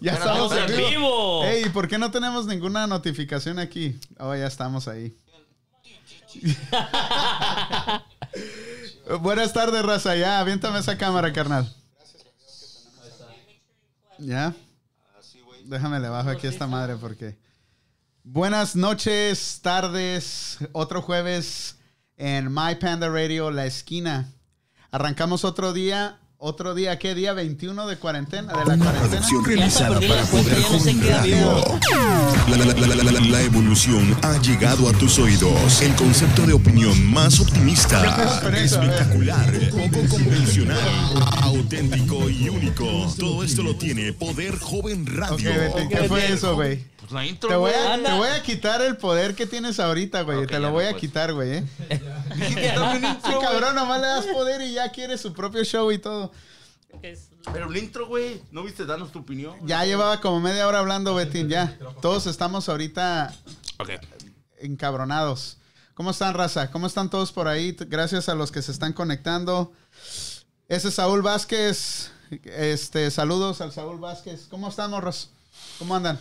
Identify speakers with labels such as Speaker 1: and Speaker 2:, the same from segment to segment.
Speaker 1: Ya
Speaker 2: Pero
Speaker 1: estamos en vivo.
Speaker 2: vivo.
Speaker 1: Ey, ¿y ¿por qué no tenemos ninguna notificación aquí? Oh, ya estamos ahí. Buenas tardes, raza. Ya, aviéntame esa cámara, carnal. Ya. Déjame le bajo aquí esta madre porque. Buenas noches, tardes, otro jueves en My Panda Radio, La Esquina. Arrancamos otro día, otro día, ¿qué día? 21 de cuarentena, de la
Speaker 3: Una
Speaker 1: cuarentena.
Speaker 3: producción
Speaker 2: Ya
Speaker 3: realizada
Speaker 2: hasta perdí la
Speaker 3: para
Speaker 2: cuenta,
Speaker 3: poder
Speaker 2: ya no sé
Speaker 3: con
Speaker 2: qué
Speaker 3: radio. La, la, la, la, la, la, la evolución ha llegado a tus oídos. El concepto de opinión más
Speaker 1: ¿Qué pedo
Speaker 3: optimista,
Speaker 1: con eso? A ver.
Speaker 3: espectacular, poco convencional, auténtico y único. Todo esto lo tiene Poder Joven
Speaker 1: Ok,
Speaker 3: Radio.
Speaker 1: Betty, ¿qué
Speaker 2: Ok,
Speaker 1: fue
Speaker 2: bien.
Speaker 1: eso, güey?
Speaker 4: Pues la
Speaker 1: Te
Speaker 4: intro,
Speaker 1: voy,
Speaker 4: güey.
Speaker 1: a,
Speaker 2: Anda.
Speaker 1: te voy a quitar el poder que tienes ahorita, güey.
Speaker 4: Ok,
Speaker 1: te lo
Speaker 4: ya
Speaker 1: voy
Speaker 4: no,
Speaker 1: a
Speaker 4: pues.
Speaker 1: quitar, güey. ¿eh?
Speaker 4: Dijiste también
Speaker 1: Sí,
Speaker 4: intro, güey.
Speaker 1: cabrón, nomás le das poder y ya quiere su propio show y todo.
Speaker 4: Pero el intro, güey. ¿No viste? Danos tu opinión.
Speaker 1: Ya llevaba como media hora hablando, Betín, ya. Todos estamos ahorita
Speaker 4: Ok.
Speaker 1: encabronados. ¿Cómo están, raza? ¿Cómo están todos por ahí? T- Gracias a los que se están conectando. Ese es Saúl Vázquez. Este, saludos al Saúl Vázquez. ¿Cómo están, morros? ¿Cómo andan?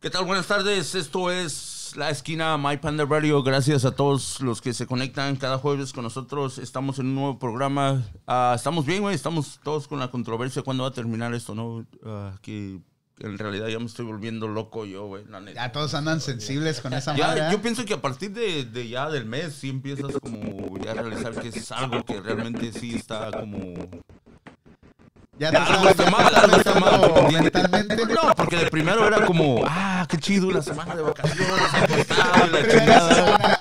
Speaker 4: ¿Qué tal? Buenas tardes. Esto es La Esquina My Panda Radio. Gracias a todos los que se conectan cada jueves con nosotros. Estamos en un nuevo programa. Ah, estamos bien, güey. Estamos todos con la controversia. ¿Cuándo va a terminar esto, no? Ah, que en realidad ya me estoy volviendo loco yo, güey. la neta.
Speaker 1: Ya todos andan sensibles con esa
Speaker 4: Ya,
Speaker 1: madre. ¿eh?
Speaker 4: yo pienso que a partir de, de ya del mes sí empiezas como ya a realizar que es algo que realmente sí está como...
Speaker 1: Ya
Speaker 4: Ya, algo está mal, algo está mal.
Speaker 1: mentalmente.
Speaker 4: No, porque de primero era como, ah, qué chido, una semana de vacaciones, acostado, la
Speaker 1: Primera
Speaker 4: chingada.
Speaker 1: semana.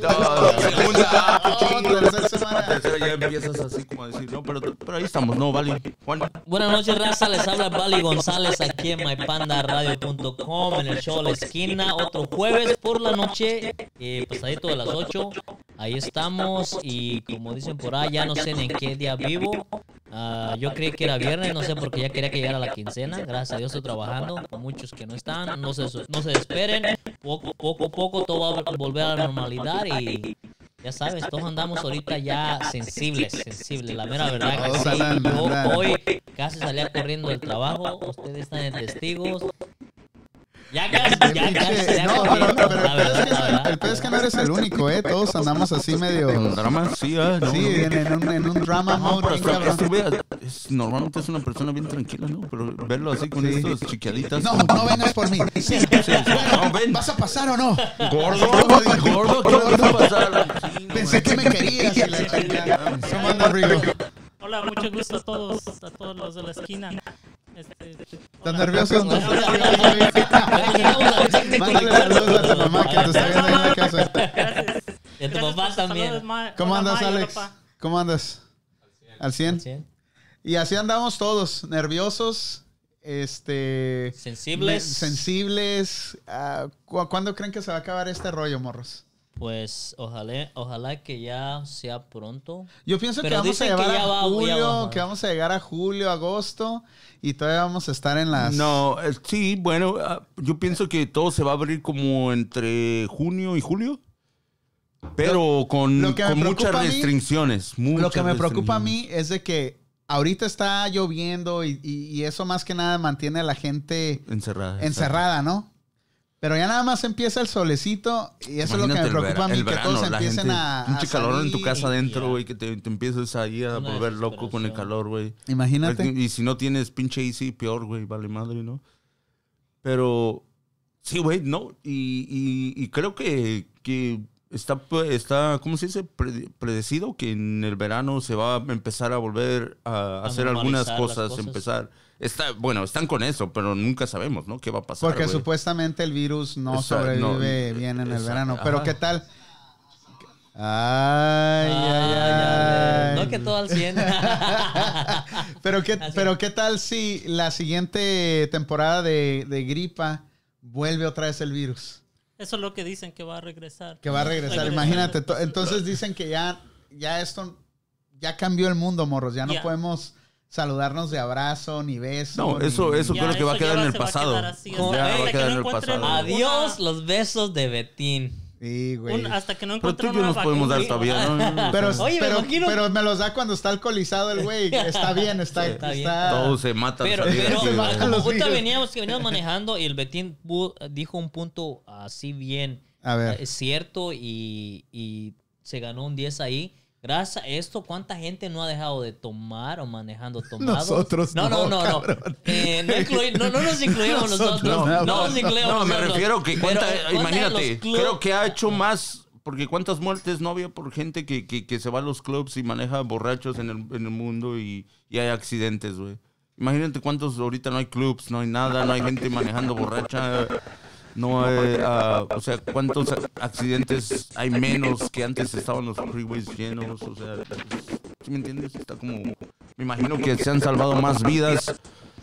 Speaker 4: No, la segunda, ah, qué
Speaker 1: Oh,
Speaker 4: chido.
Speaker 1: tercera semana.
Speaker 4: Tercera ya empiezas así como a decir, no, pero, pero ahí estamos, no, vale. Juan,
Speaker 5: Buenas noches, raza. Les habla Bali González aquí en mypandaradio.com en el show La Esquina. Otro jueves por la noche, eh, pasadito de las 8. Ahí estamos. Y como dicen por ahí, ya no sé ni en qué día vivo. Ah, yo creí que era viernes, no sé porque ya quería que llegara la quincena. Gracias a Dios estoy trabajando. con Muchos que no están, no se, no se desesperen. Poco, poco a poco todo va a volver a la normalidad y. Ya sabes, todos andamos ahorita ya sensibles, sensibles. La mera verdad que
Speaker 1: Todos
Speaker 5: sí.
Speaker 1: andan-
Speaker 5: Yo
Speaker 1: andan.
Speaker 5: hoy casi salía corriendo del trabajo. Ustedes están en testigos. Ya casi, ya casi
Speaker 1: Pinche-
Speaker 5: salía
Speaker 1: No, pero,
Speaker 5: corriendo.
Speaker 1: pero el
Speaker 5: La
Speaker 1: pedo es
Speaker 5: verdad,
Speaker 1: que
Speaker 5: la
Speaker 1: no- el
Speaker 5: verdad.
Speaker 1: pedo es que no eres el único, ¿eh? Todos andamos así medio.
Speaker 4: drama, sí, ah, no,
Speaker 1: Sí,
Speaker 4: no.
Speaker 1: en, en un, en un drama
Speaker 4: No,
Speaker 1: mode,
Speaker 4: pero
Speaker 1: bien
Speaker 4: hasta-
Speaker 1: cabrón.
Speaker 4: este güey es- normalmente es una persona bien tranquila, ¿no? Pero verlo así con
Speaker 1: Sí.
Speaker 4: estas chiquiaditas.
Speaker 1: No,
Speaker 4: como-
Speaker 1: no vengas por mí. Sí,
Speaker 4: Sí, sí, no, ven.
Speaker 1: ¿Vas a pasar o no?
Speaker 4: Gordo, gordo, ¿qué va a
Speaker 1: Gordo.
Speaker 4: pasar? Sí, no,
Speaker 1: Pensé que me querías. y la chingada. ¿Cómo andas, Rigo?
Speaker 6: Hola, mucho gusto a todos, a todos los de la esquina. Este,
Speaker 1: ¿Estás
Speaker 6: hola.
Speaker 1: nervioso?
Speaker 6: Hola,
Speaker 1: Mándale saludos a tu mamá que te está viendo ahí en la casa.
Speaker 6: Gracias.
Speaker 5: De tu
Speaker 6: Gracias por
Speaker 5: papá
Speaker 6: sus
Speaker 5: también.
Speaker 6: saludos, ma-
Speaker 1: ¿Cómo
Speaker 6: hola,
Speaker 1: andas,
Speaker 6: Mayo,
Speaker 1: Alex?
Speaker 6: papá.
Speaker 1: ¿Cómo andas? ¿Al 100? Y así andamos todos, nerviosos, este...
Speaker 5: Sensibles.
Speaker 1: ne- sensibles. Ah, ¿cu- ¿Cuándo creen que se va a acabar este rollo, morros?
Speaker 5: Pues ojalá, ojalá que ya sea pronto.
Speaker 1: Yo pienso que
Speaker 5: Pero
Speaker 1: vamos a
Speaker 5: dicen que
Speaker 1: llegar
Speaker 5: ya
Speaker 1: a
Speaker 5: va- ya
Speaker 1: julio,
Speaker 5: baja.
Speaker 1: que vamos a llegar a julio, agosto, y todavía vamos a estar en las...
Speaker 4: No, eh, sí, bueno, ah, yo pienso que todo se va a abrir como entre junio y julio, pero con,
Speaker 1: lo que me
Speaker 4: con muchas
Speaker 1: preocupa a mí-
Speaker 4: restricciones. muchas
Speaker 1: Lo que me preocupa a
Speaker 4: restricciones.
Speaker 1: mí es de que ahorita está lloviendo y, y- y eso más que nada mantiene a la gente
Speaker 4: Encerrada.
Speaker 1: encerrada, ¿no? Pero ya nada más empieza el solecito y eso es lo que me preocupa a mí, que todos empiecen a, a
Speaker 4: Mucho calor en tu
Speaker 1: salir.
Speaker 4: casa adentro,
Speaker 5: ya.
Speaker 4: güey, que te, te empiezas ahí a
Speaker 5: Una
Speaker 4: volver loco con el
Speaker 5: desesperación.
Speaker 4: calor, güey.
Speaker 1: Imagínate.
Speaker 4: Y si no tienes pinche AC, peor, güey, vale madre, ¿no? Pero sí, güey, no. Y, y- y creo que, que está, pues, está, ¿cómo se dice? Pre- predecido que en el verano se va a empezar a volver a,
Speaker 5: A
Speaker 4: hacer algunas
Speaker 5: normalizar las
Speaker 4: cosas,
Speaker 5: cosas.
Speaker 4: empezar. Está, bueno, están con eso, pero nunca sabemos, ¿no? ¿Qué va a pasar?
Speaker 1: Porque
Speaker 4: güey.
Speaker 1: supuestamente el virus no
Speaker 4: Esa-
Speaker 1: sobrevive
Speaker 4: no,
Speaker 1: bien en el
Speaker 4: esa-
Speaker 1: verano.
Speaker 4: ajá.
Speaker 1: Pero ¿qué tal? Ay,
Speaker 5: Ay,
Speaker 1: ay,
Speaker 5: Ah, ay,
Speaker 1: ay.
Speaker 5: ay. No que todo al 100.
Speaker 1: pero, qué,
Speaker 5: Así.
Speaker 1: pero ¿qué tal si la siguiente temporada de, de gripa vuelve otra vez el virus?
Speaker 6: Eso es lo que dicen que va a regresar.
Speaker 1: Que va a regresar.
Speaker 6: Regresa.
Speaker 1: Imagínate. to- Entonces dicen que ya, ya esto ya cambió el mundo, morros. Ya no
Speaker 6: Ya.
Speaker 1: podemos saludarnos de abrazo ni beso.
Speaker 4: No,
Speaker 1: ni-
Speaker 4: eso, eso
Speaker 6: Ya,
Speaker 4: creo que va a
Speaker 6: eso ya
Speaker 4: quedar
Speaker 6: va-
Speaker 4: en el
Speaker 6: se va a
Speaker 4: pasado.
Speaker 6: quedar así,
Speaker 4: Ya
Speaker 5: o sea,
Speaker 4: va a
Speaker 5: hasta
Speaker 6: que
Speaker 4: quedar
Speaker 6: no
Speaker 4: en el
Speaker 6: encuentren
Speaker 4: pasado.
Speaker 6: a-
Speaker 5: Adiós los besos de Betín.
Speaker 1: Sí, güey.
Speaker 6: Un- hasta que no
Speaker 4: Pero tú
Speaker 6: encontré
Speaker 4: y
Speaker 6: una
Speaker 4: yo nos
Speaker 6: vacuna.
Speaker 4: podemos dar todavía, ¿no?
Speaker 1: Pero,
Speaker 5: Oye, me
Speaker 1: pero,
Speaker 5: imagino-
Speaker 1: pero me los da cuando está alcoholizado el güey. Está bien, está.
Speaker 5: Sí, está bien.
Speaker 1: está-
Speaker 4: Todos se matan.
Speaker 5: Pero,
Speaker 4: salir
Speaker 5: pero
Speaker 4: así,
Speaker 1: se
Speaker 4: güey.
Speaker 1: bajan
Speaker 5: como
Speaker 1: los
Speaker 5: ahorita
Speaker 1: videos.
Speaker 5: veníamos, que veníamos manejando y el Betín pu- dijo un punto así bien
Speaker 1: A ver.
Speaker 5: eh, cierto y, y se ganó un 10 ahí. Gracias a esto, ¿cuánta gente no ha dejado de tomar o manejando tomado?
Speaker 1: Nosotros no,
Speaker 5: no, no, no.
Speaker 1: cabrón.
Speaker 5: Eh, no, inclui- no, no nos incluimos nosotros.
Speaker 1: Nosotros
Speaker 5: No,
Speaker 1: no.
Speaker 5: nos incluimos
Speaker 4: No, me
Speaker 5: nosotros.
Speaker 4: refiero que
Speaker 5: Pero,
Speaker 4: cuánta-
Speaker 5: ¿cuánta de
Speaker 4: imagínate,
Speaker 5: los club- Ah.
Speaker 4: creo que ha hecho más, porque cuántas muertes no había por gente que, que, que se va a los clubs y maneja borrachos en el, en el mundo y, y hay accidentes, güey. Imagínate cuántos ahorita no hay clubs, no hay nada, no hay gente manejando borracha. No hay, ah, o sea, cuántos accidentes hay menos que antes estaban los freeways llenos, o sea, ¿sí me entiendes? Está como, me imagino que se han salvado más vidas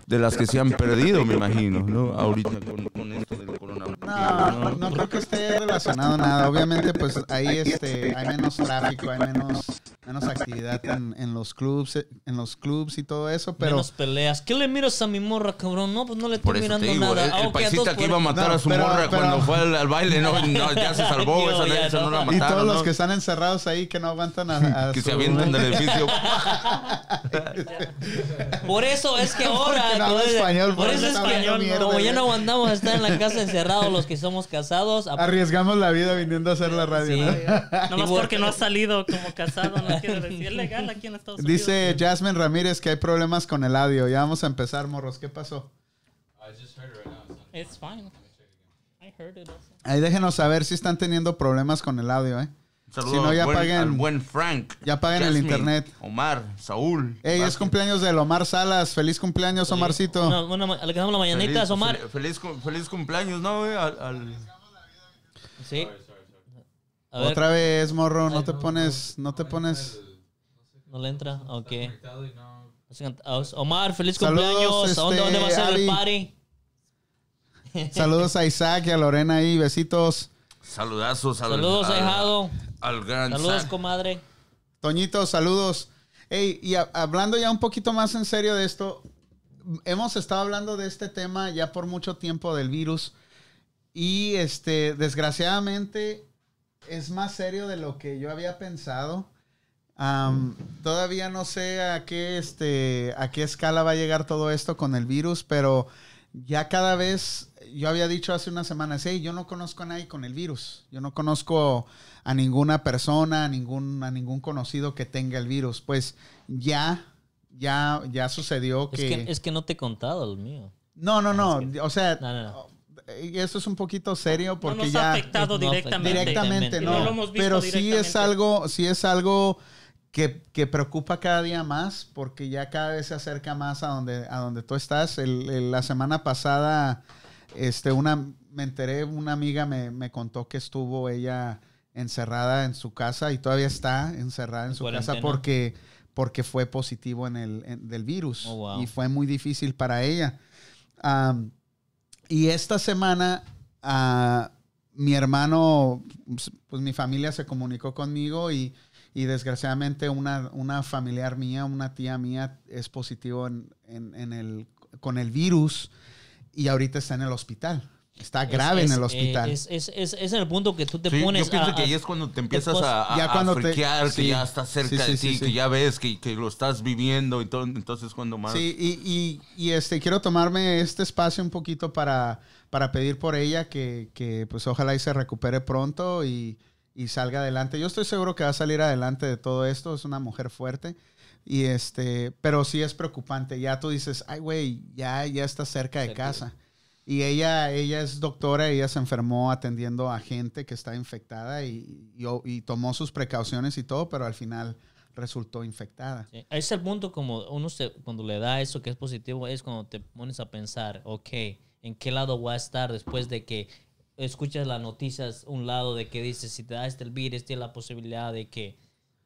Speaker 4: de las que se han perdido, me imagino, ¿no? Ahorita con, con esto del coronavirus.
Speaker 1: No, no creo que esté relacionado nada. Obviamente, pues ahí este, hay menos tráfico, hay menos, menos actividad en, en los clubs, eh, en los clubs y todo eso, pero
Speaker 5: Menos peleas. ¿Qué le miras a mi morra, cabrón? No, pues no le estoy
Speaker 4: Por eso
Speaker 5: mirando
Speaker 4: te digo,
Speaker 5: nada.
Speaker 4: el,
Speaker 5: Ah,
Speaker 4: el
Speaker 5: ok,
Speaker 4: paisita
Speaker 5: entonces,
Speaker 4: que iba a matar
Speaker 1: No,
Speaker 4: a su
Speaker 1: pero-
Speaker 4: morra
Speaker 1: pero-
Speaker 4: cuando fue al, al baile, no, no, ya se salvó,
Speaker 5: Digo,
Speaker 4: esa,
Speaker 5: ya
Speaker 4: esa no.
Speaker 5: no.
Speaker 4: la
Speaker 1: y
Speaker 4: mataron.
Speaker 1: todos los
Speaker 4: ¿no?
Speaker 1: que están encerrados ahí que no aguantan a, a
Speaker 4: Que se
Speaker 1: su-
Speaker 4: avientan del edificio.
Speaker 5: Por eso es que ahora.
Speaker 1: Porque no habla
Speaker 5: entonces,
Speaker 1: español,
Speaker 5: por
Speaker 1: por
Speaker 5: eso
Speaker 1: eso
Speaker 5: es
Speaker 1: está
Speaker 5: que
Speaker 1: hablando mierda,
Speaker 5: como ya
Speaker 1: güey.
Speaker 5: no aguantamos a estar en la casa encerrados los que somos casados. a-
Speaker 1: arriesgamos la vida viniendo a hacer la Ah, radio,
Speaker 5: Sí.
Speaker 1: ¿no?
Speaker 6: Nomás porque no ha salido como casado, no quiere decir. Es legal aquí en Estados Unidos.
Speaker 1: Dice Jasmine Ramírez que hay problemas con el audio. Ya vamos a empezar, morros. ¿Qué pasó?
Speaker 6: It's fine. I heard it also.
Speaker 1: Ahí déjenos saber si están teniendo problemas con el audio, ¿eh?
Speaker 4: Saludos
Speaker 1: Si no, ya
Speaker 4: al, buen,
Speaker 1: paguen-
Speaker 4: al buen Frank.
Speaker 1: ya paguen el internet.
Speaker 4: Omar, Saúl.
Speaker 1: Ey, es
Speaker 4: Vázquez.
Speaker 1: cumpleaños de Omar Salas. Feliz cumpleaños, Omarcito.
Speaker 5: Una, una, ma- le damos la mañanita,
Speaker 1: pues,
Speaker 4: Feliz-
Speaker 5: Omar.
Speaker 4: fe- Feliz, cum- feliz cumpleaños, ¿no, güey? Al, al-
Speaker 5: Sí. A ver,
Speaker 1: Otra vez, morro, no te pones, no te pones.
Speaker 5: no le entra. Ok. Omar, feliz
Speaker 1: Saludos,
Speaker 5: cumpleaños. ¿A ¿Dónde,
Speaker 1: este,
Speaker 5: ¿Dónde va a ser
Speaker 1: Abby.
Speaker 5: el party?
Speaker 1: Saludos a Isaac y a Lorena ahí, besitos.
Speaker 4: Saludazos al,
Speaker 5: Saludos,
Speaker 4: al,
Speaker 5: ahijado.
Speaker 4: al gran
Speaker 5: Saludos,
Speaker 4: Ah, San.
Speaker 5: comadre.
Speaker 1: Toñito, saludos. Ey, y a- hablando ya un poquito más en serio de esto, hemos estado hablando de este tema ya por mucho tiempo del virus y este, desgraciadamente es más serio de lo que yo había pensado. Am, todavía no sé a qué, este, a qué escala va a llegar todo esto con el virus, pero ya cada vez, yo había dicho hace unas semanas, hey, yo no conozco a nadie con el virus, yo no conozco a ninguna persona, a ningún, a ningún conocido que tenga el virus, pues ya, ya, ya sucedió
Speaker 5: Es que, es que no te he contado el mío.
Speaker 1: no, no, no. O sea,
Speaker 5: No, no, no.
Speaker 1: eh, esto es un poquito serio
Speaker 6: No
Speaker 1: porque
Speaker 6: nos
Speaker 1: ya
Speaker 6: ha afectado
Speaker 5: No,
Speaker 6: directamente.
Speaker 1: directamente,
Speaker 5: directamente,
Speaker 1: no.
Speaker 6: no lo hemos visto
Speaker 1: Pero sí es
Speaker 6: directamente.
Speaker 1: algo, sí es algo que, que preocupa cada día más porque ya cada vez se acerca más a donde, a donde tú estás. El- el- la semana pasada, este, una, me enteré, una amiga me, me contó que estuvo ella encerrada en su casa y todavía está encerrada en su
Speaker 5: Cuarentena.
Speaker 1: casa porque, porque fue positivo en el en- del virus
Speaker 5: Oh, wow.
Speaker 1: y fue muy difícil para ella. Am, y esta semana ah, mi hermano, pues pues, mi familia se comunicó conmigo y, y desgraciadamente una, una familiar mía, una tía mía es positivo en, en- en el, con el virus y ahorita está en el hospital. Está grave
Speaker 5: Es-
Speaker 1: en el
Speaker 5: es- eh,
Speaker 1: hospital.
Speaker 5: Es, es, es, es en el punto que tú te
Speaker 4: Sí,
Speaker 5: pones.
Speaker 4: yo pienso
Speaker 5: a-
Speaker 4: que
Speaker 5: a-
Speaker 4: ahí es cuando te empiezas
Speaker 5: después-
Speaker 4: a, a,
Speaker 1: Ya
Speaker 4: a
Speaker 1: cuando te-
Speaker 4: friquear, que
Speaker 1: sí.
Speaker 4: ya estás cerca
Speaker 1: Sí, sí,
Speaker 4: de
Speaker 1: sí,
Speaker 4: ti,
Speaker 1: sí.
Speaker 4: que ya ves que, que lo estás viviendo y todo, entonces cuando más...
Speaker 1: Sí, y, y- y, este, quiero tomarme este espacio un poquito para, para pedir por ella que, que, pues ojalá y se recupere pronto y, y salga adelante. Yo estoy seguro que va a salir adelante de todo esto, es una mujer fuerte. Y este, pero sí es preocupante. Ya tú dices, ay, güey, ya, ya está cerca de
Speaker 5: Cerca.
Speaker 1: casa. Y ella, ella es doctora, ella se enfermó atendiendo a gente que está infectada y, y- y tomó sus precauciones y todo, pero al final resultó infectada.
Speaker 5: Sí, ahí Es el punto como uno se, cuando le da eso que es positivo, es cuando te pones a pensar, ok, ¿en qué lado voy a estar después de que escuchas las noticias un lado de que dices, si te da este el virus, tienes la posibilidad de que,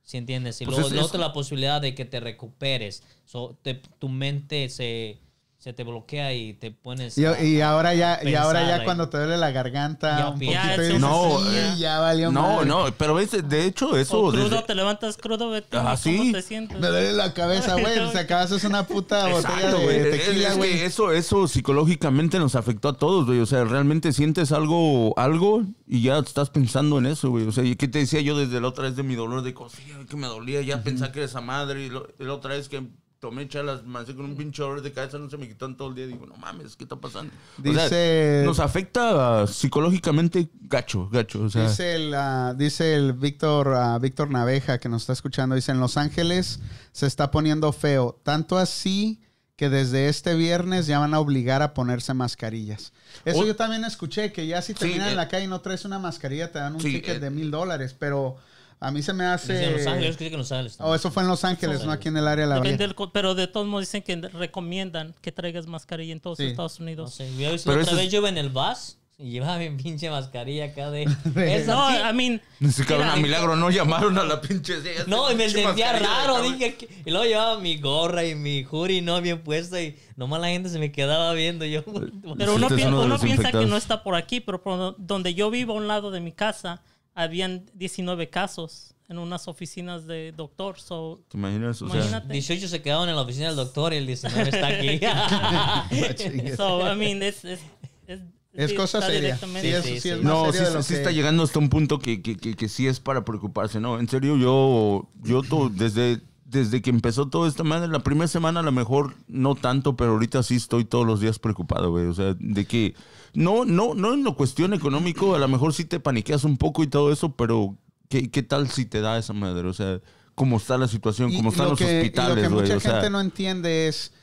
Speaker 5: si entiendes, y
Speaker 4: Pues
Speaker 5: luego
Speaker 4: es-
Speaker 5: el
Speaker 4: es-
Speaker 5: otro la posibilidad de que te recuperes, So, te- tu mente se, se te bloquea y te pones.
Speaker 1: Y,
Speaker 5: a-
Speaker 1: y ahora ya, y
Speaker 5: Pensar,
Speaker 1: ahora ya
Speaker 5: like-
Speaker 1: cuando te duele la garganta
Speaker 5: Ya
Speaker 1: un
Speaker 5: piensas.
Speaker 1: poquito y
Speaker 6: Ya,
Speaker 1: dices,
Speaker 4: eso-
Speaker 1: "Sí,
Speaker 6: No,
Speaker 1: ya valió
Speaker 4: eh, No,
Speaker 1: madre".
Speaker 4: no, pero ese- de hecho eso...
Speaker 6: O crudo,
Speaker 4: desde-
Speaker 6: te levantas crudo, vete.
Speaker 4: Ah,
Speaker 6: ¿Cómo
Speaker 4: sí.
Speaker 6: te sientes?
Speaker 1: Me duele la cabeza, güey. O sea, acabas de hacer una puta botella
Speaker 4: Exacto, güey.
Speaker 1: de
Speaker 4: Es-
Speaker 1: tequila,
Speaker 4: es que
Speaker 1: güey.
Speaker 4: eso, eso psicológicamente nos afectó a todos, güey. O sea, realmente sientes algo, algo y ya estás pensando en eso, güey. O sea, ¿y qué te decía yo desde la otra vez de mi dolor de cosilla que me dolía? Ya pensaba que era esa madre y lo- y la otra vez que tomé chalas, me hacía con un pinche dolor de cabeza, no se me quitó en todo el día. Digo, no mames, ¿qué está pasando? O sea,
Speaker 1: Dice-
Speaker 4: nos afecta ah, psicológicamente gacho, gacho. O sea,
Speaker 1: Dice el, ah, dice el Víctor ah, Víctor Naveja que nos está escuchando. Dice, en Los Ángeles se está poniendo feo. Tanto así que desde este viernes ya van a obligar a ponerse mascarillas. Eso
Speaker 4: Oh.
Speaker 1: yo también escuché, que ya si te
Speaker 4: Sí,
Speaker 1: miran en
Speaker 4: eh.
Speaker 1: la calle y no traes una mascarilla te dan un
Speaker 4: Sí,
Speaker 1: ticket
Speaker 4: eh.
Speaker 1: de mil dólares. Pero a mí se me
Speaker 5: Dice en Los Ángeles,
Speaker 1: hace...
Speaker 5: creo que en Los Ángeles.
Speaker 1: Oh, eso fue en Los Ángeles, no aquí en el área de la
Speaker 6: Depende
Speaker 1: Bahía.
Speaker 6: del co- pero de todos modos dicen que recomiendan que traigas mascarilla en todos
Speaker 1: Sí.
Speaker 6: Estados
Speaker 5: No
Speaker 6: Unidos.
Speaker 5: sé, yo la
Speaker 4: Pero
Speaker 5: otra
Speaker 4: eso es-
Speaker 5: vez yo iba en el bus y llevaba mi pinche mascarilla acá de.
Speaker 1: De-
Speaker 5: Esa
Speaker 6: No,
Speaker 5: sí.
Speaker 6: I mean,
Speaker 4: se cabrón,
Speaker 6: mira,
Speaker 4: a milagro no llamaron a la pinche...
Speaker 5: No, y me
Speaker 4: pinche
Speaker 5: sentía
Speaker 4: mascarilla,
Speaker 5: raro,
Speaker 4: cabrón.
Speaker 5: dije que... Y luego llevaba mi gorra y mi jury no bien puesta y nomás la gente se me quedaba viendo. Yo,
Speaker 6: Pero
Speaker 4: Sí,
Speaker 6: uno,
Speaker 4: este es
Speaker 6: pi-
Speaker 4: uno de
Speaker 6: uno
Speaker 4: los
Speaker 6: piensa que
Speaker 4: infectados.
Speaker 6: no está por aquí, pero por do- donde yo vivo, a un lado de mi casa, habían 19 casos en unas oficinas de doctor. So,
Speaker 4: ¿Te imaginas? O sea,
Speaker 6: Imagínate.
Speaker 5: 18 se quedaron en la oficina del doctor y el 19 está aquí.
Speaker 6: so, I mean, es, es, es-
Speaker 1: Ah, Es
Speaker 6: sí,
Speaker 1: cosa
Speaker 6: está
Speaker 1: seria.
Speaker 6: directamente-
Speaker 1: Sí, eso
Speaker 5: Sí,
Speaker 1: sí
Speaker 5: sí.
Speaker 1: es más
Speaker 4: No, sí,
Speaker 1: serio de lo
Speaker 4: sí
Speaker 1: que-
Speaker 4: está llegando hasta un punto que, que, que, que sí es para preocuparse, ¿no? En serio, yo, yo to- desde, desde que empezó todo esta madre, la primera semana a lo mejor no tanto, pero ahorita sí estoy todos los días preocupado, güey. O sea, de que no, no, no en la cuestión económico, a lo mejor sí te paniqueas un poco y todo eso, pero ¿qué, qué tal si te da esa madre? O sea, ¿cómo está la situación?
Speaker 1: Y-
Speaker 4: ¿Cómo
Speaker 1: y
Speaker 4: están
Speaker 1: lo
Speaker 4: los
Speaker 1: que- y Lo que
Speaker 4: hospitales, güey?
Speaker 1: mucha
Speaker 4: O sea,
Speaker 1: gente no entiende es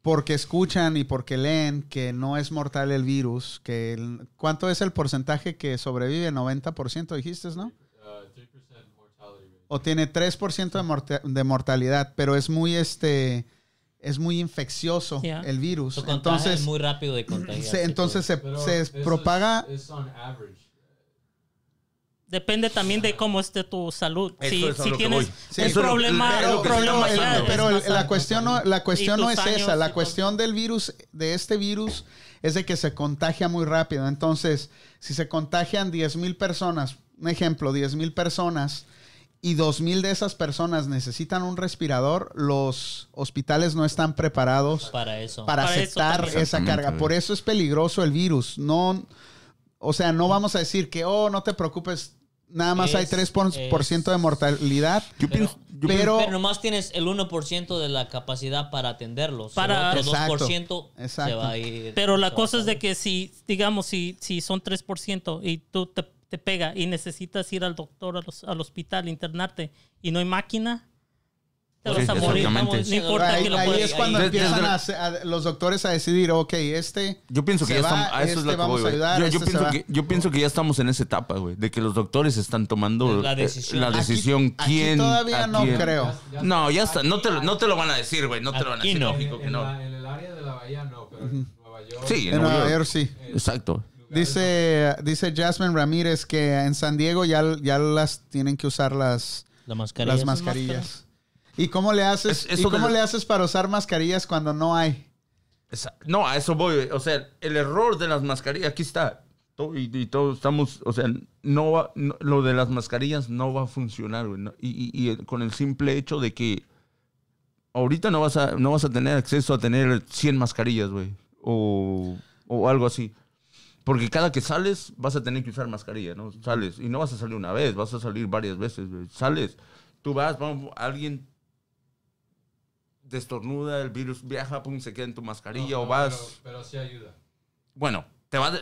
Speaker 1: porque escuchan y porque leen que no es mortal el virus, que el- ¿cuánto es el porcentaje que sobrevive? 90% dijiste, ¿no? O tiene 3% de, morta- de mortalidad, pero es muy este es muy infeccioso
Speaker 6: Yeah.
Speaker 1: el virus.
Speaker 5: Entonces,
Speaker 1: Entonces
Speaker 5: es muy rápido de contagiar.
Speaker 1: se, entonces
Speaker 6: pues.
Speaker 1: se, se propaga
Speaker 6: Depende también de cómo esté tu salud.
Speaker 4: Eso
Speaker 6: si
Speaker 4: es a
Speaker 6: si
Speaker 4: lo que
Speaker 6: tienes
Speaker 4: voy.
Speaker 1: Sí,
Speaker 6: un
Speaker 1: eso es
Speaker 4: lo-
Speaker 6: problema,
Speaker 4: pero-
Speaker 6: un
Speaker 4: pero-
Speaker 6: problema
Speaker 4: pero-
Speaker 6: ya es
Speaker 1: pero
Speaker 6: más
Speaker 1: la
Speaker 6: alto.
Speaker 1: cuestión no, la cuestión
Speaker 6: Y
Speaker 1: no es
Speaker 6: tus años
Speaker 1: esa.
Speaker 6: y
Speaker 1: La
Speaker 6: todo.
Speaker 1: cuestión del virus, de este virus, es de que se contagia muy rápido. Entonces, si se contagian 10 mil personas, un ejemplo, 10 mil personas, y 2 mil de esas personas necesitan un respirador, los hospitales no están preparados
Speaker 5: para eso.
Speaker 1: para,
Speaker 6: Para eso
Speaker 1: aceptar
Speaker 6: también.
Speaker 1: esa
Speaker 4: Exactamente,
Speaker 1: carga.
Speaker 4: güey.
Speaker 1: Por eso es peligroso el virus. No, o sea, no vamos a decir que, oh, no te preocupes, nada más hay
Speaker 5: Es-
Speaker 1: 3% por-
Speaker 5: es-
Speaker 1: por ciento de mortalidad.
Speaker 4: yo pienso- yo pienso-
Speaker 1: pero-
Speaker 5: Pero nomás tienes el 1% de la capacidad para atenderlos.
Speaker 6: Para-
Speaker 5: el otro
Speaker 1: Exacto,
Speaker 5: 2% se
Speaker 1: exacto.
Speaker 5: va a ir.
Speaker 6: Pero la
Speaker 5: se va
Speaker 6: cosa
Speaker 5: a
Speaker 6: es de que si, digamos, si, si son 3% y tú te, te pega y necesitas ir al doctor, a los- al hospital, internarte y no hay máquina, te
Speaker 5: Sí,
Speaker 6: vas a morir.
Speaker 4: exactamente.
Speaker 6: vamos, no importa
Speaker 1: ahí,
Speaker 6: que lo
Speaker 1: ahí
Speaker 6: puedas.
Speaker 1: es cuando
Speaker 4: ahí-
Speaker 1: empiezan
Speaker 4: Desde-
Speaker 1: a hacer- a- los doctores a decidir, ok, este
Speaker 4: Yo pienso que
Speaker 1: se
Speaker 4: ya
Speaker 1: va,
Speaker 4: estamos. A eso es
Speaker 1: este
Speaker 4: la que
Speaker 1: vamos
Speaker 4: voy,
Speaker 1: a
Speaker 4: güey.
Speaker 1: ayudar,
Speaker 4: yo,
Speaker 1: este
Speaker 4: yo
Speaker 1: se
Speaker 4: pienso
Speaker 1: va.
Speaker 4: que, yo pienso que ya estamos en esa etapa, güey. De que los doctores están tomando
Speaker 5: La
Speaker 4: eh,
Speaker 5: decisión.
Speaker 4: la
Speaker 5: Aquí-
Speaker 4: decisión,
Speaker 1: aquí
Speaker 4: quién.
Speaker 1: todavía
Speaker 4: a
Speaker 1: no
Speaker 4: quién.
Speaker 1: creo.
Speaker 4: No, ya está. No te, lo- no te lo van a decir, güey. No te lo van a
Speaker 5: Aquí
Speaker 4: decir.
Speaker 5: no.
Speaker 4: lógico que
Speaker 2: en,
Speaker 4: no.
Speaker 2: la- en el área de la bahía no, pero en Nueva York.
Speaker 4: Sí,
Speaker 1: En Nueva York sí.
Speaker 4: Exacto.
Speaker 1: Dice, dice Jasmine Ramírez que en San Diego ya, ya las tienen que usar las,
Speaker 5: La mascarilla.
Speaker 1: las mascarillas. ¿Y cómo le haces?
Speaker 4: Es-
Speaker 1: ¿Y
Speaker 4: eso
Speaker 1: cómo
Speaker 4: de-
Speaker 1: le haces para usar mascarillas cuando no hay?
Speaker 4: Esa- No, a eso voy. güey. O sea, el error de las mascarillas, aquí está. Todo- Y, y todos estamos, o sea, no, va- no- lo de las mascarillas no va a funcionar, güey. ¿no? Y, y- y el- con el simple hecho de que ahorita no vas a, no vas a tener acceso a tener 100 mascarillas, güey. O, o algo así. Porque cada que sales vas a tener que usar mascarilla, ¿no? Sales. Y no vas a salir una vez, vas a salir varias veces, güey. Sales. Tú vas, vamos, alguien destornuda, el virus viaja, pum, se queda en tu mascarilla
Speaker 2: No,
Speaker 4: o
Speaker 2: no,
Speaker 4: vas
Speaker 2: Pero, pero sí ayuda.
Speaker 4: bueno, te va, a-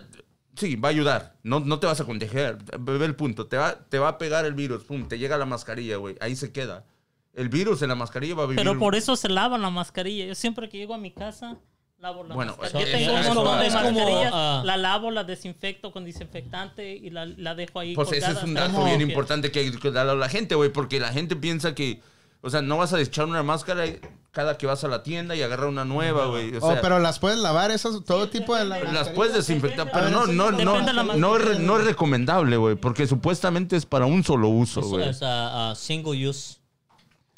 Speaker 4: sí, va a ayudar. No, no te vas a contagiar. Ve el punto. Te va, te va a pegar el virus. Pum, te llega la mascarilla, güey. Ahí se queda. El virus en la mascarilla va a vivir.
Speaker 6: Pero por eso se lavan la mascarilla. Yo siempre que llego a mi casa, lavo la
Speaker 4: Bueno,
Speaker 6: mascarilla.
Speaker 4: eh,
Speaker 6: Yo tengo
Speaker 4: eh,
Speaker 6: un
Speaker 4: eso
Speaker 6: montón de
Speaker 4: va. es como,
Speaker 6: mascarillas.
Speaker 5: ah.
Speaker 6: la lavo, la desinfecto con desinfectante y la, la dejo ahí.
Speaker 4: Pues ese
Speaker 6: colgada
Speaker 4: es un
Speaker 6: hasta
Speaker 4: dato
Speaker 6: que
Speaker 4: bien
Speaker 6: limpie.
Speaker 4: importante que hay que darle a la gente, güey, porque la gente piensa que, o sea, no vas a echar una máscara cada que vas a la tienda y agarrar una nueva, güey. O
Speaker 1: Oh,
Speaker 4: sea,
Speaker 1: pero las puedes lavar esas, todo tipo de la-
Speaker 4: las puedes desinfectar, pero no, no, no,
Speaker 6: Depende de la
Speaker 4: no, es, re- no es recomendable, güey, porque supuestamente es para un solo uso,
Speaker 5: Eso
Speaker 4: güey.
Speaker 5: es ah, ah, single use.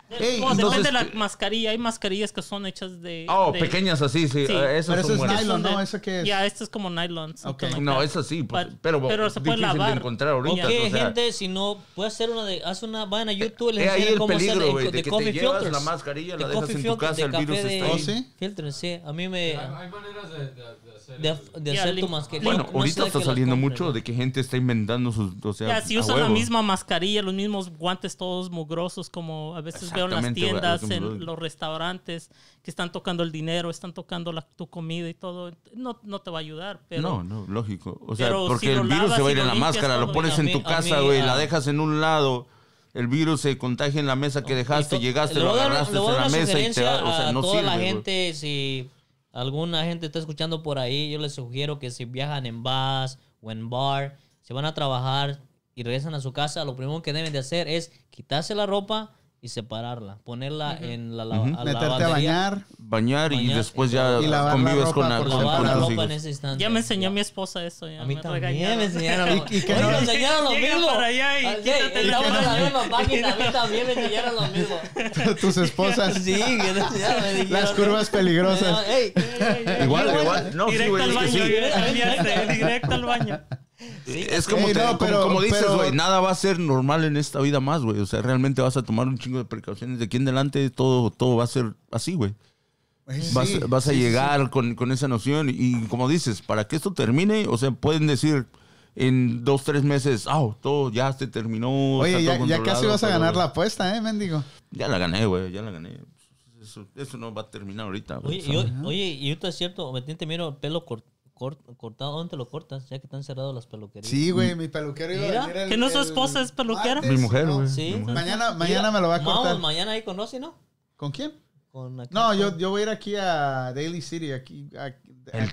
Speaker 1: Ey,
Speaker 6: No,
Speaker 4: entonces-
Speaker 6: depende de la mascarilla. Hay mascarillas que son hechas de.
Speaker 4: Oh,
Speaker 6: de-
Speaker 4: pequeñas así, sí.
Speaker 6: Sí.
Speaker 4: eh, esas
Speaker 1: Pero
Speaker 4: son
Speaker 1: eso es
Speaker 4: buenas.
Speaker 1: nylon,
Speaker 6: son de-
Speaker 1: ¿no? ¿Eso qué
Speaker 6: Ya,
Speaker 1: es?
Speaker 6: este es como nylon. something
Speaker 1: Ok.
Speaker 6: like
Speaker 4: No,
Speaker 6: that.
Speaker 4: esas sí, pues,
Speaker 6: But-
Speaker 4: pero,
Speaker 6: pero se puede
Speaker 4: difícil
Speaker 6: lavar.
Speaker 4: de encontrar
Speaker 5: Ok,
Speaker 4: ahorita. o sea,
Speaker 5: gente, si no, puede hacer una de. Haz una vaina YouTube. Les
Speaker 4: Eh, ahí
Speaker 5: enseñan
Speaker 4: el
Speaker 5: cómo hacer
Speaker 4: peligro,
Speaker 5: el
Speaker 4: güey,
Speaker 5: co-
Speaker 4: de
Speaker 5: de
Speaker 4: que te
Speaker 5: coffee
Speaker 4: llevas
Speaker 5: filters.
Speaker 4: la mascarilla, la
Speaker 5: De
Speaker 4: dejas
Speaker 5: coffee
Speaker 4: en tu
Speaker 5: filters,
Speaker 4: casa,
Speaker 5: de
Speaker 4: el virus
Speaker 5: café
Speaker 4: está
Speaker 5: de-
Speaker 1: ahí. ¿Oh, sí?
Speaker 5: Filters, sí. A mí me.
Speaker 2: Hay, hay maneras de, de, de hacer
Speaker 5: De,
Speaker 2: eso.
Speaker 5: de
Speaker 6: Ya,
Speaker 5: hacer tu
Speaker 6: limpio.
Speaker 5: mascarilla.
Speaker 4: Bueno,
Speaker 5: No
Speaker 4: ahorita
Speaker 5: sé
Speaker 4: está
Speaker 5: que la
Speaker 4: saliendo
Speaker 5: compre,
Speaker 4: mucho
Speaker 5: güey.
Speaker 4: de que gente está inventando sus. O sea,
Speaker 6: Ya, si
Speaker 4: a
Speaker 6: usan la
Speaker 4: huevo.
Speaker 6: misma mascarilla, los mismos guantes todos mugrosos, como a veces veo en las
Speaker 4: Exactamente, güey,
Speaker 6: tiendas,
Speaker 4: es un
Speaker 6: en
Speaker 4: rollo.
Speaker 6: los restaurantes, que están tocando el dinero, están tocando la, tu comida y todo, no, no te va a ayudar. Pero
Speaker 4: no, no, lógico. O sea,
Speaker 6: pero
Speaker 4: porque
Speaker 6: si
Speaker 4: el
Speaker 6: lo
Speaker 4: virus
Speaker 6: lavas,
Speaker 4: se va a
Speaker 6: si
Speaker 4: ir en
Speaker 6: lo
Speaker 4: la
Speaker 6: limpias,
Speaker 4: máscara,
Speaker 6: todo
Speaker 4: lo pones
Speaker 5: bien. A
Speaker 4: en tu
Speaker 5: mí- a
Speaker 4: casa,
Speaker 5: mí,
Speaker 4: güey,
Speaker 5: ah.
Speaker 4: la dejas en un lado. El virus se contagia en la mesa que dejaste,
Speaker 5: Y to-
Speaker 4: llegaste,
Speaker 5: le
Speaker 4: lo
Speaker 5: voy a dar-
Speaker 4: agarraste
Speaker 5: le voy a
Speaker 4: en
Speaker 5: dar
Speaker 4: la
Speaker 5: una
Speaker 4: mesa y te
Speaker 5: sugerencia
Speaker 4: va, o sea,
Speaker 5: a
Speaker 4: no
Speaker 5: toda
Speaker 4: sirve.
Speaker 5: la
Speaker 4: güey.
Speaker 5: gente, si alguna gente está escuchando por ahí, yo les sugiero que si viajan en bus o en bar, se van a trabajar y regresan a su casa, lo primero que deben de hacer es quitarse la ropa y separarla, ponerla en la lava- a la
Speaker 1: Meterte a
Speaker 5: lavandería,
Speaker 1: bañar.
Speaker 4: Bañar y
Speaker 5: Bañar, eh,
Speaker 4: después ya
Speaker 1: y lavar la
Speaker 4: convives
Speaker 1: ropa
Speaker 4: con la-
Speaker 1: por
Speaker 4: con
Speaker 5: lavar la
Speaker 4: tus
Speaker 5: ropa en
Speaker 4: hijos.
Speaker 5: ese instante.
Speaker 6: ya me enseñó mi esposa eso. Ya
Speaker 5: A mí
Speaker 6: me
Speaker 5: también
Speaker 6: regañaron.
Speaker 5: me enseñaron.
Speaker 1: Y- y que
Speaker 5: Oye,
Speaker 1: no-
Speaker 5: me enseñaron lo
Speaker 6: Llega
Speaker 5: mismo.
Speaker 6: para allá y
Speaker 5: Ay,
Speaker 6: quítate la
Speaker 5: estamos en la
Speaker 6: ropa.
Speaker 5: misma página, a mí también me enseñaron lo mismo.
Speaker 1: Tus esposas.
Speaker 5: Sí, que no enseñaron, me
Speaker 1: Las
Speaker 5: dijeron,
Speaker 1: curvas peligrosas.
Speaker 5: Ey,
Speaker 4: Igual, igual. No, sí,
Speaker 6: directo
Speaker 4: güey,
Speaker 6: al
Speaker 4: es que
Speaker 6: baño,
Speaker 4: sí.
Speaker 6: ya cambiaste, directo al baño.
Speaker 4: Eh, Es como,
Speaker 1: Ey,
Speaker 4: te-
Speaker 1: no,
Speaker 4: como-
Speaker 1: pero-
Speaker 4: como dices,
Speaker 1: pero-
Speaker 4: güey, nada va a ser normal en esta vida más, güey. O sea, realmente vas a tomar un chingo de precauciones. De aquí en adelante todo, todo va a ser así, güey.
Speaker 1: Güey,
Speaker 4: Vas,
Speaker 1: sí.
Speaker 4: vas a llegar Con, con esa noción. Y como dices, para que esto termine, o sea, pueden decir en dos, tres meses, ah, todo ya se terminó.
Speaker 1: Oye,
Speaker 4: está
Speaker 1: ya,
Speaker 4: todo
Speaker 1: ya casi
Speaker 4: controlado",
Speaker 1: vas a
Speaker 4: pero-
Speaker 1: ganar la apuesta, ¿eh, mendigo?
Speaker 4: Ya la gané, güey, ya la gané. Eso, eso no va a terminar ahorita, güey.
Speaker 5: Oye, y, o- oye, y esto es cierto, me te miro el pelo cor- cor- cortado, ¿dónde te lo cortas? Ya que están cerradas las peluquerías.
Speaker 1: Sí, güey, mi peluquero iba
Speaker 5: Mira,
Speaker 1: a venir el-
Speaker 6: ¿que no su
Speaker 1: el
Speaker 6: esposa es peluquera?
Speaker 1: martes,
Speaker 4: Mm. Mi mujer,
Speaker 1: ¿no?
Speaker 4: güey.
Speaker 5: Sí.
Speaker 4: Mi mujer.
Speaker 1: Mañana, mañana
Speaker 5: Mira,
Speaker 1: me lo va a
Speaker 5: vamos,
Speaker 1: cortar.
Speaker 5: mañana ahí con Rosy, ¿no?
Speaker 1: ¿Con quién?
Speaker 5: Con acá,
Speaker 1: No,
Speaker 5: con-
Speaker 1: yo, yo voy a ir aquí a Daily City. Aquí, a-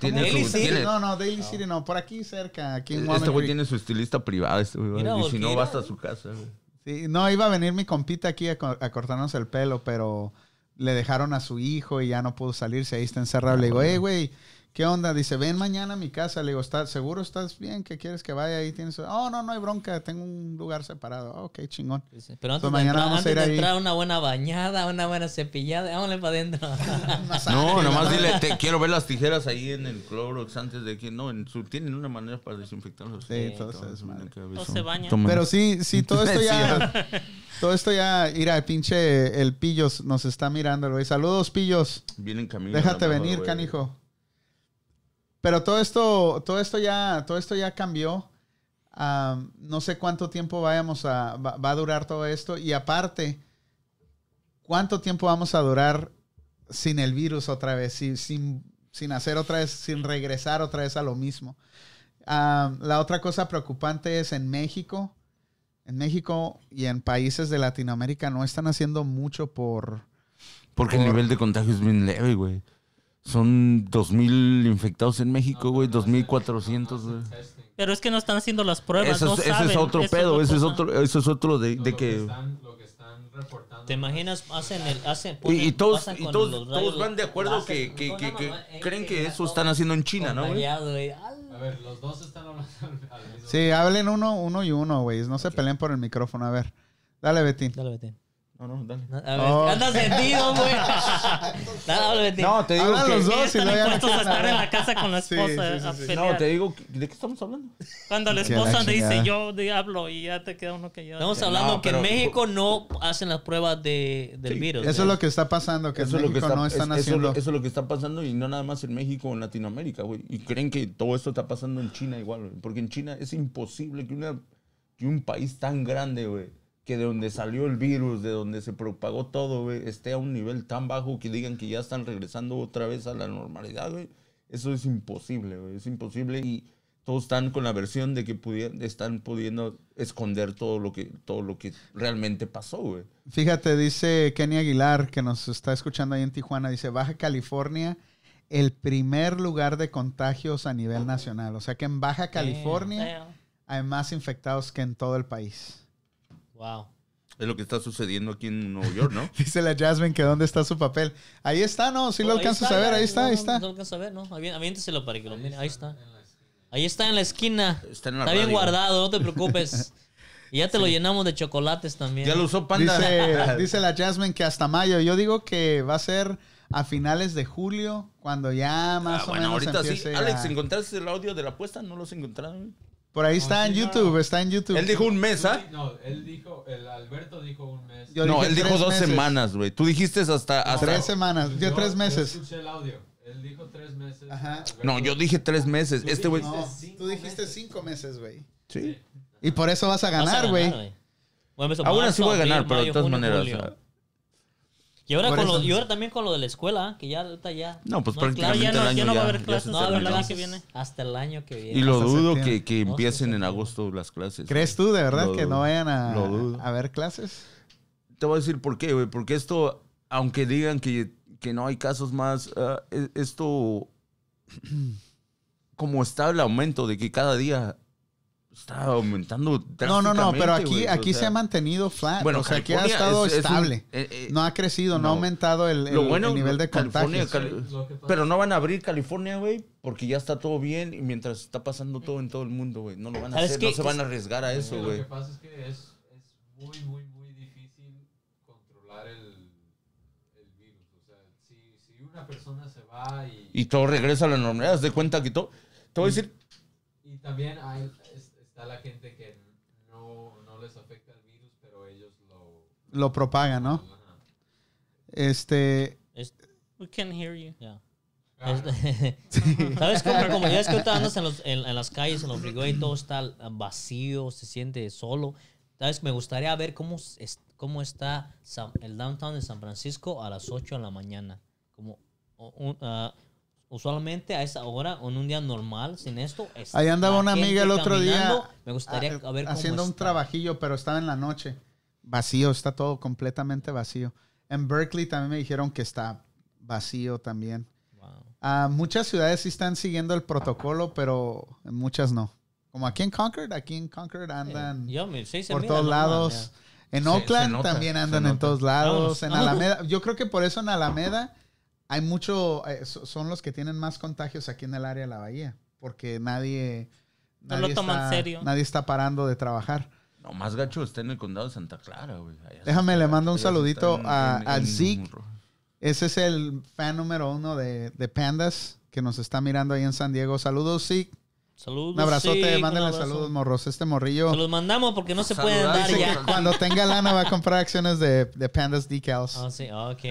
Speaker 1: ¿cómo
Speaker 4: tiene
Speaker 1: es?
Speaker 5: su-
Speaker 1: Daly City.
Speaker 4: tiene-
Speaker 1: No, no, Daily City no. Por aquí cerca, aquí en
Speaker 4: Este
Speaker 1: Walnut
Speaker 4: güey
Speaker 1: Creek.
Speaker 4: tiene su estilista privada, este güey.
Speaker 5: Mira,
Speaker 4: Y si no,
Speaker 5: Volquera,
Speaker 4: vas a
Speaker 5: ¿eh?
Speaker 4: su casa, güey.
Speaker 1: Sí, no, iba a venir mi compita aquí a, co- a cortarnos el pelo, pero le dejaron a su hijo y ya no pudo salirse. Ahí está encerrado. Le digo, hey, güey, ¿qué onda? Dice, ven mañana a mi casa. Le digo, ¿Estás, ¿seguro estás bien? ¿Qué quieres que vaya ahí? Tienes... Oh, no, no hay bronca. Tengo un lugar separado. "Ah, ok, chingón.
Speaker 5: Dice, Pero antes, de,
Speaker 1: So, pues mañana
Speaker 5: entrar,
Speaker 1: vamos a
Speaker 5: antes
Speaker 1: ir
Speaker 5: de
Speaker 1: ahí.
Speaker 5: entrar, una buena bañada, una buena cepillada, vámonos para adentro.
Speaker 4: No, nomás dile, te quiero ver las tijeras ahí en el Clorox antes de que. No, en su- tienen una manera para desinfectarlos.
Speaker 1: Sí, todo eso es madre.
Speaker 6: No se bañan.
Speaker 1: Pero sí, sí, todo esto
Speaker 4: Sí,
Speaker 1: ya. todo esto ya. Mira, el pinche el Pillos nos está mirando, güey. Saludos, Pillos.
Speaker 4: Vienen camino.
Speaker 1: Déjate
Speaker 4: a lo mejor,
Speaker 1: venir,
Speaker 4: güey.
Speaker 1: canijo. Pero todo esto, todo esto ya, todo esto ya cambió. Am, no sé cuánto tiempo vayamos a, va, va a durar todo esto. Y aparte, ¿cuánto tiempo vamos a durar sin el virus otra vez? Sin, sin, sin hacer otra vez, sin regresar otra vez a lo mismo. Am, la otra cosa preocupante es en México. En México y en países de Latinoamérica no están haciendo mucho por...
Speaker 4: Porque el
Speaker 1: Por-
Speaker 4: nivel de contagio es bien leve, güey. Son 2.000 infectados en México, güey. 2.400, güey.
Speaker 2: Testing.
Speaker 6: Pero es que no están haciendo las pruebas.
Speaker 4: Eso
Speaker 6: pues no
Speaker 4: es, ese
Speaker 6: saben,
Speaker 4: es otro
Speaker 6: eso
Speaker 4: pedo,
Speaker 6: la
Speaker 4: ese es
Speaker 6: cosa.
Speaker 4: otro, eso es otro de, de
Speaker 2: lo
Speaker 4: que...
Speaker 2: están, lo que están reportando.
Speaker 5: ¿Te imaginas? Hacen el. Hacen,
Speaker 4: Y, y
Speaker 5: ponen-
Speaker 4: todos,
Speaker 5: pasan
Speaker 4: y
Speaker 5: con
Speaker 4: todos,
Speaker 5: los
Speaker 4: todos
Speaker 5: rayos
Speaker 4: van de acuerdo
Speaker 5: láser,
Speaker 4: que, que,
Speaker 5: con
Speaker 4: que,
Speaker 5: una
Speaker 4: que
Speaker 5: mamá, eh,
Speaker 4: creen que
Speaker 5: ya
Speaker 4: eso
Speaker 5: todo
Speaker 4: están haciendo en China, ¿no, güey?
Speaker 5: contagiado, güey. Al-
Speaker 2: A ver, los dos están hablando al- al mismo
Speaker 1: Sí, hablen uno, uno y uno, güey. No se peleen por el micrófono. A ver. Dale, Betín.
Speaker 5: Dale, vete.
Speaker 4: No, no, dale.
Speaker 5: A ver,
Speaker 1: Oh.
Speaker 5: anda sentido, güey. Dale, vete.
Speaker 4: No, te digo
Speaker 1: Hablan
Speaker 4: que...
Speaker 1: los dos.
Speaker 6: Ellos
Speaker 1: si
Speaker 6: están
Speaker 1: no, ya no
Speaker 6: dispuestos a
Speaker 1: quieren
Speaker 6: estar en
Speaker 1: hablar.
Speaker 6: la casa con la
Speaker 1: Sí,
Speaker 6: esposa
Speaker 1: sí, sí,
Speaker 6: a
Speaker 1: sí.
Speaker 6: pelear.
Speaker 4: No, te digo... que- ¿De qué estamos hablando?
Speaker 6: Cuando la
Speaker 1: Que la
Speaker 6: esposa
Speaker 1: chingada.
Speaker 6: dice yo de- hablo y ya te queda uno que ya.
Speaker 5: Estamos
Speaker 4: No,
Speaker 5: hablando que en
Speaker 4: pero-
Speaker 5: México no hacen las pruebas de, del
Speaker 4: Sí,
Speaker 5: virus.
Speaker 1: Eso es lo que está pasando, que en
Speaker 4: es lo
Speaker 1: México no
Speaker 4: es-
Speaker 1: están
Speaker 4: eso es lo-
Speaker 1: haciendo.
Speaker 4: Eso, es lo que está pasando y no nada más en México o en Latinoamérica, güey. Y creen que todo esto está pasando en China igual, güey. Porque en China es imposible que, una, que un país tan grande, güey, que de donde salió el virus, de donde se propagó todo, güey, esté a un nivel tan bajo que digan que ya están regresando otra vez a la normalidad, güey. Eso es imposible, güey. Es imposible y todos están con la versión de que pudieran, están pudiendo esconder todo lo que, todo lo que realmente pasó, güey.
Speaker 1: Fíjate, dice Kenny Aguilar, que nos está escuchando ahí en Tijuana, dice Baja California, el primer lugar de contagios a nivel nacional. O sea que en Baja California
Speaker 6: Damn.
Speaker 1: hay más infectados que en todo el país.
Speaker 5: Wow.
Speaker 4: Es lo que está sucediendo aquí en Nueva York, ¿no?
Speaker 1: Dice la Jasmine que dónde está su papel. Ahí está, ¿no? Si lo
Speaker 5: Oh, Ahí
Speaker 1: alcanzas
Speaker 5: está,
Speaker 1: a ver,
Speaker 5: ya,
Speaker 1: ahí está,
Speaker 5: no,
Speaker 1: ahí
Speaker 5: No,
Speaker 1: está.
Speaker 5: lo alcanzas a ver, ¿no? Avi- Aviéntaselo para que lo mire. Ahí está.
Speaker 2: en la esquina.
Speaker 5: Ahí está en la esquina.
Speaker 4: Está en la
Speaker 5: Está bien
Speaker 4: radio.
Speaker 5: guardado, no te preocupes. Y ya te lo llenamos de chocolates también.
Speaker 4: Ya lo usó Panda. Ah,
Speaker 1: Dice, dice la Jasmine que hasta mayo. Yo digo que va a ser a finales de julio, cuando ya más
Speaker 4: Ah,
Speaker 1: o
Speaker 4: bueno,
Speaker 1: menos
Speaker 4: ahorita sí.
Speaker 1: empiece
Speaker 4: Alex,
Speaker 1: a-
Speaker 4: ¿encontraste el audio de la apuesta? ¿No los encontraron?
Speaker 1: Por ahí está en
Speaker 2: Sí, no.
Speaker 1: YouTube, está en YouTube.
Speaker 4: Él dijo un mes, ¿ah?
Speaker 2: No, él dijo, el Alberto dijo un mes.
Speaker 1: Yo
Speaker 4: no,
Speaker 1: dije
Speaker 4: él dijo
Speaker 1: tres
Speaker 4: dos
Speaker 1: meses.
Speaker 4: semanas, güey. Tú dijiste hasta... hasta
Speaker 1: Tres semanas, yo, tres meses.
Speaker 2: Yo escuché el audio. Él dijo tres meses.
Speaker 1: Ajá.
Speaker 2: Alberto-
Speaker 4: no, yo dije tres meses.
Speaker 2: Tú
Speaker 4: Este güey...
Speaker 2: dijiste-
Speaker 1: No,
Speaker 2: Cinco
Speaker 1: tú dijiste
Speaker 2: meses.
Speaker 1: cinco meses, güey.
Speaker 4: Sí.
Speaker 1: Y por eso vas a ganar, güey.
Speaker 5: Bueno, eso,
Speaker 4: Ahora sí
Speaker 5: marzo,
Speaker 4: voy a ganar,
Speaker 5: abril,
Speaker 4: pero de
Speaker 5: mayo,
Speaker 4: todas
Speaker 5: junio,
Speaker 4: maneras... eh, ah,
Speaker 5: julio.
Speaker 4: o sea,
Speaker 5: Y ahora,
Speaker 1: Por
Speaker 5: con
Speaker 1: eso-
Speaker 5: lo- y ahora también con lo de la escuela, que ya ahorita ya.
Speaker 4: No, pues
Speaker 5: hay clases.
Speaker 4: prácticamente
Speaker 6: ya no-
Speaker 4: el año ya,
Speaker 6: ya no va a haber
Speaker 4: ya
Speaker 6: clases
Speaker 4: se
Speaker 5: No, va a haber
Speaker 4: terminó.
Speaker 5: clases
Speaker 6: que viene.
Speaker 5: hasta el año que viene.
Speaker 4: Y lo
Speaker 1: Hasta
Speaker 4: dudo
Speaker 1: septiembre.
Speaker 4: que, que
Speaker 5: No,
Speaker 4: empiecen en
Speaker 5: septiembre.
Speaker 4: agosto las clases.
Speaker 1: ¿Crees tú de verdad
Speaker 4: Lo
Speaker 1: que
Speaker 4: dudo,
Speaker 1: no vayan a,
Speaker 4: lo dudo.
Speaker 1: a ver clases?
Speaker 4: Te voy a decir por qué, güey. Porque esto, aunque digan que, que no hay casos más, ah, e- esto, como está el aumento de que cada día está aumentando
Speaker 1: No, no, no, pero
Speaker 4: drásticamente,
Speaker 1: aquí,
Speaker 4: güey, o
Speaker 1: aquí se
Speaker 4: sea,
Speaker 1: ha mantenido flat.
Speaker 4: bueno,
Speaker 1: o sea, aquí ha
Speaker 4: California
Speaker 1: estado
Speaker 4: es- es un-
Speaker 1: estable.
Speaker 4: eh, eh,
Speaker 1: no ha crecido, no,
Speaker 4: no.
Speaker 1: ha aumentado el, el-
Speaker 4: Lo bueno,
Speaker 1: el nivel de
Speaker 4: California,
Speaker 1: contagios.
Speaker 4: Cali-
Speaker 2: Lo que pasa-
Speaker 4: Pero no van a abrir California, güey, porque ya está todo bien y mientras está pasando todo en todo el mundo, güey. No lo van a
Speaker 5: ¿Sabes
Speaker 4: hacer,
Speaker 5: qué?
Speaker 4: no se van a arriesgar a eso,
Speaker 2: Lo
Speaker 4: güey.
Speaker 2: que pasa es que es, es muy, muy, muy difícil controlar el, el virus. O sea, si, si una persona se va y,
Speaker 4: Y todo regresa a la normalidad. Haz de cuenta que todo. Te voy a decir,
Speaker 2: y también hay, es- está la gente que no, no les afecta el virus, pero ellos lo...
Speaker 1: Lo propaga, ¿no?
Speaker 2: Ajá.
Speaker 1: Este,
Speaker 5: Es-
Speaker 6: We can't hear you.
Speaker 5: ya.
Speaker 2: Ah,
Speaker 5: Este- ¿Sabes cómo? Como ya es que ahorita andas en, los- en- en las calles, en los freeways, todo está vacío, se siente solo. ¿Sabes? Me gustaría ver cómo, es- cómo está San- el downtown de San Francisco a las 8 de la mañana. Como o- un- ah, usualmente a esa hora, en un día normal, sin esto. es
Speaker 1: Ahí andaba
Speaker 5: la
Speaker 1: una
Speaker 5: gente
Speaker 1: amiga el otro día,
Speaker 5: caminando. Me gustaría
Speaker 1: a- eh,
Speaker 5: ver cómo
Speaker 1: ah, haciendo un
Speaker 5: está.
Speaker 1: trabajillo, pero estaba en la noche. Vacío, está todo completamente vacío. En Berkeley también me dijeron que está vacío también.
Speaker 5: Wow.
Speaker 1: Ah, muchas ciudades sí están siguiendo el protocolo, pero muchas no. Como aquí en Concord, aquí en Concord andan
Speaker 5: Yo me- sí, se
Speaker 1: por
Speaker 5: mira
Speaker 1: todos
Speaker 5: normal,
Speaker 1: lados.
Speaker 5: ya.
Speaker 1: En
Speaker 4: Se- se
Speaker 1: Oakland
Speaker 4: nota,
Speaker 1: también
Speaker 4: se
Speaker 1: andan en
Speaker 4: nota.
Speaker 1: todos lados.
Speaker 5: Vámonos.
Speaker 1: En Alameda, yo creo que por eso en Alameda hay mucho, eh, so- son los que tienen más contagios aquí en el área de la bahía, porque nadie,
Speaker 6: No lo toman
Speaker 1: está,
Speaker 6: serio.
Speaker 1: nadie está parando de trabajar.
Speaker 4: no, más gacho está en el condado de Santa Clara, güey. Allá
Speaker 1: Déjame, le mando un
Speaker 4: está- allá
Speaker 1: saludito
Speaker 4: está en-
Speaker 1: a-
Speaker 4: en-
Speaker 1: al
Speaker 4: en-
Speaker 1: Zeke. Ese es el fan número uno de, de Pandas que nos está mirando ahí en San Diego. Saludos, sí.
Speaker 5: Saludos.
Speaker 1: Un abrazote,
Speaker 5: sí,
Speaker 1: mándenle
Speaker 5: un abrazo.
Speaker 1: saludos, morros. Este morrillo.
Speaker 5: Se los mandamos porque no se pueden
Speaker 4: Saludar,
Speaker 5: dar
Speaker 4: dice
Speaker 5: ya.
Speaker 4: que-
Speaker 1: Cuando tenga lana va a comprar acciones de, de Pandas Decals.
Speaker 5: Ah, sí, ah, ok.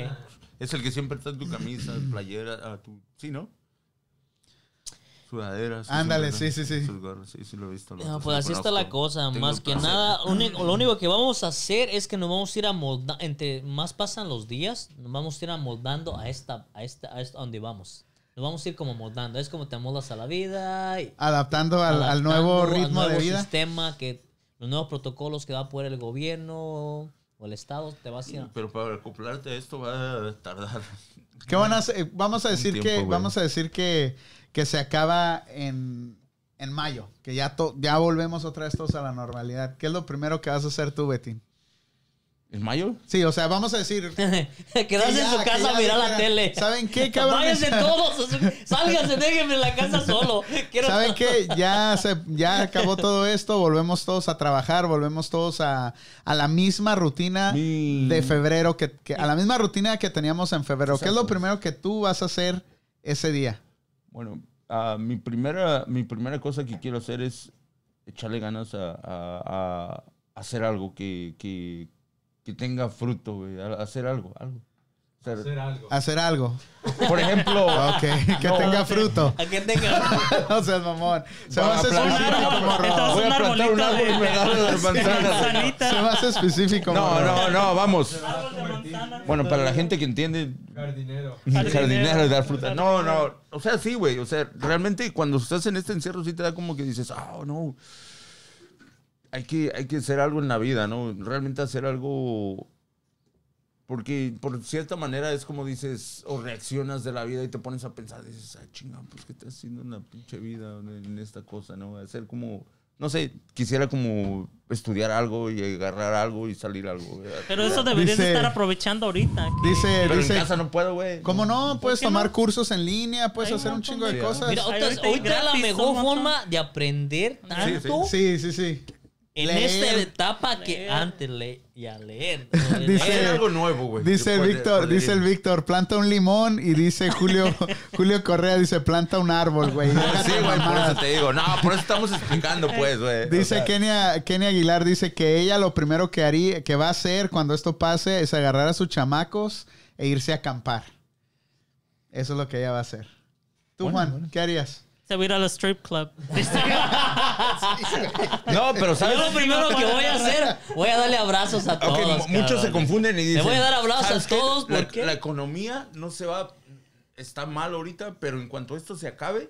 Speaker 4: Es el que siempre está en tu camisa, playera, ah, tu, sí, ¿no? Sudaderas. que
Speaker 1: Ándale,
Speaker 4: siempre
Speaker 1: sí,
Speaker 4: trae
Speaker 1: sí, sí.
Speaker 4: sus gorras, sí, sí lo he visto. lo-
Speaker 5: No,
Speaker 4: lo
Speaker 5: pues así está la cosa.
Speaker 4: conozco. Tengo
Speaker 5: Más que
Speaker 4: placer.
Speaker 5: nada, único- lo único que vamos a hacer es que nos vamos a ir amoldando. Entre más pasan los días, nos vamos a ir amoldando a esta, a esta, a esta, a donde vamos. Nos vamos a ir como moldando. Es como te amoldas a la vida. y
Speaker 1: Adaptando al, al nuevo
Speaker 5: adaptando al
Speaker 1: ritmo de
Speaker 5: nuevo
Speaker 1: vida.
Speaker 5: sistema, que, los nuevos protocolos que va a poner el gobierno o el Estado. Te vas a ir.
Speaker 4: Pero para acoplarte a esto va a tardar.
Speaker 1: ¿Qué van a hacer? Eh, Vamos a
Speaker 4: Un
Speaker 1: decir
Speaker 4: tiempo,
Speaker 1: que
Speaker 4: güey.
Speaker 1: vamos a decir que, que se acaba en, en mayo, que ya to- ya volvemos otra vez todos a la normalidad. ¿Qué es lo primero que vas a hacer tú, Betín?
Speaker 4: ¿En mayo?
Speaker 1: Sí, o sea, vamos a decir
Speaker 5: Quedarse
Speaker 1: que ya-
Speaker 5: en su
Speaker 1: que
Speaker 5: casa
Speaker 1: ya
Speaker 5: a mirar la
Speaker 1: dijeran,
Speaker 5: tele.
Speaker 1: ¿Saben qué, cabrones?
Speaker 5: Váyanse todos. Sálganse, déjenme en la casa solo. Quiero-
Speaker 1: ¿Saben qué? Ya se ya acabó todo esto, volvemos todos a trabajar, volvemos todos a, a la misma rutina
Speaker 4: Mi-
Speaker 1: Ah, de febrero que, que- a la misma rutina que teníamos en febrero. ¿Qué es lo primero que tú vas a hacer ese día?
Speaker 4: Bueno, ah, mi, primera, mi primera cosa que quiero hacer es echarle ganas a, a- a hacer algo que, que, que tenga fruto, güey. a- Hacer algo, algo. O sea,
Speaker 2: hacer algo.
Speaker 1: Hacer algo.
Speaker 4: por ejemplo,
Speaker 1: Ok, que
Speaker 4: No.
Speaker 1: tenga fruto.
Speaker 5: A que tenga.
Speaker 1: No seas mamón. Se me
Speaker 4: Para
Speaker 1: hace
Speaker 4: plantar
Speaker 1: específico,
Speaker 4: un árbol.
Speaker 1: morro.
Speaker 6: Entonces,
Speaker 4: voy a plantar
Speaker 6: un
Speaker 4: un
Speaker 6: arbolito
Speaker 4: árbol y
Speaker 6: de-
Speaker 4: me da las manzanas. güey.
Speaker 1: Se me
Speaker 6: Manzanita.
Speaker 1: hace específico,
Speaker 4: No,
Speaker 1: morro.
Speaker 4: no, no, vamos.
Speaker 6: Árbol de manzana.
Speaker 4: Bueno, para la gente que entiende,
Speaker 2: Jardinero.
Speaker 6: Jardinero.
Speaker 4: jardinero dar fruta. No, no. O sea, sí, güey. O sea, realmente cuando estás en este encierro sí te da como que dices, ah, no. Hay que, hay que hacer algo en la vida, ¿no? Realmente hacer algo. Porque por cierta manera es como dices, o reaccionas de la vida y te pones a pensar, dices, ah, chinga, pues qué estás haciendo en la pinche vida, en esta cosa, ¿no? Hacer como, no sé, quisiera como estudiar algo y agarrar algo y salir algo. güey.
Speaker 6: Pero eso deberías de
Speaker 1: Dice-
Speaker 6: estar aprovechando ahorita. que-
Speaker 1: Dice,
Speaker 4: Pero en
Speaker 1: Eh, dice,
Speaker 4: casa no puedo, güey.
Speaker 1: ¿cómo no? Puedes
Speaker 6: qué no?
Speaker 1: tomar cursos en línea, puedes
Speaker 6: Hay un
Speaker 1: hacer un
Speaker 6: montón
Speaker 1: chingo de
Speaker 4: de-
Speaker 1: cosas.
Speaker 5: Mira, ahorita,
Speaker 6: Ahorita
Speaker 5: ahorita la
Speaker 6: gratis,
Speaker 5: mejor
Speaker 6: son
Speaker 4: ¿oh?
Speaker 5: forma de aprender tanto
Speaker 1: Sí, sí, sí.
Speaker 5: En
Speaker 1: Leer.
Speaker 5: esta etapa que antes le, ya leer. ¿no?
Speaker 1: Dice-
Speaker 4: Era algo nuevo, güey.
Speaker 1: Dice
Speaker 4: que
Speaker 1: el
Speaker 4: puede-
Speaker 1: Víctor,
Speaker 4: puede
Speaker 1: dice el
Speaker 4: ir.
Speaker 1: Víctor, planta un limón y dice Julio, Julio Correa dice planta un árbol, güey.
Speaker 4: Ah, Sí, güey, por eso te digo. No, por eso estamos explicando, pues, güey.
Speaker 1: Dice
Speaker 4: O sea,
Speaker 1: Kenia, Kenia Aguilar, dice que ella lo primero que haría, que va a hacer cuando esto pase es agarrar a sus chamacos e irse a acampar. Eso es lo que ella va a hacer. Tú, Juan, ¿qué harías?
Speaker 6: Se va a ir al strip club.
Speaker 4: No, pero
Speaker 5: Yo
Speaker 4: ¿sabes?
Speaker 5: lo primero que voy a hacer, voy a darle abrazos a todos.
Speaker 4: Ok, mu- muchos se
Speaker 5: cabrón.
Speaker 4: confunden y dicen.
Speaker 5: voy a dar abrazos
Speaker 4: "¿Sabes
Speaker 5: a
Speaker 4: qué?
Speaker 5: todos,
Speaker 4: La,
Speaker 5: ¿por qué?"
Speaker 4: la economía no se va. Está mal ahorita, pero en cuanto esto se acabe,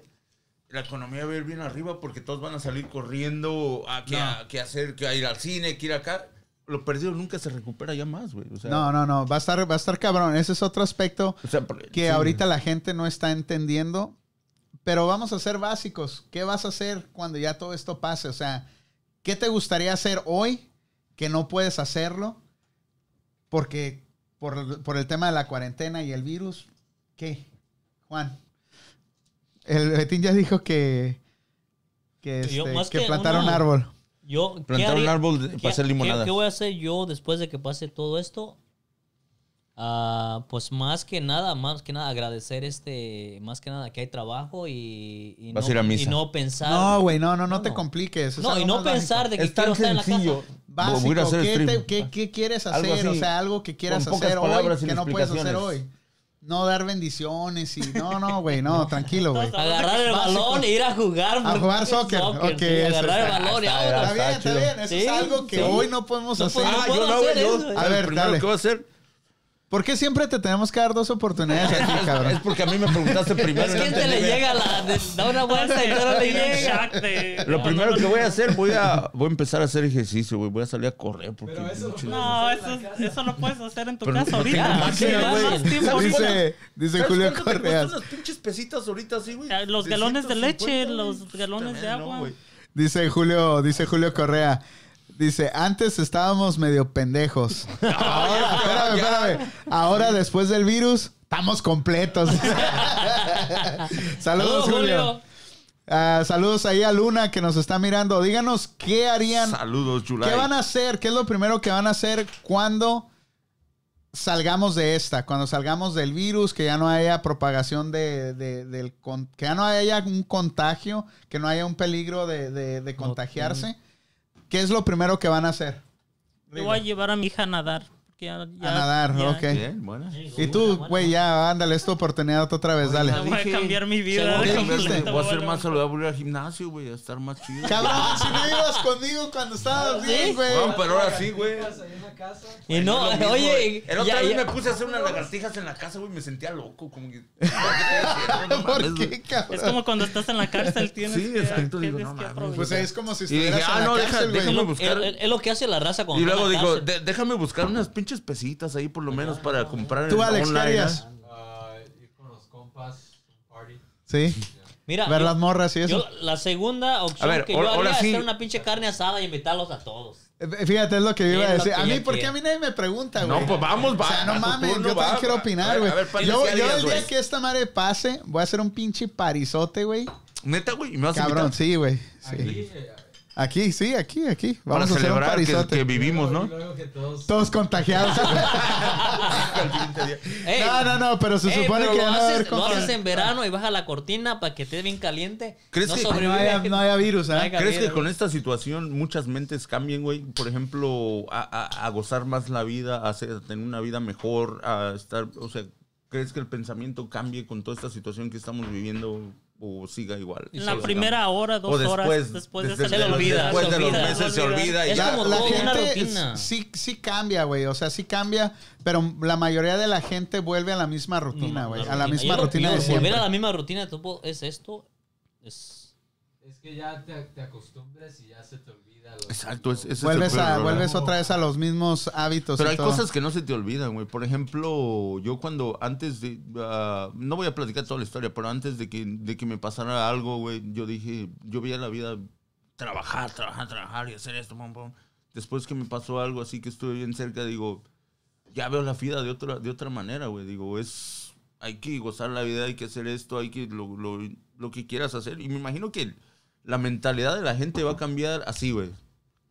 Speaker 4: la economía va a ir bien arriba porque todos van a salir corriendo a que, a- que hacer, que a ir al cine, que ir acá. Lo perdido nunca se recupera ya más, güey. O sea,
Speaker 1: No, no, no, va a estar, va a estar cabrón. Ese es otro aspecto
Speaker 4: o sea, por-
Speaker 1: que
Speaker 4: sí.
Speaker 1: ahorita la gente no está entendiendo. Pero vamos a ser básicos. ¿Qué vas a hacer cuando ya todo esto pase? O sea, ¿qué te gustaría hacer hoy que no puedes hacerlo? Porque por, por el tema de la cuarentena y el virus, ¿qué? Juan. El Betín ya dijo que, que,
Speaker 5: Yo,
Speaker 1: este,
Speaker 5: más
Speaker 1: que
Speaker 5: que
Speaker 1: plantar un
Speaker 5: una-
Speaker 1: árbol.
Speaker 5: Yo, ¿qué
Speaker 4: Plantar un
Speaker 5: haría-
Speaker 4: árbol de-
Speaker 5: qué-
Speaker 4: para hacer
Speaker 5: qué-
Speaker 4: limonada.
Speaker 5: ¿qué, voy a hacer yo después de que pase todo esto? Ah, pues más que nada, más que nada agradecer este, más que nada que hay trabajo y, y
Speaker 4: Vas
Speaker 5: no,
Speaker 4: a ir a misa.
Speaker 5: y no pensar.
Speaker 1: No, güey, no, no, no,
Speaker 5: No,
Speaker 1: te
Speaker 5: no.
Speaker 1: compliques. es
Speaker 5: No, y
Speaker 1: algo
Speaker 5: no
Speaker 1: más básico.
Speaker 5: pensar de que
Speaker 4: Es
Speaker 5: quiero
Speaker 4: tan
Speaker 5: estar en la casa.
Speaker 4: sencillo.
Speaker 1: Básico,
Speaker 4: Voy a ir a hacer
Speaker 1: ¿qué,
Speaker 4: stream.
Speaker 1: te- qué- qué quieres
Speaker 4: Algo
Speaker 1: hacer? o
Speaker 4: así,
Speaker 1: sea, algo que quieras
Speaker 4: con pocas
Speaker 1: hacer hoy
Speaker 4: palabras sin
Speaker 1: que no puedes hacer
Speaker 4: explicaciones.
Speaker 1: hoy. No dar bendiciones y... No, no, güey, no, tranquilo, güey.
Speaker 5: Agarrar el
Speaker 1: Básico.
Speaker 5: balón e ir a jugar.
Speaker 1: A jugar soccer, ok,
Speaker 5: sí,
Speaker 1: eso
Speaker 5: agarrar el
Speaker 1: está-
Speaker 5: balón y
Speaker 4: está-
Speaker 5: ahora.
Speaker 1: Está bien, está
Speaker 4: chido.
Speaker 1: bien. Eso es
Speaker 5: Sí,
Speaker 1: algo que
Speaker 5: sí.
Speaker 1: hoy no podemos
Speaker 5: No
Speaker 1: hacer.
Speaker 5: podemos.
Speaker 4: Ah, yo no,
Speaker 5: hacer
Speaker 4: güey, yo.
Speaker 5: eso.
Speaker 6: ¿eh?
Speaker 1: A
Speaker 4: A
Speaker 1: ver,
Speaker 4: ver, primero
Speaker 1: dale.
Speaker 4: que voy a hacer
Speaker 1: ¿Por qué siempre te tenemos que dar dos oportunidades aquí,
Speaker 4: es
Speaker 1: cabrón?
Speaker 4: porque a mí me preguntaste primero.
Speaker 5: Es
Speaker 4: no
Speaker 5: que te le
Speaker 4: entendí bien.
Speaker 5: llega la. de- Da una vuelta y no le
Speaker 6: Tiene un
Speaker 5: llega.
Speaker 6: shock de-
Speaker 4: Lo
Speaker 6: no,
Speaker 4: primero
Speaker 6: no,
Speaker 4: que
Speaker 6: no.
Speaker 4: voy a hacer, voy a, voy a empezar a hacer ejercicio, güey. Voy a salir a correr. Porque
Speaker 2: Pero eso lo
Speaker 4: pinche-
Speaker 6: No, eso, eso lo puedes hacer en tu
Speaker 4: Pero no
Speaker 6: casa
Speaker 4: tengo
Speaker 6: ahorita.
Speaker 4: máquina,
Speaker 6: Te da
Speaker 4: güey.
Speaker 6: más tiempo
Speaker 4: ¿Sabes
Speaker 6: ahorita.
Speaker 1: Dice, dice
Speaker 4: ¿Sabes
Speaker 1: Julio
Speaker 4: cuánto te
Speaker 1: Correa.
Speaker 4: cuestan las pinches pesitas ahorita así, güey?
Speaker 6: Ah, los galones de
Speaker 4: 650,
Speaker 6: leche,
Speaker 4: güey.
Speaker 6: los galones
Speaker 4: Puta,
Speaker 6: de
Speaker 4: no,
Speaker 6: agua.
Speaker 4: güey.
Speaker 1: Dice Julio, dice Julio Correa. Dice, antes estábamos medio pendejos. Ahora, espérame, espérame. Ahora, después del virus, estamos completos. Saludos, Julio. Ah, saludos ahí a Luna que nos está mirando. Díganos qué harían,
Speaker 4: Saludos, Julio.
Speaker 1: qué van a hacer, qué es lo primero que van a hacer cuando salgamos de esta, cuando salgamos del virus, que ya no haya propagación de, de- del con- que ya no haya un contagio, que no haya un peligro de, de- de contagiarse. ¿Qué es lo primero que van a hacer?
Speaker 6: Yo voy a llevar a mi hija a nadar. porque ya- ya-
Speaker 1: A nadar,
Speaker 6: ya-
Speaker 1: ok.
Speaker 4: Bien, buena.
Speaker 1: Y tú, güey, ya, ándale, es tu oportunidad otra vez, dale.
Speaker 6: Voy a
Speaker 4: Dije-
Speaker 6: cambiar mi vida.
Speaker 1: ¿Qué
Speaker 4: Voy a-
Speaker 1: dijiste?
Speaker 6: completa,
Speaker 4: Voy a ser
Speaker 6: bueno.
Speaker 4: más saludable, voy a ir al gimnasio, güey. A estar más chido.
Speaker 1: Cabrón, si no ibas conmigo cuando estabas bien, güey.
Speaker 4: Bueno, pero ahora sí, güey.
Speaker 2: Ahí en la casa.
Speaker 5: Y no, eh,
Speaker 4: Es lo mismo, güey.
Speaker 5: oye.
Speaker 4: El otro
Speaker 5: ya-
Speaker 4: día
Speaker 5: ya-
Speaker 4: me puse a hacer unas lagartijas en la casa, güey. Me sentía loco. Como que.
Speaker 1: ¿Por qué, cabrón?
Speaker 6: Es como cuando estás en la cárcel, tienes
Speaker 4: Sí,
Speaker 6: que,
Speaker 4: exacto, digo,
Speaker 6: tienes que
Speaker 4: no mames.
Speaker 6: aprovechar.
Speaker 1: Pues es como si
Speaker 4: Y dije,
Speaker 1: estuvieras
Speaker 4: ah,
Speaker 1: en la
Speaker 4: no, deja-
Speaker 1: cárcel, güey.
Speaker 4: déjalo
Speaker 5: Es
Speaker 4: buscar.
Speaker 5: lo- Es lo que hace la raza cuando
Speaker 4: Y
Speaker 5: está en
Speaker 4: luego
Speaker 5: la
Speaker 4: digo,
Speaker 5: cárcel.
Speaker 4: "De- déjame buscar unas pinches pesitas ahí por lo menos para comprar
Speaker 1: Tú,
Speaker 4: en
Speaker 1: Alex, ¿qué
Speaker 4: online,
Speaker 1: harías?
Speaker 4: ¿eh?
Speaker 2: Ah, ir con los compas, un party.
Speaker 1: Sí,
Speaker 5: Mira,
Speaker 1: ver
Speaker 5: yo-
Speaker 1: las morras y eso.
Speaker 5: yo- la segunda opción
Speaker 4: A ver,
Speaker 5: que
Speaker 4: ahora-
Speaker 5: yo haría
Speaker 4: ahora
Speaker 5: es
Speaker 4: sí.
Speaker 5: hacer una pinche carne asada y invitarlos a todos.
Speaker 1: Eh, Fíjate, es lo que yo iba a
Speaker 5: Es lo
Speaker 1: decir.
Speaker 5: que
Speaker 1: A
Speaker 5: yo
Speaker 1: mí, ¿por qué
Speaker 5: quiero.
Speaker 1: a mí nadie me pregunta, güey?
Speaker 4: No, pues vamos,
Speaker 1: O
Speaker 4: va.
Speaker 1: sea, no
Speaker 4: tu
Speaker 1: mames,
Speaker 4: turno,
Speaker 1: yo
Speaker 4: va,
Speaker 1: también quiero
Speaker 4: va.
Speaker 1: opinar, güey.
Speaker 4: A ver, ¿para
Speaker 1: Yo,
Speaker 4: qué
Speaker 1: yo
Speaker 4: harías,
Speaker 1: el día
Speaker 4: güey?
Speaker 1: que esta madre pase, voy a hacer un pinche parizote, güey.
Speaker 4: Neta, güey, y me vas a
Speaker 1: Cabrón,
Speaker 4: invitar
Speaker 1: sí, güey. sí.
Speaker 2: Aquí, eh,
Speaker 1: Aquí, sí, aquí, aquí.
Speaker 4: para
Speaker 1: Vamos a hacer un
Speaker 4: celebrar que,
Speaker 1: parizote.
Speaker 4: que vivimos,
Speaker 2: luego-
Speaker 4: ¿no?
Speaker 2: y luego que todos-
Speaker 1: Todos contagiados.
Speaker 5: Ey,
Speaker 1: no, no, no, pero se
Speaker 5: ey,
Speaker 1: supone
Speaker 5: pero
Speaker 1: que
Speaker 5: lo
Speaker 1: ya no va a haber
Speaker 5: haces, lo haces
Speaker 1: contagio.
Speaker 5: en verano y baja la cortina para que esté bien caliente.
Speaker 4: ¿Crees
Speaker 5: no
Speaker 4: que-
Speaker 1: No
Speaker 5: sobrevive.
Speaker 1: haya, no haya virus, ¿ah?
Speaker 5: Venga.
Speaker 4: ¿Crees que con esta situación muchas mentes cambien, güey? Por ejemplo, a, a- a gozar más la vida, a, hacer- a tener una vida mejor, a estar, o sea, ¿crees que el pensamiento cambie con toda esta situación que estamos viviendo o siga igual?
Speaker 6: En la primera hora, dos
Speaker 4: o después,
Speaker 6: horas después de
Speaker 4: desde-
Speaker 6: esa
Speaker 5: se le olvida,
Speaker 4: Después
Speaker 5: se
Speaker 4: de los
Speaker 5: olvida.
Speaker 4: meses se olvida. y
Speaker 5: Es
Speaker 4: ya.
Speaker 5: como
Speaker 1: la
Speaker 5: todo,
Speaker 1: gente
Speaker 5: una rutina.
Speaker 1: Sí, sí cambia, güey. O sea, sí cambia, pero la mayoría de la gente vuelve a la misma rutina, güey. A la misma
Speaker 5: Yo-
Speaker 1: rutina
Speaker 5: yo
Speaker 1: de
Speaker 5: Volver
Speaker 1: siempre.
Speaker 5: a la misma rutina tipo, es esto. Es,
Speaker 2: Es que ya te, te acostumbras y ya se te olvida. lo-
Speaker 4: Exacto, es, ese es el
Speaker 1: Vuelves,
Speaker 4: peor,
Speaker 1: a,
Speaker 4: ¿verdad?
Speaker 1: vuelves otra vez a los mismos hábitos.
Speaker 4: Pero
Speaker 1: y
Speaker 4: hay
Speaker 1: todo.
Speaker 4: cosas que no se te olvidan, güey. Por ejemplo, yo cuando antes de... ah, no voy a platicar toda la historia, pero antes de que, de que me pasara algo, güey, yo dije, yo veía la vida trabajar, trabajar, trabajar y hacer esto, pum, pum. Después que me pasó algo así que estuve bien cerca, digo, ya veo la vida de otra, de otra manera, güey. Digo, es... Hay que gozar la vida, hay que hacer esto, hay que lo, lo- lo que quieras hacer. Y me imagino que la mentalidad de la gente va a cambiar así, güey.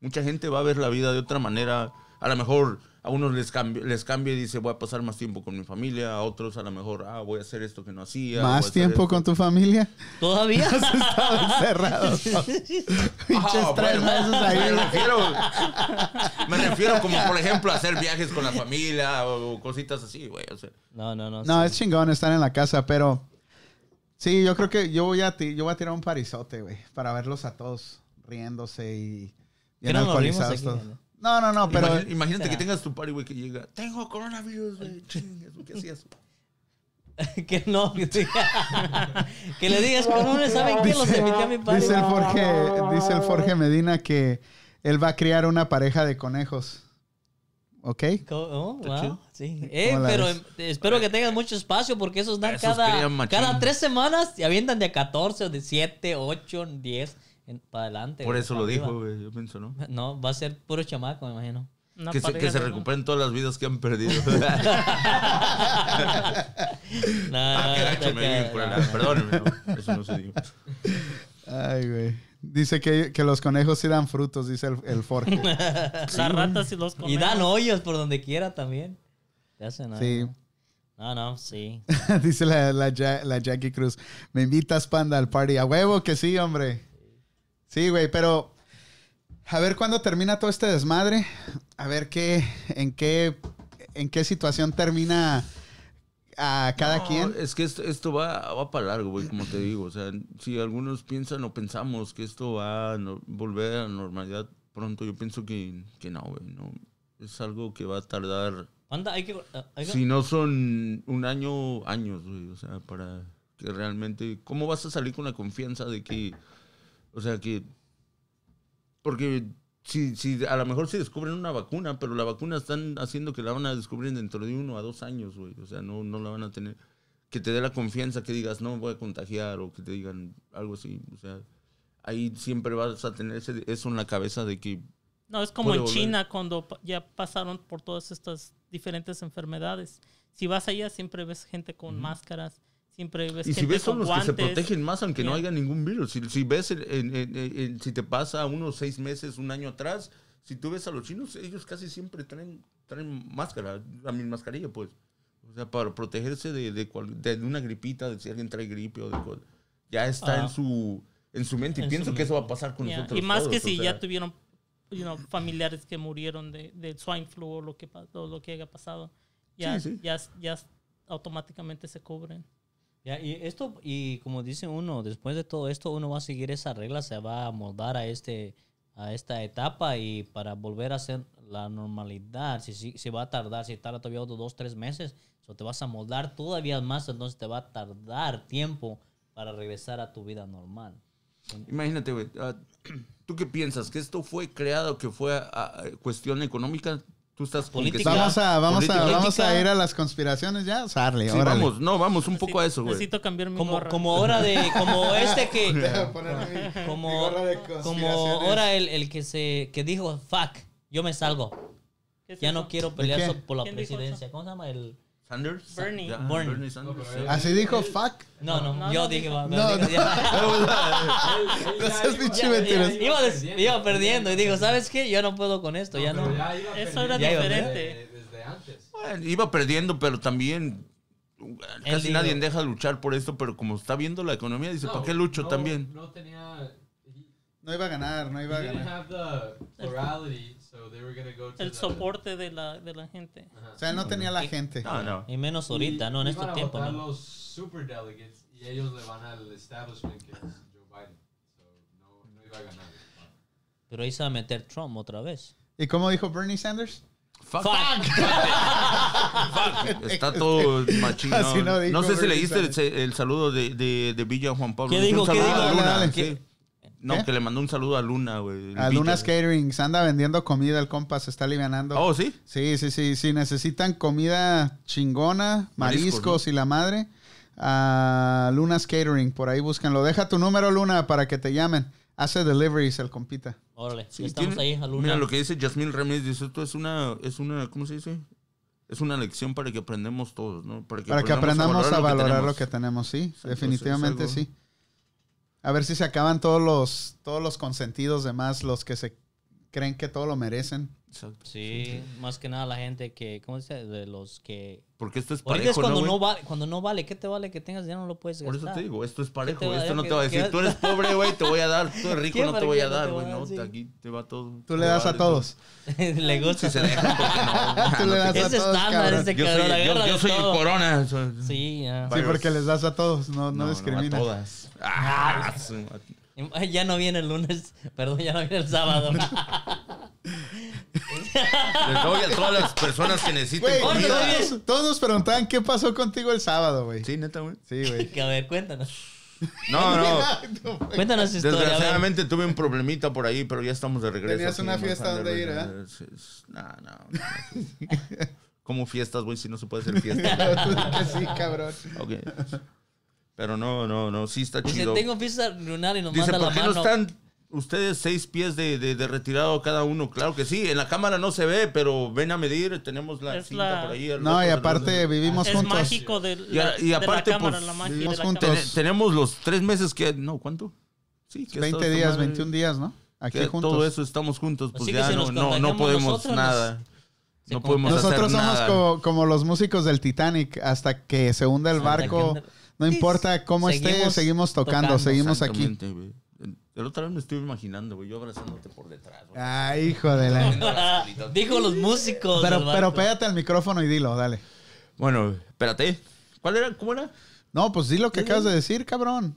Speaker 4: Mucha gente va a ver la vida de otra manera. A lo mejor a unos les cambie, les cambie y dice, voy a pasar más tiempo con mi familia. A otros a lo mejor, ah, voy a hacer esto que pues, no hacía. voy a
Speaker 1: ¿Más
Speaker 4: hacer
Speaker 1: tiempo
Speaker 4: esto".
Speaker 1: con tu familia?
Speaker 5: Todavía.
Speaker 1: Has estado encerrado. Pinches
Speaker 4: Ah,
Speaker 1: tres
Speaker 4: bueno,
Speaker 1: meses
Speaker 4: Me
Speaker 1: ahí.
Speaker 4: refiero, me refiero como, por ejemplo, a hacer viajes con la familia o, o cositas así, güey. O sea,
Speaker 5: No, no, no.
Speaker 1: No,
Speaker 5: sí.
Speaker 1: es chingón estar en la casa, pero... Sí, yo creo que yo voy a, ti- yo voy a tirar un parizote, güey, para verlos a todos riéndose y bien
Speaker 5: Que no nos rimos
Speaker 1: alcoholizados
Speaker 5: aquí,
Speaker 1: todos.
Speaker 5: ¿no?
Speaker 1: No, no, no, pero...
Speaker 4: imagi- imagínate
Speaker 5: o sea-
Speaker 4: que tengas tu party, güey, que llega, tengo coronavirus, güey. Chingas, ¿qué hacías?
Speaker 5: que no. Que, te- que le digas, no ¿saben qué? Los
Speaker 1: Dice,
Speaker 5: invité a mi padre.
Speaker 1: dice el Jorge, dice el Jorge Medina que él va a criar una pareja de conejos. ¿Ok?
Speaker 5: Co- Oh,
Speaker 4: Está
Speaker 5: wow,
Speaker 4: chido.
Speaker 5: sí. Eh,
Speaker 1: ¿Cómo la
Speaker 5: pero
Speaker 1: ves?
Speaker 5: em, espero que tengas mucho espacio porque esos dan
Speaker 4: Esos
Speaker 5: cada,
Speaker 4: crían machín.
Speaker 5: cada tres semanas y avientan de a 14 o de 7, 8, 10 en- para adelante.
Speaker 4: Por
Speaker 5: güey,
Speaker 4: eso
Speaker 5: para
Speaker 4: lo
Speaker 5: arriba.
Speaker 4: dijo, güey. Yo pienso, ¿no?
Speaker 5: No, va a ser puro chamaco, me imagino.
Speaker 6: Una
Speaker 4: Que se, que
Speaker 6: pareja
Speaker 4: se
Speaker 6: de-
Speaker 4: recuperen todas las vidas que han perdido.
Speaker 5: No,
Speaker 4: Ah, qué
Speaker 5: no,
Speaker 4: gacho,
Speaker 5: no, no,
Speaker 4: me vi
Speaker 5: no,
Speaker 4: cruel.
Speaker 5: no.
Speaker 4: Perdónenme, no, eso no se dijo.
Speaker 1: Ay, güey. Dice que, que los conejos sí dan frutos, dice el, el Jorge.
Speaker 6: Las ratas y los conejos.
Speaker 5: Y dan hoyos por donde quiera también. Te hacen
Speaker 1: Sí.
Speaker 5: algo. No, no, sí.
Speaker 1: dice la, la, Ja- la Jackie Cruz. Me invitas, panda, al party. A huevo que sí, hombre. Sí, güey, pero a ver cuándo termina todo este desmadre. A ver qué, en qué, en qué situación termina a cada
Speaker 4: No, eh,
Speaker 1: quien.
Speaker 4: Es que esto, esto va, va para largo, güey, como te digo. O sea, si algunos piensan o pensamos que esto va a no- volver a la normalidad pronto, yo pienso que, que no, güey. No. Es algo que va a tardar,
Speaker 5: Anda, hay que. ah, hay que-
Speaker 4: si no son un año, años, güey. O sea, para que realmente... ¿Cómo vas a salir con la confianza de que... O sea, que... Porque... Si, si, a lo mejor si descubren una vacuna, pero la vacuna están haciendo que la van a descubrir dentro de uno a dos años, güey. O sea, no, no la van a tener que te dé la confianza que digas, no me voy a contagiar o que te digan algo así. O sea, ahí siempre vas a tener ese- eso en la cabeza de que,
Speaker 6: No, es como
Speaker 4: Puede
Speaker 6: en
Speaker 4: volver.
Speaker 6: China cuando pa- ya pasaron por todas estas diferentes enfermedades. Si vas allá siempre ves gente con máscaras, siempre ves
Speaker 4: y
Speaker 6: gente
Speaker 4: si ves son
Speaker 6: con
Speaker 4: los que se
Speaker 6: guantes.
Speaker 4: protegen más aunque no
Speaker 6: Yeah.
Speaker 4: haya ningún virus. Si, si ves, el- en- en- en- en- si te pasa unos seis meses, un año atrás, si tú ves a los chinos, ellos casi siempre traen, traen máscara, a mi mascarilla, pues. O sea, para protegerse de, de, cual- de una gripita, de si alguien trae gripe o de cosas. Ya está
Speaker 6: Ah.
Speaker 4: en su... En su mente, y
Speaker 5: En su
Speaker 4: pienso que
Speaker 5: mente.
Speaker 4: eso va a pasar con
Speaker 6: Yeah.
Speaker 4: nosotros.
Speaker 6: Y más que
Speaker 4: todos, o
Speaker 6: si
Speaker 4: sea.
Speaker 6: ya tuvieron you know, familiares que murieron de, del swine flu o lo que, pa- o lo que haya pasado, ya,
Speaker 4: Sí, sí.
Speaker 6: ya, ya automáticamente se cubren.
Speaker 5: Ya, y esto, y como dice uno, después de todo esto, uno va a seguir esa regla, se va a moldar a este, a esta etapa y para volver a hacer la normalidad, si, si, si va a tardar, si tarda todavía otros dos, tres meses, o te vas a moldar todavía más, entonces te va a tardar tiempo para regresar a tu vida normal.
Speaker 4: Imagínate, güey. ah, ¿Tú qué piensas? ¿Que esto fue creado, que fue ah, cuestión económica? ¿Tú estás con que
Speaker 5: Política.
Speaker 4: sea-
Speaker 1: Vamos a, vamos a,
Speaker 4: política?
Speaker 1: vamos a ir a las conspiraciones ya. Sale,
Speaker 4: Sí,
Speaker 1: órale.
Speaker 4: vamos, no, vamos un poco a eso, güey.
Speaker 6: Necesito cambiar mi
Speaker 5: Como,
Speaker 6: gorra.
Speaker 5: como hora de, como este que, como,
Speaker 1: gorra de
Speaker 5: como
Speaker 1: conspiraciones.
Speaker 5: hora el, el que se, que dijo, fuck, yo me salgo,
Speaker 6: ¿Qué es
Speaker 5: ya
Speaker 6: eso?
Speaker 5: no quiero
Speaker 1: qué?
Speaker 5: pelear so- por la
Speaker 6: ¿Quién dijo eso?
Speaker 5: presidencia, ¿cómo se llama el?
Speaker 4: Sanders.
Speaker 6: Bernie.
Speaker 4: Ya,
Speaker 5: Bernie.
Speaker 4: Bernie Sanders.
Speaker 2: No, pero-
Speaker 1: Así dijo, fuck.
Speaker 5: No, no,
Speaker 6: No,
Speaker 5: yo
Speaker 6: no,
Speaker 5: dije,
Speaker 6: no.
Speaker 5: va,
Speaker 1: No,
Speaker 5: dije, ya.
Speaker 1: No seas pinche mentiras.
Speaker 5: Iba, des- iba perdiendo y digo, ¿sabes qué? Yo no puedo con esto, ya no.
Speaker 6: Eso era
Speaker 5: Ya iba a
Speaker 6: diferente.
Speaker 2: Desde, desde antes.
Speaker 4: Bueno, iba perdiendo, pero también uh,
Speaker 5: Él
Speaker 4: casi
Speaker 5: dijo-
Speaker 4: nadie deja de luchar por esto, pero como está viendo la economía, dice,
Speaker 2: No,
Speaker 4: ¿para qué lucho
Speaker 2: no-
Speaker 4: también?
Speaker 2: No tenía. He,
Speaker 1: No iba a ganar, no
Speaker 2: he
Speaker 1: iba a
Speaker 2: didn't
Speaker 1: ganar.
Speaker 2: have the plurality, so they were gonna go to
Speaker 6: El
Speaker 2: the-
Speaker 6: soporte de la, de la gente.
Speaker 2: Ajá.
Speaker 1: O sea, él no tenía la gente.
Speaker 4: No, no.
Speaker 5: Y menos ahorita,
Speaker 2: Y-
Speaker 5: ¿no? En
Speaker 2: y
Speaker 5: estos
Speaker 2: van a
Speaker 5: tiempos,
Speaker 2: votar
Speaker 5: ¿no?
Speaker 2: los superdelegates y ellos le van al establishment que es Joe Biden. So, no, no iba a ganar.
Speaker 5: Pero ahí se va a meter Trump otra vez.
Speaker 1: ¿Y cómo dijo Bernie Sanders?
Speaker 4: Fuck. Fuck. Está todo machino.
Speaker 1: Así no dijo
Speaker 4: no sé si
Speaker 1: Bernie
Speaker 4: leíste el, el saludo de, de, de Villa Juan Pablo.
Speaker 5: ¿Qué
Speaker 4: Le hizo
Speaker 5: dijo?
Speaker 4: un
Speaker 5: ¿Qué
Speaker 4: saludo
Speaker 1: dijo?
Speaker 4: a Luna,
Speaker 1: Dale, dale.
Speaker 4: sí. No,
Speaker 1: ¿Qué?
Speaker 4: que le mandó un saludo a Luna, güey. el
Speaker 1: ¿Eh? A Luna
Speaker 4: Villa.
Speaker 1: Catering. Se anda vendiendo comida, el compa se está alivianando.
Speaker 4: Oh, sí.
Speaker 1: Sí, sí, sí. Si necesitan comida chingona, mariscos,
Speaker 4: Mariscos,
Speaker 1: y la madre, a Luna's Catering. Por ahí búsquenlo. Deja tu número, Luna, para que te llamen. Hace deliveries el compita.
Speaker 5: Órale,
Speaker 4: Sí,
Speaker 5: estamos
Speaker 4: tiene-
Speaker 5: ahí a
Speaker 4: Mira
Speaker 5: luna.
Speaker 4: lo que dice Yasmín Ramírez, dice, esto es una, es una, ¿cómo se dice? Es una lección para que aprendamos todos, ¿no?
Speaker 1: Para que aprendamos a valorar lo que
Speaker 4: tenemos.
Speaker 1: tenemos, sí, pues,
Speaker 4: Entonces,
Speaker 1: definitivamente
Speaker 4: es algo-
Speaker 1: sí. A ver si se acaban todos los todos los consentidos demás, los que se creen que todo lo merecen.
Speaker 4: Exacto.
Speaker 5: Sí, más que nada la gente que, ¿cómo se dice? De los que...
Speaker 4: Porque esto es
Speaker 5: Ahorita
Speaker 4: parejo.
Speaker 5: es cuando
Speaker 4: güey?
Speaker 5: no, vale, cuando no vale, ¿qué te vale que tengas dinero? No lo puedes
Speaker 4: Por
Speaker 5: gastar.
Speaker 4: eso te digo, esto es parejo.
Speaker 5: te va a
Speaker 4: Esto
Speaker 5: dar?
Speaker 4: no te
Speaker 5: ¿Qué-
Speaker 4: va
Speaker 5: qué
Speaker 4: a decir,
Speaker 5: vas-
Speaker 4: tú eres pobre, güey, te voy a dar. Tú eres
Speaker 5: ¿Qué
Speaker 4: rico, no te
Speaker 5: para
Speaker 4: voy
Speaker 5: qué
Speaker 4: a
Speaker 5: no
Speaker 4: dar,
Speaker 5: te
Speaker 4: güey.
Speaker 5: va a
Speaker 4: No,
Speaker 5: dar, sí?
Speaker 4: aquí te va todo.
Speaker 1: Tú
Speaker 4: Te
Speaker 1: le
Speaker 4: va
Speaker 1: das a
Speaker 4: dar de todo.
Speaker 1: todos.
Speaker 5: Le gusta.
Speaker 4: Si se deja, ¿por qué no?
Speaker 1: Tú le das
Speaker 5: es
Speaker 1: a todos,
Speaker 5: estándar
Speaker 1: cabrón.
Speaker 5: este
Speaker 4: Yo soy,
Speaker 5: cabrón.
Speaker 4: yo-
Speaker 5: agarra
Speaker 4: yo
Speaker 5: de
Speaker 4: soy el
Speaker 5: todo.
Speaker 4: corona. soy-
Speaker 5: Sí, ya.
Speaker 1: Sí,
Speaker 4: Virus.
Speaker 1: porque les das a todos, no, no, discriminas.
Speaker 4: a todas. Ah, su-
Speaker 5: Ya no viene el lunes, perdón, ya no viene el sábado.
Speaker 4: Les doy a todas las personas que necesiten
Speaker 1: Güey,
Speaker 5: Oye,
Speaker 4: comida.
Speaker 5: oye.
Speaker 1: todos, todos nos preguntaban qué pasó contigo el sábado, güey.
Speaker 4: Sí, neta, güey.
Speaker 1: Sí, güey.
Speaker 5: Que, A ver, cuéntanos.
Speaker 4: No, no.
Speaker 5: Cuéntanos tu historia. a ver.
Speaker 4: Desgraciadamente tuve un problemita por ahí, pero ya estamos de regreso.
Speaker 1: Tenías
Speaker 4: aquí
Speaker 1: una
Speaker 4: en
Speaker 1: fiesta
Speaker 4: Manhattan,
Speaker 1: donde ir,
Speaker 4: güey.
Speaker 1: ¿verdad?
Speaker 4: Es- es- No, no. no. Como fiestas, güey, si no se puede hacer fiesta.
Speaker 1: que sí, cabrón.
Speaker 4: Ok. Pero no, no, no. Sí está
Speaker 5: Dice,
Speaker 4: chido.
Speaker 5: Pues tengo fiesta lunar y nos
Speaker 4: Dice,
Speaker 5: manda la
Speaker 4: ¿por qué
Speaker 5: mano.
Speaker 4: no están ustedes seis pies de, de- de retirado cada uno? Claro que sí, en la cámara no se ve, pero ven a medir, tenemos la
Speaker 6: Es
Speaker 4: cinta
Speaker 6: la-
Speaker 4: por ahí. el
Speaker 1: No,
Speaker 4: otro
Speaker 1: y
Speaker 4: del-
Speaker 1: aparte vivimos
Speaker 6: Es
Speaker 1: juntos.
Speaker 6: mágico de
Speaker 4: Y a-
Speaker 6: la,
Speaker 4: y
Speaker 6: de la
Speaker 4: aparte,
Speaker 6: cámara,
Speaker 4: pues,
Speaker 6: la magia de
Speaker 1: vivimos
Speaker 6: la
Speaker 1: juntos.
Speaker 6: cámara.
Speaker 4: Tene- tenemos los tres meses que... No, ¿cuánto? Sí, que
Speaker 1: 20
Speaker 4: esta
Speaker 1: días,
Speaker 4: madre-
Speaker 1: 21 días, ¿no? Aquí
Speaker 4: que
Speaker 1: juntos.
Speaker 4: Todo eso estamos juntos, pues
Speaker 5: Así que
Speaker 4: ya
Speaker 5: si
Speaker 4: no,
Speaker 5: nos
Speaker 4: no, no
Speaker 5: contagiamos
Speaker 4: podemos
Speaker 5: nosotros,
Speaker 4: nada.
Speaker 5: se
Speaker 4: No podemos
Speaker 1: Nosotros
Speaker 4: hacer
Speaker 1: somos
Speaker 4: nada.
Speaker 1: como, como los músicos del Titanic, hasta que se hunda el
Speaker 5: Hasta que
Speaker 1: barco,
Speaker 5: ande-
Speaker 1: no importa cómo esté,
Speaker 5: Seguimos
Speaker 1: seguimos tocando,
Speaker 5: tocando,
Speaker 1: seguimos aquí.
Speaker 4: Exactamente, güey. El otro vez me estuve imaginando, güey, yo abrazándote por detrás, güey.
Speaker 1: Ah, hijo de la...
Speaker 5: Dijo los músicos. Este
Speaker 1: Pero,
Speaker 5: del
Speaker 1: pero
Speaker 5: barco.
Speaker 1: pégate al micrófono y dilo, dale.
Speaker 4: Bueno, espérate. ¿Cuál era? ¿Cómo era?
Speaker 1: No, pues di lo que acabas de decir, cabrón.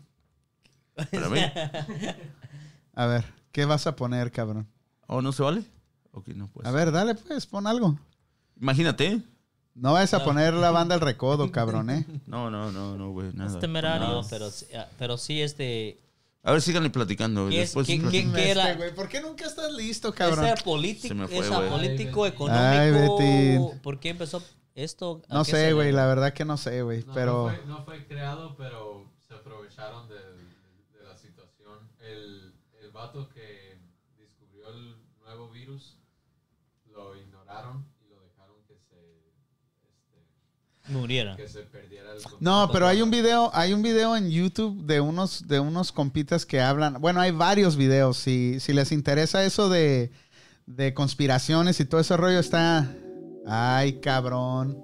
Speaker 4: Espérame.
Speaker 1: A ver, ¿qué vas a poner, cabrón?
Speaker 4: ¿O no se vale? Ok, no pues.
Speaker 1: A ver, dale pues, pon algo.
Speaker 4: Imagínate. ¿eh?
Speaker 1: No vas a poner la banda al recodo, cabrón, ¿eh?
Speaker 4: No, no, no, no, güey, nada.
Speaker 6: Es
Speaker 1: Este
Speaker 6: temerario.
Speaker 5: No, pero, sí- ah, pero sí, este.
Speaker 4: A ver, síganle platicando, güey.
Speaker 5: ¿Qué es-
Speaker 4: Después
Speaker 5: qué-
Speaker 4: platic-
Speaker 5: qué- ¿Qué era?
Speaker 1: Este, güey, ¿Por qué nunca estás listo, cabrón?
Speaker 5: Ese
Speaker 4: Se
Speaker 5: político,
Speaker 4: me fue,
Speaker 5: esa
Speaker 4: güey.
Speaker 5: político,
Speaker 2: Ay,
Speaker 5: económico.
Speaker 1: Betín.
Speaker 5: ¿Por qué empezó esto? ¿A
Speaker 1: No
Speaker 5: qué
Speaker 1: sé,
Speaker 5: se
Speaker 1: güey,
Speaker 5: debe?
Speaker 1: la verdad que no sé, güey,
Speaker 2: No,
Speaker 1: pero...
Speaker 2: No fue, no fue creado, pero se aprovecharon del- de, la situación. El, el vato que descubrió el nuevo virus, lo ignoraron y lo dejaron que se, este,
Speaker 5: Muriera.
Speaker 2: que se perdiera el control.
Speaker 1: No, pero hay un video, hay un video en YouTube de unos, de unos compitas que hablan. Bueno, hay varios videos. Si, si les interesa eso de, de conspiraciones y todo ese rollo, está. Ay, cabrón.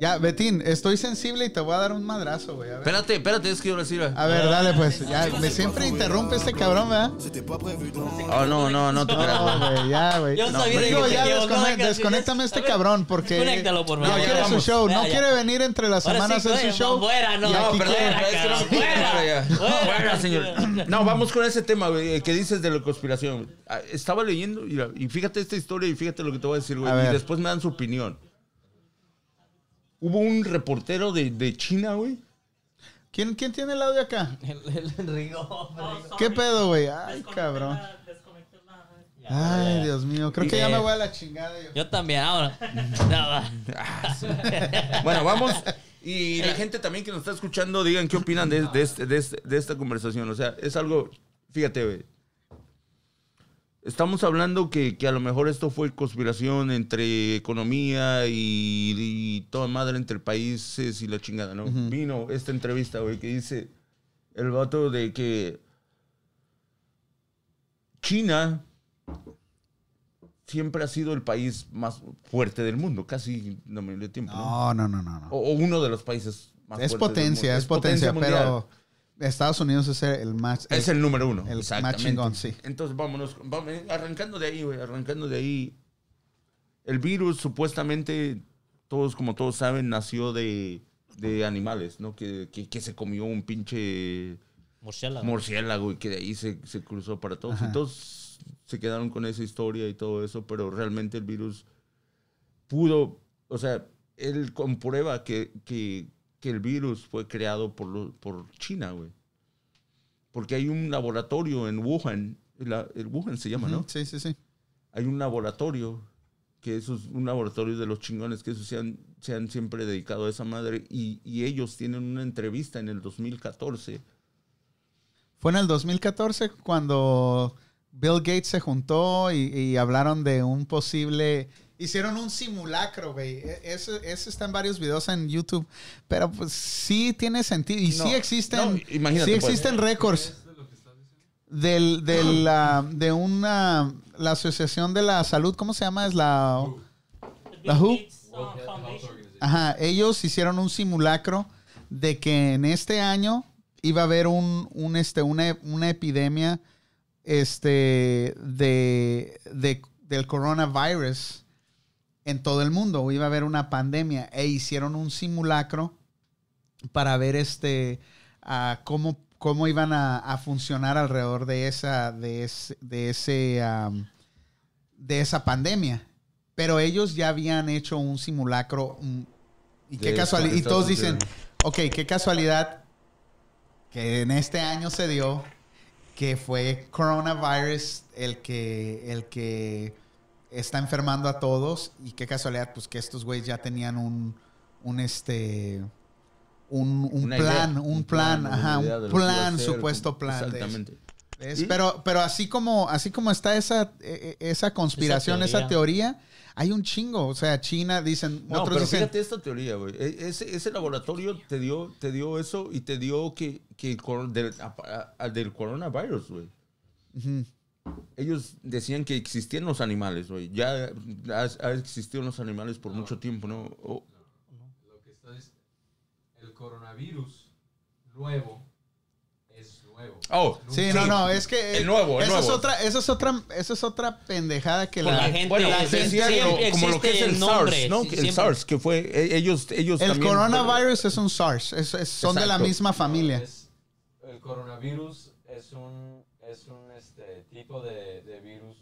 Speaker 1: Ya, Betín, estoy sensible y te voy a dar un madrazo, güey. A ver,
Speaker 4: Espérate, espérate, es que ahora sí va.
Speaker 1: A ver, dale pues. Ya, me siempre interrumpe este cabrón, ¿verdad?
Speaker 3: C'était pas prévu dans
Speaker 4: Oh, no, no, no te creas, güey.
Speaker 1: No, güey, ya, güey.
Speaker 5: Yo
Speaker 4: No,
Speaker 5: sabía
Speaker 4: hombre.
Speaker 1: Digo,
Speaker 5: que
Speaker 1: ya
Speaker 5: se
Speaker 1: descone-
Speaker 5: equivocó la canción.
Speaker 1: desconéctame a
Speaker 5: A
Speaker 1: este
Speaker 5: ver,
Speaker 1: cabrón porque
Speaker 5: Desconéctalo, por
Speaker 1: no
Speaker 5: favor.
Speaker 4: ya
Speaker 1: quiere su
Speaker 4: vamos.
Speaker 1: show, no
Speaker 5: Ya, ya.
Speaker 1: quiere venir entre la
Speaker 5: Ahora
Speaker 1: semana a
Speaker 5: sí,
Speaker 1: hacer su
Speaker 5: güey,
Speaker 1: show.
Speaker 5: Fuera, no,
Speaker 1: Y aquí
Speaker 5: no,
Speaker 1: quiere-
Speaker 5: fuera, cabrón,
Speaker 4: Sí, para
Speaker 5: fuera.
Speaker 4: allá. Fuera, señor. No, vamos con ese tema, güey, eh, que dices de la conspiración. Ah, Estaba leyendo mira, y fíjate esta historia y fíjate lo que te voy a decir, güey.
Speaker 1: A
Speaker 4: y
Speaker 1: ver.
Speaker 4: después me dan su opinión. Hubo un reportero de, de China, güey.
Speaker 1: ¿Quién, ¿Quién tiene el audio acá?
Speaker 5: El, el- el rigor.
Speaker 1: ¿Qué pedo, güey? Ay, cabrón. Ay, Dios mío. Creo que ya me voy a la chingada. yo.
Speaker 5: Yo también, ahora.
Speaker 4: Bueno, vamos. Y la gente también que nos está escuchando, digan qué opinan de, de este- de este- de esta conversación. O sea, es algo, fíjate, güey. Estamos hablando que, que a lo mejor esto fue conspiración entre economía y, y toda madre entre países y la chingada, ¿no? Vino esta entrevista, güey, que dice el vato de que China siempre ha sido el país más fuerte del mundo, casi la mayoría del tiempo. ¿no?
Speaker 1: No, no, no, no. no.
Speaker 4: o, o uno de los países Oh, más
Speaker 1: es
Speaker 4: fuertes del
Speaker 1: potencia,
Speaker 4: mundo.
Speaker 1: es potencia,
Speaker 4: mundial.
Speaker 1: pero Estados Unidos es el más.
Speaker 4: es el número uno.
Speaker 1: el más
Speaker 4: exactamente.
Speaker 1: chingón, sí.
Speaker 4: Entonces vámonos, vamos, eh, arrancando de ahí, güey, arrancando de ahí. El virus supuestamente, todos como todos saben, nació de, de animales, ¿no? Que, que, que se comió un pinche
Speaker 5: Murciélago.
Speaker 4: murciélago y que de ahí se, se cruzó para todos. Y todos se quedaron con esa historia y todo eso, pero realmente el virus pudo, o sea, él comprueba que, que, que el virus fue creado por, lo- por China, güey. Porque hay un laboratorio en Wuhan, la- el Wuhan se llama, ¿no?
Speaker 1: Ujú, Sí, sí, sí.
Speaker 4: hay un laboratorio, que eso es un laboratorio de los chingones, que esos se han, se han siempre dedicado a esa madre, y, y ellos tienen una entrevista en el 2014
Speaker 1: Fue en el 2014 cuando Bill Gates se juntó y, y hablaron de un posible. Hicieron un simulacro, güey. E- Ese, ese está en varios videos en YouTube. Pero pues sí tiene sentido. Y
Speaker 4: No,
Speaker 1: sí existen.
Speaker 4: no, imagínate,
Speaker 1: sí
Speaker 4: pues.
Speaker 1: existen récords.
Speaker 2: ¿Es de lo que estás diciendo?
Speaker 1: del, del, ah, de una, la Asociación de la Salud, ¿cómo se llama? Es la... ¿La Who?
Speaker 6: uh,
Speaker 2: World Health Organization.
Speaker 1: Ajá, ellos hicieron un simulacro de que en este año iba a haber un, un, este, una, una epidemia este, de, de- del coronavirus en todo el mundo. Iba a haber una pandemia e hicieron un simulacro para ver este, ah, cómo, cómo iban a, a funcionar alrededor de esa, de ese, de, ese, am, de esa pandemia. Pero ellos ya habían hecho un simulacro mm, y qué
Speaker 4: De
Speaker 1: casualidad. Y
Speaker 4: esta-
Speaker 1: todos
Speaker 4: esta
Speaker 1: dicen, ok, qué casualidad que en este año se dio que fue coronavirus el que el que está enfermando a todos y qué casualidad pues que estos güeyes ya tenían un un este un, un
Speaker 4: Una
Speaker 1: plan,
Speaker 4: idea,
Speaker 1: un plan,
Speaker 4: una
Speaker 1: ajá,
Speaker 4: idea de
Speaker 1: un
Speaker 4: lo que iba a
Speaker 1: plan,
Speaker 4: hacer,
Speaker 1: supuesto
Speaker 4: con-
Speaker 1: plan. de eso.
Speaker 4: Exactamente.
Speaker 1: ¿Ves?
Speaker 4: ¿Sí?
Speaker 1: Pero, pero así como, así como está esa, eh, eh, esa conspiración, esa teoría. hay un chingo. O sea, China dicen,
Speaker 4: No,
Speaker 1: otros
Speaker 4: pero
Speaker 1: dicen.
Speaker 4: fíjate esta teoría, güey. E- Ese, ese laboratorio te dio, te dio eso y te dio que, que el coro- del, a- a- del coronavirus, güey.
Speaker 1: Ujú.
Speaker 4: Ellos decían que existían los animales, güey. Ya has- ha existido los animales por mucho tiempo, ¿no? Oh, O-
Speaker 2: Lo que está es el coronavirus nuevo es nuevo.
Speaker 4: Oh,
Speaker 2: Nunca-
Speaker 1: Sí, no, no, es que.
Speaker 4: El nuevo, el
Speaker 1: esa Es
Speaker 4: nuevo.
Speaker 1: otra, esa, es otra, esa es otra pendejada que
Speaker 5: Con la gente-
Speaker 4: Bueno,
Speaker 5: la gente
Speaker 4: decían
Speaker 5: siempre
Speaker 4: lo- como lo que es
Speaker 5: existe
Speaker 4: el
Speaker 5: el nombre,
Speaker 4: SARS, ¿no?
Speaker 5: sí,
Speaker 4: Que el
Speaker 5: siempre.
Speaker 4: SARS, que fue e- ellos, ellos
Speaker 1: El
Speaker 4: también-
Speaker 1: coronavirus es un SARS. es- es- son de la
Speaker 4: Exacto.
Speaker 1: misma familia.
Speaker 2: Es- el coronavirus es un, es un este, tipo de, de virus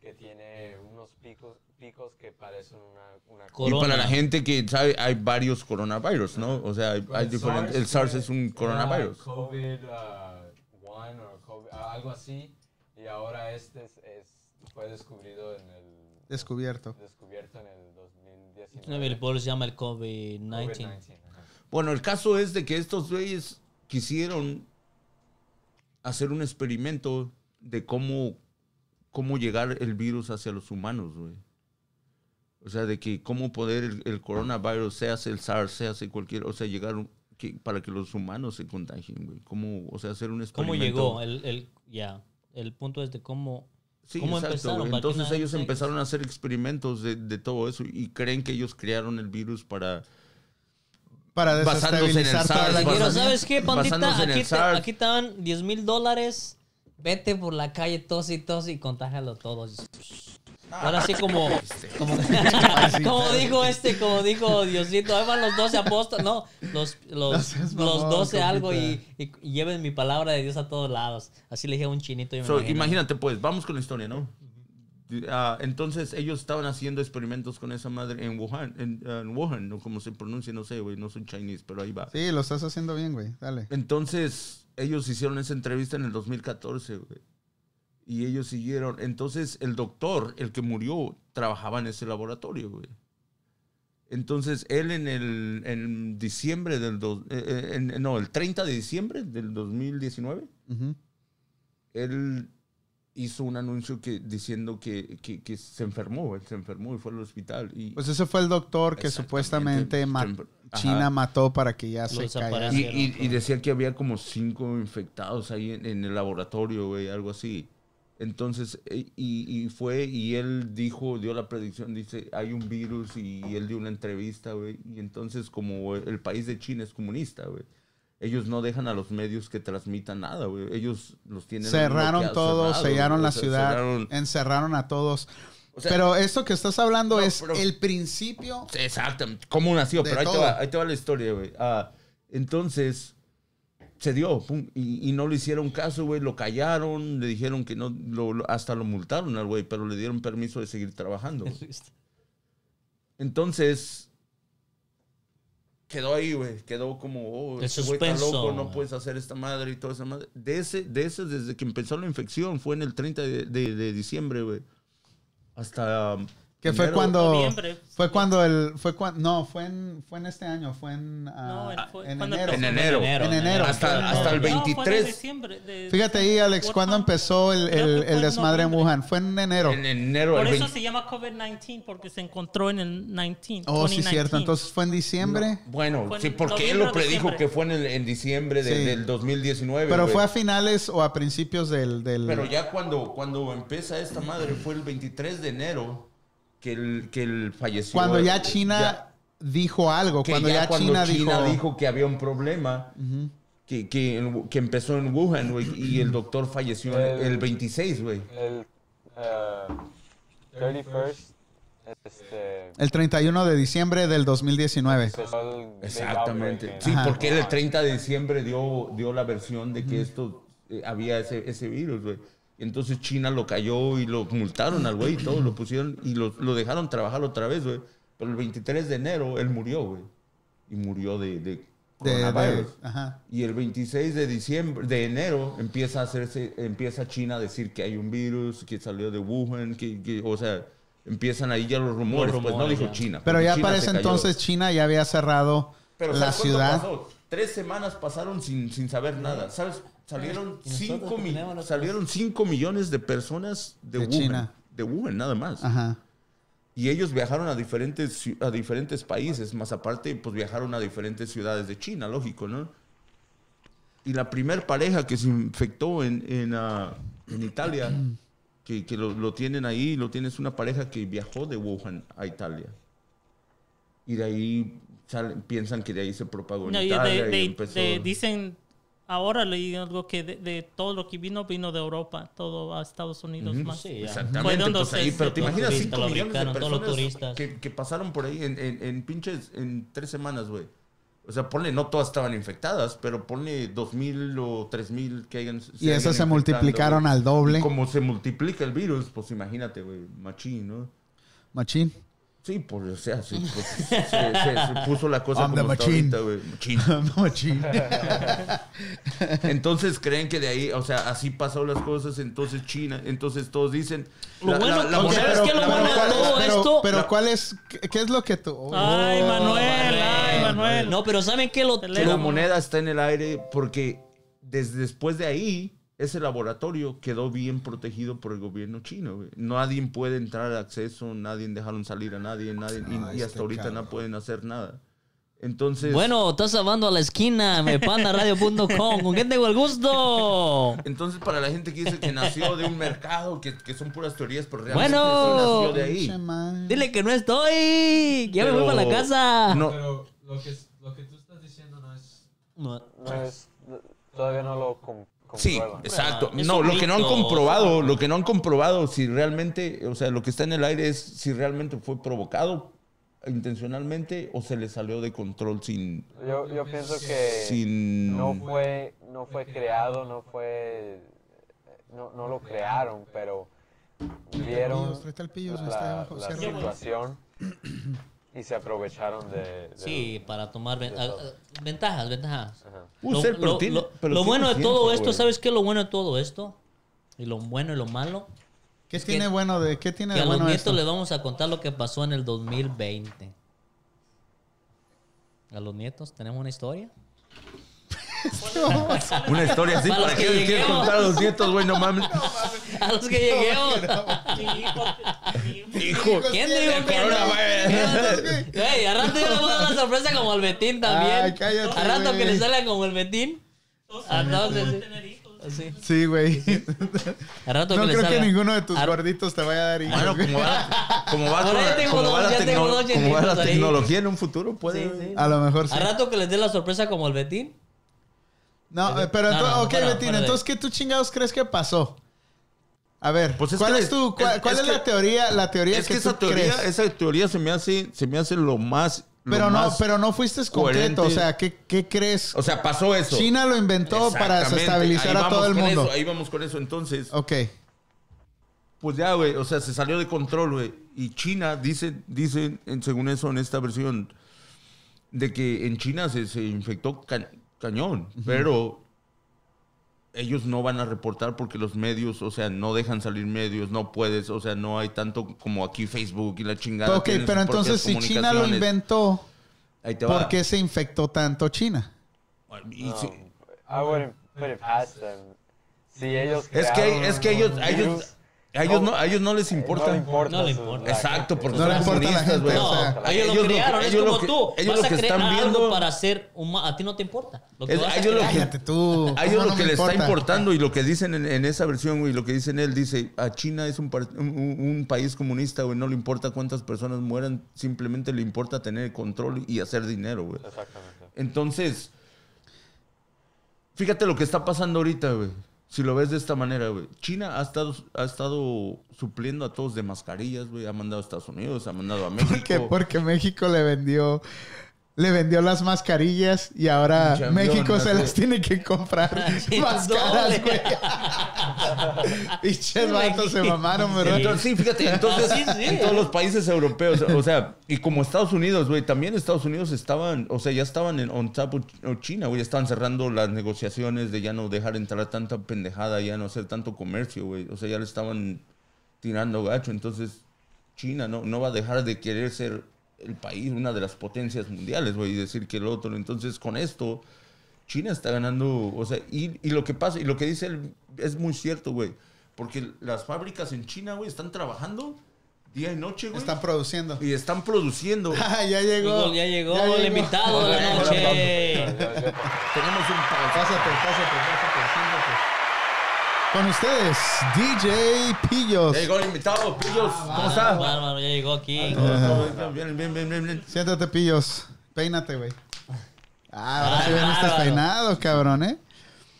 Speaker 2: que tiene unos picos, picos que parecen una, una
Speaker 4: Y
Speaker 5: Corona.
Speaker 4: para la gente que sabe, hay varios coronavirus, ¿no? O sea, hay,
Speaker 2: Pero
Speaker 4: hay
Speaker 5: Pues
Speaker 4: diferentes. El SARS
Speaker 2: que
Speaker 4: es un
Speaker 2: era
Speaker 4: coronavirus.
Speaker 2: COVID, uh, one or COVID, ah, algo así. Y ahora este es, es- fue descubrido en el.
Speaker 1: Descubierto.
Speaker 2: Descubierto en el 2019.
Speaker 5: El pueblo se llama el
Speaker 2: COVID-19,
Speaker 5: COVID-19.
Speaker 2: ajá.
Speaker 4: Bueno, el caso es de que estos güeyes quisieron hacer un experimento de cómo, cómo llegar el virus hacia los humanos, güey. O sea, de que cómo poder el, el coronavirus, se hace el SARS, se hace cualquier, o sea, llegar un- que- para que los humanos se contagien, güey. Cómo, o sea, hacer un experimento.
Speaker 5: ¿Cómo llegó? El, el, ya. El punto es de cómo.
Speaker 4: Sí,
Speaker 5: ¿Cómo
Speaker 4: exacto,
Speaker 5: empezaron?
Speaker 4: güey.
Speaker 5: ¿Para qué
Speaker 4: Entonces
Speaker 5: nadie
Speaker 4: ellos
Speaker 5: sabe?
Speaker 4: empezaron a hacer experimentos de, de todo eso y creen que ellos crearon el virus para...
Speaker 1: Para
Speaker 4: Basándose en el
Speaker 1: desestabilizar
Speaker 4: SARS,
Speaker 1: toda la-
Speaker 5: Pero
Speaker 4: basándose-
Speaker 5: ¿sabes qué, pandita?
Speaker 4: basándose en el
Speaker 5: Aquí te,
Speaker 4: SARS.
Speaker 5: aquí te dan 10 mil dólares. Vete por la calle, tos y tos y contágialo a todos. Ahora sí como... Como, como dijo este, como dijo Diosito, ahí van los 12 apóstoles. No, los,
Speaker 1: No
Speaker 5: los,
Speaker 1: seas
Speaker 5: los
Speaker 1: mamón,
Speaker 5: 12 algo y,
Speaker 1: compita.
Speaker 5: y- y lleven mi palabra de Dios a todos lados. Así le dije a un chinito. yo me
Speaker 4: So,
Speaker 5: imagino.
Speaker 4: imagínate pues, vamos con la historia, ¿no? Ah, entonces ellos estaban haciendo experimentos con esa madre en Wuhan, en, ah, en Wuhan, ¿no? Como se pronuncia, no sé, güey, no soy chinese, pero ahí va.
Speaker 1: Sí, lo estás haciendo bien, güey. Dale.
Speaker 4: Entonces ellos hicieron esa entrevista en el 2014, güey. Y ellos siguieron. Entonces el doctor, el que murió, trabajaba en ese laboratorio, güey. Entonces él en el en diciembre del... dos- eh, eh, en- no, el 30 de diciembre del 2019
Speaker 1: Ujú.
Speaker 4: él hizo un anuncio que, diciendo que, que- que se enfermó, él se enfermó y fue al hospital. Y,
Speaker 1: Pues ese fue el doctor que
Speaker 4: Exactamente.
Speaker 1: supuestamente ma-
Speaker 4: Ajá.
Speaker 1: China mató para que ya se
Speaker 5: desaparezca.
Speaker 1: caiga.
Speaker 4: y, y- y decía que había como cinco infectados ahí en, en el laboratorio, güey, algo así. Entonces, eh, y, y fue, y él dijo, dio la predicción, dice, hay un virus, y, él dio una entrevista, güey. Y entonces, como el país de China es comunista, güey, ellos no dejan a los medios que transmitan nada, güey. Ellos los tienen...
Speaker 1: Cerraron
Speaker 4: bloqueados,
Speaker 1: todo,
Speaker 4: cerrados,
Speaker 1: sellaron
Speaker 4: güey.
Speaker 1: la
Speaker 4: O sea,
Speaker 1: ciudad,
Speaker 4: cerraron-
Speaker 1: encerraron a todos.
Speaker 4: o sea,
Speaker 1: pero esto que estás hablando
Speaker 4: no,
Speaker 1: es
Speaker 4: pero-
Speaker 1: el principio.
Speaker 4: Exactamente. ¿Cómo nació?
Speaker 1: De
Speaker 4: Pero ahí te,
Speaker 1: todo.
Speaker 4: va, ahí te va la historia, güey. Ah, entonces, se dio, pum, y, y no le hicieron caso, güey. Lo callaron, le dijeron que no, lo- lo- hasta lo multaron al güey, pero le dieron permiso de seguir trabajando. güey. Entonces, quedó ahí, güey. Quedó como, oh,
Speaker 5: El
Speaker 4: ese güey está
Speaker 5: suspenso.
Speaker 4: loco, no puedes hacer esta madre y toda esa madre. De ese, de ese, desde que empezó la infección, fue en el 30 de, de- de diciembre, güey. Hasta um,
Speaker 1: Que Que fue
Speaker 4: Enero.
Speaker 1: cuando.
Speaker 6: Noviembre.
Speaker 1: Fue cuando el. Fue cuando, no, fue en, fue en este año, fue en. ah,
Speaker 6: No, en- fue-
Speaker 1: en
Speaker 6: cuando
Speaker 1: enero.
Speaker 4: En enero.
Speaker 1: En enero.
Speaker 4: Hasta- hasta el
Speaker 6: No, fue en
Speaker 4: 23.
Speaker 6: diciembre, de-
Speaker 1: Fíjate ahí, Alex, ¿cuándo empezó el,
Speaker 6: Creo
Speaker 1: el-
Speaker 6: que fue
Speaker 1: el
Speaker 6: en
Speaker 1: desmadre en
Speaker 6: noviembre.
Speaker 1: Wuhan? Fue en enero.
Speaker 4: En enero.
Speaker 6: Por
Speaker 4: el
Speaker 6: eso
Speaker 4: 20
Speaker 6: se llama COVID-19, porque se encontró en el 19.
Speaker 1: Oh, sí,
Speaker 6: 2019.
Speaker 1: cierto. Entonces fue en diciembre.
Speaker 4: Bueno,
Speaker 6: Fue en
Speaker 4: sí, porque él
Speaker 6: noviembre
Speaker 4: lo
Speaker 6: o
Speaker 4: predijo
Speaker 6: diciembre.
Speaker 4: que fue en, el- en diciembre de-
Speaker 1: Sí.
Speaker 4: del 2019.
Speaker 1: Pero
Speaker 4: güey.
Speaker 1: fue a finales o a principios del. del-
Speaker 4: Pero ya cuando, cuando empieza esta madre fue el 23 de enero que el, que el falleció.
Speaker 1: cuando ya
Speaker 4: Ya-
Speaker 1: China dijo algo.
Speaker 4: que
Speaker 1: Cuando
Speaker 4: ya
Speaker 1: ya
Speaker 4: cuando
Speaker 1: China
Speaker 4: China dijo,
Speaker 1: dijo.
Speaker 4: que había un problema. Que, que, en- que empezó en Wuhan, güey, y el doctor falleció el, el 26, güey.
Speaker 7: El eh,
Speaker 2: uh,
Speaker 7: 31st,
Speaker 2: eh,
Speaker 7: este,
Speaker 1: El 31 de diciembre del 2019.
Speaker 7: empezó el big outbreak
Speaker 4: Exactamente.
Speaker 7: en-
Speaker 4: Sí,
Speaker 1: Ajá.
Speaker 4: porque él el 30 de diciembre dio, dio la versión de que esto eh, había ese, ese virus, güey. Entonces China lo cayó y lo multaron al güey y todo, lo pusieron y lo, lo dejaron trabajar otra vez, güey. Pero el 23 de enero él murió, güey. Y murió de, de
Speaker 1: De, de,
Speaker 4: coronavirus.
Speaker 1: ajá.
Speaker 4: Y el 26 de diciembre, de enero, empieza a hacerse, empieza China a decir que hay un virus, que salió de Wuhan, que, que- o sea, empiezan ahí ya los rumores, pues no
Speaker 5: rumores,
Speaker 4: dijo
Speaker 5: ya.
Speaker 4: China.
Speaker 1: Pero
Speaker 4: porque
Speaker 1: ya
Speaker 4: China
Speaker 1: para
Speaker 4: se
Speaker 1: ese
Speaker 4: cayó.
Speaker 1: entonces China ya había cerrado
Speaker 4: Pero
Speaker 1: la
Speaker 4: ¿sabes cuánto
Speaker 1: ciudad.
Speaker 4: pasó? Tres semanas pasaron sin, sin saber nada. ¿Sabes? Salieron
Speaker 5: Y nosotros
Speaker 4: cinco, mi-
Speaker 5: tenemos los-
Speaker 4: salieron cinco millones de personas de,
Speaker 1: De
Speaker 4: Wuhan.
Speaker 1: China.
Speaker 4: De Wuhan, nada más.
Speaker 1: Ajá.
Speaker 4: Y ellos viajaron a diferentes, ciu- a diferentes países, más aparte, pues viajaron a diferentes ciudades de China, lógico, ¿no? Y la primer pareja que se infectó en, en, ah, en Italia, que, que lo, lo tienen ahí, lo tienes una pareja que viajó de Wuhan a Italia. Y de ahí salen- piensan que de ahí se propagó en
Speaker 6: No, y de-
Speaker 4: Italia. y
Speaker 6: de-
Speaker 4: empezó-
Speaker 6: de- dicen, ahora leí algo que de, de todo lo que vino, vino de Europa, todo a Estados Unidos más.
Speaker 5: Ah, Sí, ya.
Speaker 6: Fue
Speaker 4: Exactamente,
Speaker 6: donde
Speaker 4: pues
Speaker 6: se-
Speaker 4: ahí,
Speaker 6: se-
Speaker 4: pero te
Speaker 5: los
Speaker 4: imaginas
Speaker 5: turistas
Speaker 4: 5
Speaker 5: lo
Speaker 4: millones de
Speaker 5: ubicaron, todos los
Speaker 4: personas
Speaker 5: turistas.
Speaker 4: que, que pasaron por ahí en, en, en pinches, en tres semanas, güey. O sea, ponle, no todas estaban infectadas, pero ponle 2.000 o 3.000 que hayan...
Speaker 1: Y esas se multiplicaron al doble.
Speaker 4: doble. Como se multiplica el virus, pues imagínate, güey, machín, ¿no?
Speaker 1: Machín.
Speaker 4: Sí, pues, o sea, sí, pues, se, se- se puso la cosa
Speaker 1: I'm the
Speaker 4: como está
Speaker 1: machín.
Speaker 4: ahorita, güey. Machín.
Speaker 1: Machín.
Speaker 4: Entonces creen que de ahí, o sea, así pasaron las cosas, entonces China, entonces todos dicen...
Speaker 5: Lo bueno-
Speaker 4: la
Speaker 5: Ok,
Speaker 4: moneda-
Speaker 5: pero- ¿sabes qué? Lo
Speaker 1: pero
Speaker 5: bueno de
Speaker 1: ¿cuál-
Speaker 5: todo
Speaker 1: pero-
Speaker 5: esto-
Speaker 1: Pero ¿cuál es? ¿Qué, qué es lo que tú? oh,
Speaker 6: Ay,
Speaker 5: Oh,
Speaker 6: Manuel, ay, Manuel.
Speaker 5: No, pero ¿saben qué? Lo,
Speaker 4: que la
Speaker 5: lo-
Speaker 4: moneda está en el aire porque desde después de ahí ese laboratorio quedó bien protegido por el gobierno chino. güey. Nadie puede entrar a acceso, nadie dejaron salir a nadie, nadie y-
Speaker 1: Ah,
Speaker 4: y,
Speaker 1: este
Speaker 4: hasta ahorita
Speaker 1: cabrón.
Speaker 4: no pueden hacer nada. Entonces,
Speaker 5: Bueno, estás hablando a la esquina, mepandaradio.com. ¿Con quién tengo el gusto?
Speaker 4: entonces para la gente que dice que nació de un mercado, que, que son puras teorías, pero realmente
Speaker 5: Bueno.
Speaker 4: sí nació de
Speaker 1: Oh, pinche
Speaker 4: ahí.
Speaker 1: madre.
Speaker 5: Dile que no estoy. que Ya me voy
Speaker 4: Pero-
Speaker 5: para la casa.
Speaker 4: No,
Speaker 2: Pero lo que, lo que tú estás diciendo no es.
Speaker 5: No.
Speaker 7: No es, todavía no lo com-
Speaker 4: Sí,
Speaker 7: comprueban.
Speaker 4: exacto.
Speaker 5: Es
Speaker 4: No,
Speaker 5: un
Speaker 4: lo que no han
Speaker 5: mito,
Speaker 4: comprobado, lo que no han comprobado, si realmente, o sea, lo que está en el aire es si realmente fue provocado intencionalmente o se le salió de control sin,
Speaker 7: Yo, yo pienso que
Speaker 4: sin.
Speaker 7: no fue, no fue creado, no fue, no, no lo crearon, pero vieron
Speaker 1: pillos, tráete al pillos,
Speaker 7: la,
Speaker 1: está abajo,
Speaker 7: la
Speaker 1: cierra.
Speaker 7: situación y se aprovecharon de, de-
Speaker 5: Sí, para tomar ven- ah, ah, ventajas, ventajas.
Speaker 7: Ajá.
Speaker 4: Uh,
Speaker 5: lo,
Speaker 4: ser, pero
Speaker 5: lo-
Speaker 4: tiene-
Speaker 5: lo- lo
Speaker 4: pero tiene
Speaker 5: bueno de
Speaker 4: tiempo,
Speaker 5: todo esto,
Speaker 4: güey.
Speaker 5: ¿sabes qué es lo bueno de todo esto? Y lo bueno y lo malo.
Speaker 1: ¿Qué
Speaker 5: Es
Speaker 1: tiene
Speaker 5: que-
Speaker 1: bueno de qué tiene
Speaker 5: Que
Speaker 1: de
Speaker 5: a los
Speaker 1: bueno
Speaker 5: nietos
Speaker 1: esto?
Speaker 5: les vamos a contar lo que pasó en el 2020. A los nietos tenemos una historia.
Speaker 4: Una historia así
Speaker 5: Para
Speaker 4: para
Speaker 5: los
Speaker 4: que
Speaker 5: que
Speaker 4: les quieres
Speaker 5: lleguemos.
Speaker 4: contar a los nietos, güey, no mames.
Speaker 5: A los que lleguemos.
Speaker 4: Hijo.
Speaker 5: ¿Quién dijo que
Speaker 1: coronavirus.
Speaker 5: no? Ey, a rato yo le voy a dar una sorpresa como al Betín también.
Speaker 1: Ay, cállate,
Speaker 5: a rato que
Speaker 1: güey.
Speaker 5: le salga como el Betín. A rato, sí.
Speaker 1: Sí, güey.
Speaker 5: A rato
Speaker 1: No
Speaker 5: que le
Speaker 1: creo que
Speaker 5: salga.
Speaker 1: ninguno de tus
Speaker 5: A-
Speaker 1: gorditos te vaya a dar hijos,
Speaker 4: Bueno,
Speaker 1: güey.
Speaker 4: como va, como va,
Speaker 5: Ahora ya tengo
Speaker 4: como
Speaker 5: dos,
Speaker 4: va la,
Speaker 5: ya tengo
Speaker 4: tecno-
Speaker 5: dos
Speaker 4: como va la
Speaker 5: llenitos ahí.
Speaker 4: tecnología en un futuro, puede.
Speaker 5: Sí, sí.
Speaker 1: A lo mejor sí.
Speaker 5: A rato que les dé la sorpresa como el Betín.
Speaker 1: No, eh, pero
Speaker 5: No,
Speaker 1: entonces,
Speaker 5: no,
Speaker 1: ok,
Speaker 5: fuera,
Speaker 1: Betín,
Speaker 5: fuera de-
Speaker 1: entonces, ¿qué tú chingados crees que pasó? A ver,
Speaker 4: Pues es
Speaker 1: ¿cuál
Speaker 4: que-
Speaker 1: es tu, cuál,
Speaker 4: es-
Speaker 1: cuál
Speaker 4: es
Speaker 1: es, la
Speaker 4: que-
Speaker 1: teoría, la teoría
Speaker 4: Es que,
Speaker 1: que, tú
Speaker 4: esa teoría,
Speaker 1: crees?
Speaker 4: esa teoría se me hace, se me hace lo más. lo
Speaker 1: pero no,
Speaker 4: más-
Speaker 1: pero no fuiste
Speaker 4: coherente.
Speaker 1: concreto, o sea, ¿qué, qué crees?
Speaker 4: O sea, pasó eso.
Speaker 1: China lo inventó para
Speaker 4: Exactamente. Ahí
Speaker 1: desestabilizar a
Speaker 4: vamos
Speaker 1: todo el
Speaker 4: con
Speaker 1: mundo.
Speaker 4: eso, ahí vamos con eso. Entonces,
Speaker 1: Ok,
Speaker 4: pues ya, güey, o sea, se salió de control, güey. Y China, dicen, dicen, en- según eso, en esta versión, de que en China se, se infectó ca- cañón, pero ellos no van a reportar porque los medios, o sea, no dejan salir medios, no puedes, o sea, no hay tanto como aquí Facebook y la chingada.
Speaker 1: ok,
Speaker 4: tienen
Speaker 1: pero
Speaker 4: sus propias
Speaker 1: entonces si China lo
Speaker 4: comunicaciones.
Speaker 1: inventó,
Speaker 4: Ahí te va.
Speaker 1: ¿por qué se infectó tanto China?
Speaker 4: Y si-
Speaker 7: Um, I wouldn't put it past
Speaker 2: pues,
Speaker 7: them. Si ellos
Speaker 4: es que,
Speaker 7: crearon
Speaker 4: es que ellos,
Speaker 7: un
Speaker 4: a ellos,
Speaker 7: virus,
Speaker 4: a ellos
Speaker 7: No.
Speaker 4: no, a elles no les
Speaker 7: eh,
Speaker 4: importa.
Speaker 7: No le importa.
Speaker 5: No le
Speaker 7: su-
Speaker 5: importa.
Speaker 7: la
Speaker 4: Exacto,
Speaker 7: gente.
Speaker 4: porque
Speaker 1: No le
Speaker 4: son
Speaker 1: importa a la
Speaker 4: comunistas,
Speaker 1: gente,
Speaker 4: güey.
Speaker 1: o sea,
Speaker 5: No, ellos lo
Speaker 4: que-
Speaker 5: crearon, es
Speaker 4: ellos lo
Speaker 5: como
Speaker 4: que-
Speaker 5: tú. vas
Speaker 4: ellos lo
Speaker 5: a
Speaker 4: que
Speaker 5: crear
Speaker 4: están
Speaker 5: algo
Speaker 4: viendo-
Speaker 5: para ser humano. A ti no te importa. Lo que
Speaker 4: Es-
Speaker 5: vas a
Speaker 4: ellos lo
Speaker 5: crear.
Speaker 4: que-
Speaker 1: Cállate tú.
Speaker 4: A
Speaker 1: ¿cómo
Speaker 4: ellos
Speaker 1: no
Speaker 4: lo que
Speaker 1: me
Speaker 4: le está
Speaker 1: importa?
Speaker 4: importando y lo que dicen en, en esa versión, güey, lo que dicen él, dice, a China es un, par- un- un- un país comunista, güey, no le importa cuántas personas mueran, simplemente le importa tener control y hacer dinero, güey.
Speaker 7: Exactamente.
Speaker 4: Entonces, fíjate lo que está pasando ahorita, güey. Si lo ves de esta manera, güey. China ha estado, ha estado supliendo a todos de mascarillas, güey. Ha mandado a Estados Unidos, ha mandado a México.
Speaker 1: Porque, porque México le vendió le vendió las mascarillas y ahora
Speaker 4: Pinche
Speaker 1: México
Speaker 4: avión,
Speaker 1: se
Speaker 4: así.
Speaker 1: las tiene que comprar
Speaker 5: Sí,
Speaker 1: más
Speaker 5: doble.
Speaker 1: caras, güey. Pinches vatos se mamaron,
Speaker 4: Pero
Speaker 1: bro.
Speaker 4: entonces, sí, fíjate, entonces
Speaker 5: Sí, sí.
Speaker 4: en todos los países europeos, o sea, y como Estados Unidos, güey, también Estados Unidos estaban, o sea, ya estaban en on top o China, güey, estaban cerrando las negociaciones de ya no dejar entrar tanta pendejada, ya no hacer tanto comercio, güey, o sea, ya le estaban tirando gacho, entonces China no, no va a dejar de querer ser el país, una de las potencias mundiales, güey, y decir que el otro, entonces con esto... China está ganando, o sea, y, y lo que pasa, y lo que dice él es muy cierto, güey. Porque las fábricas en China, güey, están trabajando día y noche, güey.
Speaker 1: Están produciendo.
Speaker 4: y están produciendo.
Speaker 1: Ah, ya llegó.
Speaker 5: Pues Ya llegó el invitado de la noche.
Speaker 4: Tenemos un pa-
Speaker 1: Pásate, pásate, pásate, siéntate. Con ustedes, DJ Pillos.
Speaker 4: Ya llegó Eh, el invitado, Pillos.
Speaker 1: Ah,
Speaker 4: ¿Cómo está?
Speaker 5: Bárbaro, ya llegó
Speaker 4: Ah,
Speaker 5: aquí.
Speaker 4: Todo Bien, bien, bien, bien, bien.
Speaker 1: Siéntate, Pillos. Peínate, güey. Ah, ahora
Speaker 5: Ah,
Speaker 1: sí bien estás
Speaker 5: bárbaro.
Speaker 1: peinado, cabrón, ¿eh?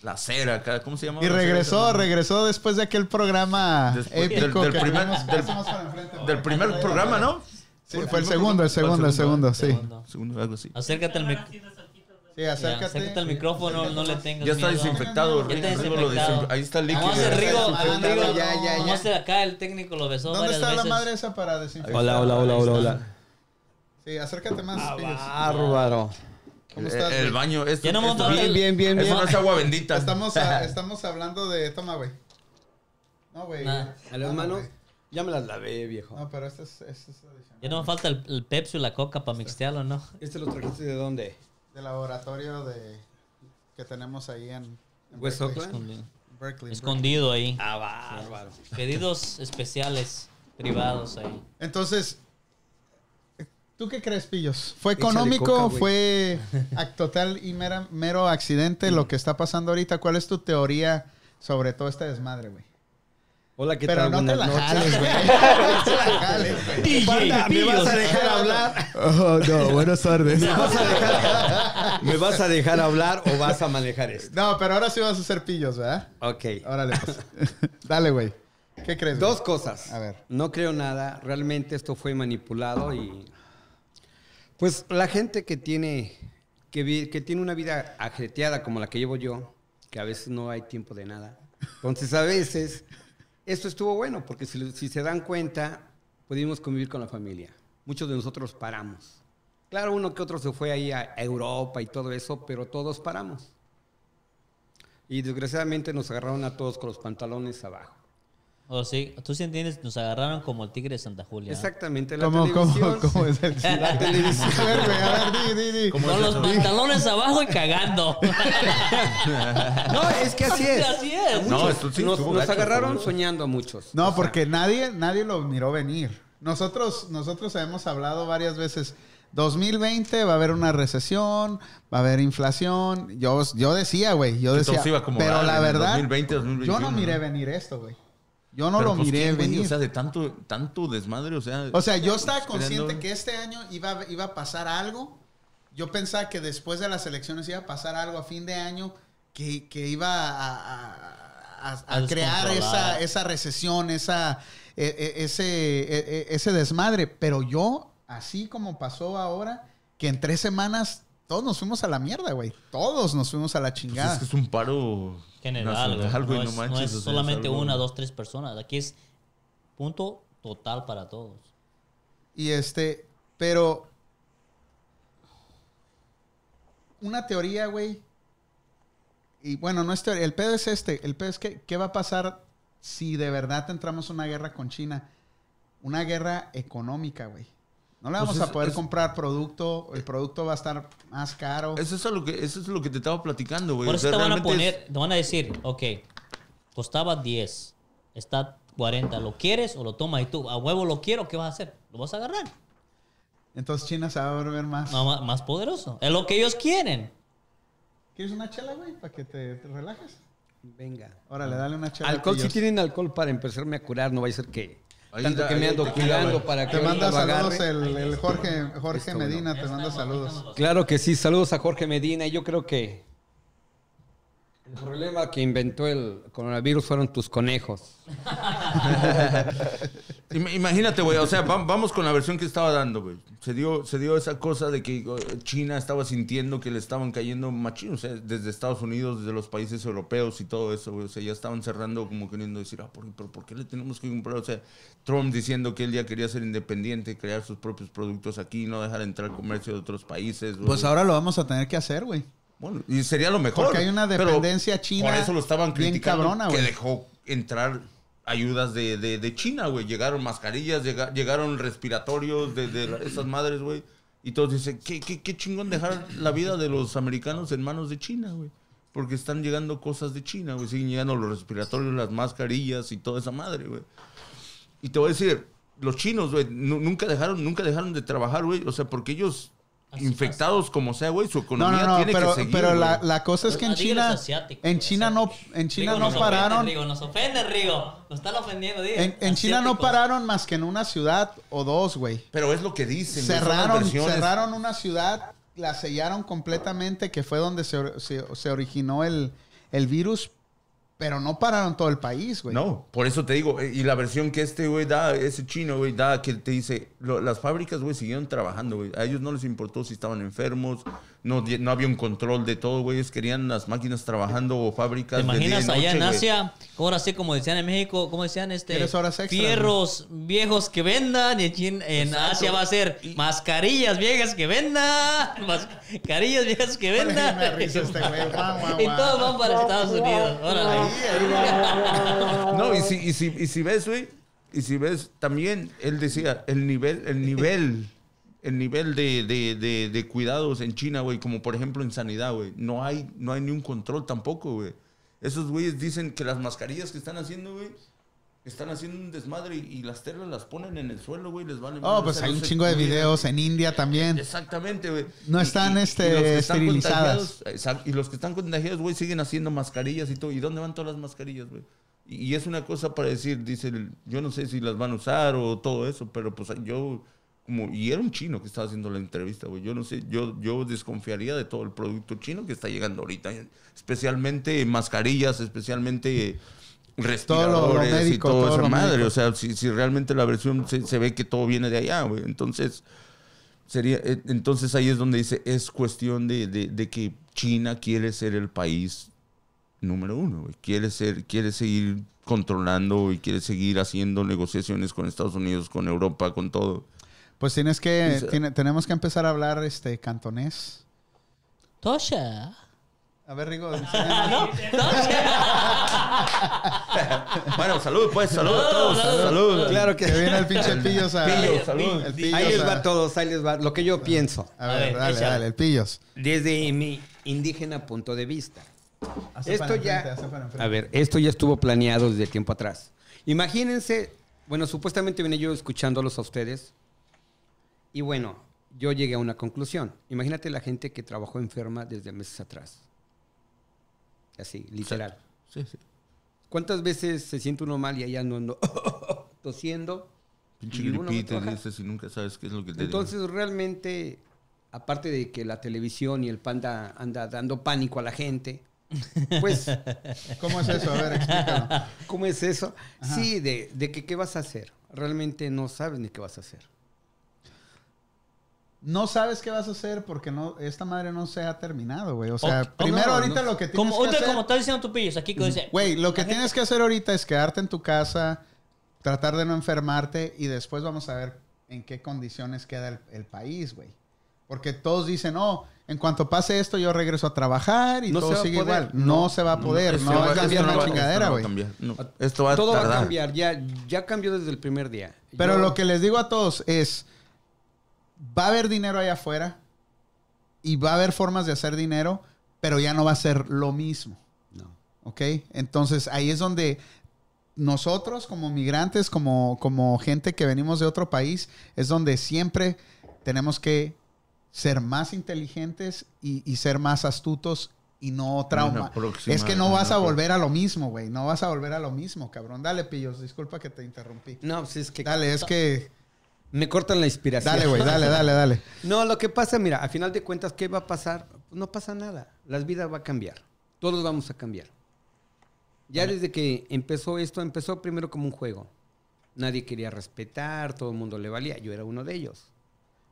Speaker 4: La cera, cara, ¿cómo se llama?
Speaker 1: Y regresó, regresó después de aquel programa
Speaker 4: Después del-
Speaker 1: épico
Speaker 4: del
Speaker 1: que
Speaker 4: primer-
Speaker 1: tuvimos.
Speaker 5: Ah,
Speaker 4: del-
Speaker 1: Pasamos para enfrente,
Speaker 4: Del
Speaker 1: güey.
Speaker 4: primer programa, ¿no?
Speaker 1: Sí, fue el segundo, el segundo, el segundo, sí.
Speaker 5: Segundo.
Speaker 4: Segundo, algo así.
Speaker 5: Acércate al, mic-
Speaker 1: Sí,
Speaker 5: ya,
Speaker 1: acércate.
Speaker 5: acércate al micrófono, no le tengas
Speaker 4: Ya está
Speaker 5: miedo.
Speaker 4: desinfectado,
Speaker 5: Ya está
Speaker 4: Rigo, Rigo lo
Speaker 5: desinfectado.
Speaker 4: desinfe- Ahí está el líquido.
Speaker 5: Vamos a hacer Rigo, ah,
Speaker 1: Ya, ya,
Speaker 5: Rigo,
Speaker 1: ya, ya.
Speaker 5: vamos a hacer acá el técnico lo besó
Speaker 1: ¿Dónde
Speaker 5: varias
Speaker 1: está la
Speaker 5: veces.
Speaker 1: madre esa para desinfectar?
Speaker 8: Hola, hola, hola, hola, hola.
Speaker 1: Sí, acércate más,
Speaker 5: Ah,
Speaker 1: Pillos.
Speaker 8: Bárbaro.
Speaker 1: ¿Cómo estás?
Speaker 4: El
Speaker 1: güey?
Speaker 4: baño. esto-
Speaker 5: Ya no me
Speaker 4: esto-
Speaker 5: voy a
Speaker 8: Bien, bien, bien, bien.
Speaker 4: Eso no es agua bendita.
Speaker 1: Estamos, a- estamos hablando de... Toma, güey. No, güey.
Speaker 5: Nah.
Speaker 8: Hola,
Speaker 1: No,
Speaker 8: hermano.
Speaker 1: güey.
Speaker 8: Ya me las lavé, viejo.
Speaker 1: No, pero este es, este es adicional.
Speaker 5: Ya no me falta el, el Pepsi o la Coca para mixtearlo, ¿no?
Speaker 8: ¿Este lo trajiste de dónde?
Speaker 1: De laboratorio de, que tenemos ahí en... en
Speaker 8: West
Speaker 1: Berkeley.
Speaker 8: Oakland.
Speaker 1: Berkeley, Berkeley.
Speaker 5: Escondido ahí.
Speaker 8: Ah, bárbaro.
Speaker 5: Pedidos especiales, privados ahí.
Speaker 1: Entonces, ¿tú qué crees, Pillos? ¿Fue
Speaker 8: Échale
Speaker 1: económico?
Speaker 8: coca, güey.
Speaker 1: ¿Fue ac- total y mera- mero accidente lo que está pasando ahorita? ¿Cuál es tu teoría sobre todo este desmadre, güey?
Speaker 8: Hola, ¿qué
Speaker 1: Pero
Speaker 8: tal?
Speaker 1: no te la
Speaker 8: Buenas noches.
Speaker 1: jales, güey. No te la jales, güey.
Speaker 5: DJ Pillos.
Speaker 8: dejar hablar?
Speaker 1: Oh, no, buenas tardes.
Speaker 8: ¿Me vas a dejar hablar o vas a manejar esto?
Speaker 1: No, pero ahora sí vas a hacer pillos, ¿verdad?
Speaker 8: Ok.
Speaker 1: Órale, pues. Dale, güey. ¿Qué crees? güey?
Speaker 8: Dos cosas.
Speaker 1: A ver.
Speaker 8: No creo nada. Realmente esto fue manipulado y. Pues la gente que tiene. Que, vi- que tiene una vida ajetreada como la que llevo yo, que a veces no hay tiempo de nada. Entonces, a veces, esto estuvo bueno, porque si, lo- si se dan cuenta, pudimos convivir con la familia. Muchos de nosotros paramos. Claro, uno que otro se fue ahí a Europa y todo eso, pero todos paramos. Y desgraciadamente nos agarraron a todos con los pantalones abajo.
Speaker 5: O Oh, sí, tú sí entiendes, nos agarraron como el tigre de Santa Julia. ¿eh?
Speaker 8: Exactamente, la
Speaker 1: ¿Cómo,
Speaker 8: televisión.
Speaker 1: cómo, cómo es el chiste?
Speaker 8: La televisión.
Speaker 1: A ver, güey, a ver, di, di, di.
Speaker 5: Con los pantalones abajo y cagando.
Speaker 8: No, es que así es.
Speaker 5: Así es.
Speaker 8: A muchos.
Speaker 4: No, esto sí
Speaker 8: nos,
Speaker 4: estuvo
Speaker 8: nos
Speaker 4: gacho,
Speaker 8: agarraron
Speaker 4: güey.
Speaker 8: soñando a muchos.
Speaker 1: No, porque nadie, nadie lo miró venir. Nosotros, nosotros hemos hablado varias veces. 2020 va a haber una recesión, va a haber inflación. Yo, yo decía, güey, yo decía.
Speaker 4: Entonces iba como
Speaker 1: Pero
Speaker 4: dale,
Speaker 1: la
Speaker 4: en
Speaker 1: verdad,
Speaker 4: 2020, 2021,
Speaker 1: yo no miré
Speaker 4: ¿no?
Speaker 1: venir esto, güey. Yo no
Speaker 4: Pero,
Speaker 1: lo
Speaker 4: pues,
Speaker 1: miré
Speaker 4: ¿qué, güey?
Speaker 1: venir.
Speaker 4: O sea, de tanto, tanto desmadre, o sea.
Speaker 1: O sea, yo estaba
Speaker 4: esperando- Pues
Speaker 1: consciente que este año iba, iba a pasar algo. Yo pensaba que después de las elecciones iba a pasar algo a fin de año que, que iba a, a- a- a
Speaker 5: A descontrolar.
Speaker 1: crear esa, esa recesión, esa, e- e- ese, e- e- ese desmadre. Pero yo, así como pasó ahora, que en tres semanas todos nos fuimos a la mierda, güey. Todos nos fuimos a la
Speaker 4: Pues
Speaker 1: chingada.
Speaker 4: es que es un paro
Speaker 5: General, güey.
Speaker 4: nacional, güey,
Speaker 5: no, es, no
Speaker 4: manches,
Speaker 5: es
Speaker 4: o sea,
Speaker 5: solamente
Speaker 4: algo-
Speaker 5: una, dos, tres personas. Aquí es punto total para todos.
Speaker 1: Y este, pero. Una teoría, güey. y bueno, no es teoría, el pedo es este, el pedo es que, ¿qué va a pasar si de verdad entramos a una guerra con China? Una guerra económica, güey. No le
Speaker 4: Pues
Speaker 1: vamos
Speaker 4: es-
Speaker 1: a poder
Speaker 4: es-
Speaker 1: comprar producto, el producto va a estar más caro.
Speaker 4: Eso es, a lo que, eso es lo que te estaba platicando, güey.
Speaker 5: Por
Speaker 4: Pues, O
Speaker 5: eso
Speaker 4: sea,
Speaker 5: te van a
Speaker 4: realmente es-
Speaker 5: poner, te van a decir, ok, costaba 10, está 40, ¿lo quieres o lo tomas? Y tú, a huevo lo quiero, ¿qué vas a hacer? ¿Lo vas a agarrar?
Speaker 1: Entonces China se va a volver más.
Speaker 5: No, ma- más poderoso. Es lo que ellos quieren.
Speaker 1: ¿Quieres una chela, güey? Para que te, te relajes.
Speaker 8: Venga.
Speaker 1: Órale, dale una chela.
Speaker 8: Alcohol, si
Speaker 1: pillos.
Speaker 8: tienen alcohol para empezarme a curar, no va a ser que.
Speaker 4: Ahí
Speaker 8: tanto
Speaker 4: da-
Speaker 8: que me
Speaker 4: ahí
Speaker 8: ando
Speaker 4: te queda,
Speaker 8: cuidando
Speaker 4: güey.
Speaker 8: para que
Speaker 1: Te manda
Speaker 8: ahorita lo
Speaker 1: saludos
Speaker 8: agarre.
Speaker 1: el, el Jorge, Jorge
Speaker 8: Esto, bueno.
Speaker 1: Medina, te manda saludos.
Speaker 8: Claro que sí, saludos a Jorge Medina. Yo creo que el problema que inventó el coronavirus fueron tus conejos.
Speaker 4: Im- Imagínate, güey, o sea, va- vamos con la versión que estaba dando, güey. Se dio, se dio esa cosa de que eh, China estaba sintiendo que le estaban cayendo machín, o sea, desde Estados Unidos, desde los países europeos y todo eso, güey. O sea, ya estaban cerrando como queriendo decir, ah, ¿por, pero ¿por qué le tenemos que comprar? O sea, Trump diciendo que él ya quería ser independiente, crear sus propios productos aquí, no dejar entrar comercio de otros países. güey.
Speaker 1: Pues ahora lo vamos a tener que hacer, güey.
Speaker 4: Bueno, y sería lo mejor.
Speaker 1: Porque hay una
Speaker 4: pero
Speaker 1: dependencia china.
Speaker 4: Por eso lo estaban
Speaker 1: bien
Speaker 4: criticando.
Speaker 1: cabrona,
Speaker 4: que
Speaker 1: güey.
Speaker 4: dejó entrar ayudas de, de- de China, güey. Llegaron mascarillas, llega- llegaron respiratorios de, de la- esas madres, güey. Y todos dicen, ¿qué, qué, qué chingón dejar la vida de los americanos en manos de China, güey. Porque están llegando cosas de China, güey. Siguen llegando los respiratorios, las mascarillas y toda esa madre, güey. Y te voy a decir, los chinos, güey, nu- nunca dejaron, nunca dejaron de trabajar, güey. O sea, porque ellos, infectados como sea, güey, su
Speaker 1: No,
Speaker 4: economía
Speaker 1: no, no,
Speaker 4: tiene
Speaker 1: pero,
Speaker 4: que seguir.
Speaker 1: pero la,
Speaker 4: güey.
Speaker 1: la cosa es que en
Speaker 5: Ah, dígales
Speaker 1: China,
Speaker 5: asiático,
Speaker 1: en
Speaker 5: güey,
Speaker 1: China no, en China
Speaker 5: Rigo,
Speaker 1: no
Speaker 5: nos
Speaker 1: pararon,
Speaker 5: Ofende, Rigo, nos ofende, Rigo. Nos están ofendiendo, diga.
Speaker 1: en, en China no
Speaker 5: Asiáticos.
Speaker 1: pararon más que en una ciudad o dos, güey.
Speaker 4: Pero es lo que dicen. güey, son las
Speaker 1: Cerraron,
Speaker 4: versiones.
Speaker 1: cerraron una ciudad, la sellaron completamente, que fue donde se, or- se- se originó el, el virus, pero no pararon todo el país, güey.
Speaker 4: No, por eso te digo, eh, y la versión que este güey da, ese chino güey da, que te dice, lo- las fábricas güey siguieron trabajando, güey. A ellos no les importó si estaban enfermos, no, di- no había un control de todo, güey. Ellos querían las máquinas trabajando o
Speaker 5: ¿Te
Speaker 4: fábricas. de día y
Speaker 5: imaginas allá
Speaker 4: noche,
Speaker 5: en
Speaker 4: güey.
Speaker 5: Asia? Ahora sí, como decían en México, como decían este?
Speaker 1: ¿Quieres horas extra,
Speaker 5: Fierros viejos que vendan. Y aquí en, en Asia va a ser mascarillas viejas que vendan. Mascarillas viejas que vendan.
Speaker 1: Me risa este güey, guau, guau,
Speaker 5: y
Speaker 1: guau.
Speaker 5: todos van para Estados Unidos. Órale.
Speaker 4: No, y si, y si, y si ves, güey, y si ves, también él decía, el nivel, el nivel, el nivel de, de- de- de cuidados en China, güey, como por ejemplo en sanidad, güey, no hay, no hay ni un control tampoco, güey. Esos güeyes dicen que las mascarillas que están haciendo, güey, están haciendo un desmadre y, y las telas las ponen en el suelo, güey, les valen.
Speaker 1: Oh,
Speaker 4: madres,
Speaker 1: pues
Speaker 4: o sea,
Speaker 1: hay
Speaker 4: no
Speaker 1: un
Speaker 4: se
Speaker 1: chingo de
Speaker 4: cuidan.
Speaker 1: videos en India también.
Speaker 4: Este Exactamente, güey.
Speaker 1: No
Speaker 4: Y-
Speaker 1: están,
Speaker 4: y- y
Speaker 1: este,
Speaker 4: los que están
Speaker 1: esterilizadas.
Speaker 4: contagiados, exact- Y los que están contagiados, güey, siguen haciendo mascarillas y todo. ¿Y dónde van todas las mascarillas, güey? Y, y es una cosa para decir, dice, el- yo no sé si las van a usar o todo eso, pero pues yo, como, y era un chino que estaba haciendo la entrevista, güey. Yo no sé, yo, yo desconfiaría de todo el producto chino que está llegando ahorita, especialmente mascarillas, especialmente respiradores y
Speaker 1: médico,
Speaker 4: todo,
Speaker 1: todo
Speaker 4: esa
Speaker 1: lo
Speaker 4: madre.
Speaker 1: médico.
Speaker 4: O sea, si, si realmente la versión se, se ve que todo viene de allá, güey. Entonces, sería, eh, entonces ahí es donde dice, es cuestión de, de- de que China quiere ser el país número uno, güey. Quiere, ser, quiere seguir controlando y quiere seguir haciendo negociaciones con Estados Unidos, con Europa, con todo.
Speaker 1: Pues tienes que,
Speaker 4: Dice-
Speaker 1: tiene- tenemos que empezar a hablar este cantonés.
Speaker 5: Tosha.
Speaker 1: A ver, Rigo, enséñanos.
Speaker 4: Bueno, salud, pues, salud a todos. Salud.
Speaker 8: Claro que
Speaker 1: que viene el pinche pillos a.
Speaker 4: Pillos, salud.
Speaker 1: El pillos
Speaker 8: Ahí les
Speaker 1: a-
Speaker 8: va a todos, ahí les va lo que
Speaker 1: Ah.
Speaker 8: yo pienso.
Speaker 1: A ver,
Speaker 5: A ver,
Speaker 1: dale,
Speaker 5: échale.
Speaker 1: dale, el pillos.
Speaker 8: Desde mi indígena punto de vista.
Speaker 1: Hace
Speaker 8: Esto
Speaker 1: para
Speaker 8: ya-
Speaker 1: enfrente, hace para enfrente.
Speaker 8: A ver, esto ya estuvo planeado desde tiempo atrás. Imagínense, bueno, supuestamente venía yo escuchándolos a ustedes. Y bueno, yo llegué a una conclusión. Imagínate la gente que trabajó enferma desde meses atrás. Así, literal.
Speaker 4: Sí, sí.
Speaker 8: ¿Cuántas veces se siente uno mal y allá no ando tosiendo?
Speaker 4: Pinche
Speaker 8: Y uno no
Speaker 4: gripita,
Speaker 8: trabaja.
Speaker 4: dices, y nunca sabes qué es lo que te
Speaker 8: Entonces, realmente, aparte de que la televisión y el panda anda dando pánico a la gente, pues,
Speaker 1: ¿Cómo es eso? A ver, explícalo.
Speaker 8: ¿cómo es eso? Sí, de, de que qué vas a hacer. Realmente no sabes ni qué vas a hacer.
Speaker 1: No sabes qué vas a hacer porque no, esta madre no se ha terminado, güey. O sea,
Speaker 5: Ok.
Speaker 1: primero
Speaker 8: No,
Speaker 1: ahorita
Speaker 8: no.
Speaker 1: lo que tienes
Speaker 5: Como,
Speaker 1: que
Speaker 5: ahorita
Speaker 1: hacer.
Speaker 5: como está diciendo tu pillos, aquí que dice.
Speaker 1: Güey, lo que tienes que hacer ahorita es quedarte en tu casa, tratar de no enfermarte y después vamos a ver en qué condiciones queda el, el país, güey. Porque todos dicen, oh, en cuanto pase esto, yo regreso a trabajar y
Speaker 8: No se
Speaker 1: todo
Speaker 8: va a
Speaker 1: sigue
Speaker 8: poder.
Speaker 1: igual. No, se va a poder. No, es la misma chingadera, güey.
Speaker 4: Esto va a
Speaker 8: Todo va a
Speaker 4: tardar.
Speaker 8: cambiar, ya, ya cambió desde el primer día.
Speaker 1: Pero
Speaker 8: Yo-
Speaker 1: lo que les digo a todos es, va a haber dinero allá afuera y va a haber formas de hacer dinero, pero ya no va a ser lo mismo.
Speaker 8: No.
Speaker 1: ¿Ok? Entonces ahí es donde nosotros como migrantes, como, como gente que venimos de otro país, es donde siempre tenemos que ser más inteligentes y, y ser más astutos y no trauma.
Speaker 4: Una próxima,
Speaker 1: Es que no vas
Speaker 4: una
Speaker 1: a volver a lo mismo, güey. No vas a volver a lo mismo, cabrón. Dale, pillos. Disculpa que te interrumpí.
Speaker 8: No, pues es que
Speaker 1: Dale, es que...
Speaker 8: me cortan la inspiración.
Speaker 1: Dale, güey, dale, dale, dale.
Speaker 8: No, lo que pasa, mira, a final de cuentas, ¿qué va a pasar? No pasa nada. Las vidas va a cambiar. Todos vamos a cambiar. Ya desde que empezó esto, empezó primero como un juego. Nadie quería respetar, todo el mundo le valía. Yo era uno de ellos.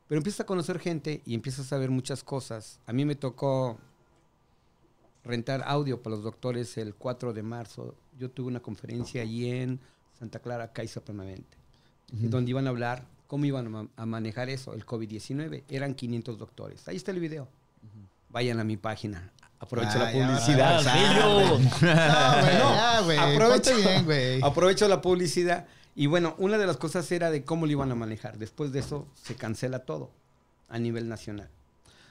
Speaker 8: Pero empiezas a conocer gente y empiezas a ver muchas cosas. A mí me tocó rentar audio para los doctores el 4 de marzo. Yo tuve una conferencia allí en Santa Clara, Caixa Permanente y donde iban a hablar cómo iban a, ma- a manejar eso, el COVID-19. Eran 500 doctores. Ahí está el video. Vayan a mi página. Aprovecho la
Speaker 1: Ah, ya,
Speaker 8: publicidad.
Speaker 1: ya,
Speaker 5: Pillo.
Speaker 1: No, güey,
Speaker 8: No,
Speaker 1: ya, güey. Ponte
Speaker 8: aprovecho,
Speaker 1: Eh, bien, güey.
Speaker 8: aprovecho la publicidad. Y bueno, una de las cosas era de cómo lo iban a manejar. Después de eso se cancela todo a nivel nacional.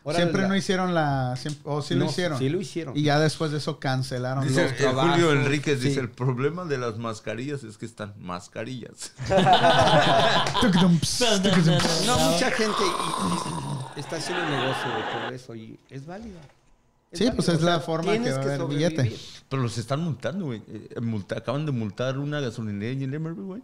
Speaker 8: Ahora
Speaker 1: Siempre
Speaker 8: la-
Speaker 1: no hicieron la... siempre- o sí lo
Speaker 8: No,
Speaker 1: hicieron.
Speaker 8: sí lo hicieron.
Speaker 1: Y ya después de eso cancelaron.
Speaker 4: Dice
Speaker 1: los-
Speaker 4: eh,
Speaker 8: trabajos,
Speaker 4: Julio Enríquez,
Speaker 8: sí.
Speaker 4: dice, el problema de las mascarillas es que están mascarillas.
Speaker 8: No, mucha gente y- y está haciendo negocio de todo eso y es válido.
Speaker 1: Sí, pues es la forma que
Speaker 8: tienes
Speaker 1: va a haber
Speaker 8: sobrevivir.
Speaker 1: billete.
Speaker 4: Pero los están multando, güey. Eh, multa- acaban de multar una gasolinera en Emery, güey.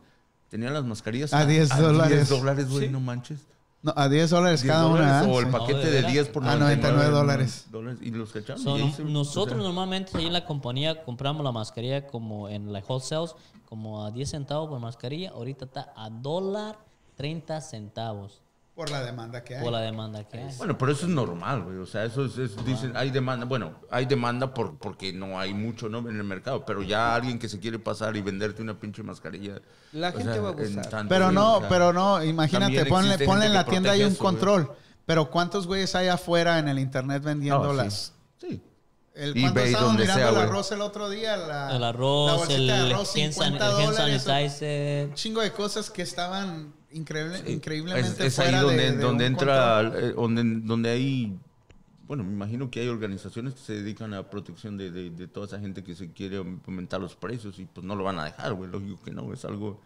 Speaker 4: Tenían las mascarillas
Speaker 1: A 10 dólares.
Speaker 4: dólares, güey, no manches.
Speaker 1: No, a 10 dólares
Speaker 4: 10
Speaker 1: cada una.
Speaker 4: dólares
Speaker 1: ¿eh?
Speaker 4: O el
Speaker 1: Sí.
Speaker 4: paquete
Speaker 5: No, de
Speaker 4: de
Speaker 5: veras.
Speaker 4: 10 por
Speaker 1: Ah, 99 dólares.
Speaker 4: Y los cacharon.
Speaker 5: So,
Speaker 4: y ahí se-
Speaker 5: nosotros
Speaker 4: o sea,
Speaker 5: normalmente ahí en la compañía compramos la mascarilla como en la wholesales, como a 10 centavos por mascarilla. Ahorita está a dólar 30 centavos
Speaker 1: Por la demanda que hay.
Speaker 5: por la demanda que hay.
Speaker 4: Bueno, pero eso es normal, güey. O sea, eso es, es- dicen, hay demanda. Bueno, hay demanda por, porque no hay mucho ¿no? en el mercado. Pero ya alguien que se quiere pasar y venderte una pinche mascarilla.
Speaker 8: La
Speaker 4: o
Speaker 8: gente va a
Speaker 4: en
Speaker 8: abusar.
Speaker 4: tanto,
Speaker 1: Pero
Speaker 4: güey, o
Speaker 1: no,
Speaker 4: sea,
Speaker 1: pero no, imagínate,
Speaker 4: también
Speaker 1: ponle,
Speaker 4: existe
Speaker 1: ponle en
Speaker 4: gente
Speaker 1: la
Speaker 4: que
Speaker 1: tienda hay
Speaker 4: protege
Speaker 1: un
Speaker 4: eso,
Speaker 1: control. Pero ¿cuántos güeyes hay afuera en el internet vendiendo
Speaker 4: No, sí.
Speaker 1: las...
Speaker 4: Sí.
Speaker 1: El,
Speaker 4: eBay,
Speaker 1: ¿Cuánto estábamos
Speaker 4: donde
Speaker 1: mirando
Speaker 4: sea,
Speaker 1: el
Speaker 4: güey.
Speaker 1: arroz el otro día? La,
Speaker 5: el
Speaker 1: la
Speaker 5: arroz,
Speaker 1: bolsita
Speaker 5: el,
Speaker 1: de
Speaker 5: arroz, el, hand san-
Speaker 1: 50
Speaker 5: el hand
Speaker 1: dólares,
Speaker 5: sanitizer.
Speaker 1: un chingo de cosas que estaban increíble,
Speaker 4: Es,
Speaker 1: increíblemente
Speaker 4: es ahí
Speaker 1: fuera
Speaker 4: donde,
Speaker 1: de- de
Speaker 4: donde
Speaker 1: un
Speaker 4: entra,
Speaker 1: control.
Speaker 4: eh, donde, donde hay, bueno, me imagino que hay organizaciones que se dedican a protección de, de- de toda esa gente que se quiere aumentar los precios y pues no lo van a dejar, güey, lógico que no, es algo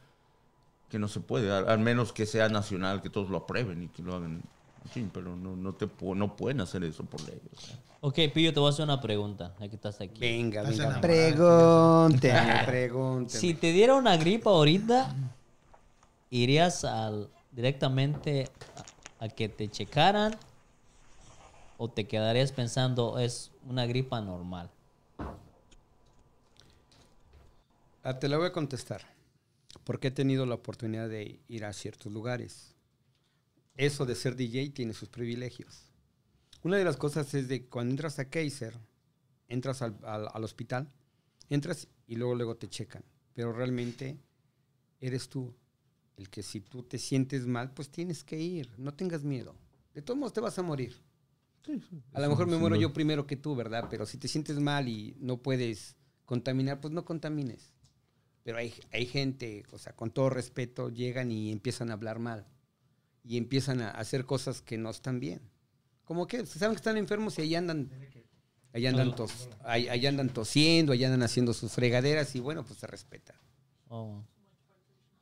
Speaker 4: que no se puede, al, al menos que sea nacional, que todos lo aprueben y que lo hagan, en fin, pero no, no, te, pu- no pueden hacer eso por ley. o sea.
Speaker 5: Ok, Pillo, te voy a hacer una pregunta, ya que estás aquí.
Speaker 8: Venga,
Speaker 1: Estás
Speaker 8: venga.
Speaker 1: enamorado.
Speaker 8: Pregúnteme, pregúnteme.
Speaker 5: Si te diera una gripa ahorita, ¿irías al, directamente a, a que te checaran o te quedarías pensando es una gripa normal?
Speaker 8: Ah, te la voy a contestar. Porque he tenido la oportunidad de ir a ciertos lugares. Eso de ser DJ tiene sus privilegios. Una de las cosas es de cuando entras a Kaiser, entras al, al- al hospital, entras y luego, luego te checan. Pero realmente eres tú el que si tú te sientes mal, pues tienes que ir. No tengas miedo. De todos modos te vas a morir. A lo mejor me muero yo primero que tú, ¿verdad? Pero si te sientes mal y no puedes contaminar, pues no contamines. Pero hay, hay gente, o sea, con todo respeto, llegan y empiezan a hablar mal. Y empiezan a hacer cosas que no están bien. Como que se saben que están enfermos y ahí andan, ahí andan, tos- ahí- ahí andan tosiendo, ahí andan haciendo sus fregaderas y bueno, pues se respeta.
Speaker 5: Oh.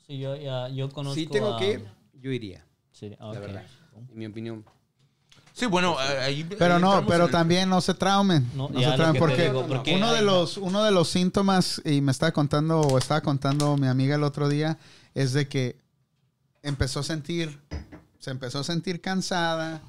Speaker 5: Sí, yo, ya- yo conozco
Speaker 8: Si tengo
Speaker 5: a-
Speaker 8: que ir, yo iría,
Speaker 5: Sí,
Speaker 8: la
Speaker 5: ok.
Speaker 8: verdad. En mi opinión.
Speaker 4: Sí, bueno, a- ahí...
Speaker 1: Pero
Speaker 4: ahí
Speaker 1: no,
Speaker 4: entramos
Speaker 1: pero
Speaker 4: en-
Speaker 1: también no se traumen.
Speaker 5: No,
Speaker 1: No,
Speaker 5: ya lo
Speaker 1: se traumen
Speaker 5: que te
Speaker 1: porque,
Speaker 5: digo, porque
Speaker 1: uno, de
Speaker 5: hay-
Speaker 1: los, uno de los síntomas, y me estaba contando, o estaba contando mi amiga el otro día, es de que empezó a sentir, se empezó a sentir cansada,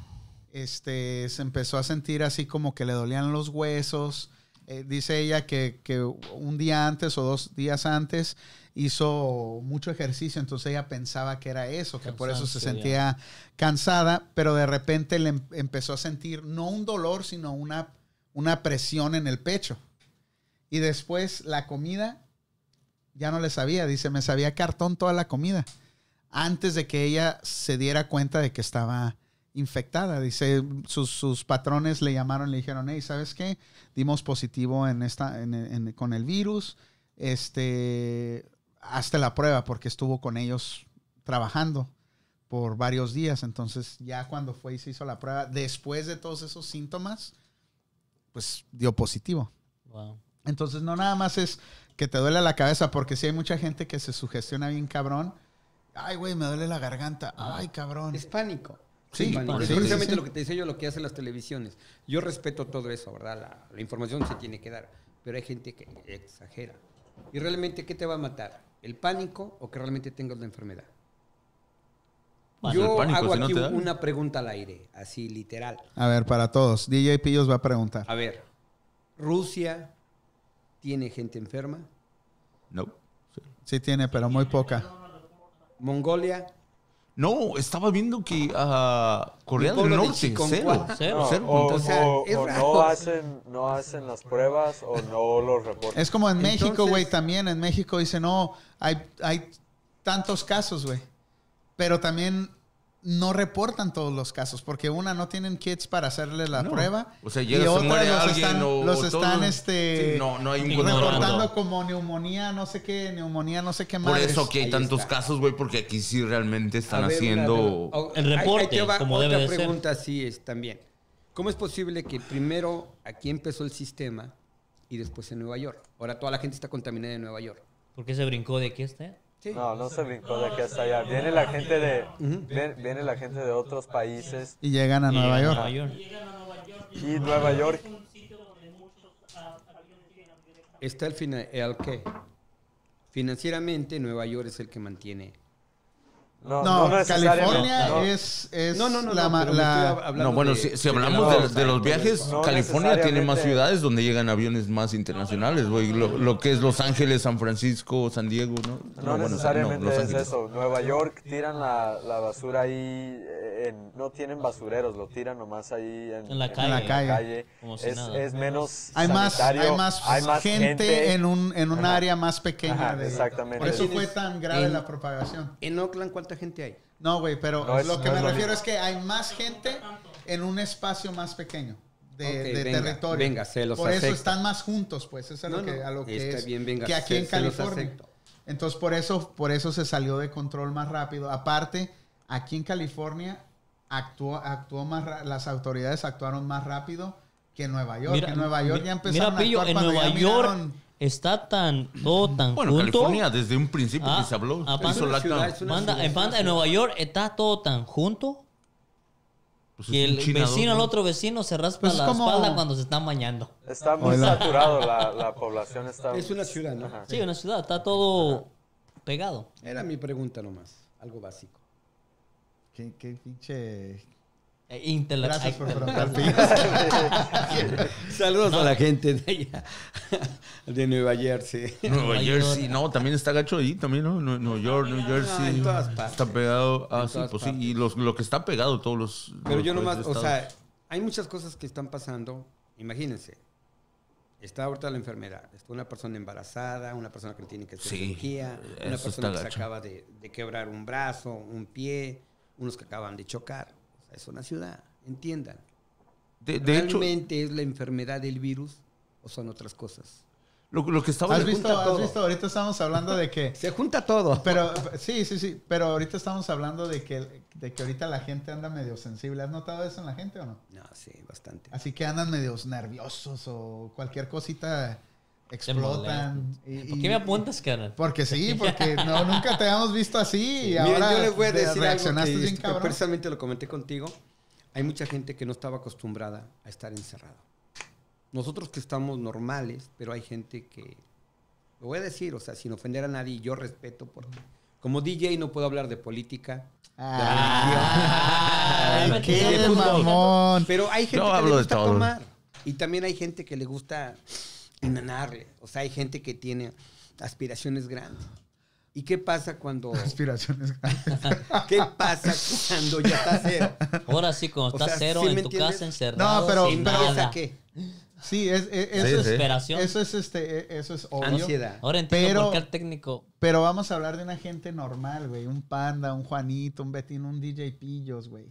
Speaker 1: este, se empezó a sentir así como que le dolían los huesos. Eh, dice ella que, que un día antes o dos días antes hizo mucho ejercicio, entonces ella pensaba que era eso, que por eso se
Speaker 5: Cansancio, ya.
Speaker 1: sentía cansada, pero de repente le em- empezó a sentir no un dolor, sino una, una presión en el pecho. Y después la comida ya no le sabía, dice, me sabía cartón toda la comida antes de que ella se diera cuenta de que estaba infectada. Dice, sus, sus patrones le llamaron, le dijeron, hey, ¿sabes qué? Dimos positivo en esta, en- en- con el virus, este, hazte la prueba porque estuvo con ellos trabajando por varios días. Entonces, ya cuando fue y se hizo la prueba, después de todos esos síntomas, pues dio positivo.
Speaker 5: Wow.
Speaker 1: Entonces, no nada más es que te duele la cabeza, porque si hay mucha gente que se sugestiona bien cabrón. Ay, güey, me duele la garganta. Ay, cabrón.
Speaker 8: Es pánico.
Speaker 1: Sí,
Speaker 8: Es pánico.
Speaker 1: sí,
Speaker 8: Es
Speaker 1: sí,
Speaker 8: precisamente
Speaker 1: sí.
Speaker 8: lo que te decía yo, lo que hacen las televisiones. Yo respeto todo eso, ¿verdad? La, la información se tiene que dar, pero hay gente que exagera. ¿Y realmente qué te va a matar? ¿El pánico o que realmente tengas la enfermedad?
Speaker 4: Pues el
Speaker 8: yo
Speaker 4: pánico,
Speaker 8: hago
Speaker 4: si no
Speaker 8: aquí
Speaker 4: te da.
Speaker 8: una pregunta al aire, así literal.
Speaker 1: A ver, para todos. DJ Pillos va a preguntar.
Speaker 8: A ver, ¿Rusia tiene gente enferma?
Speaker 4: No.
Speaker 1: Sí tiene, pero muy poca.
Speaker 8: ¿Mongolia?
Speaker 4: No, estaba viendo que ah, Corea
Speaker 8: El
Speaker 4: del
Speaker 8: pueblo de
Speaker 4: Norte,
Speaker 8: Chiconcua.
Speaker 4: cero.
Speaker 5: Cero.
Speaker 7: No,
Speaker 4: Cero.
Speaker 7: o,
Speaker 8: O sea,
Speaker 7: o-
Speaker 8: es
Speaker 7: o
Speaker 8: raro.
Speaker 7: no, hacen, no hacen las pruebas o no los reportan.
Speaker 1: Es como en México,
Speaker 8: Entonces-
Speaker 1: güey, también. En México dice, no, hay, hay tantos casos, güey. Pero también no reportan todos los casos, porque una, no tienen kits para hacerle la
Speaker 4: No.
Speaker 1: prueba.
Speaker 4: O sea,
Speaker 1: y
Speaker 4: llega, se
Speaker 1: otra,
Speaker 4: muere
Speaker 1: los
Speaker 4: alguien
Speaker 1: están,
Speaker 4: o
Speaker 1: los
Speaker 4: todo.
Speaker 1: están, este,
Speaker 4: Sí, no, no hay un
Speaker 5: ignorando.
Speaker 1: reportando como neumonía, no sé qué, neumonía, no sé qué más.
Speaker 4: Por eso aquí hay
Speaker 8: Ahí
Speaker 4: tantos
Speaker 8: está.
Speaker 4: casos, güey, porque aquí sí realmente están
Speaker 8: A ver,
Speaker 4: haciendo...
Speaker 8: una- oh, una-
Speaker 5: El
Speaker 8: ahí- ahí
Speaker 5: reporte,
Speaker 8: te va
Speaker 5: como
Speaker 8: otra
Speaker 5: debe de ser.
Speaker 8: pregunta sí es también. ¿Cómo es posible que primero aquí empezó el sistema y después en Nueva York? Ahora toda la gente está contaminada en Nueva York.
Speaker 5: ¿Por qué se brincó de aquí este?
Speaker 8: Sí.
Speaker 7: No, no se brincó de aquí hasta allá. Viene la gente de, viene, viene la gente de otros países
Speaker 1: Y llegan a Nueva
Speaker 5: Llega a
Speaker 1: York.
Speaker 5: Nueva York.
Speaker 7: y Nueva York.
Speaker 8: Está el, fina- el que financieramente Nueva York es el que mantiene.
Speaker 7: No,
Speaker 1: No,
Speaker 7: no necesariamente,
Speaker 1: California
Speaker 7: no.
Speaker 1: es, es
Speaker 8: No, no, no.
Speaker 1: la,
Speaker 8: no,
Speaker 1: ma-
Speaker 8: pero me
Speaker 1: la-
Speaker 8: estoy hablando
Speaker 4: No, bueno,
Speaker 8: de-
Speaker 4: si, si
Speaker 8: de
Speaker 4: hablamos de,
Speaker 8: la-
Speaker 4: de los viajes,
Speaker 7: no
Speaker 4: California tiene más
Speaker 7: necesariamente.
Speaker 4: ciudades donde llegan aviones más internacionales, güey. Lo, lo que es Los Ángeles, San Francisco, San Diego, ¿no?
Speaker 7: No
Speaker 4: bueno,
Speaker 7: necesariamente
Speaker 4: no, Los
Speaker 7: es
Speaker 4: Ángeles.
Speaker 7: eso. Nueva York tiran la, la basura ahí, eh, en- no tienen basureros, lo tiran nomás ahí en,
Speaker 5: En la calle.
Speaker 1: En la calle.
Speaker 5: Como si
Speaker 7: Es,
Speaker 5: nada.
Speaker 7: es menos
Speaker 1: hay más, hay
Speaker 7: sanitario,
Speaker 1: más,
Speaker 7: hay más
Speaker 1: gente, en un, en un
Speaker 7: Ajá.
Speaker 1: área más pequeña.
Speaker 7: Ajá,
Speaker 1: de-
Speaker 7: exactamente.
Speaker 1: Por eso fue
Speaker 8: Tienes-
Speaker 1: tan grave
Speaker 8: en-
Speaker 1: la propagación.
Speaker 8: En Oakland, ¿cuánta gente hay?
Speaker 1: No, güey, pero
Speaker 7: No es-
Speaker 1: lo que
Speaker 7: no
Speaker 1: me
Speaker 7: es lo
Speaker 1: refiero
Speaker 7: mismo.
Speaker 1: es que hay más gente en un espacio más pequeño de,
Speaker 8: Ok,
Speaker 1: de
Speaker 8: venga,
Speaker 1: territorio.
Speaker 8: venga, se los
Speaker 1: Por eso
Speaker 8: acepto.
Speaker 1: están más juntos, pues. Eso es a lo
Speaker 8: No,
Speaker 1: que,
Speaker 8: no,
Speaker 1: a lo que
Speaker 8: está
Speaker 1: es.
Speaker 8: bien, venga,
Speaker 1: que aquí
Speaker 8: se-
Speaker 1: en
Speaker 8: se los
Speaker 1: California.
Speaker 8: acepto.
Speaker 1: Entonces, por eso, por eso se salió de control más rápido. Aparte, aquí en California actuó, actuó más ra- las autoridades actuaron más rápido que en Nueva York. en Nueva York
Speaker 5: mi-
Speaker 1: ya empezaron
Speaker 5: mira, Pillo,
Speaker 1: a actuar
Speaker 5: en
Speaker 1: cuando
Speaker 5: Nueva
Speaker 1: ya
Speaker 5: York
Speaker 1: miraron-
Speaker 5: está tan todo tan
Speaker 4: Bueno,
Speaker 5: junto.
Speaker 4: California desde un principio
Speaker 5: Ah,
Speaker 4: que se habló,
Speaker 5: ah,
Speaker 4: hizo
Speaker 5: una
Speaker 4: lockdown.
Speaker 8: ciudad, es una-
Speaker 5: Banda, en, banda, en Nueva York está todo tan junto
Speaker 4: Pues
Speaker 5: que
Speaker 4: es un
Speaker 5: el
Speaker 4: China dos,
Speaker 5: vecino, el
Speaker 4: ¿no?
Speaker 5: otro vecino se raspa
Speaker 1: Pues es
Speaker 5: la
Speaker 1: como-
Speaker 5: espalda cuando se están bañando.
Speaker 7: Está muy
Speaker 1: Hola.
Speaker 7: saturado la, la población. Está,
Speaker 8: Es una ciudad, ¿no?
Speaker 7: Ajá.
Speaker 5: Sí, una ciudad está todo pegado.
Speaker 8: Era mi pregunta nomás, algo básico.
Speaker 1: Qué- qué pinche-
Speaker 5: Eh, intele-
Speaker 1: Gracias
Speaker 5: ay,
Speaker 1: por
Speaker 5: perdón.
Speaker 1: preguntar, Pillo.
Speaker 8: Saludos a la gente de allá, de Nueva Jersey.
Speaker 4: Nueva
Speaker 5: Nueva
Speaker 4: Jersey,
Speaker 5: York.
Speaker 4: no, también está gacho ahí, también, ¿no? Nue- Nueva York, New Jersey.
Speaker 8: en todas partes.
Speaker 4: Está pegado. Ah,
Speaker 8: En
Speaker 4: sí,
Speaker 8: todas
Speaker 4: pues sí.
Speaker 8: partes.
Speaker 4: Y los, lo que está pegado, todos los.
Speaker 8: Pero
Speaker 4: los
Speaker 8: yo nomás,
Speaker 4: tres
Speaker 8: o sea,
Speaker 4: estados.
Speaker 8: hay muchas cosas que están pasando. Imagínense, está ahorita la enfermedad, está una persona embarazada, una persona que tiene que hacer
Speaker 4: Sí,
Speaker 8: cirugía,
Speaker 4: eso
Speaker 8: una
Speaker 4: está
Speaker 8: persona que se
Speaker 4: gacho.
Speaker 8: acaba de, de quebrar un brazo, un pie, unos que acaban de chocar. O sea, es una ciudad, entiendan.
Speaker 4: De, Eh, de hecho,
Speaker 8: ¿Realmente es la enfermedad del virus o son otras cosas?
Speaker 4: lo, lo que estaba.
Speaker 1: ¿Has
Speaker 8: junta
Speaker 1: visto, has
Speaker 8: todo.
Speaker 1: visto? Ahorita estamos hablando de que
Speaker 8: Se junta todo.
Speaker 1: Pero sí, sí, sí. Pero ahorita estamos hablando de que, de que ahorita la gente anda medio sensible. ¿Has notado eso en la gente o no?
Speaker 8: No, sí, bastante.
Speaker 1: Así que andan medios nerviosos o cualquier cosita explotan. y-
Speaker 5: ¿Por
Speaker 1: y-
Speaker 5: qué me apuntas, carnal?
Speaker 1: Porque sí, porque no, nunca te habíamos visto así y
Speaker 8: Miren,
Speaker 1: ahora
Speaker 8: yo les voy a
Speaker 1: te
Speaker 8: decir algo
Speaker 1: reaccionaste
Speaker 8: que
Speaker 1: bien
Speaker 8: este,
Speaker 1: cabrón.
Speaker 8: precisamente lo comenté contigo. Hay mucha gente que no estaba acostumbrada a estar encerrado. Nosotros que estamos normales, pero hay gente que, lo voy a decir, o sea, sin ofender a nadie, yo respeto porque como DJ no puedo hablar de política,
Speaker 1: Ay,
Speaker 5: Ah,
Speaker 1: qué
Speaker 5: puto.
Speaker 1: mamón.
Speaker 8: pero hay gente
Speaker 4: No
Speaker 8: que
Speaker 4: hablo
Speaker 8: le
Speaker 4: de
Speaker 8: gusta
Speaker 4: todo.
Speaker 8: tomar y también hay gente que le gusta enanarle, o sea, hay gente que tiene aspiraciones grandes. ¿Y qué pasa cuando
Speaker 1: Aspiraciones grandes.
Speaker 8: qué pasa cuando ya está cero?
Speaker 5: Ahora sí, cuando
Speaker 8: O
Speaker 5: estás
Speaker 8: sea,
Speaker 5: cero
Speaker 8: ¿sí
Speaker 5: en
Speaker 8: me
Speaker 5: tu
Speaker 8: entiendes?
Speaker 5: casa encerrado.
Speaker 1: No, pero-
Speaker 5: sin
Speaker 1: pero-
Speaker 5: nada.
Speaker 8: ¿Pasa qué?
Speaker 1: Sí, es, es-
Speaker 4: Sí,
Speaker 1: eso, es,
Speaker 4: sí.
Speaker 5: Desesperación.
Speaker 1: eso es este, e- eso es obvio.
Speaker 8: Ansiedad.
Speaker 5: Ahora entiendo
Speaker 1: Pero-
Speaker 5: por qué el técnico.
Speaker 1: Pero vamos a hablar de una gente normal, güey. Un panda, un Juanito, un Betín, un DJ Pillos, güey.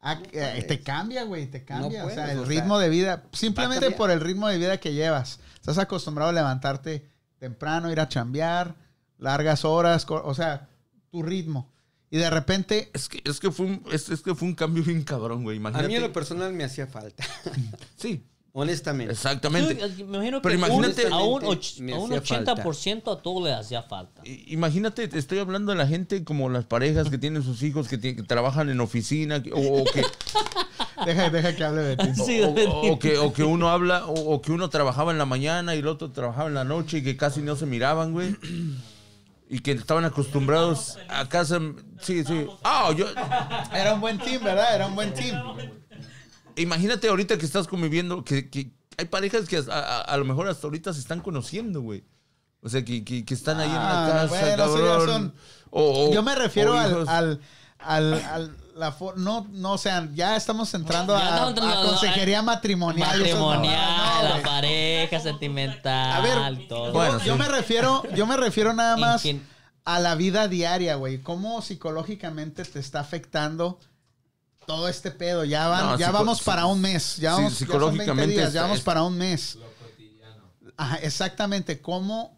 Speaker 1: Ah, eh, te cambia, güey, te cambia.
Speaker 8: No
Speaker 1: o sea,
Speaker 8: puedes,
Speaker 1: el
Speaker 8: o sea,
Speaker 1: ritmo de vida, simplemente
Speaker 8: cambiar.
Speaker 1: por el ritmo de vida que llevas. Estás acostumbrado a levantarte temprano, ir a chambear, largas horas, co- o sea, tu ritmo. Y de repente,
Speaker 4: Es que, es que, fue, un, es, es que fue un cambio bien cabrón, güey.
Speaker 8: A
Speaker 4: Imagínate.
Speaker 8: mí en lo personal me hacía falta,
Speaker 4: Sí,
Speaker 8: honestamente.
Speaker 4: exactamente.
Speaker 5: Yo, eh, me imagino
Speaker 4: Pero
Speaker 5: que un-
Speaker 4: imagínate-
Speaker 5: a un,
Speaker 8: Me
Speaker 5: och- a un
Speaker 8: hacía
Speaker 5: 80% a todo le hacía falta.
Speaker 4: I- Imagínate, te estoy hablando de la gente como las parejas que tienen sus hijos, que, tie- que trabajan en oficina, que- o, o que,
Speaker 1: deja, deja que hable de ti.
Speaker 5: Sí,
Speaker 4: o- o- o que, o que uno habla, o, o que uno trabajaba en la mañana y el otro trabajaba en la noche y que casi no se miraban, güey. Y que estaban acostumbrados a casa. Sí, sí. Ah, yo.
Speaker 1: Era un buen team, ¿verdad? Era un buen team.
Speaker 4: Imagínate ahorita que estás conviviendo, que, que hay parejas que a, a- a lo mejor hasta ahorita se están conociendo, güey. O sea, que, que- que están ahí en la
Speaker 1: Ah,
Speaker 4: casa,
Speaker 1: bueno, sí, ya
Speaker 4: cabrón.
Speaker 1: son-
Speaker 4: O- o-
Speaker 1: Yo me refiero
Speaker 4: o
Speaker 1: al,
Speaker 4: hijos.
Speaker 1: al, al, al- la fo- no, no, o sea, ya estamos entrando
Speaker 5: Ya
Speaker 1: a,
Speaker 5: estamos entrando
Speaker 1: a
Speaker 5: a-
Speaker 1: consejería matrimonial. y esas mamadas,
Speaker 5: Matrimonial,
Speaker 1: Ah, no,
Speaker 5: la
Speaker 1: güey.
Speaker 5: pareja sentimental.
Speaker 1: A ver,
Speaker 5: todo.
Speaker 1: yo,
Speaker 4: Bueno,
Speaker 1: yo
Speaker 4: sí.
Speaker 1: me refiero, yo me refiero nada
Speaker 5: En
Speaker 1: más
Speaker 5: quien-
Speaker 1: a la vida diaria, güey. ¿Cómo psicológicamente te está afectando todo este pedo? Ya, van,
Speaker 4: No,
Speaker 1: ya
Speaker 4: psico-
Speaker 1: vamos
Speaker 4: sí,
Speaker 1: para un mes. Ya vamos, ya
Speaker 4: sí,
Speaker 1: son 20
Speaker 4: psicológicamente
Speaker 1: días,
Speaker 4: está-
Speaker 1: ya vamos
Speaker 4: está-
Speaker 1: para un mes.
Speaker 2: Lo cotidiano.
Speaker 1: Ajá, exactamente. ¿Cómo?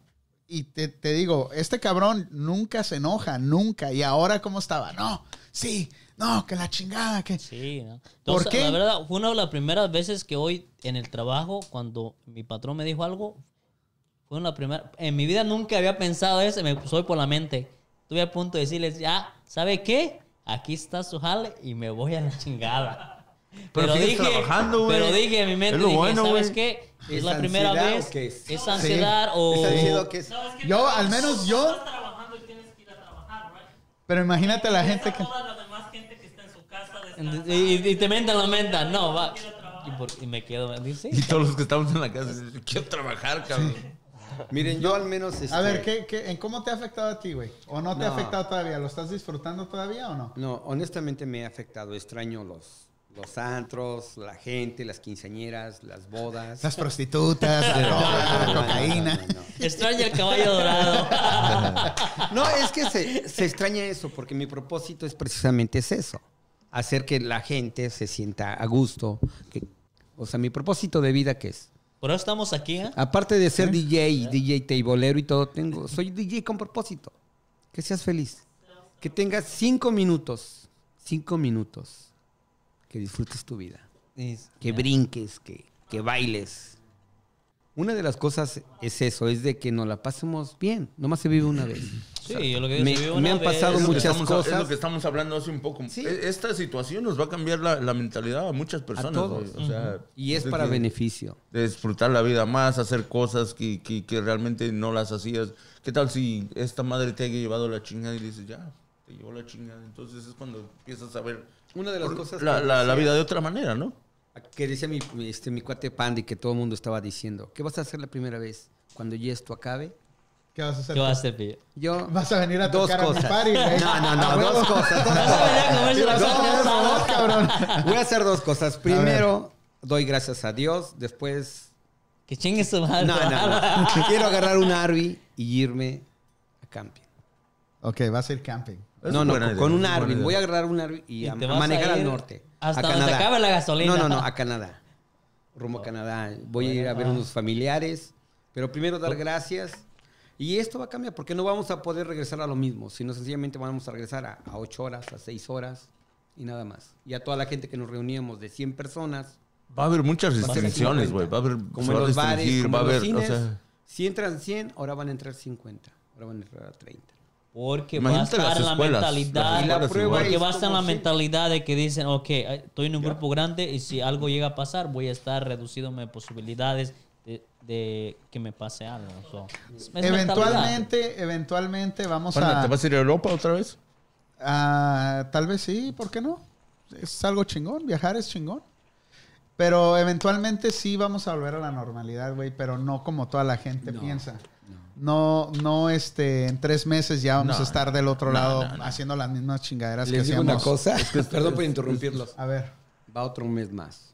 Speaker 1: Y te, te digo, este cabrón nunca se enoja, nunca. ¿Y ahora cómo estaba? No, sí, no, que la chingada, que...
Speaker 5: Sí, ¿no?
Speaker 1: ¿Por
Speaker 5: Entonces,
Speaker 1: qué?
Speaker 5: La verdad, fue una de las primeras veces que hoy en el trabajo, cuando mi patrón me dijo algo, fue una primera. En mi vida nunca había pensado eso, me puso hoy por la mente. Estuve a punto de decirles, ya, ¿sabe qué? Aquí está su jale y me voy a la chingada.
Speaker 4: Pero sigues trabajando, güey.
Speaker 5: pero dije en mi mente,
Speaker 4: Es lo
Speaker 5: dije,
Speaker 4: bueno,
Speaker 5: ¿sabes
Speaker 4: güey.
Speaker 5: qué? Es,
Speaker 8: ¿Es
Speaker 5: la primera
Speaker 8: ansiedad
Speaker 5: vez.
Speaker 8: o qué es?
Speaker 5: Es ansiedad
Speaker 1: Sí.
Speaker 5: o.
Speaker 8: Está diciendo que es-
Speaker 6: No, es que
Speaker 1: Yo,
Speaker 6: tú-
Speaker 1: al menos
Speaker 6: tú
Speaker 1: yo-
Speaker 6: Estás trabajando y tienes que ir a trabajar, ¿verdad?
Speaker 1: Pero imagínate la gente que...
Speaker 6: Toda la demás gente que está en su casa
Speaker 5: Ent-
Speaker 6: descansando.
Speaker 5: Y, y- y te mentan la menta, no, va. Y, por- y me quedo, dice.
Speaker 4: Y todos los que estamos en la casa, quiero trabajar, cabrón.
Speaker 8: Miren, yo al menos...
Speaker 1: A
Speaker 8: este,
Speaker 1: ver, ¿qué, qué, en ¿cómo te ha afectado a ti, güey? ¿O no te ha
Speaker 8: No.
Speaker 1: afectado todavía? ¿Lo estás disfrutando todavía o no?
Speaker 8: No, honestamente me ha afectado. Extraño los, los antros, la gente, las quinceañeras, las bodas.
Speaker 1: Las prostitutas, la
Speaker 8: No,
Speaker 1: droga,
Speaker 8: no,
Speaker 1: la
Speaker 8: no,
Speaker 1: cocaína.
Speaker 8: no, no, no.
Speaker 5: Extraña el caballo dorado.
Speaker 8: No, es que se, se extraña eso, porque mi propósito es precisamente es eso. Hacer que la gente se sienta a gusto. que- o sea, mi propósito de vida que es.
Speaker 5: Por eso estamos aquí, ¿eh?
Speaker 8: Aparte de ser DJ, y DJ teibolero y todo, tengo, soy DJ con propósito. Que seas feliz. Que tengas cinco minutos. Cinco minutos. Que disfrutes tu vida. que brinques, que, que bailes. Una de las cosas es eso, es de que nos la pasemos bien. Nomás se vive una vez.
Speaker 5: Sí, yo lo que digo,
Speaker 8: Me-
Speaker 5: se vive
Speaker 8: me
Speaker 5: una
Speaker 8: han
Speaker 5: vez.
Speaker 8: pasado
Speaker 5: Es lo que
Speaker 8: muchas
Speaker 4: Estamos- Es
Speaker 8: cosas.
Speaker 4: lo que estamos hablando hace un poco.
Speaker 8: Sí.
Speaker 4: E- Esta situación nos va a cambiar la, la mentalidad a muchas personas.
Speaker 8: todos.
Speaker 4: güey. O sea,
Speaker 8: Y es
Speaker 4: de-
Speaker 8: para
Speaker 4: de-
Speaker 8: beneficio.
Speaker 4: de disfrutar la vida más, hacer cosas que, que- que realmente no las hacías. ¿Qué tal si esta madre te haya llevado la chingada y dices, ya, te llevó la chingada? Entonces es cuando empiezas a ver
Speaker 8: Una de las
Speaker 4: por-
Speaker 8: cosas
Speaker 4: la,
Speaker 8: que
Speaker 4: la- la
Speaker 8: decía-
Speaker 4: vida de otra manera, ¿no?
Speaker 8: Que decía mi, mi- este, mi cuate Pandy, que todo el mundo estaba diciendo, ¿qué vas a hacer la primera vez? Cuando ya esto acabe,
Speaker 1: ¿Qué vas a hacer?
Speaker 5: ¿Qué vas a hacer, pillo?
Speaker 8: yo...
Speaker 1: Vas a venir a
Speaker 8: Dos
Speaker 1: tocar a mi
Speaker 8: cosas.
Speaker 1: party, güey.
Speaker 8: No, no,
Speaker 1: A
Speaker 8: no,
Speaker 1: huevo.
Speaker 8: dos cosas. dos
Speaker 5: Vas a venir a comerse las
Speaker 1: No,
Speaker 5: otras
Speaker 1: no, no,
Speaker 5: asadas.
Speaker 1: cabrón.
Speaker 8: cosas. Voy a hacer dos cosas. Primero, doy gracias a Dios. Después,
Speaker 5: Que chingue su
Speaker 8: no,
Speaker 5: madre.
Speaker 8: no, no. Quiero agarrar un Arby y irme a camping.
Speaker 1: Ok, vas a ir camping.
Speaker 4: Es
Speaker 8: no, no,
Speaker 4: buena
Speaker 8: con,
Speaker 4: idea,
Speaker 8: con un
Speaker 4: es buena
Speaker 8: Arby.
Speaker 4: idea.
Speaker 8: Voy a agarrar un Arby y,
Speaker 5: Y
Speaker 8: a,
Speaker 5: te
Speaker 8: a
Speaker 5: vas a
Speaker 8: manejar al
Speaker 5: ir
Speaker 8: norte.
Speaker 5: hasta
Speaker 8: a
Speaker 5: donde
Speaker 8: Canadá.
Speaker 5: acabe la gasolina.
Speaker 8: No, no, no, a Canadá. Rumbo a Canadá. Voy a ir a ver unos familiares. Pero primero dar gracias. Y esto va a cambiar porque no vamos a poder regresar a lo mismo, sino sencillamente vamos a regresar a, a ocho horas, a seis horas y nada más. Y a toda la gente que nos reuníamos de 100 personas,
Speaker 4: Va a haber muchas
Speaker 8: ser
Speaker 4: restricciones, güey. Va a haber. se
Speaker 8: como
Speaker 4: va
Speaker 8: en
Speaker 4: a
Speaker 8: los bares,
Speaker 4: restringir,
Speaker 8: como
Speaker 4: va a
Speaker 8: en
Speaker 4: haber.
Speaker 8: los
Speaker 4: o
Speaker 8: cines,
Speaker 4: sea,
Speaker 8: si entran 100, ahora van a entrar 50, ahora van a entrar 30.
Speaker 5: Porque va a
Speaker 4: Imagínate
Speaker 5: estar
Speaker 4: las
Speaker 5: la
Speaker 4: escuelas.
Speaker 5: mentalidad.
Speaker 4: Las
Speaker 8: Y la
Speaker 4: escuelas
Speaker 8: prueba
Speaker 4: igual.
Speaker 5: Porque
Speaker 8: es
Speaker 5: va a estar
Speaker 8: como
Speaker 5: la
Speaker 8: si-
Speaker 5: mentalidad de que dicen, ok, estoy en un grupo grande y si algo llega a pasar, voy a estar reduciéndome posibilidades de, de que me pase algo. So, es
Speaker 1: Eh,
Speaker 5: mentalidad.
Speaker 1: Eventualmente, eventualmente vamos
Speaker 4: Pana,
Speaker 1: a,
Speaker 4: ¿Te vas a ir a Europa otra vez?
Speaker 1: a- Ah, Tal vez sí, ¿por qué no? Es algo chingón, viajar es chingón. Pero eventualmente sí vamos a volver a la normalidad, güey, pero no como toda la gente piensa. No, no, este, en tres meses ya vamos
Speaker 4: No,
Speaker 1: a estar del otro lado
Speaker 4: no, no.
Speaker 1: haciendo las mismas chingaderas que
Speaker 8: Les digo
Speaker 1: hacíamos.
Speaker 8: una cosa, perdón por interrumpirlos.
Speaker 1: A ver,
Speaker 8: Va otro mes más.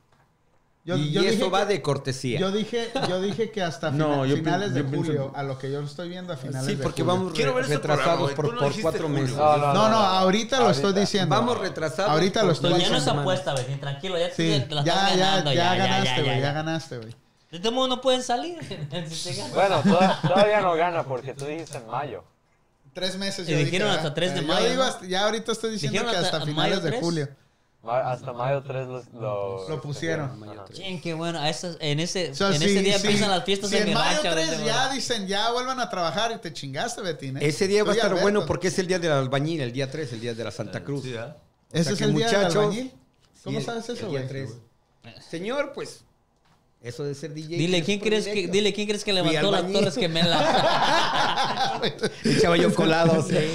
Speaker 1: Yo-
Speaker 8: y
Speaker 1: yo dije
Speaker 8: eso va
Speaker 1: que-
Speaker 8: de cortesía.
Speaker 1: Yo dije, yo dije que hasta fina-
Speaker 4: No, yo pi-
Speaker 1: finales de
Speaker 4: yo pienso-
Speaker 1: julio, a lo que yo estoy viendo a finales
Speaker 8: sí,
Speaker 1: de
Speaker 8: porque
Speaker 1: julio.
Speaker 8: vamos re-
Speaker 4: Quiero ver ese
Speaker 8: retrasados
Speaker 4: programa, güey.
Speaker 8: por,
Speaker 4: Tú no
Speaker 8: por
Speaker 4: dijiste
Speaker 8: cuatro
Speaker 4: julio.
Speaker 8: meses.
Speaker 7: No,
Speaker 1: No, no, ahorita lo estoy
Speaker 7: Ahorita.
Speaker 1: diciendo.
Speaker 8: Vamos retrasados.
Speaker 1: Ahorita
Speaker 8: por
Speaker 1: lo estoy
Speaker 8: cuatro
Speaker 1: diciendo.
Speaker 5: ya no es
Speaker 8: semanas.
Speaker 5: apuesta, Benjamín, tranquilo. Ya
Speaker 1: Sí,
Speaker 5: te, te la
Speaker 1: ya,
Speaker 5: estás
Speaker 1: ya,
Speaker 5: ganando.
Speaker 1: ya,
Speaker 5: Ya,
Speaker 1: ganaste, güey, ya,
Speaker 5: ya.
Speaker 1: ganaste, güey.
Speaker 5: De todo mundo no pueden salir. si te ganan.
Speaker 7: Bueno, to- todavía no gana porque tú dijiste en mayo.
Speaker 1: Tres meses.
Speaker 5: Y
Speaker 1: yo dije,
Speaker 5: dijeron hasta
Speaker 1: ¿verdad?
Speaker 5: tres de
Speaker 1: Yo
Speaker 5: mayo,
Speaker 1: digo
Speaker 5: ¿no?
Speaker 1: hasta- ya ahorita estoy diciendo
Speaker 5: Dijeron
Speaker 1: que
Speaker 5: hasta
Speaker 1: hasta,
Speaker 5: mayo
Speaker 1: finales de
Speaker 5: tres.
Speaker 1: julio
Speaker 7: Ma- Hasta mayo 3 lo, lo,
Speaker 1: lo pusieron.
Speaker 7: Ajá.
Speaker 5: Chin, qué bueno. a esas- en ese,
Speaker 1: O sea,
Speaker 5: en ese
Speaker 1: si-
Speaker 5: día
Speaker 1: si-
Speaker 5: empiezan las fiestas
Speaker 1: si
Speaker 5: en mi
Speaker 1: mayo
Speaker 5: rancho,
Speaker 1: 3
Speaker 5: ¿verdad?
Speaker 1: ya dicen, ya vuelvan a trabajar y te chingaste, Betín. ¿eh?
Speaker 8: Ese día va a
Speaker 1: Tú y
Speaker 8: estar
Speaker 1: Alberto.
Speaker 8: bueno porque es el día del albañil, el día 3, el día de la Santa Cruz.
Speaker 4: Sí, ¿ah?
Speaker 1: ¿Ese
Speaker 8: O sea
Speaker 1: es
Speaker 8: que,
Speaker 1: el día del
Speaker 8: muchachos,
Speaker 1: albañil? ¿Cómo
Speaker 8: Sí, el-
Speaker 1: sabes eso,
Speaker 8: el día
Speaker 1: güey?
Speaker 8: tres. Señor, pues, eso de ser DJ.
Speaker 5: Dile,
Speaker 8: es
Speaker 5: ¿quién
Speaker 8: por
Speaker 5: crees que,
Speaker 8: directo.
Speaker 5: dile, ¿quién crees que levantó las
Speaker 8: albañil.
Speaker 5: torres gemelas?
Speaker 8: Echaba yo colados. Te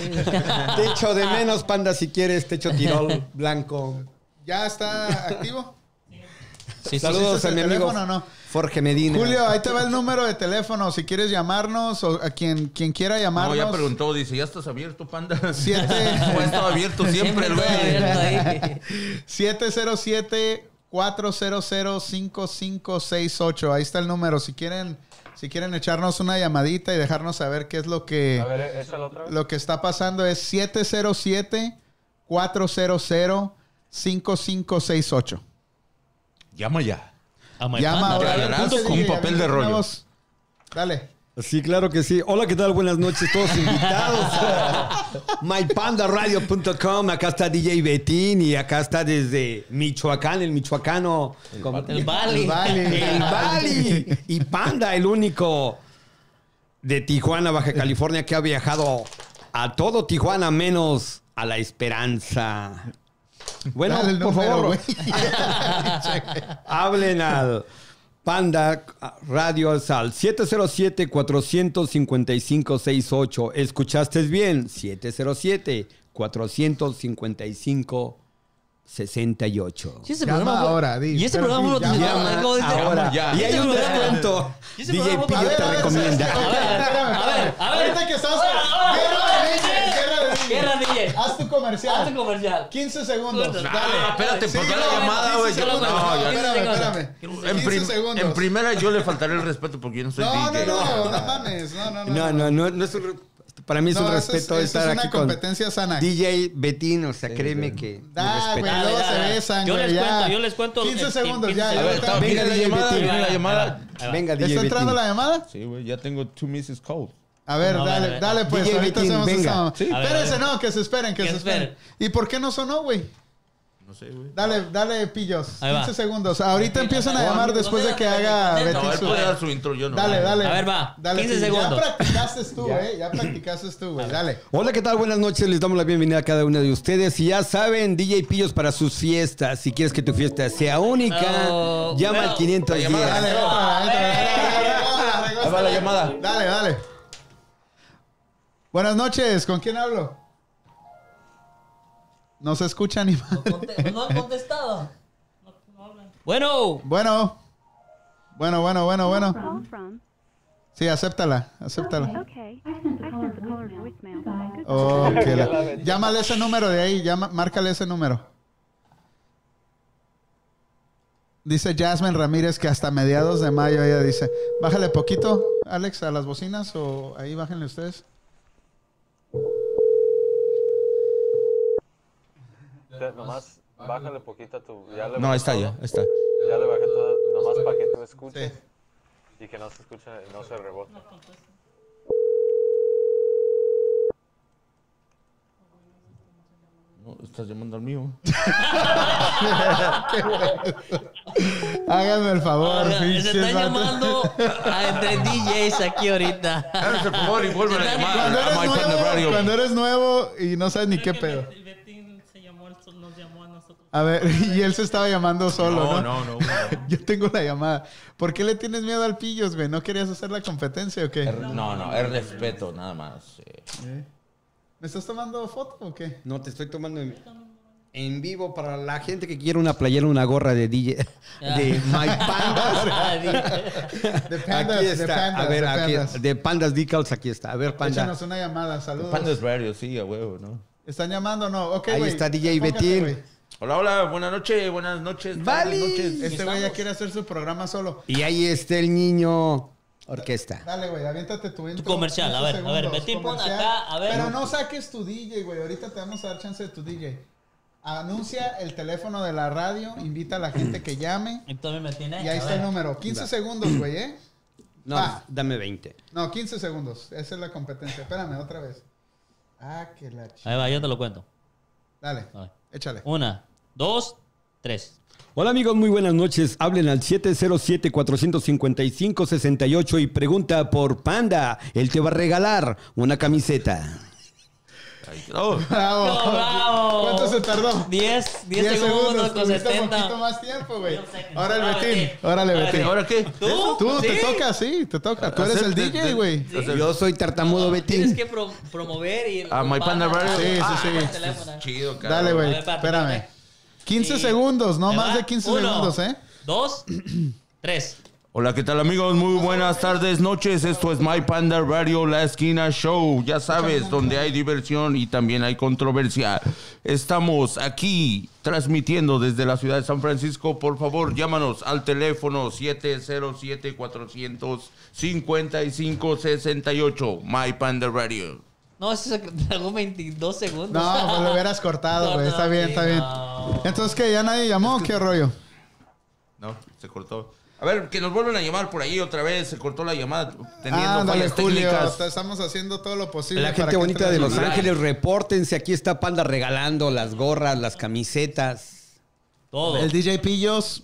Speaker 8: echo de menos, panda, si quieres. Te echo tirol blanco.
Speaker 1: ¿Ya está activo?
Speaker 5: Sí, sí, sí.
Speaker 8: Saludos
Speaker 1: sí,
Speaker 8: a
Speaker 1: sí,
Speaker 8: mi
Speaker 1: el
Speaker 8: amigo
Speaker 1: teléfono, ¿no?
Speaker 8: Jorge Medina.
Speaker 1: Julio, ahí te va el número de teléfono. Si quieres llamarnos o a quien, quien quiera
Speaker 4: No,
Speaker 1: llamarnos.
Speaker 4: ya preguntó, dice, ¿ya estás abierto, panda? Sí.
Speaker 1: Siete-
Speaker 4: Ha estado abierto siempre, el
Speaker 5: todo abierto
Speaker 4: güey.
Speaker 5: ahí.
Speaker 1: 707-400-5568. Ahí está el número. Si quieren, si quieren echarnos una llamadita y dejarnos saber qué es lo que,
Speaker 7: A ver, échalo otra vez.
Speaker 1: lo que está pasando, es 707-400-5568.
Speaker 4: Llama ya.
Speaker 5: A my
Speaker 1: Llama
Speaker 5: panda,
Speaker 1: ahora.
Speaker 4: ya ganarás
Speaker 1: Entonces,
Speaker 4: con
Speaker 1: DJ,
Speaker 4: papel de
Speaker 1: avienta
Speaker 4: rollo.
Speaker 1: una voz. Dale.
Speaker 8: Sí, claro que sí. Hola, ¿qué tal? Buenas noches, todos invitados. MyPandaRadio.com. Acá está DJ Betín y acá está desde Michoacán, el michoacano. Como-
Speaker 5: El Bali.
Speaker 1: El Bali.
Speaker 8: El Bali y Panda, el único de Tijuana, Baja California, que ha viajado a todo Tijuana menos a la Esperanza. Bueno,
Speaker 1: Dale el
Speaker 8: por
Speaker 1: número,
Speaker 8: favor,
Speaker 1: güey.
Speaker 8: hablen al Panda Radio es al 707-455-68. ¿Escuchaste bien? 707-455-68.
Speaker 5: Sí, ese
Speaker 1: Llama
Speaker 5: programa fue-
Speaker 1: ahora, di,
Speaker 5: Y ese
Speaker 1: pero
Speaker 5: programa
Speaker 1: di,
Speaker 5: lo
Speaker 1: llama
Speaker 5: algo de-
Speaker 8: Ahora,
Speaker 4: ya.
Speaker 8: y hay un
Speaker 5: Ese programa-
Speaker 8: descuento.
Speaker 5: Y ese
Speaker 8: DJ
Speaker 5: programa-
Speaker 1: A
Speaker 8: Pillo
Speaker 1: ver,
Speaker 8: te
Speaker 1: a ver,
Speaker 8: recomienda.
Speaker 1: espérate,
Speaker 5: A
Speaker 1: espérame,
Speaker 5: ver,
Speaker 1: espérame.
Speaker 5: a ver.
Speaker 1: Ahorita que estamos.
Speaker 5: Ah, ah, ah,
Speaker 1: Guerra de DJs, guerra
Speaker 5: Guerra
Speaker 1: de DJs.
Speaker 5: DJ.
Speaker 1: Haz tu comercial.
Speaker 5: Haz tu comercial.
Speaker 1: 15 segundos.
Speaker 5: Puta,
Speaker 1: Dale.
Speaker 4: Ah, espérate,
Speaker 1: Sí,
Speaker 4: ¿por qué
Speaker 1: no,
Speaker 4: la
Speaker 1: no,
Speaker 4: llamada,
Speaker 1: 15
Speaker 4: güey? Yo-
Speaker 1: segundos.
Speaker 4: No, ya.
Speaker 1: espérame,
Speaker 5: segundos.
Speaker 1: espérame.
Speaker 4: En,
Speaker 1: 15
Speaker 4: prim-
Speaker 1: segundos.
Speaker 4: en primera yo le faltaré el respeto porque yo no soy Ah,
Speaker 1: No, no,
Speaker 4: DJ.
Speaker 1: no, no mames. No, no, no.
Speaker 8: No, no, no, no es un, re- para mí es
Speaker 1: No,
Speaker 8: un
Speaker 1: eso es-
Speaker 8: respeto
Speaker 1: eso es
Speaker 8: estar
Speaker 1: una
Speaker 8: aquí con
Speaker 1: competencia sana.
Speaker 8: DJ Betín, o sea, créeme que mi
Speaker 1: Da,
Speaker 8: respeto.
Speaker 1: güey,
Speaker 5: Dale,
Speaker 1: luego se
Speaker 5: dale.
Speaker 1: besan,
Speaker 5: Yo
Speaker 1: güey,
Speaker 5: les
Speaker 1: ya.
Speaker 5: cuento, yo les cuento
Speaker 1: 15
Speaker 5: el-
Speaker 1: segundos,
Speaker 5: el-
Speaker 1: ya.
Speaker 4: A
Speaker 1: ya
Speaker 4: ver,
Speaker 1: está.
Speaker 4: estaba-
Speaker 8: Venga,
Speaker 4: viene la
Speaker 8: DJ
Speaker 4: llamada,
Speaker 8: Betín.
Speaker 4: viene la llamada.
Speaker 5: Ahí va.
Speaker 8: Venga, DJ
Speaker 1: ¿Está
Speaker 8: Betín.
Speaker 1: entrando la llamada?
Speaker 4: Sí, güey, ya tengo two misses cold.
Speaker 1: A ver,
Speaker 5: No,
Speaker 1: dale,
Speaker 5: vale, vale.
Speaker 1: dale, pues.
Speaker 8: DJ
Speaker 1: ahorita
Speaker 8: Betín,
Speaker 1: hacemos
Speaker 8: venga.
Speaker 1: esa-
Speaker 4: Sí.
Speaker 5: A ver, a
Speaker 1: Espérense,
Speaker 5: ver.
Speaker 1: no, que se esperen, que
Speaker 5: Que
Speaker 1: se
Speaker 5: se
Speaker 1: esperen.
Speaker 5: esperen.
Speaker 1: ¿Y por qué no sonó, güey?
Speaker 4: No sé, güey.
Speaker 1: Dale, dale, pillos.
Speaker 5: Ahí va.
Speaker 1: 15 segundos. Ahorita
Speaker 5: Sí,
Speaker 1: empiezan a
Speaker 5: no,
Speaker 1: llamar
Speaker 5: no,
Speaker 1: después
Speaker 5: no,
Speaker 1: de que
Speaker 5: no,
Speaker 1: haga
Speaker 5: no,
Speaker 1: Betín
Speaker 4: No, él
Speaker 1: su-
Speaker 4: puede dar su intro, yo no.
Speaker 1: Dale, dale.
Speaker 5: A ver, va. 15
Speaker 1: pillo.
Speaker 5: segundos.
Speaker 1: Ya practicaste tú, güey. Ya practicaste tú, güey. Dale.
Speaker 8: Hola, ¿qué tal? Buenas noches, les damos la bienvenida a cada uno de ustedes. Y ya saben, DJ Pillos para sus fiestas. Si quieres que tu fiesta sea única,
Speaker 5: No,
Speaker 8: llama
Speaker 5: no.
Speaker 8: al 510.
Speaker 4: La llamada,
Speaker 1: Dale,
Speaker 5: No,
Speaker 1: otra,
Speaker 5: a
Speaker 1: otra,
Speaker 5: ver.
Speaker 1: otra, otra, otra,
Speaker 4: Ahí va la
Speaker 1: otra.
Speaker 4: llamada.
Speaker 1: Dale, dale. Buenas noches, ¿con quién hablo? No se escucha ni madre.
Speaker 5: Conte- No han contestado. Bueno,
Speaker 1: Bueno. Bueno, bueno, bueno, bueno.
Speaker 9: Call from.
Speaker 1: Sí, acéptala, acéptala.
Speaker 9: Okay. I sent the caller voicemail. Goodbye.
Speaker 1: Oh, que la- Llámale ese número de ahí, llama, márcale ese número. Dice Jasmine Ramírez que hasta mediados de mayo ella dice, bájale poquito, Alex, a las bocinas o ahí bájenle ustedes.
Speaker 7: Te- Nomás bájale poquito a tu. Ya le
Speaker 4: No,
Speaker 7: bajé
Speaker 4: ahí está
Speaker 7: todo.
Speaker 4: ya, ahí está.
Speaker 7: Ya le bajé todo. Nomás para que tú escuches.
Speaker 1: Sí.
Speaker 7: Y que no se escuche, no se rebote.
Speaker 4: No, estás llamando al mío.
Speaker 1: Háganme el favor,
Speaker 5: se
Speaker 1: pinches
Speaker 5: están
Speaker 1: vatos.
Speaker 5: llamando a entre DJs aquí ahorita.
Speaker 4: Háganse el favor y vuelvan a llamar
Speaker 1: Cuando
Speaker 4: a
Speaker 1: eres,
Speaker 4: My Panda
Speaker 1: nuevo,
Speaker 4: Radio.
Speaker 1: cuando eres nuevo y no sabes ni
Speaker 6: Creo
Speaker 1: qué
Speaker 6: que
Speaker 1: pedo.
Speaker 6: Bet- Betín se llamó, nos llamó a nosotros.
Speaker 1: A ver, y él se estaba llamando solo, ¿no?
Speaker 4: No, no, no. güey.
Speaker 1: Yo tengo la llamada. ¿Por qué le tienes miedo al pillos, güey? ¿No querías hacer la competencia o qué?
Speaker 4: No, no, es respeto, nada más. eh.
Speaker 1: ¿Me estás tomando foto o qué?
Speaker 8: No, te estoy tomando en, en vivo para la gente que quiere una playera, una gorra de DJ, de My
Speaker 5: Ah,
Speaker 8: Pandas.
Speaker 1: De pandas,
Speaker 8: aquí
Speaker 1: de
Speaker 8: está.
Speaker 1: pandas,
Speaker 8: a ver,
Speaker 1: de
Speaker 8: aquí,
Speaker 1: pandas.
Speaker 8: de Pandas Decals, aquí está. A ver, Panda.
Speaker 1: Échanos una llamada, saludos.
Speaker 4: Pandas Radio, sí, a huevo, ¿no?
Speaker 1: ¿Están llamando o no? Ok,
Speaker 8: Ahí
Speaker 1: güey.
Speaker 8: está DJ
Speaker 1: Enfócate,
Speaker 8: Betín.
Speaker 1: güey.
Speaker 4: Hola, hola, buenas noches, buenas noches. tardes,
Speaker 8: Vali.
Speaker 4: noches.
Speaker 1: Este güey ya quiere hacer su programa solo.
Speaker 8: Y ahí está el niño orquesta.
Speaker 1: Dale, güey, aviéntate tu intro.
Speaker 5: Tu comercial, a ver,
Speaker 1: Cinco
Speaker 5: a ver,
Speaker 1: segundos,
Speaker 5: Betty, pon
Speaker 1: comercial.
Speaker 5: acá, a ver.
Speaker 1: Pero no saques tu DJ, güey. Ahorita te vamos a dar chance de tu DJ. Anuncia el teléfono de la radio, invita a la gente que llame.
Speaker 5: Y también me tiene.
Speaker 1: Y
Speaker 5: a
Speaker 1: ahí está
Speaker 5: ver.
Speaker 1: el número. 15 segundos, güey, ¿eh?
Speaker 8: No,
Speaker 1: Va.
Speaker 8: dame 20.
Speaker 1: No, 15 segundos. Esa es la competencia. Espérame, otra vez. Ah, que la ch...
Speaker 5: Ahí va, yo te lo cuento.
Speaker 1: Dale,
Speaker 5: A ver.
Speaker 1: échale.
Speaker 5: Una, dos, tres.
Speaker 8: Hola amigos, muy buenas noches. Hablen al 707-455-68 y pregunta por Panda. Él te va a regalar una camiseta.
Speaker 4: Ahí quedó.
Speaker 1: Bravo.
Speaker 5: ¡Oh, bravo!
Speaker 1: ¿Cuánto se tardó?
Speaker 5: 10, 10
Speaker 1: Diez
Speaker 5: segundos con
Speaker 1: tuviste un
Speaker 5: 70.
Speaker 1: poquito más tiempo, güey.
Speaker 5: Diez segundos.
Speaker 1: Ahora el
Speaker 5: Órale.
Speaker 1: Betín.
Speaker 5: Órale.
Speaker 1: Órale, Betín.
Speaker 4: ¿Ahora qué?
Speaker 5: ¿Tú?
Speaker 1: Tú te
Speaker 5: Sí.
Speaker 1: toca, sí, te toca. Tú eres el
Speaker 4: Hacer- de-
Speaker 1: DJ,
Speaker 4: de-
Speaker 1: güey.
Speaker 4: hacer-
Speaker 8: Yo soy tartamudo
Speaker 5: Tienes
Speaker 8: Betín.
Speaker 5: que pro- promover y. Ah,
Speaker 4: Ah, My Panda Radio.
Speaker 1: Sí, sí, sí.
Speaker 5: el teléfono.
Speaker 4: Chido, cara.
Speaker 1: Dale,
Speaker 5: A
Speaker 1: güey.
Speaker 5: ver, espérate,
Speaker 1: Espérame.
Speaker 5: espérate.
Speaker 1: 15
Speaker 5: Sí.
Speaker 1: segundos, no
Speaker 5: Ahí
Speaker 1: más
Speaker 5: va.
Speaker 1: de 15
Speaker 5: Uno,
Speaker 1: segundos, ¿eh?
Speaker 5: Dos, tres.
Speaker 4: Hola, ¿qué tal amigos? Muy buenas tardes, noches. Esto es My Panda Radio, La Esquina Show. Ya sabes, donde hay diversión y también hay controversia. Estamos aquí transmitiendo desde la ciudad de San Francisco. Por favor, llámanos al teléfono 707-455-68. My Panda Radio.
Speaker 5: No, eso se tragó 22 segundos.
Speaker 1: No, pues lo hubieras cortado, güey. Está bien, está bien.
Speaker 5: No.
Speaker 1: Entonces, ¿qué? ¿Ya nadie llamó? o ¿Qué rollo?
Speaker 4: No, se cortó. A ver, que nos vuelven a llamar por ahí otra vez. Se cortó la llamada teniendo
Speaker 1: Ah, dale,
Speaker 4: fallas
Speaker 1: Julio.
Speaker 4: técnicas.
Speaker 1: Estamos haciendo todo lo posible.
Speaker 8: La
Speaker 1: para
Speaker 8: gente
Speaker 1: que
Speaker 8: bonita
Speaker 1: te-
Speaker 8: de Los
Speaker 4: Like.
Speaker 8: Ángeles, repórtense. Aquí está Panda regalando las gorras, las camisetas.
Speaker 5: Todo.
Speaker 1: El DJ Pillos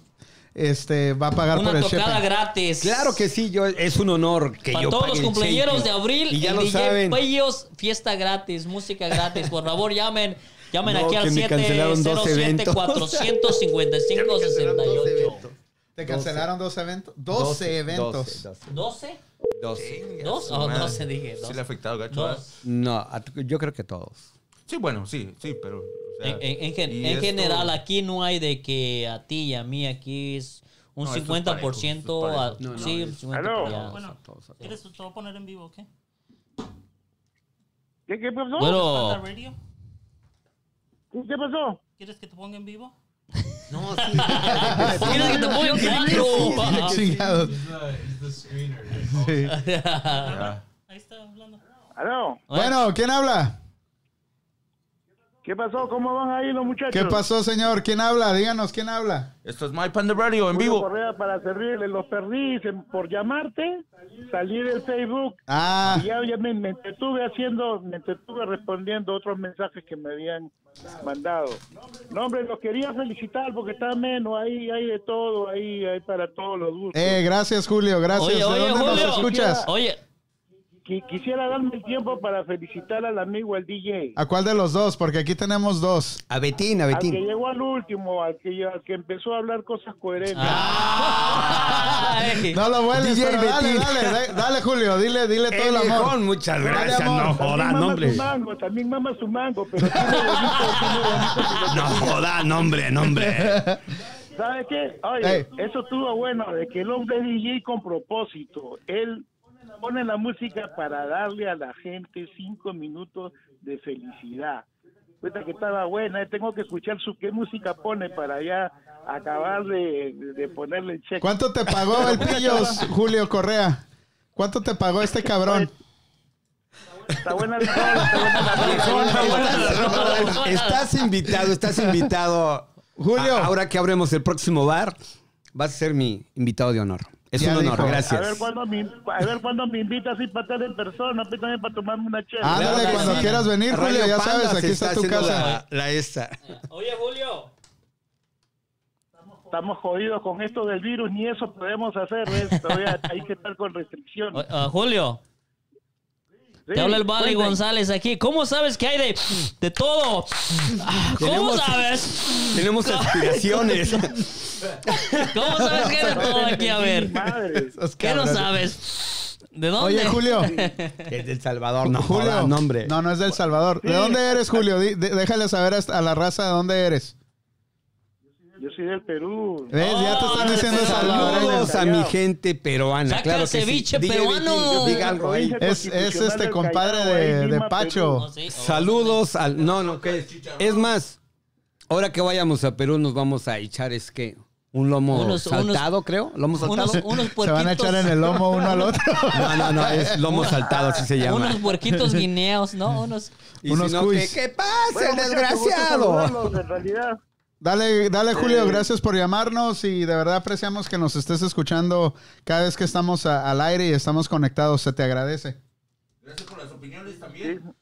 Speaker 1: este, va a pagar por
Speaker 5: Una
Speaker 1: el
Speaker 5: tocada
Speaker 1: shipping.
Speaker 5: gratis.
Speaker 8: Claro que sí, yo, es un honor que
Speaker 5: Para
Speaker 8: yo
Speaker 5: todos
Speaker 8: pague
Speaker 5: los
Speaker 8: el
Speaker 5: cumpleaños
Speaker 8: shaping.
Speaker 5: de abril,
Speaker 8: Y ya
Speaker 5: el
Speaker 8: lo
Speaker 5: DJ
Speaker 8: saben.
Speaker 5: Pellos, fiesta gratis, música gratis. Por favor, llamen. Llamen
Speaker 8: No,
Speaker 5: aquí al
Speaker 8: que me cancelaron dos eventos.
Speaker 5: 707-455-68.
Speaker 1: Te cancelaron dos eventos. 12, eventos.
Speaker 5: 12,
Speaker 8: Doce.
Speaker 5: ¿Dos?
Speaker 4: Ya, su
Speaker 5: Oh,
Speaker 4: madre.
Speaker 5: doce dije,
Speaker 4: Sí
Speaker 5: doce.
Speaker 4: le ha afectado, gacho. ¿verdad?
Speaker 5: dos.
Speaker 8: No, a tu- yo creo que todos.
Speaker 4: Sí, bueno, sí, sí, pero... o sea,
Speaker 5: En, en- en gen-
Speaker 4: y
Speaker 5: en
Speaker 4: esto-
Speaker 5: general, aquí no hay de que a ti y a mí, aquí es un
Speaker 4: No, esto es
Speaker 5: 50%.
Speaker 4: parejo,
Speaker 5: a-
Speaker 4: esto
Speaker 8: es parejo.
Speaker 5: sí,
Speaker 8: No, no,
Speaker 5: un 50%. ya.
Speaker 6: Bueno, ¿quieres te voy a poner en vivo, ok?
Speaker 10: ¿Qué, qué pasó?
Speaker 5: Bueno,
Speaker 6: Panda Radio,
Speaker 10: ¿Qué, qué pasó?
Speaker 6: ¿quieres que te ponga en vivo?
Speaker 5: mira que te pongo en cuatro.
Speaker 1: Chingados.
Speaker 2: He's the, he's the screener.
Speaker 1: Sí.
Speaker 4: Ya.
Speaker 6: Ahí está hablando.
Speaker 10: Aló,
Speaker 1: Bueno, ¿quién habla?
Speaker 10: ¿qué pasó? ¿Cómo van ahí los muchachos?
Speaker 1: ¿Qué pasó, señor? ¿Quién habla? Díganos, ¿quién habla?
Speaker 4: Esto es My Panda Radio en
Speaker 10: Julio
Speaker 4: vivo.
Speaker 10: Correa para servirle, los perdí se- por llamarte, salí del Facebook
Speaker 1: Ah,
Speaker 10: y ya, ya me, me entretuve haciendo, me entretuve respondiendo otros mensajes que me habían mandado. No, hombre, los quería felicitar porque está menos, ahí hay de todo, ahí hay para todos los gustos.
Speaker 1: eh, gracias, Julio. Gracias.
Speaker 5: Oye,
Speaker 1: ¿De
Speaker 5: oye,
Speaker 1: dónde
Speaker 5: Julio.
Speaker 1: nos escuchas?
Speaker 5: Oye,
Speaker 10: Qui- quisiera darme el tiempo para felicitar al amigo, al DJ.
Speaker 1: ¿A cuál de los dos? Porque aquí tenemos dos.
Speaker 8: A Betín, a
Speaker 10: Al que
Speaker 8: Betín.
Speaker 10: llegó al último, al que, al que empezó a hablar cosas coherentes.
Speaker 6: Ah, eh.
Speaker 5: ay.
Speaker 1: No lo vuelves,
Speaker 8: DJ
Speaker 1: pero dale,
Speaker 8: Betín.
Speaker 1: dale, dale, dale, Julio, dile, dile todo el amor.
Speaker 8: muchas
Speaker 1: Eh, gracias, no
Speaker 10: También mama su mango, también mama su mango, pero tiene bonito, tiene bonito.
Speaker 8: No jodan, hombre, no, hombre.
Speaker 10: ¿Sabe qué? Oye,
Speaker 1: Ey.
Speaker 10: eso estuvo bueno, de que el hombre es DJ con propósito. Él pone la música para darle a la gente cinco minutos de felicidad. Cuenta que estaba buena, eh, tengo que escuchar su qué música pone para ya acabar de, de ponerle el cheque.
Speaker 1: ¿Cuánto te pagó el pillos, Julio Correa? ¿Cuánto te pagó este cabrón?
Speaker 10: Está buena la rola, está buena la rola.
Speaker 8: Estás invitado, estás invitado.
Speaker 1: Julio.
Speaker 8: A- ahora que abremos el próximo bar, vas a ser mi invitado de honor. Es
Speaker 1: Ya
Speaker 8: un honor,
Speaker 1: dijo.
Speaker 10: A ver
Speaker 8: gracias.
Speaker 10: cuándo me, a ver cuándo me invitas así para estar en persona, pues, también para tomarme una chévere.
Speaker 1: Ándale,
Speaker 8: Claro que
Speaker 1: cuando
Speaker 8: sí.
Speaker 1: quieras venir,
Speaker 8: Radio
Speaker 1: Julio, ya
Speaker 8: Panda
Speaker 1: sabes,
Speaker 8: se
Speaker 1: aquí está tu
Speaker 8: haciendo
Speaker 1: casa.
Speaker 8: La, la esta.
Speaker 5: Oye, Julio.
Speaker 10: Estamos jodidos con esto del virus, ni eso podemos hacer. ¿ves? Todavía hay que estar con restricciones.
Speaker 5: O- ah, Julio, te
Speaker 10: Sí,
Speaker 5: habla el Bali
Speaker 10: cuenten.
Speaker 5: González aquí. ¿Cómo sabes que hay de, de todo? Ah, ¿Cómo
Speaker 8: Tenemos-
Speaker 5: sabes?
Speaker 8: Tenemos aspiraciones.
Speaker 5: ¿Cómo sabes que hay de todo aquí? A ver,
Speaker 10: Madre.
Speaker 1: Esos
Speaker 5: ¿qué no
Speaker 1: cabrones.
Speaker 5: sabes? ¿De dónde?
Speaker 1: Oye, Julio.
Speaker 8: Es del Salvador, no
Speaker 1: Julio.
Speaker 8: jodan, hombre.
Speaker 1: No, no es del Salvador. ¿De dónde eres, Julio? Di- de- déjale saber a a la raza de dónde eres.
Speaker 10: Yo soy del Perú.
Speaker 1: ¿Ves? ya te están
Speaker 5: Oh,
Speaker 1: diciendo
Speaker 5: respeto.
Speaker 1: salvadoreño.
Speaker 8: Saludos a mi gente peruana.
Speaker 5: Saca
Speaker 8: claro
Speaker 5: el
Speaker 8: que sí.
Speaker 5: ceviche
Speaker 8: Diga,
Speaker 5: peruano.
Speaker 8: Vicky, Diga algo ahí.
Speaker 1: Es, es este compadre de, de Pacho.
Speaker 5: No, sí, oh.
Speaker 8: Saludos al. No, no, que. Es más, Ahora que vayamos a Perú, nos vamos a echar es que un lomo
Speaker 5: Unos-
Speaker 8: saltado, creo. Lomo saltado.
Speaker 5: Unos, unos
Speaker 1: Se van a
Speaker 5: puerquitos-
Speaker 1: echar en el lomo uno al otro.
Speaker 8: No, no, no, es lomo saltado, así se llama.
Speaker 5: Unos puerquitos guineos, ¿no? Unos.
Speaker 8: Y si
Speaker 1: unos
Speaker 8: no,
Speaker 1: cuis.
Speaker 8: ¿qué, qué pasa,
Speaker 10: Bueno,
Speaker 8: el
Speaker 10: muchachos, gusto
Speaker 8: desgraciado?
Speaker 10: saludarlos, En realidad,
Speaker 1: Dale, dale Julio,
Speaker 10: Eh.
Speaker 1: gracias por llamarnos y de verdad apreciamos que nos estés escuchando cada vez que estamos a- al aire y estamos conectados. Se te agradece.
Speaker 4: Gracias por las opiniones también.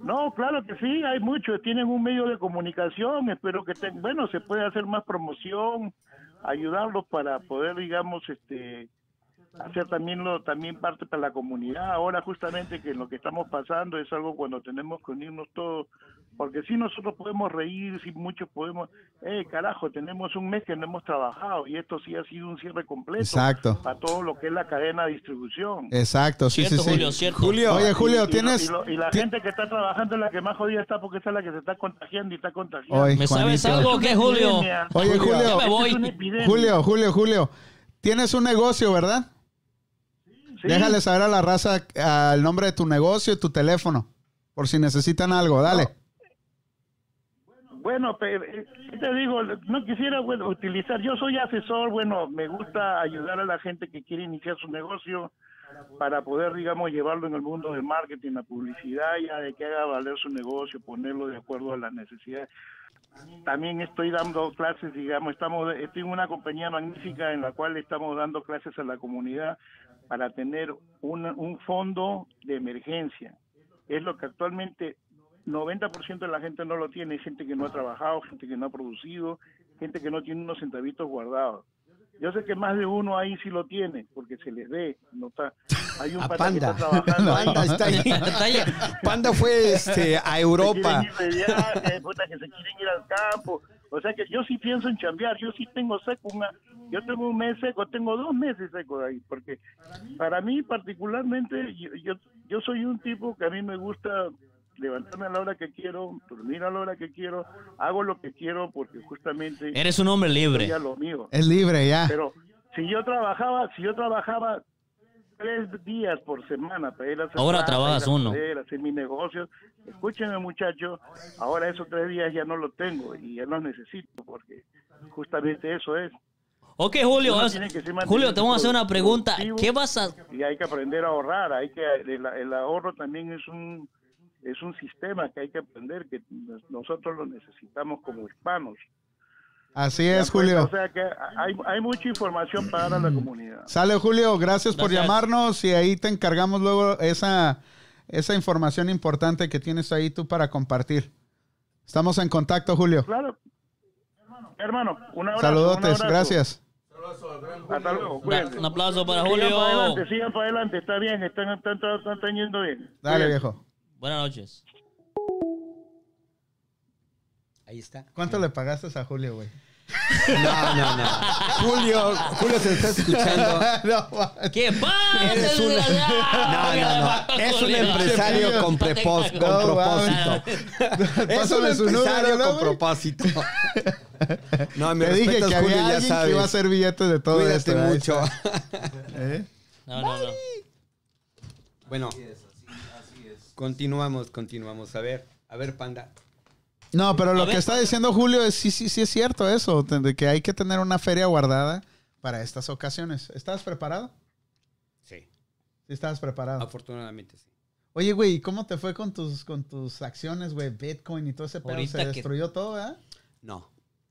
Speaker 10: No, claro que sí, hay muchos, tienen un medio de comunicación, espero que tengan, bueno, se puede hacer más promoción, ayudarlos para poder, digamos, este hacer también lo también parte para la comunidad. Ahora justamente que lo que estamos pasando es algo cuando tenemos que unirnos todos, porque si nosotros podemos reír, si muchos podemos, eh, carajo, tenemos un mes que no hemos trabajado y esto sí ha sido un cierre completo
Speaker 1: Exacto.
Speaker 10: para todo lo que es la cadena de distribución.
Speaker 1: Exacto, sí,
Speaker 5: Cierto,
Speaker 1: sí, sí.
Speaker 5: Julio, cierto.
Speaker 1: Oye,
Speaker 10: Y
Speaker 1: Julio,
Speaker 10: lo-
Speaker 1: tienes.
Speaker 10: Y, lo- y la
Speaker 1: ti-
Speaker 10: gente que está trabajando es la que más jodida está porque esa es la que se está contagiando y está contagiando.
Speaker 1: Oye,
Speaker 5: ¿Me sabes
Speaker 1: Juanito.
Speaker 5: algo o qué, Julio?
Speaker 10: Epidemia.
Speaker 1: Oye,
Speaker 5: Ya
Speaker 1: Julio,
Speaker 5: me voy.
Speaker 10: este Es una epidemia.
Speaker 1: Julio, Julio, Julio. Tienes un negocio, ¿verdad?
Speaker 10: Sí.
Speaker 1: Déjale saber a la raza ah, el nombre de tu negocio y tu teléfono. Por si necesitan algo, dale.
Speaker 10: Bueno, pero, eh, ¿qué te digo? No quisiera bueno, utilizar. Yo soy asesor, bueno, me gusta ayudar a la gente que quiere iniciar su negocio para poder, digamos, llevarlo en el mundo del marketing, la publicidad, ya de que haga valer su negocio, ponerlo de acuerdo a las necesidades. También estoy dando clases, digamos, estamos, estoy en una compañía magnífica en la cual estamos dando clases a la comunidad para tener un, un fondo de emergencia. Es lo que actualmente 90% de la gente no lo tiene, gente que no ha trabajado, gente que no ha producido, gente que no tiene unos centavitos guardados. Yo sé que más de uno ahí sí lo tiene, porque se les ve, no está. Hay un
Speaker 8: A
Speaker 10: pata que
Speaker 8: Panda.
Speaker 10: está trabajando.
Speaker 8: Panda está ahí. Panda fue este, a Europa.
Speaker 10: Se quieren ir de viaje, puta, que se quieren ir al campo. O sea que yo sí pienso en chambear, yo sí tengo seco, una, yo tengo un mes seco, tengo dos meses seco de ahí, porque para mí particularmente, yo, yo, yo soy un tipo que a mí me gusta levantarme a la hora que quiero, dormir a la hora que quiero, hago lo que quiero porque justamente
Speaker 5: Eres un hombre libre.
Speaker 10: soy a lo mío.
Speaker 1: Es libre ya.
Speaker 10: Pero si yo trabajaba, si yo trabajaba tres días por semana para ir a hacer
Speaker 5: Ahora
Speaker 10: plata,
Speaker 5: trabajas
Speaker 10: ir a
Speaker 5: uno.
Speaker 10: joder, hacer mis negocios, escúchenme muchachos, ahora esos tres días ya no los tengo y ya los necesito porque justamente eso es.
Speaker 5: Ok, Julio.
Speaker 10: Uno
Speaker 5: vamos-
Speaker 10: tiene que ser más
Speaker 5: Julio, te vamos a hacer una pregunta.
Speaker 10: productivo.
Speaker 5: ¿Qué vas a.?
Speaker 10: Y hay que aprender a ahorrar, hay que el, el ahorro también es un es un sistema que hay que aprender que nos- nosotros lo necesitamos como hispanos.
Speaker 1: Así
Speaker 10: ¿Te
Speaker 1: es,
Speaker 10: das cuenta?
Speaker 1: Julio.
Speaker 10: O sea que hay, hay mucha información para dar a la comunidad.
Speaker 1: Sale, Julio, gracias por
Speaker 5: Gracias.
Speaker 1: llamarnos y ahí te encargamos luego esa, esa información importante que tienes ahí tú para compartir. Estamos en contacto, Julio.
Speaker 10: Claro. Hermano, un abrazo. un
Speaker 1: Saludotes,
Speaker 10: abrazo.
Speaker 1: gracias.
Speaker 10: Hasta luego,
Speaker 5: Da-
Speaker 10: cuídense.
Speaker 5: un aplauso para
Speaker 10: Sigan para adelante,
Speaker 5: Julio.
Speaker 10: sigan para adelante, está bien, están, están, están, están yendo bien.
Speaker 1: Dale, viejo.
Speaker 5: Buenas noches.
Speaker 8: Ahí está.
Speaker 1: ¿Cuánto le pagaste a Julio, güey?
Speaker 8: No, no, no. Julio, Julio se está escuchando.
Speaker 1: No, ma-
Speaker 5: ¿Qué pasa?
Speaker 8: Eres un- No, no, no. Es un empresario con, prepos- con
Speaker 1: No,
Speaker 8: propósito. Es un
Speaker 1: Pásame su número,
Speaker 8: empresario
Speaker 1: ¿no,
Speaker 8: con
Speaker 1: güey?
Speaker 8: propósito. No, me
Speaker 1: Te dije
Speaker 8: respetas,
Speaker 1: que había
Speaker 8: Julio, ya
Speaker 1: alguien que
Speaker 8: sabes.
Speaker 1: iba a hacer billetes de todo
Speaker 8: Cuídate
Speaker 1: esto. ahí
Speaker 8: mucho.
Speaker 1: está. ¿Eh?
Speaker 5: No, no, no.
Speaker 8: Bueno, continuamos, continuamos. A ver, a ver, panda.
Speaker 1: No, pero lo
Speaker 5: A
Speaker 1: que
Speaker 5: ver.
Speaker 1: está diciendo Julio es sí, sí, sí es cierto eso, de que hay que tener una feria guardada para estas ocasiones. ¿Estás preparado?
Speaker 8: Sí.
Speaker 1: Sí, estabas preparado.
Speaker 8: Afortunadamente sí.
Speaker 1: Oye, güey, ¿y ¿cómo te fue con tus, con tus acciones, güey? Bitcoin y todo ese pedo.
Speaker 5: Ahorita
Speaker 1: Se
Speaker 5: que-
Speaker 1: destruyó todo, ¿verdad?
Speaker 8: No.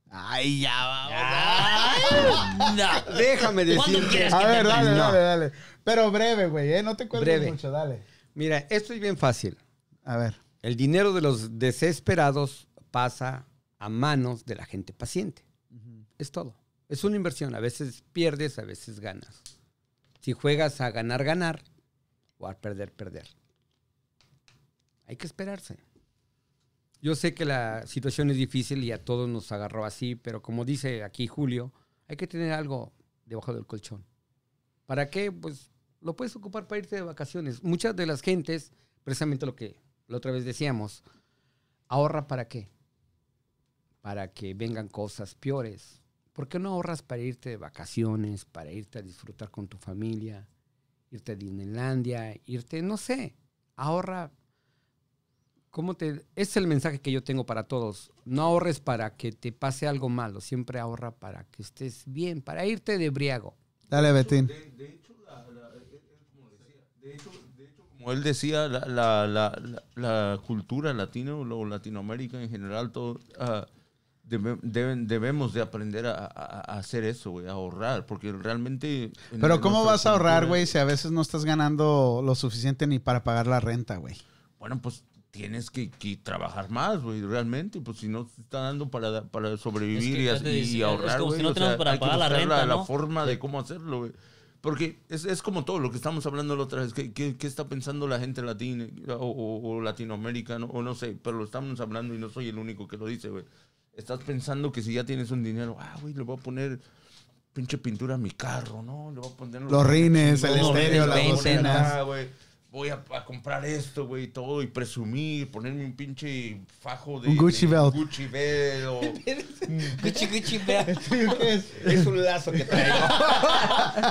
Speaker 5: Ay, ya vamos. No.
Speaker 8: Déjame
Speaker 5: ¿Cuándo
Speaker 8: decirte.
Speaker 5: quieres
Speaker 1: A
Speaker 5: que
Speaker 1: ver,
Speaker 5: te-
Speaker 1: dale,
Speaker 8: No.
Speaker 1: dale, dale. Pero breve, güey, ¿eh? No te cuelgues
Speaker 8: Breve.
Speaker 1: mucho, dale.
Speaker 8: Mira, esto es bien fácil.
Speaker 1: A ver.
Speaker 8: El dinero de los desesperados pasa a manos de la gente paciente. Es todo. Es una inversión. A veces pierdes, a veces ganas. Si juegas a ganar, ganar. O a perder, perder. Hay que esperarse. Yo sé que la situación es difícil y a todos nos agarró así, pero como dice aquí Julio, hay que tener algo debajo del colchón. ¿Para qué? Pues lo puedes ocupar para irte de vacaciones. Muchas de las gentes, precisamente lo que la otra vez decíamos, ahorra para qué? Para que vengan cosas peores. ¿Por qué no ahorras para irte de vacaciones, para irte a disfrutar con tu familia, irte a Disneylandia, irte, no sé, ahorra ¿Cómo te.? Es el mensaje que yo tengo para todos. No ahorres para que te pase algo malo. Siempre ahorra para que estés bien, para irte de briago.
Speaker 1: Dale, Betín.
Speaker 4: De, de hecho, la- la- él- él como decía, de hecho- de hecho, como él decía, la, la- la- la- la cultura latina o lo- Latinoamérica en general, todo, ah, debe- deben, debemos de aprender a, a- a hacer eso, güey, a ahorrar, porque realmente... en-
Speaker 1: Pero
Speaker 4: en
Speaker 1: ¿cómo
Speaker 4: nuestra
Speaker 1: vas a ahorrar,
Speaker 4: cultura-
Speaker 1: güey, si a veces no estás ganando lo suficiente ni para pagar la renta, güey?
Speaker 4: Bueno, pues tienes que, que trabajar más, güey, realmente, pues si no te está dando para, para sobrevivir
Speaker 5: Es que
Speaker 4: y-
Speaker 5: trate de
Speaker 4: y,
Speaker 5: decir, es
Speaker 4: ahorrar,
Speaker 5: como
Speaker 4: güey,
Speaker 5: si no
Speaker 4: o sea,
Speaker 5: tenemos para
Speaker 4: hay que
Speaker 5: pagar la
Speaker 4: buscar
Speaker 5: renta,
Speaker 4: la
Speaker 5: ¿no?
Speaker 4: forma de cómo hacerlo, güey. Porque es, es como todo lo que estamos hablando la otra vez. ¿Qué, qué, qué está pensando la gente latina o, o- o latinoamericana? O no sé, pero lo estamos hablando y no soy el único que lo dice, güey. Estás pensando que si ya tienes un dinero, ah, güey, le voy a poner pinche pintura a mi carro, ¿no? Le voy a poner
Speaker 1: Los rines,
Speaker 4: Los
Speaker 1: el
Speaker 4: rines,
Speaker 1: estéreo,
Speaker 4: los
Speaker 1: las
Speaker 4: rines,
Speaker 1: bocinas.
Speaker 4: ah, güey, Voy a, a comprar esto, güey, y todo, y presumir, ponerme un pinche fajo de...
Speaker 1: Un Gucci
Speaker 4: de
Speaker 1: belt.
Speaker 4: Gucci belt o-
Speaker 5: Gucci, Gucci, vea.
Speaker 8: Es un lazo que traigo.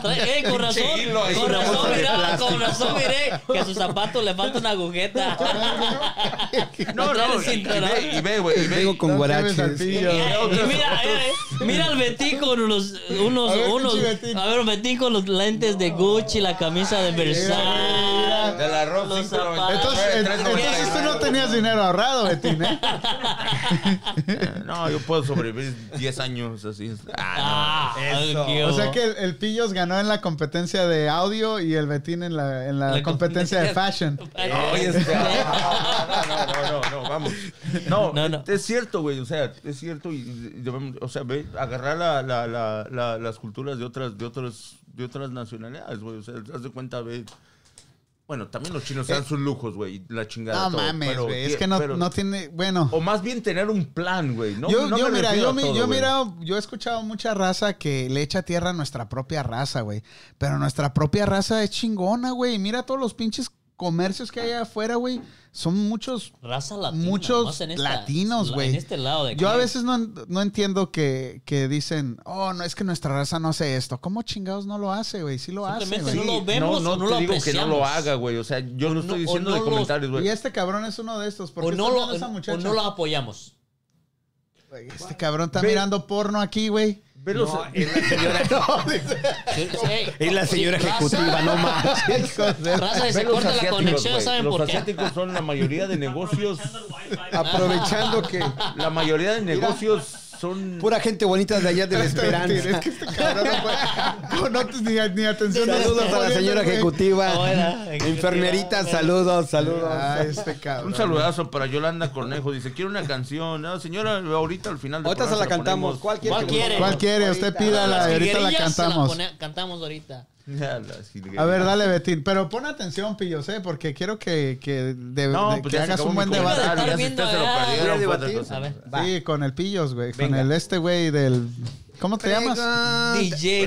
Speaker 5: Trae- eh, con razón,
Speaker 4: Pinche hilo ahí,
Speaker 5: con
Speaker 4: una
Speaker 5: razón,
Speaker 4: bolsa de
Speaker 5: mira, con razón, miré que a sus zapatos le falta una agujeta.
Speaker 4: No, no,
Speaker 5: Trae el
Speaker 4: y, y
Speaker 5: cinturón.
Speaker 4: ve, y ve, güey, y ve.
Speaker 8: Vengo con
Speaker 1: No quemes al
Speaker 8: guaraches.
Speaker 1: pillo.
Speaker 5: Y- y mira, eh, mira al Betín con unos, unos,
Speaker 1: A ver,
Speaker 5: unos,
Speaker 1: pinche Betín.
Speaker 5: a ver, Betín con los lentes de Gucci, la camisa de Versace.
Speaker 4: De la Rob
Speaker 5: Los
Speaker 4: 599,
Speaker 1: Entonces, en- entonces tú no
Speaker 4: 399.
Speaker 1: tenías dinero ahorrado, Betín, ¿eh?
Speaker 4: No, yo puedo sobrevivir 10 años así. es-
Speaker 5: Ah,
Speaker 4: Ah,
Speaker 5: qué
Speaker 1: O sea
Speaker 5: hubo.
Speaker 1: que el, el Pillos ganó en la competencia de audio y el Betín en la, en la
Speaker 5: La
Speaker 1: competencia de fashion.
Speaker 4: no. No, oye, este, ah, no, no, no, no, no, vamos. No,
Speaker 5: No, no.
Speaker 4: es cierto, güey, o sea, es cierto y, y debemos, o sea, ve, agarrar la, la, la, la- las culturas de otras, de otras, de otras nacionalidades, güey, o sea, haz de cuenta, ve. Bueno, también los chinos se dan sus lujos, güey, y la chingada.
Speaker 1: Eh, No
Speaker 4: todo,
Speaker 1: mames,
Speaker 4: pero-
Speaker 1: güey. Es que no,
Speaker 4: pero-
Speaker 1: no tiene. Bueno.
Speaker 4: O más bien tener un plan, güey. No,
Speaker 1: yo,
Speaker 4: no
Speaker 1: yo,
Speaker 4: me
Speaker 1: mira,
Speaker 4: refiero
Speaker 1: yo,
Speaker 4: a
Speaker 1: mi-
Speaker 4: todo,
Speaker 1: yo,
Speaker 4: güey.
Speaker 1: mira, yo he escuchado mucha raza que le echa tierra a nuestra propia raza, güey. Pero nuestra propia raza es chingona, güey. Mira todos los pinches comercios que hay afuera, güey. Son muchos.
Speaker 5: Raza latina.
Speaker 1: Muchos
Speaker 5: más en esta-
Speaker 1: latinos,
Speaker 5: la-
Speaker 1: güey.
Speaker 5: En este lado de
Speaker 1: Yo a
Speaker 5: aquí.
Speaker 1: veces no, en- no entiendo que, que dicen, oh, no, es que nuestra raza no hace esto. ¿Cómo chingados no lo hace, güey? Sí lo hace,
Speaker 5: Simplemente
Speaker 1: güey.
Speaker 5: no lo vemos
Speaker 4: no,
Speaker 5: o
Speaker 4: no
Speaker 5: no
Speaker 4: te
Speaker 5: lo
Speaker 4: digo que no lo
Speaker 5: apreciamos.
Speaker 4: haga, güey. O sea, yo no,
Speaker 5: no- o
Speaker 4: estoy diciendo
Speaker 5: no
Speaker 4: de
Speaker 5: los-
Speaker 4: comentarios,
Speaker 1: Y
Speaker 4: güey.
Speaker 1: este cabrón es uno de estos. ¿Por
Speaker 5: O
Speaker 1: qué
Speaker 5: no,
Speaker 1: está
Speaker 5: lo,
Speaker 1: viendo esa
Speaker 5: o
Speaker 1: muchacha?
Speaker 5: no los apoyamos.
Speaker 1: Güey, Este cabrón está
Speaker 4: Ve-
Speaker 1: mirando porno aquí, güey.
Speaker 4: Ve los-
Speaker 5: Sí, sí.
Speaker 8: Es la señora
Speaker 5: Sí, raza-
Speaker 8: ejecutiva, no más.
Speaker 5: Raza y
Speaker 4: ve
Speaker 5: se
Speaker 4: los
Speaker 5: corta la
Speaker 4: asiáticos,
Speaker 5: conexión,
Speaker 4: güey.
Speaker 5: ¿saben
Speaker 4: los
Speaker 5: por qué?
Speaker 4: asiáticos son la mayoría de negocios.
Speaker 8: Aprovechando que
Speaker 4: la mayoría de negocios son.
Speaker 8: pura gente bonita de allá de la
Speaker 1: Es
Speaker 4: Ah,
Speaker 8: esperanza.
Speaker 1: que este cabrón no puede. No, no, ni, ni atención. no está
Speaker 8: Saludos a la
Speaker 1: poniendo,
Speaker 8: señora
Speaker 1: güey.
Speaker 8: ejecutiva.
Speaker 5: Hola, ejecutiva.
Speaker 8: Enfermerita, saludos,
Speaker 1: Ah,
Speaker 8: saludos.
Speaker 1: este cabrón.
Speaker 4: Un saludazo para Yolanda Cornejo. Dice: Quiero una canción. No, señora, ahorita al final. del
Speaker 8: Ahorita se la
Speaker 4: programa
Speaker 8: cantamos.
Speaker 4: ponemos.
Speaker 5: ¿Cuál
Speaker 8: ¿Cuál quiere? que le
Speaker 5: quiere?
Speaker 1: ¿Cuál quiere? Usted pídala y
Speaker 5: Las
Speaker 1: ahorita la
Speaker 5: jilguerillas se las
Speaker 1: cantamos.
Speaker 5: pone- cantamos ahorita.
Speaker 4: Ya, las jilguerillas.
Speaker 1: A ver, dale, Betín. Pero pon atención, Pillos, ¿eh? Porque quiero que, que, de-
Speaker 4: No,
Speaker 1: de-
Speaker 4: pues
Speaker 1: que
Speaker 4: ya se
Speaker 1: hagas
Speaker 4: acabó
Speaker 1: un
Speaker 4: mi
Speaker 1: buen
Speaker 4: comentario,
Speaker 1: debate.
Speaker 5: Estar
Speaker 4: ya se-
Speaker 5: viendo,
Speaker 4: ustedes se lo
Speaker 5: ya.
Speaker 4: perdieron,
Speaker 8: Voy a
Speaker 4: fue otra
Speaker 8: debatir.
Speaker 4: cosa.
Speaker 5: A ver.
Speaker 8: Va.
Speaker 1: Sí, con el Pillos, güey. Con
Speaker 8: Venga.
Speaker 1: el este, güey, del... ¿Cómo te llamas?
Speaker 5: DJ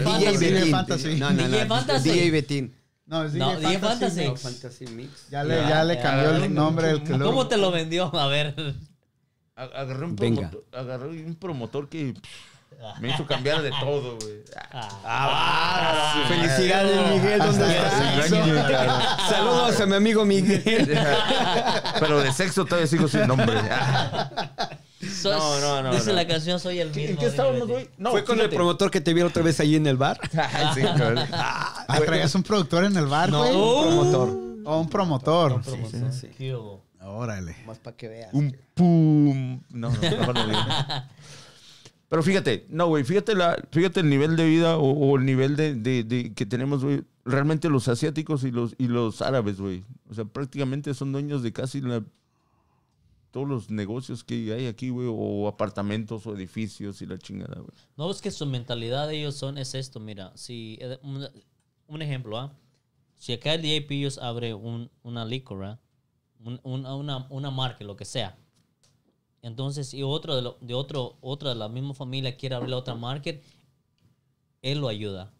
Speaker 5: Fantasy.
Speaker 8: DJ Betín.
Speaker 1: Fantasy.
Speaker 8: No, no, no.
Speaker 5: DJ Fantasy.
Speaker 8: DJ Betín.
Speaker 1: No, es
Speaker 5: No, DJ Fantasy.
Speaker 1: Mix.
Speaker 8: Fantasy Mix.
Speaker 1: Ya le, ya le cambió el nombre del club.
Speaker 5: ¿Cómo te lo vendió? A ver.
Speaker 4: A- Agarré un,
Speaker 8: Venga.
Speaker 4: promotor, agarré un promotor que pff, me hizo cambiar de todo, güey.
Speaker 5: Ah.
Speaker 8: Ah, Felicidades, Miguel, ¿dónde
Speaker 4: Ah,
Speaker 8: estás?
Speaker 4: se engañó, cabrón.
Speaker 8: Ah. Saludos a mi amigo Miguel.
Speaker 4: Pero de sexo todavía sigo sin nombre. Ah.
Speaker 5: Sos-
Speaker 4: No, no, no,
Speaker 5: Dice
Speaker 4: no.
Speaker 5: la canción Soy el mismo.
Speaker 4: ¿En qué
Speaker 5: dice
Speaker 4: estábamos,
Speaker 5: Betín.
Speaker 4: güey? No,
Speaker 8: Fue con el
Speaker 4: fíjate.
Speaker 8: promotor que te vio otra vez ahí en el bar.
Speaker 4: Ay, sí, cabrón.
Speaker 1: Ah, traías un productor en el bar, güey.
Speaker 8: Promotor.
Speaker 1: O un promotor.
Speaker 5: ¿Qué hubo?
Speaker 1: Órale.
Speaker 8: Más para que veas.
Speaker 4: Un pum. No, no, mejor no digo. Pero fíjate, no, güey, fíjate, la, fíjate el nivel de vida o, o el nivel de, de- de- que tenemos, güey. Realmente los asiáticos y los, y los árabes, güey. O sea, prácticamente son dueños de casi la- todos los negocios que hay aquí, güey. O apartamentos o edificios y la chingada, güey.
Speaker 5: No, es que su mentalidad de ellos son, es esto, mira, si, eh, un, un ejemplo, ¿ah? si acá el DJ Pillos abre un, una licora, un- un- una, una marca, lo que sea, entonces, y otro de, lo- de otro, otra de la misma familia quiere abrir la otra marca, él lo ayuda,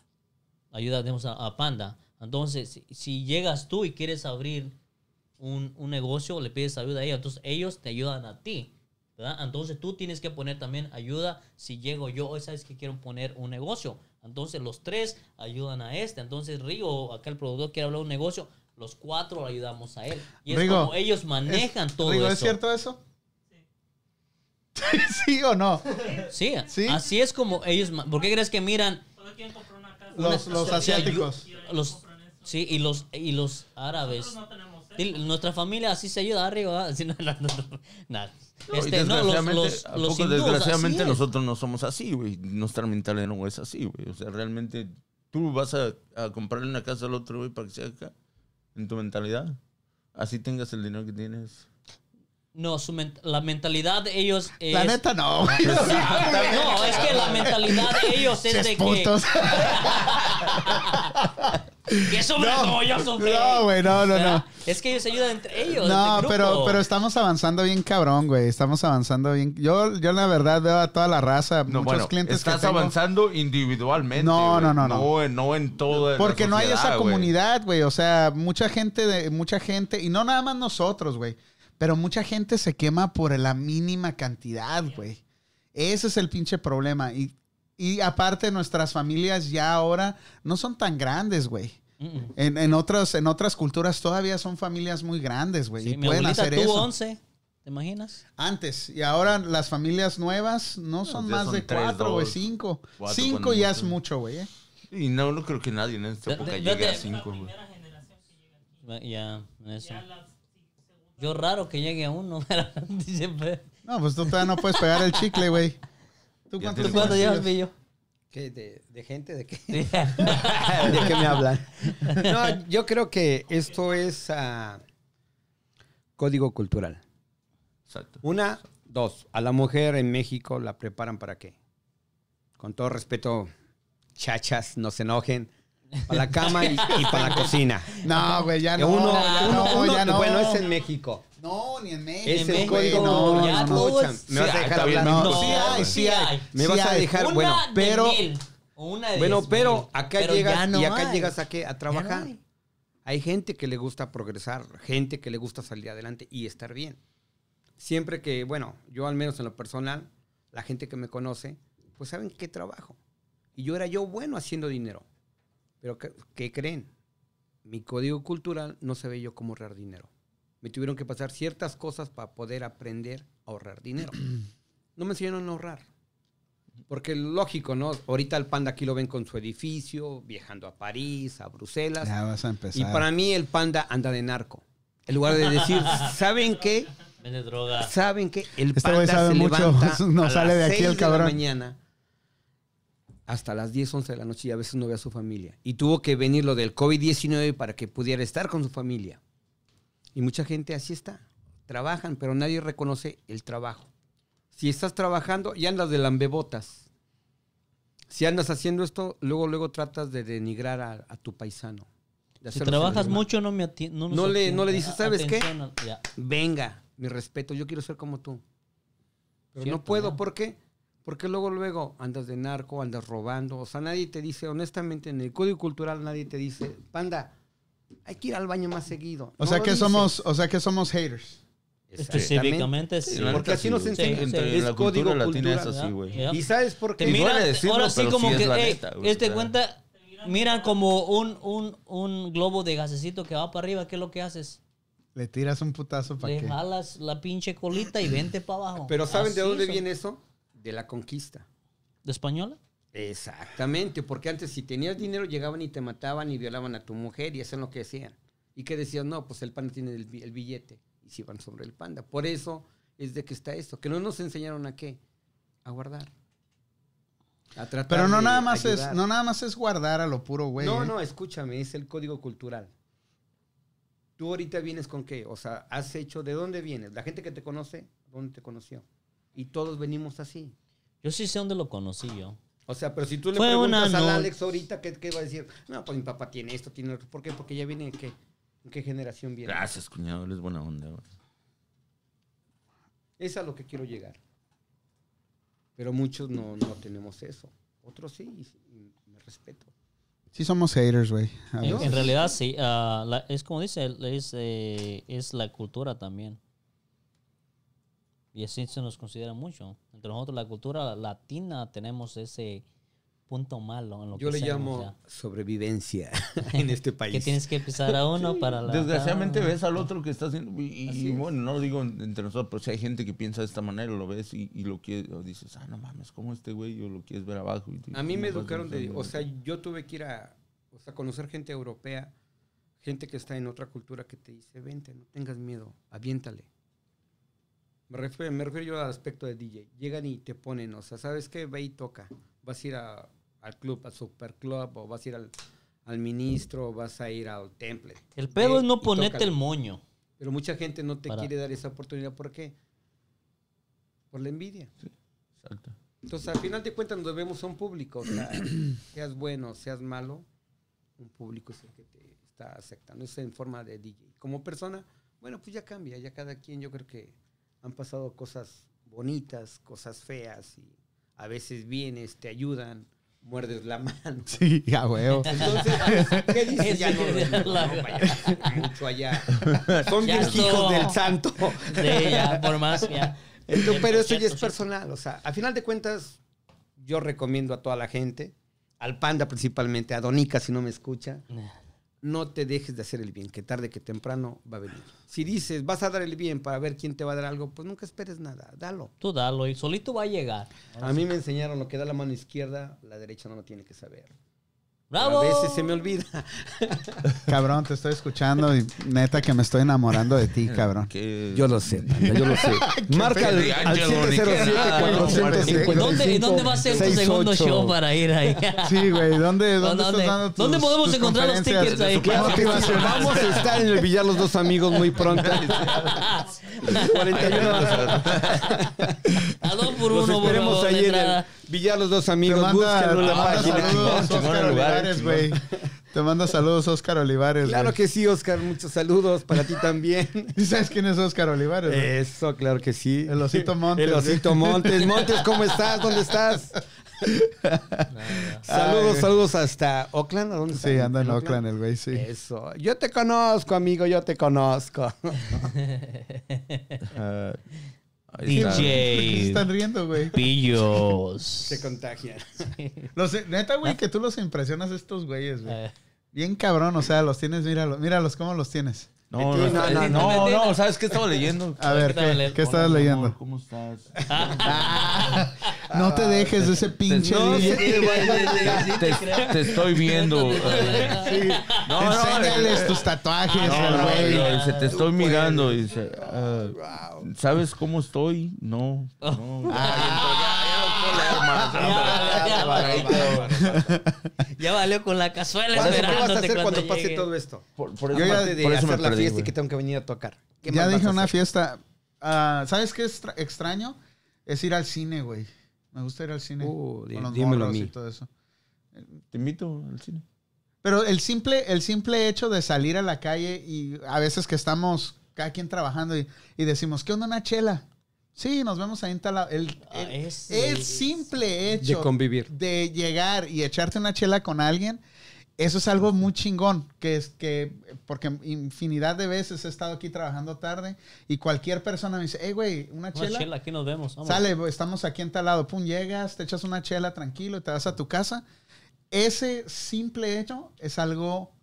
Speaker 5: ayuda, digamos, a, a Panda. Entonces, si, si llegas tú y quieres abrir un, un negocio, le pides ayuda a ellos, entonces ellos te ayudan a ti. ¿verdad? Entonces tú tienes que poner también ayuda si llego yo, hoy sabes que quiero poner un negocio. Entonces los tres ayudan a este. Entonces Río, acá el productor quiere hablar de un negocio, los cuatro le ayudamos a él. Y es
Speaker 1: Rigo,
Speaker 5: como ellos manejan todo
Speaker 1: Rigo,
Speaker 5: eso.
Speaker 1: ¿es cierto eso? Sí. o no?
Speaker 5: Sí,
Speaker 1: ¿Sí?
Speaker 5: así es como ellos... ma- ¿Por qué crees que miran
Speaker 1: Los, los
Speaker 5: O sea, yo-
Speaker 1: asiáticos.
Speaker 5: los, sí, y los, y los árabes. Dile, Nuestra familia así se ayuda arriba. así no, no, no, no. Nah.
Speaker 4: Y
Speaker 5: Este, no, los,
Speaker 4: desgraciadamente,
Speaker 5: los,
Speaker 4: ¿a
Speaker 5: los
Speaker 4: poco
Speaker 5: hindúes,
Speaker 4: desgraciadamente
Speaker 5: así es.
Speaker 4: nosotros no somos así, güey. Nuestra mentalidad no es así, güey. O sea, realmente tú vas a, a comprarle una casa al otro, güey, para que sea acá, en tu mentalidad. Así tengas el dinero que tienes.
Speaker 5: No, su men- la mentalidad de ellos es.
Speaker 1: La neta, no, güey.
Speaker 5: No, es que la mentalidad de ellos es
Speaker 1: Ches
Speaker 5: de
Speaker 1: putos.
Speaker 5: que. Que somos no, yo soy
Speaker 1: No, güey, no, no, no.
Speaker 5: Es que ellos se ayudan entre ellos.
Speaker 1: No,
Speaker 5: entre
Speaker 1: pero,
Speaker 5: este grupo.
Speaker 1: pero estamos avanzando bien cabrón, güey. Estamos avanzando bien. Yo, yo la verdad veo a toda la raza,
Speaker 4: No,
Speaker 1: muchos
Speaker 4: bueno,
Speaker 1: clientes que
Speaker 4: estás
Speaker 1: tengo.
Speaker 4: avanzando individualmente.
Speaker 1: No,
Speaker 4: güey.
Speaker 1: no, no, no.
Speaker 4: No, en- no en todo.
Speaker 1: Porque no hay esa comunidad, güey. O sea, mucha gente, de, mucha gente, y no nada más nosotros, güey. Pero mucha gente se quema por la mínima cantidad, güey. Ese es el pinche problema. Y, y aparte, nuestras familias ya ahora no son tan grandes, güey.
Speaker 5: Mm, mm.
Speaker 1: En, en, otras, en otras culturas todavía son familias muy grandes, güey.
Speaker 5: Sí,
Speaker 1: y
Speaker 5: mi
Speaker 1: pueden
Speaker 5: abuelita
Speaker 1: hacer
Speaker 5: tuvo
Speaker 1: eso.
Speaker 5: 11. ¿Te imaginas?
Speaker 1: Antes. Y ahora las familias nuevas
Speaker 8: Ah,
Speaker 1: no son
Speaker 4: ya
Speaker 1: más
Speaker 4: son
Speaker 1: de
Speaker 4: tres,
Speaker 1: cuatro, güey.
Speaker 4: dos,
Speaker 1: Cinco.
Speaker 4: cuatro
Speaker 1: Cinco
Speaker 4: cuando
Speaker 1: ya
Speaker 4: mucho.
Speaker 1: es mucho, güey. eh.
Speaker 4: Y no, no creo que nadie en esta
Speaker 5: De-
Speaker 4: época
Speaker 5: de-
Speaker 4: llegue
Speaker 5: de-
Speaker 4: a cinco, güey.
Speaker 5: Ya, eso. Yo raro que llegue a uno. Siempre.
Speaker 1: No, pues tú todavía no puedes pegar el chicle, güey. ¿Tú
Speaker 4: Ya
Speaker 1: cuántos
Speaker 5: ¿Tú cuánto
Speaker 1: tienes?
Speaker 5: llevas, Billo?
Speaker 8: ¿Qué? ¿De, de gente? ¿De qué?
Speaker 5: Sí.
Speaker 8: ¿De qué me hablan? No, yo creo que esto es ah, código cultural.
Speaker 4: Exacto.
Speaker 8: Una, dos. A la mujer en México la preparan para qué? Con todo respeto, chachas, no se enojen. Para la cama y, y para la cocina.
Speaker 1: No, güey, ya no.
Speaker 8: uno,
Speaker 1: ya
Speaker 8: uno-
Speaker 1: no,
Speaker 8: uno-
Speaker 1: ya no.
Speaker 8: Bueno, es en México.
Speaker 1: No, ni en México.
Speaker 8: Es
Speaker 5: En
Speaker 8: el
Speaker 1: güey,
Speaker 5: México,
Speaker 8: código
Speaker 1: no,
Speaker 8: no,
Speaker 5: ya
Speaker 8: no, no,
Speaker 5: todo
Speaker 8: cham.
Speaker 5: es-
Speaker 8: Me vas
Speaker 4: sí,
Speaker 8: a dejar
Speaker 4: está bien,
Speaker 8: hablar.
Speaker 1: No,
Speaker 5: No,
Speaker 1: sí hay,
Speaker 5: güey.
Speaker 1: sí hay.
Speaker 8: Me
Speaker 1: sí
Speaker 8: vas a
Speaker 1: hay.
Speaker 8: dejar.
Speaker 5: Una
Speaker 8: bueno,
Speaker 5: de
Speaker 8: pero.
Speaker 5: mil, Una de
Speaker 8: Bueno,
Speaker 5: diez mil.
Speaker 8: pero acá
Speaker 5: Pero ya
Speaker 8: llegas
Speaker 5: no
Speaker 8: y acá
Speaker 5: hay.
Speaker 8: llegas a qué? A trabajar.
Speaker 5: hay.
Speaker 8: hay. gente que le gusta progresar, gente que le gusta salir adelante y estar bien. Siempre que, bueno, yo al menos en lo personal, la gente que me conoce, pues saben que trabajo. Y yo era yo bueno haciendo dinero. Pero ¿qué, qué creen? Mi código cultural no sabía yo cómo ahorrar dinero. Me tuvieron que pasar ciertas cosas para poder aprender a ahorrar dinero. No me enseñaron a ahorrar. Porque lógico, ¿no? Ahorita el panda aquí lo ven con su edificio, viajando a París, a Bruselas.
Speaker 1: Ya vas a
Speaker 8: y
Speaker 1: empezar.
Speaker 8: para mí el panda anda de narco. En lugar de decir, ¿saben qué?
Speaker 5: Vende droga.
Speaker 8: ¿Saben qué? El
Speaker 1: Este
Speaker 8: panda
Speaker 1: güey sabe
Speaker 8: se
Speaker 1: mucho,
Speaker 8: levanta
Speaker 1: no
Speaker 8: a
Speaker 1: sale
Speaker 8: las
Speaker 1: de aquí el
Speaker 8: 6
Speaker 1: cabrón.
Speaker 8: la mañana hasta las 10, 11 de la noche y a veces no ve a su familia. Y tuvo que venir lo del COVID-19 para que pudiera estar con su familia. Y mucha gente así está. Trabajan, pero nadie reconoce el trabajo. Si estás trabajando, ya andas de lambebotas. Si andas haciendo esto, luego, luego tratas de denigrar a, a tu paisano. de
Speaker 5: Si
Speaker 8: hacerlo
Speaker 5: trabajas
Speaker 8: sentir mal.
Speaker 5: mucho, no me ati- No, nos
Speaker 8: No le-
Speaker 5: atiende.
Speaker 8: no le dices,
Speaker 5: A-
Speaker 8: ¿sabes qué?
Speaker 5: atención al- ya.
Speaker 8: venga, mi respeto, yo quiero ser como tú. Pero
Speaker 5: Cierto,
Speaker 8: no puedo,
Speaker 5: ¿no?
Speaker 8: ¿por qué? Porque luego, luego andas de narco, andas robando. O sea, nadie te dice, honestamente, en el código cultural nadie te dice, panda, hay que ir al baño más seguido.
Speaker 1: O
Speaker 8: No
Speaker 1: sea
Speaker 8: lo
Speaker 1: que
Speaker 8: dicen.
Speaker 1: somos, o sea que somos haters.
Speaker 8: Exactamente.
Speaker 5: Específicamente, sí.
Speaker 4: La
Speaker 8: Porque
Speaker 4: neta,
Speaker 8: así
Speaker 4: sí,
Speaker 8: nos
Speaker 4: güey.
Speaker 5: enseñan,
Speaker 4: Entre
Speaker 5: sí.
Speaker 4: la cultura
Speaker 8: Es código
Speaker 4: latina es
Speaker 8: cultural,
Speaker 4: así,
Speaker 5: ¿verdad?
Speaker 4: güey.
Speaker 5: Ya.
Speaker 8: ¿Y sabes por
Speaker 5: Te
Speaker 8: qué?
Speaker 4: duele
Speaker 5: miran,
Speaker 4: decirlo,
Speaker 5: ahora sí
Speaker 4: pero
Speaker 5: como
Speaker 4: sí es
Speaker 5: que,
Speaker 4: la
Speaker 5: ey,
Speaker 4: neta, güey,
Speaker 5: este
Speaker 4: o sea.
Speaker 5: cuenta, miran como un, un, un globo de gasecito que va para arriba, ¿qué es lo que haces?
Speaker 1: Le tiras un putazo para
Speaker 5: Le
Speaker 1: que.
Speaker 5: jalas la pinche colita y vente para abajo.
Speaker 8: Pero ¿saben de
Speaker 5: Así
Speaker 8: dónde
Speaker 5: Ah, son.
Speaker 8: viene eso? De la conquista.
Speaker 5: ¿De española?
Speaker 8: Exactamente, porque antes si tenías dinero llegaban y te mataban y violaban a tu mujer y hacían lo que decían. Y que decían, no, pues el panda tiene el, bi- el billete. Y se iban sobre el panda. Por eso es de que está esto, que no nos enseñaron a qué, a guardar. A tratar
Speaker 1: Pero no
Speaker 8: de
Speaker 1: nada más es,
Speaker 8: ayudar.
Speaker 1: no nada más es guardar a lo puro, güey.
Speaker 8: No,
Speaker 1: eh.
Speaker 8: no, escúchame, es el código cultural. Tú ahorita vienes con qué? O sea, has hecho, ¿de dónde vienes? La gente que te conoce, ¿dónde te conoció? Y todos venimos así.
Speaker 5: Yo sí sé dónde lo conocí yo.
Speaker 8: O sea, pero si tú le
Speaker 5: Fue
Speaker 8: preguntas
Speaker 5: una
Speaker 8: al
Speaker 5: no-
Speaker 8: Alex ahorita, ¿qué, ¿qué va a decir? No, pues mi papá tiene esto, tiene otro. ¿Por qué? Porque ya viene, ¿qué? ¿En qué generación viene?
Speaker 4: Gracias, cuñado. Eres buena onda, güey.
Speaker 8: Es a lo que quiero llegar. Pero muchos no, no tenemos eso. Otros sí, y- y me respeto.
Speaker 1: Sí somos haters, güey. A
Speaker 5: En,
Speaker 1: veces.
Speaker 5: en realidad sí, ah, la- es como dice, es, eh, es la cultura también. Y así se nos considera mucho. Entre nosotros la cultura latina tenemos ese punto malo en lo
Speaker 8: Yo
Speaker 5: que
Speaker 8: le
Speaker 5: sea, o
Speaker 8: llamo
Speaker 5: sea,
Speaker 8: sobrevivencia en este país.
Speaker 5: que tienes que pisar a uno para la
Speaker 4: Desgraciadamente ves al otro que está haciendo. Y, y- y bueno, no lo digo en- entre nosotros, pero si hay gente que piensa de esta manera, lo ves y, y lo quieres. O dices, ah, no mames, ¿cómo este güey? O lo quieres ver abajo. y tú-
Speaker 8: A mí me
Speaker 4: vas
Speaker 8: educaron de,
Speaker 4: pensando,
Speaker 8: o sea, yo tuve que ir a, o sea, conocer gente europea, gente que está en otra cultura que te dice, vente, no tengas miedo, aviéntale. Me refiero, me refiero yo al aspecto de DJ. Llegan y te ponen, o sea, ¿sabes qué? Ve y toca. Vas a ir a- al club, al superclub, o vas a ir al, al ministro, o vas a ir al temple.
Speaker 5: El pedo
Speaker 8: Ve
Speaker 5: es
Speaker 8: y
Speaker 5: no ponerte
Speaker 8: tócale.
Speaker 5: el moño.
Speaker 8: Pero mucha gente no te
Speaker 5: Para-
Speaker 8: quiere dar esa oportunidad. ¿Por qué? Por la envidia.
Speaker 4: Exacto.
Speaker 8: Entonces, al final de cuentas, nos debemos a un público. O sea, seas bueno, seas malo, un público es el que te está aceptando. Es en forma de DJ. Como persona, bueno, pues ya cambia. Ya cada quien, yo creo que han pasado cosas bonitas, cosas feas. Y a veces vienes, te ayudan, muerdes la mano.
Speaker 1: Sí, a huevo.
Speaker 8: Entonces, ¿qué dices? Ya
Speaker 5: Ese
Speaker 8: no, lo
Speaker 5: es
Speaker 8: digo,
Speaker 5: la-
Speaker 8: no, vaya, mucho allá. Son
Speaker 5: Ya
Speaker 8: diez hijos
Speaker 5: estuvo.
Speaker 8: del santo.
Speaker 5: Sí, ya, por más, ya.
Speaker 8: Entonces, pero eso ya es
Speaker 5: Cierto,
Speaker 8: personal, o sea, a final de cuentas, yo recomiendo a toda la gente, al panda principalmente, a Donica si no me escucha, no te dejes de hacer el bien, que tarde que temprano va a venir. Si dices, vas a dar el bien para ver quién te va a dar algo, pues nunca esperes nada, dalo.
Speaker 5: Tú dalo y solito va a llegar.
Speaker 8: A mí me enseñaron lo que da la mano izquierda, la derecha no lo tiene que saber.
Speaker 5: ¡Bravo!
Speaker 8: A veces se me olvida.
Speaker 1: Cabrón, te estoy escuchando y neta que me estoy enamorando de ti, cabrón.
Speaker 4: que-
Speaker 8: Yo lo sé, panda, yo lo sé. Marca al, al
Speaker 4: Ángel Donica.
Speaker 8: Ah, 707
Speaker 5: Pues, ¿Dónde, ¿Dónde va a ser tu segundo show para ir ahí?
Speaker 1: Sí, güey, ¿dónde,
Speaker 5: ¿Dónde?
Speaker 1: dónde, estás dando tus-
Speaker 5: ¿Dónde podemos
Speaker 1: tus
Speaker 5: encontrar los
Speaker 1: conferencias?
Speaker 5: tickets ahí?
Speaker 1: Qué
Speaker 5: Claro que sí.
Speaker 1: motivacional.
Speaker 8: Vamos a estar en el billar los dos amigos muy pronto. 41.
Speaker 5: A dos por
Speaker 8: Los
Speaker 5: uno, por
Speaker 8: esperemos
Speaker 5: favor,
Speaker 8: ahí en el
Speaker 5: entrada.
Speaker 8: billar los dos
Speaker 1: Te
Speaker 8: amigos.
Speaker 1: manda,
Speaker 8: Búsquenlo en
Speaker 1: te
Speaker 8: la
Speaker 1: manda
Speaker 8: página.
Speaker 1: saludos
Speaker 4: Chingón,
Speaker 1: Oscar
Speaker 4: chingón lugar,
Speaker 1: Olivares,
Speaker 4: chingón.
Speaker 1: güey. Te manda saludos Oscar Olivares,
Speaker 8: Claro
Speaker 1: güey.
Speaker 8: que sí, Oscar. Muchos saludos para ti también.
Speaker 1: ¿Sabes quién es Oscar Olivares?
Speaker 5: Eh,
Speaker 1: güey?
Speaker 8: Eso, claro que sí.
Speaker 1: El Osito Montes, ¿eh?
Speaker 8: El Osito
Speaker 1: güey.
Speaker 8: Montes. Montes, ¿cómo estás? ¿Dónde estás?
Speaker 1: Ay,
Speaker 8: Saludos,
Speaker 1: güey.
Speaker 8: saludos hasta Oakland. ¿A dónde
Speaker 1: Sí,
Speaker 8: está?
Speaker 1: anda en Oakland el güey,
Speaker 5: Eh,
Speaker 1: sí.
Speaker 8: Eso. Yo te conozco, amigo. Yo te conozco.
Speaker 4: Ah, ahí
Speaker 1: ¿Por
Speaker 4: está.
Speaker 1: qué se
Speaker 5: DJ
Speaker 1: están riendo, güey?
Speaker 5: Pillos.
Speaker 8: Se contagian.
Speaker 1: Los, neta,
Speaker 5: Ah.
Speaker 1: güey, que tú los impresionas a estos güeyes,
Speaker 5: Eh.
Speaker 1: güey. Bien cabrón, o sea, los tienes, míralos, míralos cómo los tienes.
Speaker 4: No,
Speaker 8: Sí,
Speaker 4: no,
Speaker 8: no,
Speaker 4: no,
Speaker 8: no,
Speaker 4: no, no, ¿sabes qué estaba leyendo?
Speaker 1: A ver,
Speaker 5: ¿qué tal,
Speaker 1: ¿qué,
Speaker 5: Leo?
Speaker 1: qué estabas
Speaker 4: Hola, mi amor,
Speaker 1: leyendo?
Speaker 4: ¿Cómo estás?
Speaker 1: Ah, No te dejes de ese pinche
Speaker 4: No,
Speaker 1: DJ.
Speaker 4: sí, güey, sí, sí, sí, te, te estoy viendo. No, no,
Speaker 1: Enséñales
Speaker 4: eh,
Speaker 1: tus tatuajes
Speaker 4: no,
Speaker 1: al
Speaker 4: no,
Speaker 1: güey.
Speaker 4: no, dice, te estoy mirando. Dice, ah, ¿sabes cómo estoy? No, no.
Speaker 1: Ah.
Speaker 4: Ah,
Speaker 5: Ya valió con la cazuela
Speaker 8: Ahora sí, ¿Qué vas a
Speaker 5: esperándote
Speaker 8: hacer
Speaker 5: cuando
Speaker 8: cuando pase
Speaker 5: llegue.
Speaker 8: todo esto?
Speaker 4: Por, por
Speaker 1: Yo
Speaker 4: eso,
Speaker 1: ya-
Speaker 8: Aparte de
Speaker 4: por eso me
Speaker 8: hacer la
Speaker 4: perdí,
Speaker 8: fiesta y
Speaker 4: güey.
Speaker 8: que tengo que venir a tocar. ¿Qué
Speaker 1: Ya
Speaker 8: más vas
Speaker 1: dije
Speaker 8: a
Speaker 1: una
Speaker 8: hacer?
Speaker 1: fiesta. Ah, ¿Sabes qué es tra- extraño? Es ir al cine, güey. Me gusta ir al cine.
Speaker 8: Uh, di-
Speaker 1: con los
Speaker 8: dímelo a
Speaker 1: morros
Speaker 8: mí.
Speaker 1: y todo eso.
Speaker 4: Te invito al cine.
Speaker 1: Pero el simple, el simple hecho de salir a la calle y a veces que estamos cada quien trabajando y, y decimos, ¿qué onda una chela? Sí, nos vemos ahí en tal lado. El,
Speaker 5: Ah,
Speaker 1: el-
Speaker 5: ese
Speaker 1: el
Speaker 5: es-
Speaker 1: simple
Speaker 8: De
Speaker 1: hecho
Speaker 8: convivir.
Speaker 1: de llegar y echarte una chela con alguien, eso es algo muy chingón, que es que, porque infinidad de veces he estado aquí trabajando tarde y cualquier persona me dice, hey, güey, una
Speaker 5: Una
Speaker 1: chela.
Speaker 5: chela, aquí nos vemos. vámonos.
Speaker 1: Sale, güey, estamos aquí en tal lado, pum, llegas, te echas una chela tranquilo y te vas a tu casa. Ese simple hecho es algo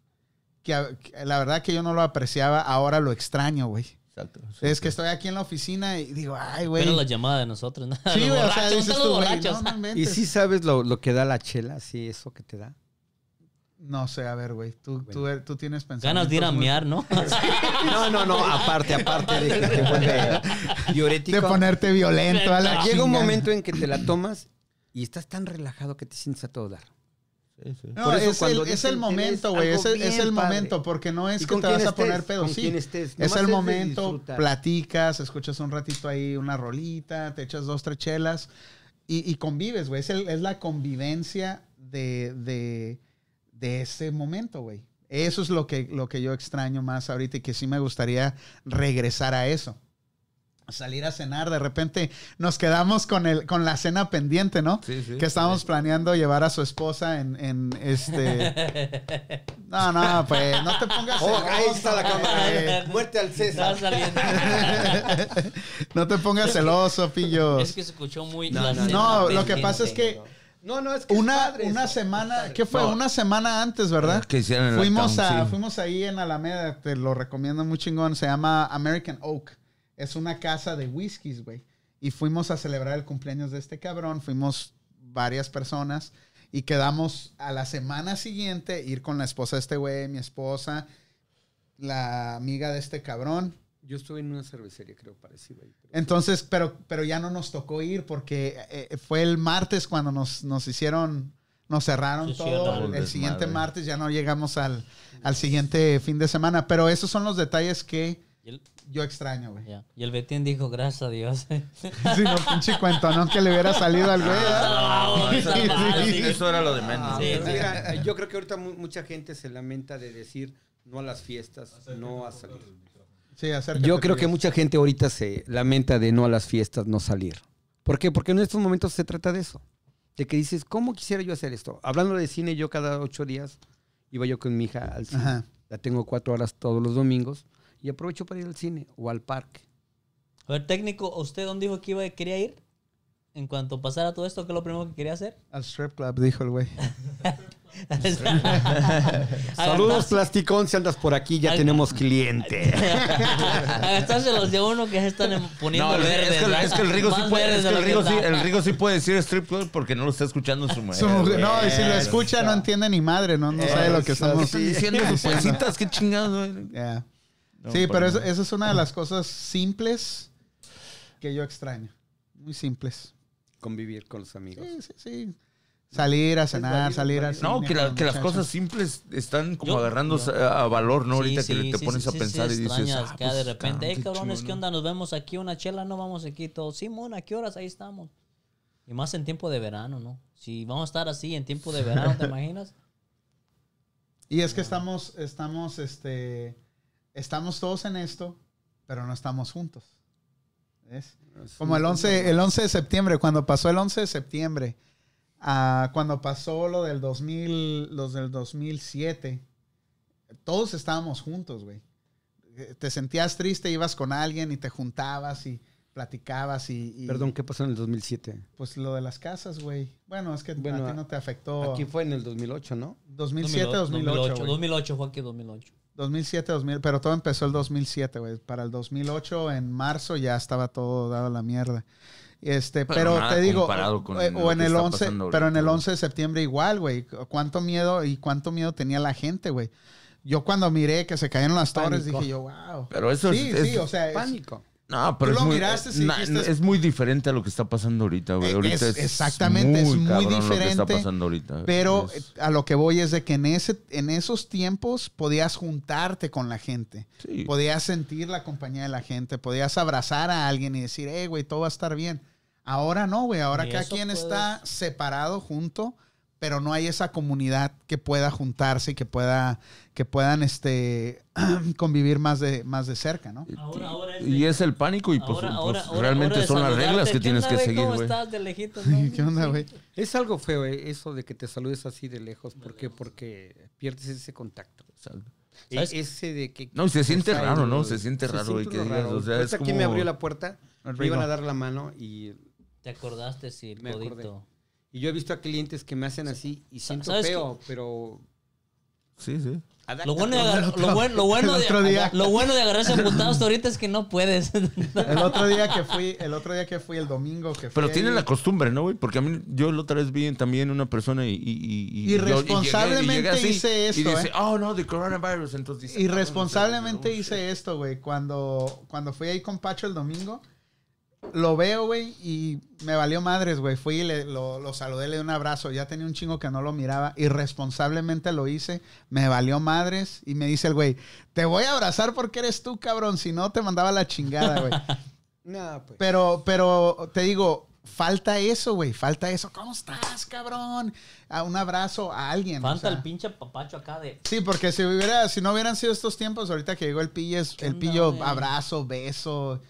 Speaker 1: que, a- que la verdad que yo no lo apreciaba, ahora lo extraño, güey.
Speaker 4: Exacto. sí.
Speaker 1: Es que estoy aquí en la oficina y digo, ay, güey.
Speaker 5: Pero la llamada de nosotros. ¿no?
Speaker 1: Sí,
Speaker 5: Los
Speaker 1: güey, o sea,
Speaker 5: borrachos,
Speaker 1: dices
Speaker 5: ¿dónde
Speaker 1: tú,
Speaker 5: los
Speaker 1: güey,
Speaker 5: borrachos?
Speaker 1: no, no
Speaker 8: ¿Y
Speaker 1: inventes.
Speaker 8: si sabes lo, lo que da la chela? Sí, eso que te da.
Speaker 1: No sé, a ver, güey, tú, tú, tú tienes pensado.
Speaker 5: Ganas de ir a mear, ¿no?
Speaker 8: No, no, no, aparte, aparte de que te vuelve diurético.
Speaker 1: De ponerte violento a la
Speaker 8: Llega
Speaker 1: chingada.
Speaker 8: un momento en que te la tomas y estás tan relajado que te sientes a todo dar.
Speaker 4: Sí, sí.
Speaker 1: No,
Speaker 8: Por eso
Speaker 1: es,
Speaker 8: cuando
Speaker 1: el, es
Speaker 8: dicen,
Speaker 1: el momento, güey.
Speaker 8: "Tienes
Speaker 1: Es,
Speaker 8: algo
Speaker 1: el- es
Speaker 8: bien
Speaker 1: el
Speaker 8: padre".
Speaker 1: momento, porque no es
Speaker 8: ¿Y
Speaker 1: que
Speaker 8: con
Speaker 1: te
Speaker 8: quién
Speaker 1: vas a poner
Speaker 8: estés?
Speaker 1: pedo,
Speaker 8: ¿Con
Speaker 1: sí.
Speaker 8: quién estés? Nomás
Speaker 1: Es el
Speaker 8: es de
Speaker 1: momento,
Speaker 8: disfrutar.
Speaker 1: platicas, escuchas un ratito ahí una rolita, te echas dos, tres chelas y, y convives, güey. Es, el- es la convivencia de, de, de ese momento, güey. Eso es lo que, lo que yo extraño más ahorita y que sí me gustaría regresar a eso. Salir a cenar, de repente nos quedamos con, el, con la cena pendiente, ¿no?
Speaker 4: Sí, sí.
Speaker 1: que estábamos planeando llevar a su esposa en, en este. No, no, pues no te pongas. celoso, güey.
Speaker 8: Muerte al
Speaker 5: Estaba saliendo.
Speaker 1: No te pongas celoso, pillo.
Speaker 5: Es que se escuchó muy... la
Speaker 1: No,
Speaker 5: cena
Speaker 1: lo que
Speaker 5: pendiente.
Speaker 1: pasa es que
Speaker 8: No, no, es que es
Speaker 1: Una,
Speaker 8: padre
Speaker 1: una
Speaker 8: eso, es
Speaker 1: semana,
Speaker 8: padre.
Speaker 1: ¿qué fue?
Speaker 4: No.
Speaker 1: Una semana antes, ¿verdad?
Speaker 4: Que hicieron el
Speaker 1: Fuimos,
Speaker 4: lockdown,
Speaker 1: a,
Speaker 4: sí.
Speaker 1: fuimos ahí en Alameda, te lo recomiendo muy chingón. Se llama American Oak. Es una casa de whiskies, güey. Y fuimos a celebrar el cumpleaños de este cabrón. Fuimos varias personas y quedamos a la semana siguiente ir con la esposa de este güey, mi esposa, la amiga de este cabrón.
Speaker 8: Yo estuve en una cervecería, creo, parecida. ahí, pero-
Speaker 1: Entonces, pero, pero ya no nos tocó ir porque eh, fue el martes cuando nos, nos hicieron, nos cerraron
Speaker 5: Sí,
Speaker 1: todo.
Speaker 5: cierto.
Speaker 1: El
Speaker 4: Desmadre.
Speaker 1: siguiente martes ya no llegamos al, al siguiente fin de semana. Pero esos son los detalles que
Speaker 5: Y el,
Speaker 1: yo extraño, güey.
Speaker 5: ya. Y el Betín dijo, gracias a Dios.
Speaker 1: Sí, no, pinche cuento, no que le hubiera salido al güey.
Speaker 5: Ah,
Speaker 1: ¿verdad?
Speaker 5: está mal, sí.
Speaker 4: Eso era lo de menos.
Speaker 5: Sí,
Speaker 8: Pues
Speaker 5: sí.
Speaker 8: mira, yo creo que ahorita mu- mucha gente se lamenta de decir no a las fiestas, no a salir.
Speaker 1: Sí, acércate,
Speaker 8: Yo creo que
Speaker 1: Miguel.
Speaker 8: mucha gente ahorita se lamenta de no a las fiestas, no salir. ¿Por qué? Porque en estos momentos se trata de eso. De que dices, ¿cómo quisiera yo hacer esto? Hablando de cine, yo cada ocho días iba yo con mi hija al cine.
Speaker 1: Ajá.
Speaker 8: La tengo cuatro horas todos los domingos y aprovecho para ir al cine o al parque.
Speaker 5: A ver, técnico, ¿usted dónde dijo que iba, quería ir? En cuanto pasara todo esto, ¿qué es lo primero que quería hacer?
Speaker 1: Al strip club, dijo el güey.
Speaker 8: Saludos, Plasticón, si andas por aquí, ya
Speaker 5: Al-
Speaker 8: tenemos cliente.
Speaker 5: A gastarse los de uno que se están poniendo
Speaker 4: No, es,
Speaker 5: verdes.
Speaker 4: es que, es que el Rigo sí
Speaker 5: Más
Speaker 4: puede,
Speaker 5: verdes
Speaker 4: es
Speaker 5: de
Speaker 4: que el
Speaker 5: lo
Speaker 4: Rigo sí,
Speaker 5: está.
Speaker 4: el Rigo sí puede decir strip club porque no lo está escuchando su mujer.
Speaker 1: Su mujer- no, y si lo
Speaker 4: güey.
Speaker 1: escucha, no entiende ni madre, no, no sabe lo que
Speaker 8: Eso
Speaker 1: estamos
Speaker 8: sí.
Speaker 4: Están diciendo sus
Speaker 1: haciendo.
Speaker 4: cositas, qué eh. chingados, güey.
Speaker 1: Yeah.
Speaker 4: No,
Speaker 1: sí, pero
Speaker 4: para
Speaker 1: eso,
Speaker 4: nada.
Speaker 1: eso es una de las cosas simples que yo extraño. Muy simples.
Speaker 8: Convivir con los amigos.
Speaker 1: Sí, sí, sí. Salir a cenar,
Speaker 8: válido,
Speaker 1: salir a
Speaker 8: válido.
Speaker 4: No,
Speaker 1: cine
Speaker 4: que, la-
Speaker 1: con
Speaker 4: que las
Speaker 1: muchachos.
Speaker 4: cosas simples están como
Speaker 5: Yo-
Speaker 4: agarrando a, a valor, ¿no?
Speaker 5: Sí,
Speaker 4: Ahorita
Speaker 5: sí,
Speaker 4: que te
Speaker 5: sí,
Speaker 4: pones
Speaker 5: sí,
Speaker 4: a
Speaker 5: sí,
Speaker 4: pensar
Speaker 5: sí,
Speaker 4: y dices.
Speaker 5: extrañas
Speaker 4: ah,
Speaker 5: que de
Speaker 4: pues,
Speaker 5: repente,
Speaker 4: cabrón,
Speaker 5: hey, cabrones,
Speaker 4: chido,
Speaker 5: ¿qué
Speaker 4: ¿no?"
Speaker 5: onda? Nos vemos aquí, una chela, no vamos aquí todos. Simón, ¿a qué horas? Ahí estamos. Y más en tiempo de verano, ¿no? Si vamos a estar así en tiempo de verano, ¿te imaginas?
Speaker 1: Y es que estamos, estamos, este, estamos todos en esto, pero no estamos juntos. ¿Ves? Como el 11, el 11 de septiembre, cuando pasó el 11 de septiembre, ah, cuando pasó lo del 2000, los del 2007, todos estábamos juntos, güey. Eh, Te sentías triste, ibas con alguien y te juntabas y platicabas y... y,
Speaker 8: Perdón, ¿qué pasó en el 2007?
Speaker 1: Pues lo de las casas, güey. Bueno, es que
Speaker 8: Bueno,
Speaker 1: a ti no te afectó.
Speaker 8: Aquí fue en el 2008, ¿no?
Speaker 1: 2007, 2008,
Speaker 5: 2008,
Speaker 1: güey.
Speaker 5: 2008 fue aquí, 2008.
Speaker 1: 2007, 2000, pero todo empezó el 2007, güey. Para el 2008, en marzo, ya estaba todo dado a la mierda. Este,
Speaker 4: Pero
Speaker 1: pero,
Speaker 4: nada
Speaker 1: te digo,
Speaker 4: comparado con
Speaker 1: eh,
Speaker 4: lo
Speaker 1: o en
Speaker 4: que
Speaker 1: el
Speaker 4: está
Speaker 1: 11,
Speaker 4: pasando
Speaker 1: pero en
Speaker 4: ahorita,
Speaker 1: el
Speaker 4: güey.
Speaker 1: 11 de septiembre igual, güey. Cuánto miedo y cuánto miedo tenía la gente, güey. Yo cuando miré que se caían las torres,
Speaker 8: Pánico.
Speaker 1: dije yo, wow.
Speaker 4: Pero eso
Speaker 1: sí,
Speaker 4: es- es-
Speaker 1: sí, o sea, es-
Speaker 8: Pánico.
Speaker 4: No, pero
Speaker 1: Tú
Speaker 4: es
Speaker 1: lo
Speaker 4: muy,
Speaker 1: miraste, sí,
Speaker 4: na-
Speaker 1: dijiste-
Speaker 4: es muy diferente a lo que está pasando ahorita, güey.
Speaker 1: Eh,
Speaker 4: Ahorita
Speaker 1: es-
Speaker 4: es,
Speaker 1: exactamente, es muy
Speaker 4: cabrón Lo que está
Speaker 1: diferente,
Speaker 4: pasando ahorita.
Speaker 1: Pero
Speaker 4: Es-
Speaker 1: eh, a lo que voy es de que en, ese, en esos tiempos podías juntarte con la gente.
Speaker 4: sí.
Speaker 1: Podías sentir la compañía de la gente, podías abrazar a alguien y decir, hey, güey, todo va a estar bien. Ahora no, güey, ahora
Speaker 5: Y
Speaker 1: cada
Speaker 5: eso
Speaker 1: quien
Speaker 5: puedes-
Speaker 1: está separado junto, pero no hay esa comunidad que pueda juntarse y que pueda que puedan este convivir más de más de cerca, ¿no?
Speaker 5: Ahora, ahora es de-
Speaker 4: y es el pánico y pues,
Speaker 5: Ahora,
Speaker 4: pues,
Speaker 5: ahora, ahora,
Speaker 4: realmente
Speaker 5: ahora de
Speaker 4: son las
Speaker 5: saludarte,
Speaker 4: reglas
Speaker 5: ¿qué
Speaker 4: que tienes
Speaker 5: onda,
Speaker 4: que
Speaker 5: güey?
Speaker 4: seguir,
Speaker 5: ¿Cómo
Speaker 4: güey.
Speaker 5: estás de lejitos?
Speaker 1: ¿Qué onda, güey?
Speaker 8: Es algo feo eh, eso de que te saludes así de lejos. ¿Por qué? Porque pierdes ese contacto.
Speaker 4: Exacto.
Speaker 8: E-
Speaker 5: ¿Sabes?
Speaker 8: Ese de que...
Speaker 4: No, y se siente
Speaker 8: o sea,
Speaker 4: raro, ¿no?
Speaker 8: el-
Speaker 4: Se siente raro, güey,
Speaker 8: siente
Speaker 4: que
Speaker 8: uno
Speaker 4: digas,
Speaker 8: raro.
Speaker 4: o sea,
Speaker 8: Ahorita
Speaker 4: es
Speaker 8: aquí me
Speaker 4: como-
Speaker 8: abrió la puerta, me iban a dar la mano y,
Speaker 5: ¿Te acordaste, sí,
Speaker 8: Me acordé.
Speaker 5: codito?
Speaker 8: y yo he visto a clientes que me hacen así y siento
Speaker 5: ¿Sabes
Speaker 8: feo, pero...
Speaker 4: Sí, sí.
Speaker 5: Lo bueno, de,
Speaker 1: El
Speaker 5: agar-
Speaker 1: otro-
Speaker 5: lo bueno, lo bueno
Speaker 1: el
Speaker 5: de-
Speaker 1: otro día.
Speaker 5: lo bueno de agarrarse a putazos ahorita es que no puedes.
Speaker 1: El otro día que fui, el otro día que fui el domingo que fui
Speaker 4: Pero
Speaker 1: ahí-
Speaker 4: tienen la costumbre, ¿no, güey? Porque a mí, yo la otra vez vi también una persona y... y, y- y-
Speaker 1: Irresponsablemente hice
Speaker 4: Y
Speaker 1: esto,
Speaker 4: dice,
Speaker 1: ¿eh?
Speaker 4: oh, no, de coronavirus. Entonces dice...
Speaker 1: Irresponsablemente
Speaker 4: "Ah, no sé, no sé".
Speaker 1: hice esto, güey. Cuando, cuando fui ahí con Pacho el domingo, lo veo, güey, y me valió madres, güey. Fui y le- lo, lo saludé, le di un abrazo. Ya tenía un chingo que no lo miraba. Irresponsablemente lo hice, me valió madres. Y me dice el güey, te voy a abrazar porque eres tú, cabrón. Si no, te mandaba la chingada, güey.
Speaker 8: No, pues.
Speaker 1: Pero, pero te digo, falta eso, güey. Falta eso. ¿Cómo estás, cabrón? A un abrazo a alguien. o
Speaker 5: Falta
Speaker 1: sea.
Speaker 5: el pinche papacho acá de...
Speaker 1: Sí, porque si hubiera, si no hubieran sido estos tiempos, ahorita que llegó el pillo,
Speaker 5: ¿Qué
Speaker 1: el
Speaker 5: onda,
Speaker 1: pillo
Speaker 5: güey?
Speaker 1: abrazo, beso,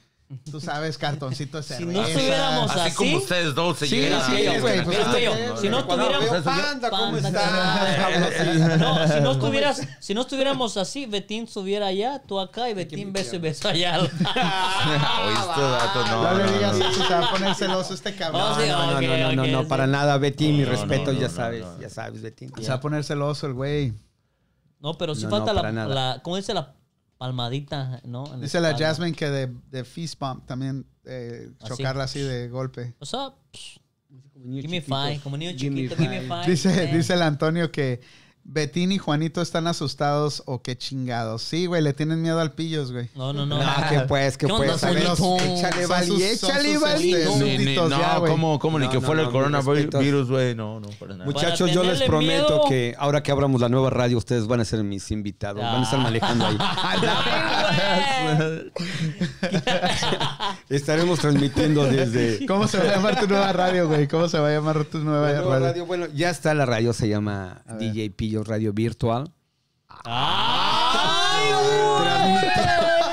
Speaker 1: Tú sabes, cartoncito de
Speaker 5: Si no
Speaker 1: cerveza.
Speaker 5: estuviéramos
Speaker 4: Así,
Speaker 5: así.
Speaker 4: como ustedes dos se
Speaker 1: Sí,
Speaker 4: llegan
Speaker 1: sí,
Speaker 4: a-
Speaker 1: güey, pues,
Speaker 4: Ah,
Speaker 8: este
Speaker 1: es que
Speaker 4: no,
Speaker 1: yo-
Speaker 4: no,
Speaker 5: si no
Speaker 4: no.
Speaker 5: tuviéramos-
Speaker 4: Entonces, yo-
Speaker 8: Panda, ¿cómo
Speaker 5: Panda,
Speaker 8: estás?
Speaker 5: No, si no estuvieras, si no estuviéramos así, Betín subiera allá, tú acá y Betín beso y beso allá.
Speaker 4: Oíste, vato, no,
Speaker 1: No
Speaker 4: no,
Speaker 1: le
Speaker 4: no,
Speaker 1: digas
Speaker 4: no.
Speaker 1: eso, te va a poner celoso este
Speaker 5: Oh,
Speaker 1: cabrón.
Speaker 5: sí,
Speaker 1: Se
Speaker 8: No, no,
Speaker 5: ok,
Speaker 8: no, no,
Speaker 5: ok,
Speaker 8: no,
Speaker 5: sí.
Speaker 8: para nada, Betín, mi
Speaker 4: No, no,
Speaker 8: respeto,
Speaker 4: no,
Speaker 8: ya
Speaker 4: no,
Speaker 8: sabes,
Speaker 4: no.
Speaker 8: ya sabes, Betín.
Speaker 1: va a poner celoso el güey.
Speaker 5: No, pero sí
Speaker 8: No, no,
Speaker 5: falta la,
Speaker 8: para nada.
Speaker 5: la- ¿cómo dice la palmadita, no? En
Speaker 1: Dice la
Speaker 5: espalda. ¿Ah,
Speaker 1: Jasmine que de, de fist bump también eh,
Speaker 5: Así.
Speaker 1: chocarla así de golpe.
Speaker 5: O sea, psh, give me five, como niño chiquito, give me five. eh.
Speaker 1: Dice,
Speaker 5: man.
Speaker 1: dice el Antonio que Betín y Juanito están asustados o qué chingados. Sí, güey, le tienen miedo al pillos, güey.
Speaker 5: No, no, no.
Speaker 8: Ah, que pues, que
Speaker 5: ¿Qué onda,
Speaker 8: pues. a ver,
Speaker 1: Solito?
Speaker 8: Échale
Speaker 1: Son
Speaker 8: vali,
Speaker 1: sus- son
Speaker 8: échale
Speaker 1: sus
Speaker 8: vali.
Speaker 1: este,
Speaker 4: Ni- ni-
Speaker 1: súbditos ya,
Speaker 4: No,
Speaker 1: güey.
Speaker 4: como, como ni
Speaker 8: No,
Speaker 4: que
Speaker 8: no,
Speaker 4: fuera el
Speaker 8: no, mis respetos.
Speaker 4: coronavirus, güey. No, no, para nada.
Speaker 8: Muchachos,
Speaker 5: Para
Speaker 8: yo les
Speaker 5: tenerle
Speaker 8: prometo
Speaker 5: miedo.
Speaker 8: que ahora que abramos la nueva radio, ustedes van a ser mis invitados. Van a estar
Speaker 5: Ah.
Speaker 8: manejando ahí.
Speaker 5: Ay, güey.
Speaker 8: Estaremos transmitiendo desde.
Speaker 1: ¿Cómo se va a llamar tu nueva radio, güey? ¿Cómo se va a llamar tu nueva
Speaker 8: La nueva
Speaker 1: radio?
Speaker 8: radio, bueno, ya está la radio, se llama
Speaker 1: A ver.
Speaker 8: DJ Pillo Radio Virtual. Ah.
Speaker 5: Ay,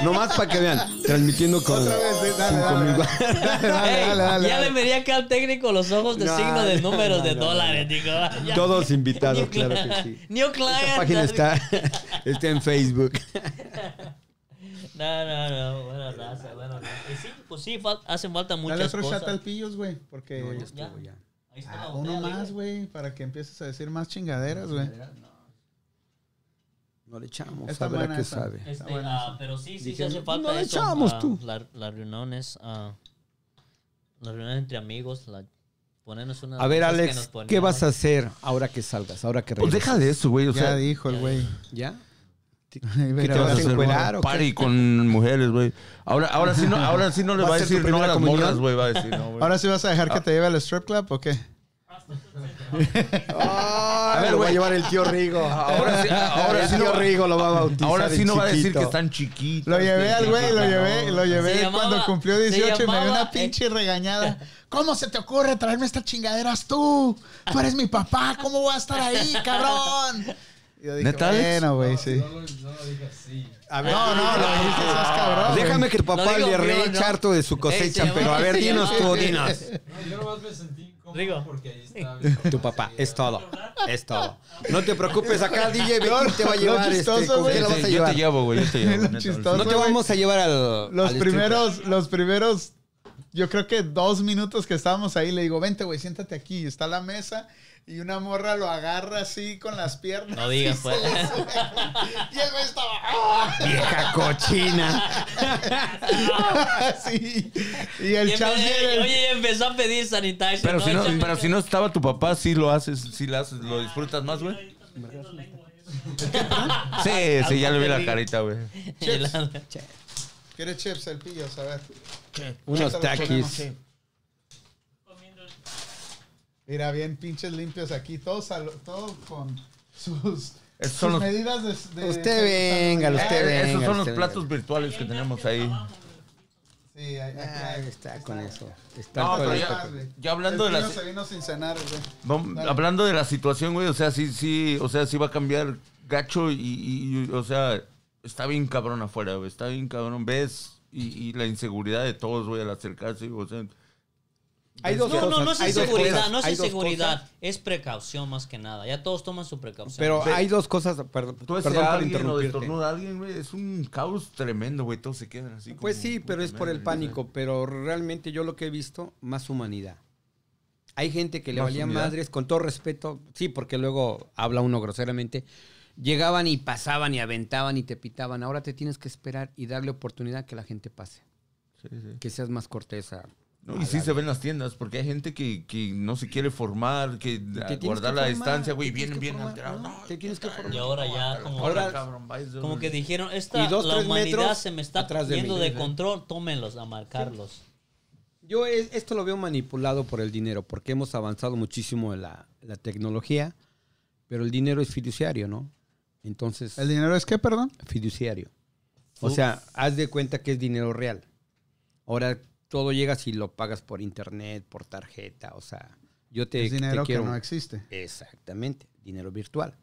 Speaker 8: Nomás para que vean, transmitiendo con
Speaker 1: Otra vez, sí, dale,
Speaker 8: cinco
Speaker 1: dale,
Speaker 8: mil
Speaker 1: dale.
Speaker 8: watts.
Speaker 1: Dale, dale,
Speaker 5: Ey,
Speaker 1: dale, dale,
Speaker 5: ya le
Speaker 1: dale.
Speaker 5: vería acá al técnico los ojos de
Speaker 8: No,
Speaker 5: signo de
Speaker 8: no,
Speaker 5: números de
Speaker 8: no, no,
Speaker 5: dólares, digo. ya.
Speaker 8: Todos invitados,
Speaker 5: New
Speaker 8: claro que
Speaker 5: client.
Speaker 8: sí.
Speaker 5: New
Speaker 8: Esta
Speaker 5: client.
Speaker 8: página está, está en Facebook.
Speaker 5: No, no, no. Buena raza, buena raza. Y sí, pues sí, fal- hacen falta
Speaker 1: Dale
Speaker 5: muchas
Speaker 1: otro
Speaker 5: cosas.
Speaker 1: chat al pillos, güey. Porque.
Speaker 5: Ya. Ahí está la
Speaker 1: Ah,
Speaker 5: botella,
Speaker 1: uno más,
Speaker 5: güey.
Speaker 1: güey, para que empieces a decir más chingaderas, güey.
Speaker 8: No le echamos,
Speaker 1: Está
Speaker 8: a ver a
Speaker 1: buena
Speaker 8: qué
Speaker 1: esa.
Speaker 8: sabe.
Speaker 5: Este,
Speaker 1: Está bueno
Speaker 5: ah,
Speaker 1: eso.
Speaker 5: pero sí, sí, se
Speaker 8: Dijeron,
Speaker 5: hace falta
Speaker 8: "No le
Speaker 5: eso.
Speaker 8: echamos,
Speaker 5: ah,
Speaker 8: tú".
Speaker 5: la- las reuniones, ah, las reuniones entre amigos, la, ponernos una.
Speaker 8: A ver, Alex, ¿qué vas a hacer ahora que salgas, ahora que
Speaker 4: Pues
Speaker 8: regresas?
Speaker 4: deja de eso, güey. O
Speaker 1: Ya
Speaker 4: sea,
Speaker 1: dijo el güey.
Speaker 8: ¿Ya?
Speaker 1: ¿Qué
Speaker 8: te vas a hacer, encuerar o qué?
Speaker 4: party con mujeres, güey. Ahora, ahora sí no, ahora sí no le
Speaker 8: ¿Va
Speaker 4: va
Speaker 8: a
Speaker 4: a
Speaker 8: ser tu
Speaker 4: decir no
Speaker 8: primera
Speaker 4: a las
Speaker 8: comunión?
Speaker 4: morras, güey. Va a decir no, güey.
Speaker 1: Ahora sí vas a dejar que te lleve al strip club o qué?
Speaker 8: a
Speaker 4: ver,
Speaker 8: ver, lo va a
Speaker 4: güey.
Speaker 8: llevar el tío Rigo.
Speaker 4: Ahora sí- ahora
Speaker 8: el
Speaker 4: sí
Speaker 8: tío
Speaker 4: no-
Speaker 8: Rigo lo va a bautizar.
Speaker 4: Ahora sí
Speaker 8: el
Speaker 4: no va a decir
Speaker 8: chiquito.
Speaker 4: que están chiquitos.
Speaker 1: Lo llevé
Speaker 4: que-
Speaker 1: al güey, lo llevé, lo llevé
Speaker 5: Se llamaba-
Speaker 1: cuando cumplió
Speaker 5: se
Speaker 1: 18 y me dio
Speaker 5: llamaba-
Speaker 1: una pinche regañada. ¿Cómo se te ocurre traerme estas chingaderas tú? Tú eres mi papá, ¿cómo voy a estar ahí, cabrón? Y Yo dije,
Speaker 4: ¿Neta, Alex?
Speaker 1: bueno, güey, sí.
Speaker 2: No lo, no lo dije así.
Speaker 8: A ver,
Speaker 1: No, no, lo dijiste, seas cabrón. güey.
Speaker 8: Déjame que tu papá
Speaker 5: digo
Speaker 8: le
Speaker 5: yo,
Speaker 8: reeche
Speaker 5: ¿no?
Speaker 8: harto de su cosecha,
Speaker 5: llama-
Speaker 8: pero a ver,
Speaker 5: se
Speaker 8: dinos
Speaker 5: llama-
Speaker 8: tú, dinos.
Speaker 2: No, yo nomás me sentí incómodo
Speaker 5: Rigo.
Speaker 2: porque ahí está
Speaker 8: Tu papá, es todo, es todo. No te preocupes, acá DJ Betín te va a
Speaker 1: Lo
Speaker 8: llevar
Speaker 1: chistoso,
Speaker 8: este, ¿con
Speaker 1: güey.
Speaker 8: qué
Speaker 4: Yo
Speaker 8: lo vas
Speaker 4: te,
Speaker 8: a
Speaker 4: yo te
Speaker 8: llevar?
Speaker 4: llevo, güey. Yo te llevo.
Speaker 1: Lo
Speaker 4: neta,
Speaker 1: chistoso.
Speaker 8: No te vamos a llevar al
Speaker 1: Los
Speaker 8: al este,
Speaker 1: primeros, los primeros, yo creo que dos minutos que estábamos ahí, le digo, vente, güey, siéntate aquí. Está la mesa y una morra lo agarra así con las piernas.
Speaker 5: No digas,
Speaker 1: y se
Speaker 5: pues.
Speaker 1: lo sube. Y el güey estaba, ¡ah!
Speaker 8: stripper. Vieja cochina.
Speaker 1: Sí. Y el chavo
Speaker 5: Oye, ya empezó a pedir sanitizer.
Speaker 4: Pero si, no,
Speaker 5: Échame-
Speaker 4: pero si no estaba tu papá, sí lo haces, sí lo, haces, lo disfrutas más, güey.
Speaker 8: ¿Ah?
Speaker 4: Sí, sí, ya le vi la carita, güey.
Speaker 1: ¿Quiere chips el pillo? A ver.
Speaker 8: Unos
Speaker 1: Ahorita los ponemos,
Speaker 8: taquis.
Speaker 1: sí. Mira, bien pinches limpios aquí. Todos, al- todos con sus, sus
Speaker 4: Esos son los-
Speaker 1: medidas de... de-
Speaker 8: Usted venga, usted
Speaker 4: Eh,
Speaker 8: venga.
Speaker 4: esos son los
Speaker 8: usted
Speaker 4: platos
Speaker 8: venga.
Speaker 4: virtuales que tenemos ahí.
Speaker 1: Sí, ahí- aquí
Speaker 8: Ah,
Speaker 1: hay-
Speaker 8: está con eso. Está
Speaker 4: No,
Speaker 8: con
Speaker 4: pero
Speaker 8: eso.
Speaker 4: ya- ya hablando
Speaker 1: El
Speaker 4: de
Speaker 1: pillo
Speaker 4: las-
Speaker 1: se vino sin cenar, güey.
Speaker 4: Vam-
Speaker 1: Dale.
Speaker 4: hablando de la situación, güey, o sea, sí, sí, o sea, sí va a cambiar gacho y, y- y, o sea, está bien cabrón afuera, güey, está bien cabrón, ves, y, y la inseguridad de todos, güey, al acercarse, güey, o sea,
Speaker 8: Hay dos
Speaker 5: No, no, no es
Speaker 8: cosas, hay dos
Speaker 5: inseguridad,
Speaker 8: cosas,
Speaker 5: no es
Speaker 8: hay dos
Speaker 5: inseguridad.
Speaker 8: cosas.
Speaker 5: Es precaución más que nada. Ya todos toman su precaución.
Speaker 8: Pero hay dos cosas, perdón,
Speaker 4: tú ves
Speaker 8: perdón
Speaker 4: a
Speaker 8: por
Speaker 4: alguien o
Speaker 8: interrumpirte.
Speaker 4: destornuda a alguien, güey, es un caos tremendo, güey, todos se quedan así.
Speaker 8: Pues
Speaker 4: como,
Speaker 8: sí,
Speaker 4: puta
Speaker 8: pero es por
Speaker 4: madre,
Speaker 8: el
Speaker 4: o sea.
Speaker 8: pánico. Pero realmente yo lo que he visto, más humanidad. Hay gente que le
Speaker 4: Más
Speaker 8: valía
Speaker 4: unidad.
Speaker 8: madres, con todo respeto, sí, porque luego habla uno groseramente. Llegaban y pasaban y aventaban y te pitaban. Ahora te tienes que esperar y darle oportunidad que la gente pase.
Speaker 4: Sí, sí.
Speaker 8: Que seas más cortesa.
Speaker 4: No, y sí se ven las tiendas, porque hay gente que, que no se quiere formar, que
Speaker 8: Te
Speaker 4: a-
Speaker 8: tienes que
Speaker 4: guardar la
Speaker 8: formar,
Speaker 4: distancia, güey,
Speaker 8: te
Speaker 4: vienen
Speaker 8: tienes que
Speaker 4: bien
Speaker 8: formar,
Speaker 4: alterados.
Speaker 8: ¿no?
Speaker 4: No,
Speaker 8: Te tienes que formar.
Speaker 5: Y ahora ya, como,
Speaker 8: Ahora-
Speaker 4: cabrón, vais,
Speaker 5: como
Speaker 4: güey.
Speaker 5: que dijeron, esta,
Speaker 8: Y dos,
Speaker 5: la
Speaker 8: tres
Speaker 5: humanidad
Speaker 8: metros
Speaker 5: se me está
Speaker 8: atrás de
Speaker 5: yendo
Speaker 8: mí.
Speaker 5: de, control, tómenlos a marcarlos.
Speaker 8: Yo es- esto lo veo manipulado por el dinero, porque hemos avanzado muchísimo en la, la tecnología, pero el dinero es fiduciario, ¿no? Entonces,
Speaker 1: ¿El dinero es qué, perdón?
Speaker 8: fiduciario. O sea, haz de cuenta que es dinero real. Ahora todo llega si lo pagas por internet, por tarjeta, o sea, yo te,
Speaker 1: Es dinero
Speaker 8: te
Speaker 1: que
Speaker 8: quiero.
Speaker 1: no existe.
Speaker 8: Exactamente, dinero virtual.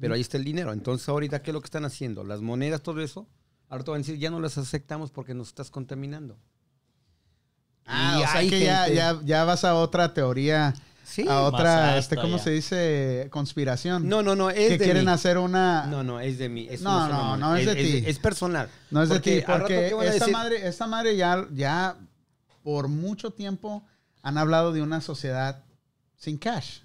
Speaker 8: Pero ahí está el dinero. Entonces, ahorita, ¿qué es lo que están haciendo? Las monedas, todo eso, ahora te van a decir, ya no las aceptamos porque nos estás contaminando.
Speaker 1: Ah,
Speaker 8: Y
Speaker 1: o sea
Speaker 8: hay
Speaker 1: que ya,
Speaker 8: gente-
Speaker 1: ya, ya vas a otra teoría,
Speaker 8: Sí.
Speaker 1: a otra,
Speaker 5: hasta
Speaker 1: este, ¿cómo
Speaker 5: ya.
Speaker 1: se dice? Conspiración.
Speaker 8: No, no, no, es
Speaker 1: que
Speaker 8: de
Speaker 1: quieren
Speaker 8: mí.
Speaker 1: hacer una...
Speaker 8: No, no, es de mí. es
Speaker 1: No,
Speaker 8: una
Speaker 1: no,
Speaker 8: sola
Speaker 1: no
Speaker 8: mamá.
Speaker 1: es de ti.
Speaker 8: Es, personal.
Speaker 1: No es de ti,
Speaker 8: al rato,
Speaker 1: porque
Speaker 8: ¿qué van a
Speaker 1: esta,
Speaker 8: decir?
Speaker 1: madre, esta madre ya, ya por mucho tiempo han hablado de una sociedad sin cash.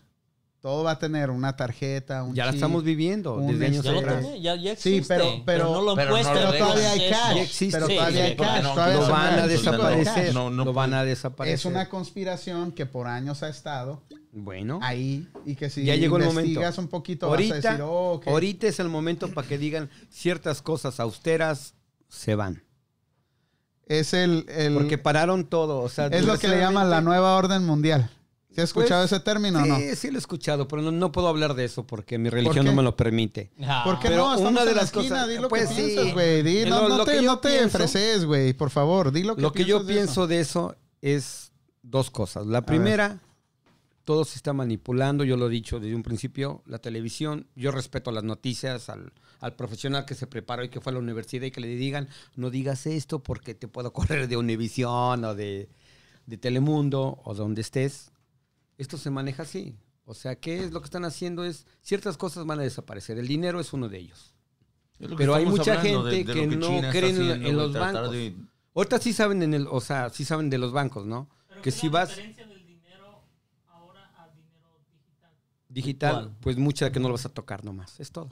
Speaker 1: Todo va a tener una tarjeta, un
Speaker 8: ya la
Speaker 1: chip.
Speaker 8: estamos viviendo
Speaker 1: un
Speaker 8: desde años
Speaker 5: Ya lo
Speaker 1: atrás.
Speaker 8: atrás.
Speaker 5: tiene, ya, ya
Speaker 1: Sí,
Speaker 5: existe.
Speaker 1: pero-
Speaker 5: pero,
Speaker 1: pero-
Speaker 5: no lo
Speaker 4: pero no
Speaker 5: puedes
Speaker 4: lo
Speaker 1: Pero
Speaker 4: tengas.
Speaker 1: todavía hay
Speaker 5: acceso.
Speaker 1: cash.
Speaker 8: Ya existe.
Speaker 1: Pero
Speaker 5: Sí,
Speaker 1: todavía
Speaker 5: sí,
Speaker 1: hay
Speaker 5: claro,
Speaker 1: cash.
Speaker 4: no,
Speaker 1: todavía
Speaker 4: lo
Speaker 1: son
Speaker 4: van a
Speaker 1: un chingo de
Speaker 4: desaparecer.
Speaker 1: cash.
Speaker 4: No, no
Speaker 8: lo van a
Speaker 1: Es
Speaker 8: desaparecer.
Speaker 1: una conspiración que por años ha estado
Speaker 8: Bueno,
Speaker 1: ahí y que si
Speaker 8: ya llegó el momento.
Speaker 1: investigas un poquito vas a
Speaker 8: ahorita,
Speaker 1: decir, oh, ok.
Speaker 8: ahorita es el momento para que digan ciertas cosas austeras se van.
Speaker 1: es el, el-
Speaker 8: Porque pararon todo. O sea,
Speaker 1: es lo que le llaman la
Speaker 8: desgraciadamente-
Speaker 1: nueva orden mundial. ¿Se ha escuchado
Speaker 8: Pues,
Speaker 1: ese término o no?
Speaker 8: Sí, sí lo he escuchado, pero no, no puedo hablar de eso porque mi religión
Speaker 1: qué?
Speaker 8: no me lo permite.
Speaker 5: Ah,
Speaker 1: ¿Por qué
Speaker 8: Pero
Speaker 1: no? Estamos
Speaker 8: una de
Speaker 1: en la
Speaker 8: las
Speaker 1: esquina,
Speaker 8: cosas-
Speaker 1: di lo
Speaker 8: pues
Speaker 1: que
Speaker 8: sí.
Speaker 1: piensas, güey. Di,
Speaker 8: Lo-
Speaker 1: no, no
Speaker 8: lo
Speaker 1: te,
Speaker 8: que yo
Speaker 1: no te
Speaker 8: pienso-
Speaker 1: freses, güey, por favor. Di lo que
Speaker 8: Lo que yo
Speaker 1: piensas de eso.
Speaker 8: pienso de eso es dos cosas. La primera, todo se está manipulando, yo lo he dicho desde un principio, la televisión, yo respeto las noticias, al, al profesional que se preparó y que fue a la universidad y que le digan, no digas esto porque te puedo correr de Univisión o de, de Telemundo o donde estés. Esto se maneja así. O sea, ¿qué es lo que están haciendo? Es ciertas cosas van a desaparecer. El dinero es uno de ellos.
Speaker 4: Es lo que
Speaker 8: Pero hay
Speaker 4: estamos
Speaker 8: mucha
Speaker 4: hablando
Speaker 8: gente que no
Speaker 4: China está
Speaker 8: creen en-
Speaker 4: haciendo,
Speaker 8: en
Speaker 4: güey,
Speaker 8: los
Speaker 4: tratar
Speaker 8: bancos.
Speaker 4: de-
Speaker 8: Ahorita sí saben en el, o sea, sí saben de los bancos, ¿no? que si vas digital,
Speaker 5: ¿Cuál?
Speaker 8: pues mucha que no lo vas a tocar nomás, es todo.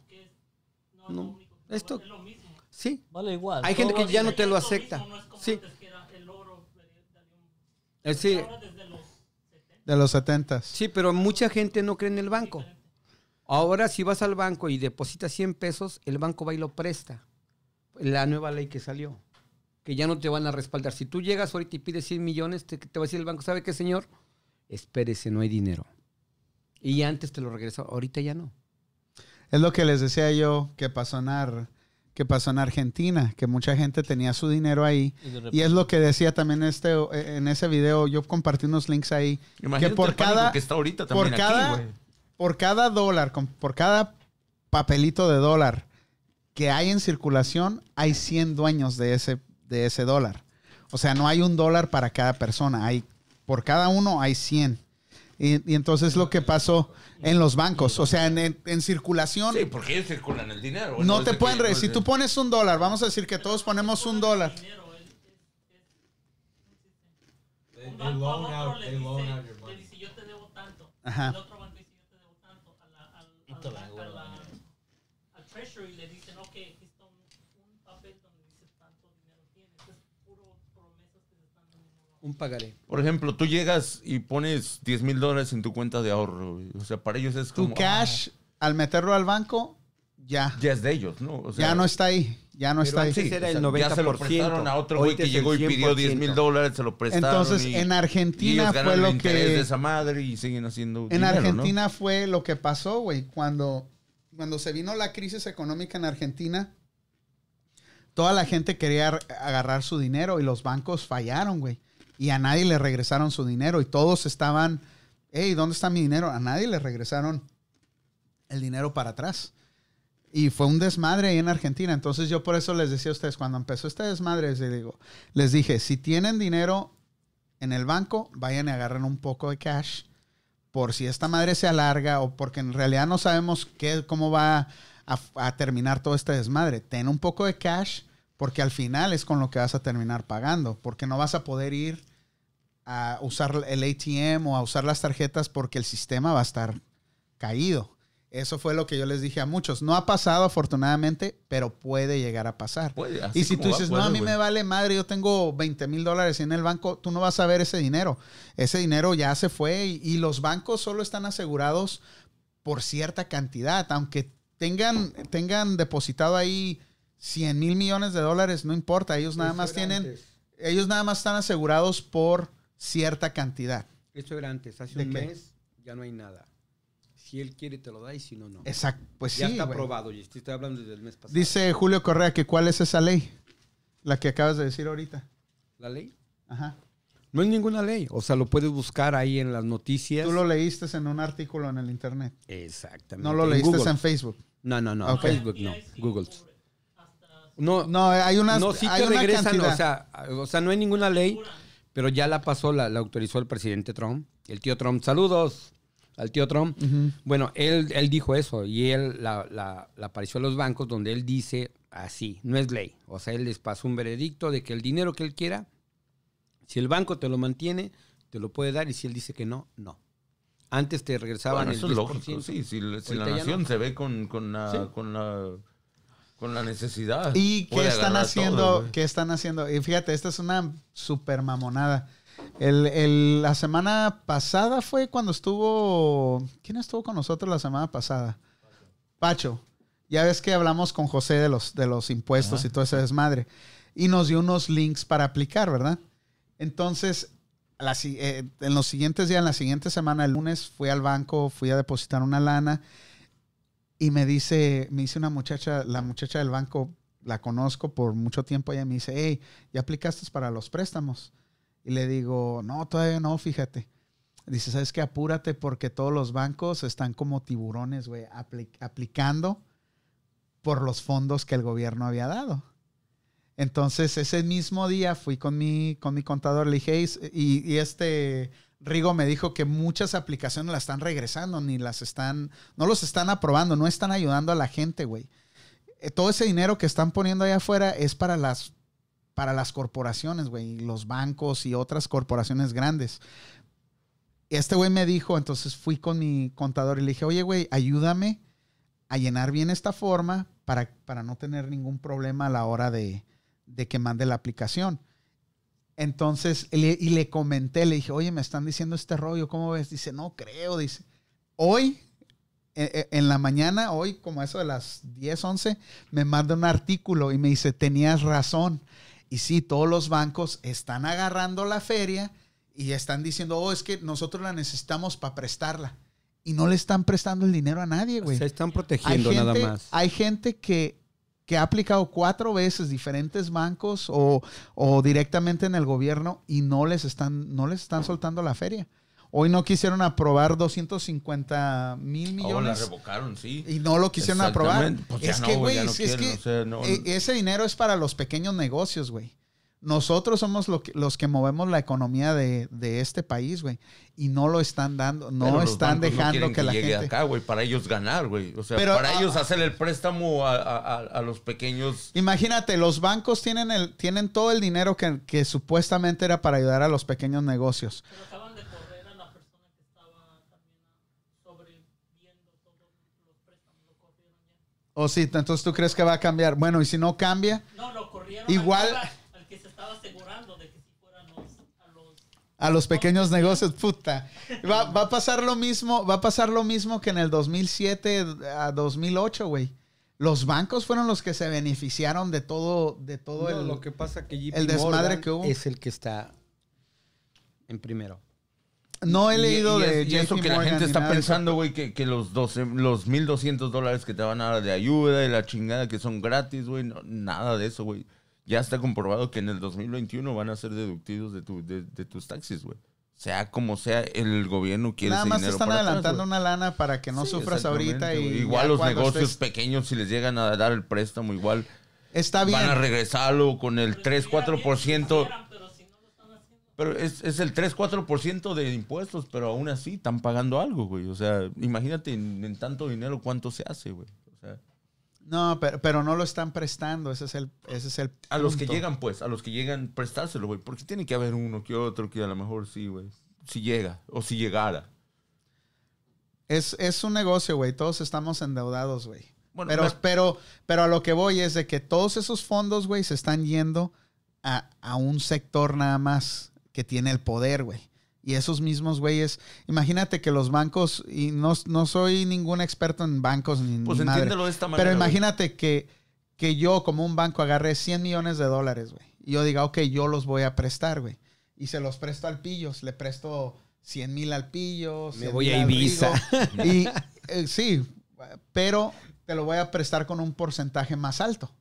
Speaker 8: No, esto sí.
Speaker 5: Vale, igual.
Speaker 8: Hay gente
Speaker 5: Todo
Speaker 8: que ya no
Speaker 5: es-
Speaker 8: te lo acepta. Sí. Eh, Sí,
Speaker 1: De los setentas.
Speaker 8: sí, pero mucha gente no cree en el banco. Ahora si vas al banco y depositas 100 pesos, el banco va y lo presta. La nueva ley que salió, que ya no te van a respaldar. Si tú llegas ahorita y pides 100 millones, te, te va a decir el banco, ¿sabe qué, señor? Espérese, no hay dinero. Y antes te lo regresaba, ahorita ya no.
Speaker 1: Es lo que les decía yo que pasó en Ar- que pasó en Argentina, que mucha gente tenía su dinero ahí.
Speaker 5: Y de
Speaker 1: Y es lo que decía también este, en ese video, yo compartí unos links ahí,
Speaker 4: Imagínate
Speaker 1: por
Speaker 4: el pánico
Speaker 1: cada-
Speaker 4: que está ahorita
Speaker 1: por
Speaker 4: también aquí,
Speaker 1: cada-
Speaker 4: güey.
Speaker 1: por cada dólar, con- por cada papelito de dólar que hay en circulación, hay 100 dueños de ese, de ese dólar. O sea, no hay un dólar para cada persona, hay por cada uno hay 100. Y, y entonces lo que pasó en los bancos, o sea, en, en- en circulación,
Speaker 4: Sí, porque ellos circulan el dinero. güey,
Speaker 1: no
Speaker 4: es
Speaker 1: te
Speaker 4: de
Speaker 1: pueden...
Speaker 4: que-
Speaker 1: re-
Speaker 4: no es
Speaker 1: si
Speaker 4: de-
Speaker 1: tú pones un dólar, vamos a decir que todos ponemos un dólar.
Speaker 2: They, they loan out, they loan out your money.
Speaker 1: Ajá.
Speaker 8: Un pagaré.
Speaker 4: Por ejemplo, tú llegas y pones 10 mil dólares en tu cuenta de ahorro. güey. O sea, para ellos es
Speaker 1: Tu
Speaker 4: como...
Speaker 1: cash, al meterlo al banco, ya.
Speaker 4: ah, ya es de ellos, ¿no? O sea,
Speaker 1: Ya no está ahí. Ya no
Speaker 8: Pero
Speaker 1: está ahí.
Speaker 8: antes era el
Speaker 4: Ya se lo
Speaker 8: 90%.
Speaker 4: prestaron a otro güey
Speaker 8: Ahorita
Speaker 4: que
Speaker 8: es el
Speaker 4: llegó y pidió
Speaker 8: 100%.
Speaker 4: 10 mil dólares, se lo prestaron.
Speaker 1: Entonces, en
Speaker 4: y- y ellos
Speaker 1: Argentina
Speaker 4: ganan
Speaker 1: fue
Speaker 4: el
Speaker 1: lo
Speaker 4: interés de
Speaker 1: que.
Speaker 4: esa madre y siguen haciendo
Speaker 1: En
Speaker 4: dinero, ¿no?
Speaker 1: Argentina fue lo que pasó, güey. Cuando, cuando se vino la crisis económica en Argentina, toda la gente quería ar- agarrar su dinero y los bancos fallaron, güey. Y a nadie le regresaron su dinero y todos estaban, hey, ¿dónde está mi dinero? A nadie le regresaron el dinero para atrás. Y fue un desmadre ahí en Argentina. Entonces yo por eso les decía a ustedes, cuando empezó este desmadre, les digo, les dije, si tienen dinero en el banco, vayan y agarren un poco de cash por si esta madre se alarga o porque en realidad no sabemos qué, cómo va a, a terminar todo este desmadre. Ten un poco de cash porque al final es con lo que vas a terminar pagando, porque no vas a poder ir a usar el ATM o a usar las tarjetas porque el sistema va a estar caído. Eso fue lo que yo les dije a muchos. No ha pasado afortunadamente, pero puede llegar a pasar.
Speaker 4: Puede, así
Speaker 1: Y si
Speaker 4: como
Speaker 1: tú
Speaker 4: va,
Speaker 1: dices, no,
Speaker 4: puede,
Speaker 1: a mí
Speaker 4: güey.
Speaker 1: me vale madre, yo tengo 20 mil dólares en el banco, tú no vas a ver ese dinero. Ese dinero ya se fue y, y los bancos solo están asegurados por cierta cantidad. Aunque tengan, tengan depositado ahí 100 mil millones de dólares, no importa. Ellos nada
Speaker 8: Pues Eso
Speaker 1: más
Speaker 8: era
Speaker 1: tienen,
Speaker 8: antes.
Speaker 1: ellos nada más están asegurados por cierta cantidad.
Speaker 8: Eso era antes. Hace
Speaker 1: ¿De
Speaker 8: un
Speaker 1: qué?
Speaker 8: mes ya no hay nada. Si él quiere, te lo da y si no, no.
Speaker 1: Exacto. Pues
Speaker 8: ya
Speaker 1: sí.
Speaker 8: está
Speaker 1: güey.
Speaker 8: aprobado. Y estoy hablando desde el mes pasado.
Speaker 1: Dice Julio Correa que cuál es esa ley, la que acabas de decir ahorita.
Speaker 8: ¿La ley?
Speaker 1: Ajá.
Speaker 8: No es ninguna ley. O sea, lo puedes buscar ahí en las noticias.
Speaker 1: Tú lo leíste en un artículo en el internet.
Speaker 8: Exactamente.
Speaker 1: No lo
Speaker 8: En
Speaker 1: leíste
Speaker 8: Google.
Speaker 1: en Facebook.
Speaker 8: No, no, no.
Speaker 1: Ok.
Speaker 8: Facebook no. Google. No,
Speaker 1: No, hay unas.
Speaker 8: no, sí
Speaker 1: hay
Speaker 8: te
Speaker 1: una
Speaker 8: regresan.
Speaker 1: cantidad.
Speaker 8: O sea, o sea, no hay ninguna ley. Pero ya la pasó, la, la autorizó el presidente Trump. El tío Trump, saludos al tío Trump. Bueno, él, él dijo eso y él la, la- la apareció a los bancos donde él dice así, no es ley. O sea, él les pasó un veredicto de que el dinero que él quiera, si el banco te lo mantiene, te lo puede dar y si él dice que no, no. Antes te regresaban
Speaker 4: Bueno,
Speaker 8: el
Speaker 4: eso es
Speaker 8: 10%.
Speaker 4: lógico, sí. Si, la- si la
Speaker 8: Ahorita ya
Speaker 4: nación
Speaker 8: no.
Speaker 4: se ve con, con, la,
Speaker 8: Sí.
Speaker 4: con, la, con la necesidad.
Speaker 1: ¿Y qué
Speaker 4: puede
Speaker 1: están
Speaker 4: agarrar
Speaker 1: haciendo?
Speaker 4: todo, güey.
Speaker 1: ¿Qué están haciendo? Y fíjate, esta es una super mamonada. El, el- la semana pasada fue cuando estuvo. ¿Quién estuvo con nosotros la semana pasada? Pacho. Ya ves que hablamos con José de los, de los impuestos y todo ese desmadre. Y nos dio unos links para aplicar, ¿verdad? Entonces, a la si- eh, en los siguientes días, en la siguiente semana, el lunes, fui al banco, fui a depositar una lana. Y me dice, me dice una muchacha, la muchacha del banco, la conozco por mucho tiempo, ella me dice, hey, ¿ya aplicaste para los préstamos? Y le digo, no, todavía no, fíjate. Dice, ¿sabes qué? Apúrate porque todos los bancos están como tiburones, güey, apli- aplicando por los fondos que el gobierno había dado. Entonces, ese mismo día fui con mi, con mi contador, le dije, "Hey, s- y, y este Rigo me dijo que muchas aplicaciones las están regresando, ni las están, no los están aprobando, no están ayudando a la gente, güey. Eh, Todo ese dinero que están poniendo allá afuera es para las, para las corporaciones, güey, y los bancos y otras corporaciones grandes. Y Este güey me dijo, entonces fui con mi contador y le dije, oye, güey, ayúdame a llenar bien esta forma para, para no tener ningún problema a la hora de, de que mande la aplicación. Entonces, y le, y le comenté, le dije, oye, me están diciendo este rollo, ¿cómo ves? Dice, no creo, dice. Hoy, eh, eh, en la mañana, hoy, como eso de las 10, 11, me manda un artículo y me dice, tenías razón. Y sí, todos los bancos están agarrando la feria y están diciendo, oh, es que nosotros la necesitamos para prestarla. Y no le están prestando el dinero a nadie, güey.
Speaker 8: Se están protegiendo nada más.
Speaker 1: Hay gente que, que ha aplicado cuatro veces diferentes bancos o, o directamente en el gobierno y no les están, no les están soltando la feria. Hoy no quisieron aprobar 250 mil
Speaker 4: Ahora Oh, la
Speaker 1: millones
Speaker 4: revocaron, sí.
Speaker 1: y no lo quisieron aprobar.
Speaker 4: Exactamente. Pues ya
Speaker 1: es
Speaker 4: no,
Speaker 1: que,
Speaker 4: ya
Speaker 1: güey,
Speaker 4: no
Speaker 1: es, es
Speaker 4: quieren,
Speaker 1: que
Speaker 4: o sea, no-
Speaker 1: e- ese dinero es para los pequeños negocios, güey. Nosotros somos lo que- los que movemos la economía de, de este país, güey. Y no lo están dando, no
Speaker 4: Pero los
Speaker 1: están
Speaker 4: bancos pues, no
Speaker 1: dejando
Speaker 4: quieren
Speaker 1: que, la
Speaker 4: llegue
Speaker 1: gente...
Speaker 4: acá, güey, para ellos ganar, güey. O sea,
Speaker 1: Pero,
Speaker 4: para
Speaker 1: ah,
Speaker 4: ellos hacer el préstamo a, a- a- a los pequeños.
Speaker 1: Imagínate, los bancos tienen, el, tienen todo el dinero que, que supuestamente era para ayudar a los pequeños negocios.
Speaker 6: Acaban de correr a la persona que estaba también sobreviendo todos los préstamos. Lo corrieron ya.
Speaker 1: O sí, entonces tú crees que va a cambiar. Bueno, y si no cambia,
Speaker 6: No, lo corrieron al
Speaker 1: Igual-
Speaker 6: que estaba- al que se estaba asegurando de que si fueran los, a los
Speaker 1: a los pequeños negocios, puta. Va, va a pasar lo mismo, va a pasar lo mismo que en el 2007 a 2008, güey. Los bancos fueron los que se beneficiaron de todo, de todo
Speaker 8: No,
Speaker 1: el...
Speaker 8: lo que pasa que JP
Speaker 1: el desmadre
Speaker 8: Morgan
Speaker 1: que hubo.
Speaker 8: es el que está en primero.
Speaker 1: No he
Speaker 4: Y-
Speaker 1: leído
Speaker 4: y
Speaker 1: de
Speaker 4: es- y eso
Speaker 1: JP
Speaker 4: que la
Speaker 1: Morgan
Speaker 4: gente
Speaker 1: ni
Speaker 4: está
Speaker 1: nada de eso.
Speaker 4: pensando, güey, que, que los, 12, los 1.200 dólares que te van a dar de ayuda y la chingada que son gratis, güey, no- nada de eso, güey. Ya está comprobado que en el 2021 van a ser deductivos de, tu- de, de tus taxis, güey. Sea como sea, el gobierno quiere
Speaker 1: Nada
Speaker 4: ese
Speaker 1: más te
Speaker 4: dinero
Speaker 1: están
Speaker 4: para atrás,
Speaker 1: adelantando
Speaker 4: güey.
Speaker 1: una lana para que no
Speaker 4: Sí,
Speaker 1: sufras
Speaker 4: exactamente,
Speaker 1: ahorita. Y
Speaker 4: güey.
Speaker 1: ya
Speaker 4: igual los
Speaker 1: cuando
Speaker 4: negocios
Speaker 1: estés-
Speaker 4: pequeños, si les llegan a dar el préstamo, igual
Speaker 1: Está bien.
Speaker 4: van a regresarlo con el 3-4%.
Speaker 6: pero si no lo están haciendo.
Speaker 4: Pero es, es el 3-4% de impuestos, pero aún así están pagando algo, güey. O sea, imagínate en, en tanto dinero cuánto se hace, güey. O sea,
Speaker 1: No, pero, pero no lo están prestando. Ese es el. Ese es el
Speaker 4: a los que
Speaker 1: punto.
Speaker 4: llegan, pues, a los que llegan, prestárselo, güey. Porque tiene que haber uno que otro que a lo mejor sí, güey. Si llega, o si llegara.
Speaker 1: Es, es un negocio, güey. Todos estamos endeudados, güey.
Speaker 4: Bueno,
Speaker 1: pero,
Speaker 4: me-
Speaker 1: pero, pero a lo que voy es de que todos esos fondos, güey, se están yendo a, a un sector nada más que tiene el poder, güey. Y esos mismos güeyes, imagínate que los bancos, y no, no soy ningún experto en bancos ni,
Speaker 4: Pues
Speaker 1: ni madre,
Speaker 4: entiéndelo de esta manera.
Speaker 1: pero
Speaker 4: güey.
Speaker 1: imagínate que, que yo como un banco agarré 100 millones de dólares, güey. Y yo diga, ok, yo los voy a prestar, güey. Y se los presto al pillos. Le presto 100 mil al pillos.
Speaker 8: Me voy a Ibiza.
Speaker 1: Y eh, sí, pero te lo voy a prestar con un porcentaje más alto.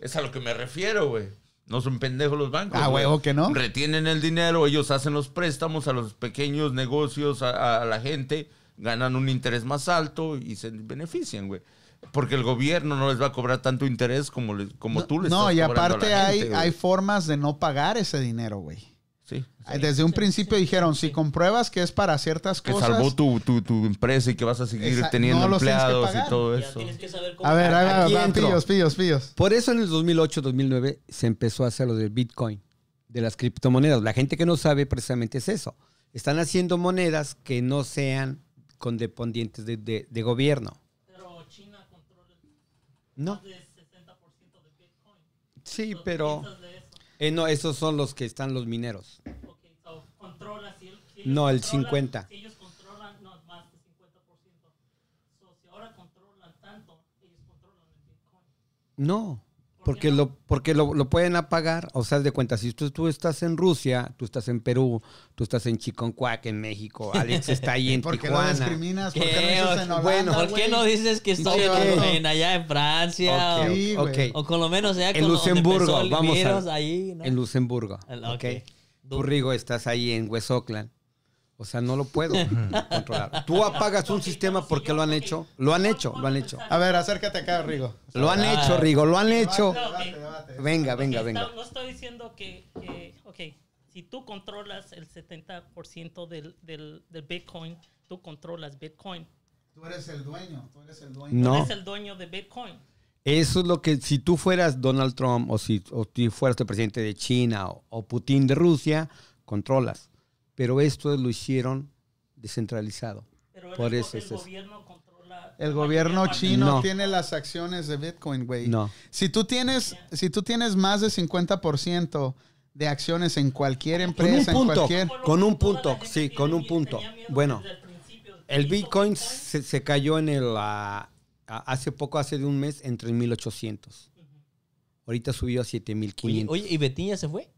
Speaker 4: Es a lo que me refiero, güey. No son pendejos los bancos.
Speaker 1: Ah,
Speaker 4: güey.
Speaker 1: huevo que no.
Speaker 4: Retienen el dinero, ellos hacen los préstamos a los pequeños negocios, a, a la gente, ganan un interés más alto y se benefician, güey. Porque el gobierno no les va a cobrar tanto interés como, les- como
Speaker 1: No-
Speaker 4: tú les
Speaker 1: no,
Speaker 4: estás
Speaker 1: y
Speaker 4: cobrando a la
Speaker 1: aparte
Speaker 4: gente,
Speaker 1: hay,
Speaker 4: güey.
Speaker 1: hay formas de no pagar ese dinero, güey.
Speaker 4: Sí.
Speaker 1: Desde un principio dijeron, si compruebas que es para ciertas
Speaker 4: Que
Speaker 1: cosas...
Speaker 4: salvó tu, tu, tu empresa y que vas a seguir
Speaker 1: Esa-
Speaker 4: teniendo
Speaker 1: no los tienes que
Speaker 4: empleados
Speaker 1: pagar.
Speaker 4: y todo
Speaker 5: Ya
Speaker 4: eso.
Speaker 5: tienes que saber cómo.
Speaker 1: A ver, a ver,
Speaker 8: Aquí
Speaker 1: va,
Speaker 8: entro.
Speaker 1: pillos, pillos, pillos.
Speaker 8: Por eso en el 2008-2009 se empezó a hacer lo del Bitcoin, de las criptomonedas. La gente que no sabe precisamente es eso. Están haciendo monedas que no sean condependientes de, de- de gobierno.
Speaker 6: Pero China controla
Speaker 8: No.
Speaker 6: más del 60% de Bitcoin.
Speaker 8: Sí,
Speaker 6: So,
Speaker 8: pero...
Speaker 6: piensas de eso.
Speaker 8: eh, no, esos son los que están los mineros.
Speaker 6: Ok, so, controla si el- si
Speaker 8: No, el
Speaker 6: ellos controlan-
Speaker 8: 50.
Speaker 6: Si ellos controlan, no, más del 50%. So, si ahora controlan tanto, ellos controlan el Bitcoin.
Speaker 8: No, porque lo, porque lo, lo pueden apagar. O sea, haz de cuenta, si tú, tú estás en Rusia, tú estás en Perú, tú estás en Chiconcuac, en México, Alex está ahí en
Speaker 1: ¿Por qué lo
Speaker 8: Tijuana.
Speaker 1: discriminas? ¿Por qué
Speaker 5: ¿Qué?
Speaker 1: lo dices en Holanda,
Speaker 8: Bueno,
Speaker 5: ¿Por qué
Speaker 1: güey?
Speaker 5: no dices que estoy en-
Speaker 1: Ok.
Speaker 5: en, allá en Francia?
Speaker 8: Ok,
Speaker 5: o-
Speaker 1: Sí,
Speaker 8: ok.
Speaker 1: güey.
Speaker 5: O, con lo menos allá
Speaker 8: En
Speaker 5: con lo- donde
Speaker 8: Luxemburgo,
Speaker 5: empezó el
Speaker 8: vamos a-
Speaker 5: virus ahí, ¿no?
Speaker 8: En Luxemburgo.
Speaker 5: El-
Speaker 1: Ah,
Speaker 8: ok.
Speaker 5: ok.
Speaker 8: Tú, Rigo, estás ahí en West Oakland. O sea, no lo puedo controlar. Tú apagas un sistema porque lo han hecho. Lo han hecho, lo han hecho.
Speaker 1: A ver, acércate acá, Rigo.
Speaker 8: Lo han hecho, Rigo, lo han hecho.
Speaker 1: Debate, debate, debate.
Speaker 8: Venga, venga,
Speaker 6: Ok, está-
Speaker 8: venga.
Speaker 6: No estoy diciendo que, que, ok, si tú controlas el 70% del, del, del Bitcoin, tú controlas Bitcoin.
Speaker 1: Tú eres el dueño, tú eres el dueño.
Speaker 6: Tú
Speaker 8: No.
Speaker 6: eres el dueño de Bitcoin.
Speaker 8: Eso es lo que, si tú fueras Donald Trump o si o tú fueras el presidente de China o, o Putin de Rusia, controlas. Pero esto lo hicieron descentralizado.
Speaker 6: Pero el,
Speaker 8: Por
Speaker 6: go-
Speaker 8: eso
Speaker 6: el
Speaker 8: es eso.
Speaker 6: gobierno controla.
Speaker 1: El gobierno chino
Speaker 8: No.
Speaker 1: tiene las acciones de Bitcoin, güey.
Speaker 8: No.
Speaker 1: Si tú tienes, si tú tienes más de 50% de acciones en cualquier
Speaker 8: Con un
Speaker 1: empresa, en
Speaker 8: punto,
Speaker 1: cualquier
Speaker 8: con un punto, sí, con un punto. Bueno, el Bitcoin se, se cayó en el, ah, a- hace poco, hace de un mes, en 3.800. Ahorita subió a
Speaker 5: Oye,
Speaker 8: 7.500.
Speaker 5: oye, ¿y Betín ya se fue?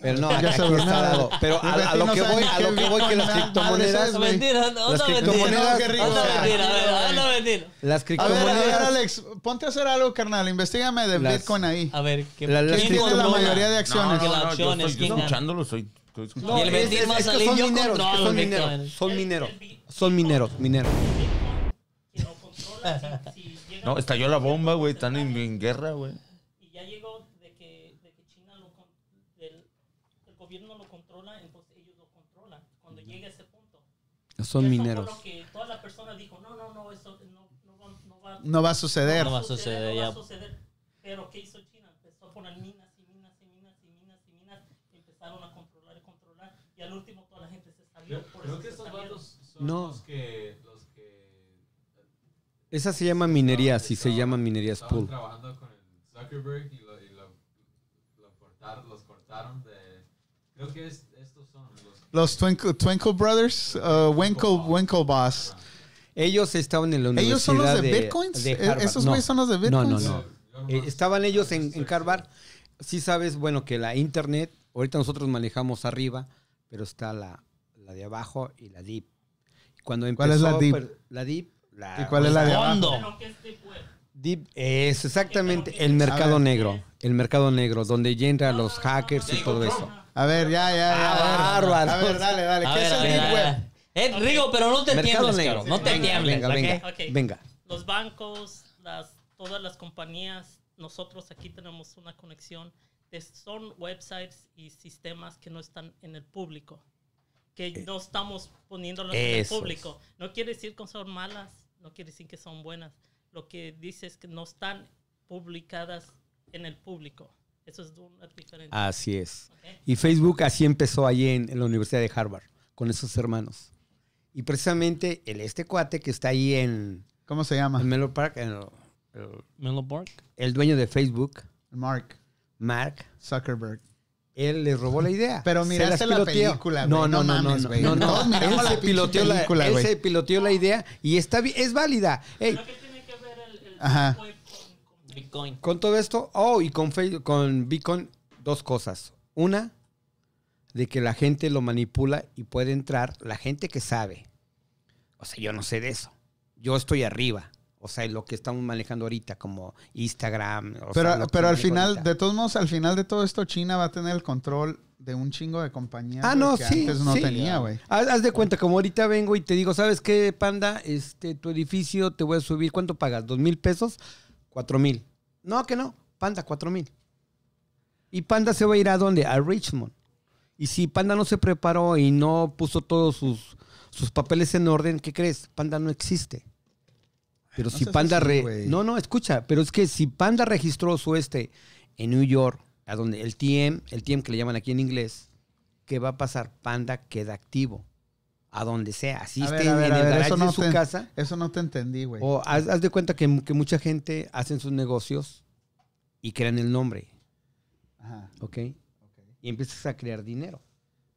Speaker 8: Pero no,
Speaker 1: Ya
Speaker 8: aquí
Speaker 1: se durmió.
Speaker 8: está dado. Pero a, a lo que voy, a lo que voy, que las criptomonedas...
Speaker 1: Eso es, güey.
Speaker 5: Mentira, no,
Speaker 8: Las
Speaker 5: no,
Speaker 8: criptomonedas-
Speaker 5: mentira. No,
Speaker 1: O sea,
Speaker 5: mentira, a ver,
Speaker 1: güey.
Speaker 5: no, mentira.
Speaker 8: Las
Speaker 1: A ver, a ver,
Speaker 8: criptomonedas...
Speaker 1: Alex, ponte a hacer algo, carnal. Investígame de
Speaker 8: Las-
Speaker 1: Bitcoin ahí.
Speaker 5: A ver, ¿qué
Speaker 8: La- la-
Speaker 1: ¿Quién
Speaker 8: las
Speaker 1: tiene la
Speaker 8: criptomonedas-
Speaker 1: mayoría de
Speaker 4: No,
Speaker 1: acciones?
Speaker 5: que
Speaker 4: no,
Speaker 5: las
Speaker 4: no, yo
Speaker 5: acciones,
Speaker 4: estoy, yo
Speaker 5: ¿quién gana?
Speaker 4: escuchándolo, estoy, estoy escuchando.
Speaker 5: No, Y el Betín va a
Speaker 8: que
Speaker 5: salir,
Speaker 8: son
Speaker 5: yo
Speaker 8: mineros, que
Speaker 5: controlo
Speaker 8: son
Speaker 5: mi
Speaker 8: mineros,
Speaker 5: cabrón.
Speaker 8: son mineros, son mineros, mineros.
Speaker 6: Que no controla si, si llega
Speaker 4: No, estalló la bomba, güey. Están en, en guerra, güey.
Speaker 6: y ya llegó de que, de que China lo con- del- el gobierno lo controla, entonces ellos lo controlan. Cuando llega ese punto.
Speaker 8: Son
Speaker 6: Eso fue
Speaker 8: mineros.
Speaker 6: lo que toda la persona dijo, no, no, no, eso no, no va, no va-
Speaker 1: No va a suceder.
Speaker 5: No va a
Speaker 6: no va a
Speaker 5: suceder, ya.
Speaker 6: suceder. Pero ¿qué hizo China? Empezó a poner minas y minas y minas y minas y minas. Y empezaron a controlar y controlar. Y al último toda la gente se salió.
Speaker 2: Creo,
Speaker 6: Por
Speaker 2: creo
Speaker 6: eso
Speaker 2: que
Speaker 6: se
Speaker 2: estos
Speaker 6: salieron.
Speaker 2: vatos son
Speaker 8: No.
Speaker 2: los que. Los que
Speaker 8: Esa se llama minería, sí se
Speaker 2: estaban-
Speaker 8: llama minería
Speaker 2: estaban
Speaker 8: spool.
Speaker 2: trabajando con el Zuckerberg y lo, y lo- lo cortaron, los cortaron de. Creo que es- estos son los que.
Speaker 1: Los Twinkle, Twinkle Brothers, uh, Winkle, Winkle Boss.
Speaker 8: Ellos estaban en la universidad
Speaker 1: ¿Ellos son los de
Speaker 8: de
Speaker 1: Bitcoins?
Speaker 8: de
Speaker 1: ¿E-
Speaker 8: Harvard.
Speaker 1: esos
Speaker 8: No.
Speaker 1: güeyes son los de
Speaker 8: No, no,
Speaker 1: Bitcoins?
Speaker 8: no. Eh, estaban ellos en, en Harvard. Sí sabes, bueno, que la internet, ahorita nosotros manejamos arriba, pero está la, la de abajo y la deep. Cuando
Speaker 1: ¿Cuál es la
Speaker 8: empezó,
Speaker 1: deep?
Speaker 8: per- La deep. la-
Speaker 1: ¿Y cuál es la de abajo?
Speaker 5: Fondo.
Speaker 6: Lo que este es de web.
Speaker 8: Deep, es exactamente el mercado negro. El mercado negro, donde ya entran los hackers y todo eso.
Speaker 1: A ver, ya, ya, ya.
Speaker 8: Ah,
Speaker 1: a ver.
Speaker 8: bárbaro.
Speaker 1: A ver, dale, dale.
Speaker 5: A
Speaker 1: ¿Qué
Speaker 5: ver,
Speaker 1: es
Speaker 5: a
Speaker 1: el
Speaker 5: ver,
Speaker 1: Deep
Speaker 5: a
Speaker 1: Web?
Speaker 5: ver. Eh, Rigo, pero no te
Speaker 8: Mercado
Speaker 5: tiembles,
Speaker 8: negro.
Speaker 5: cabrón. No te
Speaker 8: Venga,
Speaker 5: tiembles,
Speaker 8: venga,
Speaker 5: ¿ok?
Speaker 8: venga.
Speaker 6: Ok.
Speaker 8: Venga.
Speaker 6: Los bancos, las, todas las compañías, nosotros aquí tenemos una conexión. de- son websites y sistemas que no están en el público, que no estamos poniéndolos en el
Speaker 8: eso
Speaker 6: público. No quiere decir que son malas, no quiere decir que son buenas. Lo que dice es que no están publicadas en el público. Eso es una diferencia.
Speaker 8: Así es.
Speaker 6: ¿ok?
Speaker 8: Y Facebook así empezó allí en, en la Universidad de Harvard, con esos hermanos. Y precisamente el este cuate que está ahí en,
Speaker 1: ¿Cómo se llama?
Speaker 8: en Menlo Park, en el, el-
Speaker 5: Menlo Park.
Speaker 8: el dueño de Facebook,
Speaker 1: Mark
Speaker 8: Mark,
Speaker 1: Zuckerberg.
Speaker 8: él le robó la idea.
Speaker 1: Pero
Speaker 8: Se
Speaker 1: miraste la
Speaker 8: piloteó.
Speaker 1: película,
Speaker 8: No,
Speaker 1: güey, no
Speaker 8: no, no, no,
Speaker 1: mames,
Speaker 8: no,
Speaker 1: güey.
Speaker 8: no, no.
Speaker 1: Todos miramos
Speaker 8: Él
Speaker 1: la
Speaker 8: se
Speaker 1: pinche
Speaker 8: piloteó la,
Speaker 1: película,
Speaker 8: él
Speaker 1: güey.
Speaker 8: se piloteó la idea y está bi- es válida. Ey,
Speaker 6: Lo que tiene que ver el, el
Speaker 1: Ajá.
Speaker 6: web con- con
Speaker 5: Bitcoin.
Speaker 8: Con todo esto, oh, y con, Facebook, con Bitcoin, dos cosas. Una, de que la gente lo manipula y puede entrar la gente que sabe. O sea, yo no sé de eso. Yo estoy arriba. O sea, en lo que estamos manejando ahorita, como Instagram. o sea, lo
Speaker 1: Pero,
Speaker 8: que
Speaker 1: pero al
Speaker 8: manejo
Speaker 1: final,
Speaker 8: ahorita.
Speaker 1: de todos modos, al final de todo esto, China va a tener el control de un chingo de compañías
Speaker 8: Ah,
Speaker 1: güey,
Speaker 8: no,
Speaker 1: que
Speaker 8: sí.
Speaker 1: antes no
Speaker 8: sí.
Speaker 1: tenía, güey.
Speaker 8: Haz, haz de cuenta, como ahorita vengo y te digo, ¿sabes qué, panda? Este, tu edificio te voy a subir. ¿Cuánto pagas? ¿Dos mil pesos? Cuatro mil. No, que no. Panda, cuatro mil. Y panda se va a ir a dónde? A Richmond. Y si Panda no se preparó y no puso todos sus, sus papeles en orden, ¿qué crees? Panda no existe. Pero
Speaker 1: no
Speaker 8: si
Speaker 1: seas
Speaker 8: Panda...
Speaker 1: así,
Speaker 8: re-
Speaker 1: güey.
Speaker 8: no, no, escucha, pero es que si Panda registró su este en New York, a donde el TM, el TM que le llaman aquí en inglés, ¿qué va a pasar? Panda queda activo. A donde sea, así
Speaker 1: A ver,
Speaker 8: esté
Speaker 1: a
Speaker 8: en
Speaker 1: ver, a
Speaker 8: el
Speaker 1: ver,
Speaker 8: garage
Speaker 1: eso
Speaker 8: de
Speaker 1: no
Speaker 8: su
Speaker 1: te-
Speaker 8: casa.
Speaker 1: Eso no te entendí, güey.
Speaker 8: O haz, haz de cuenta que, que mucha gente hacen sus negocios y crean el nombre,
Speaker 1: Ajá,
Speaker 8: ¿ok?
Speaker 1: ok,
Speaker 8: Y empiezas a crear dinero.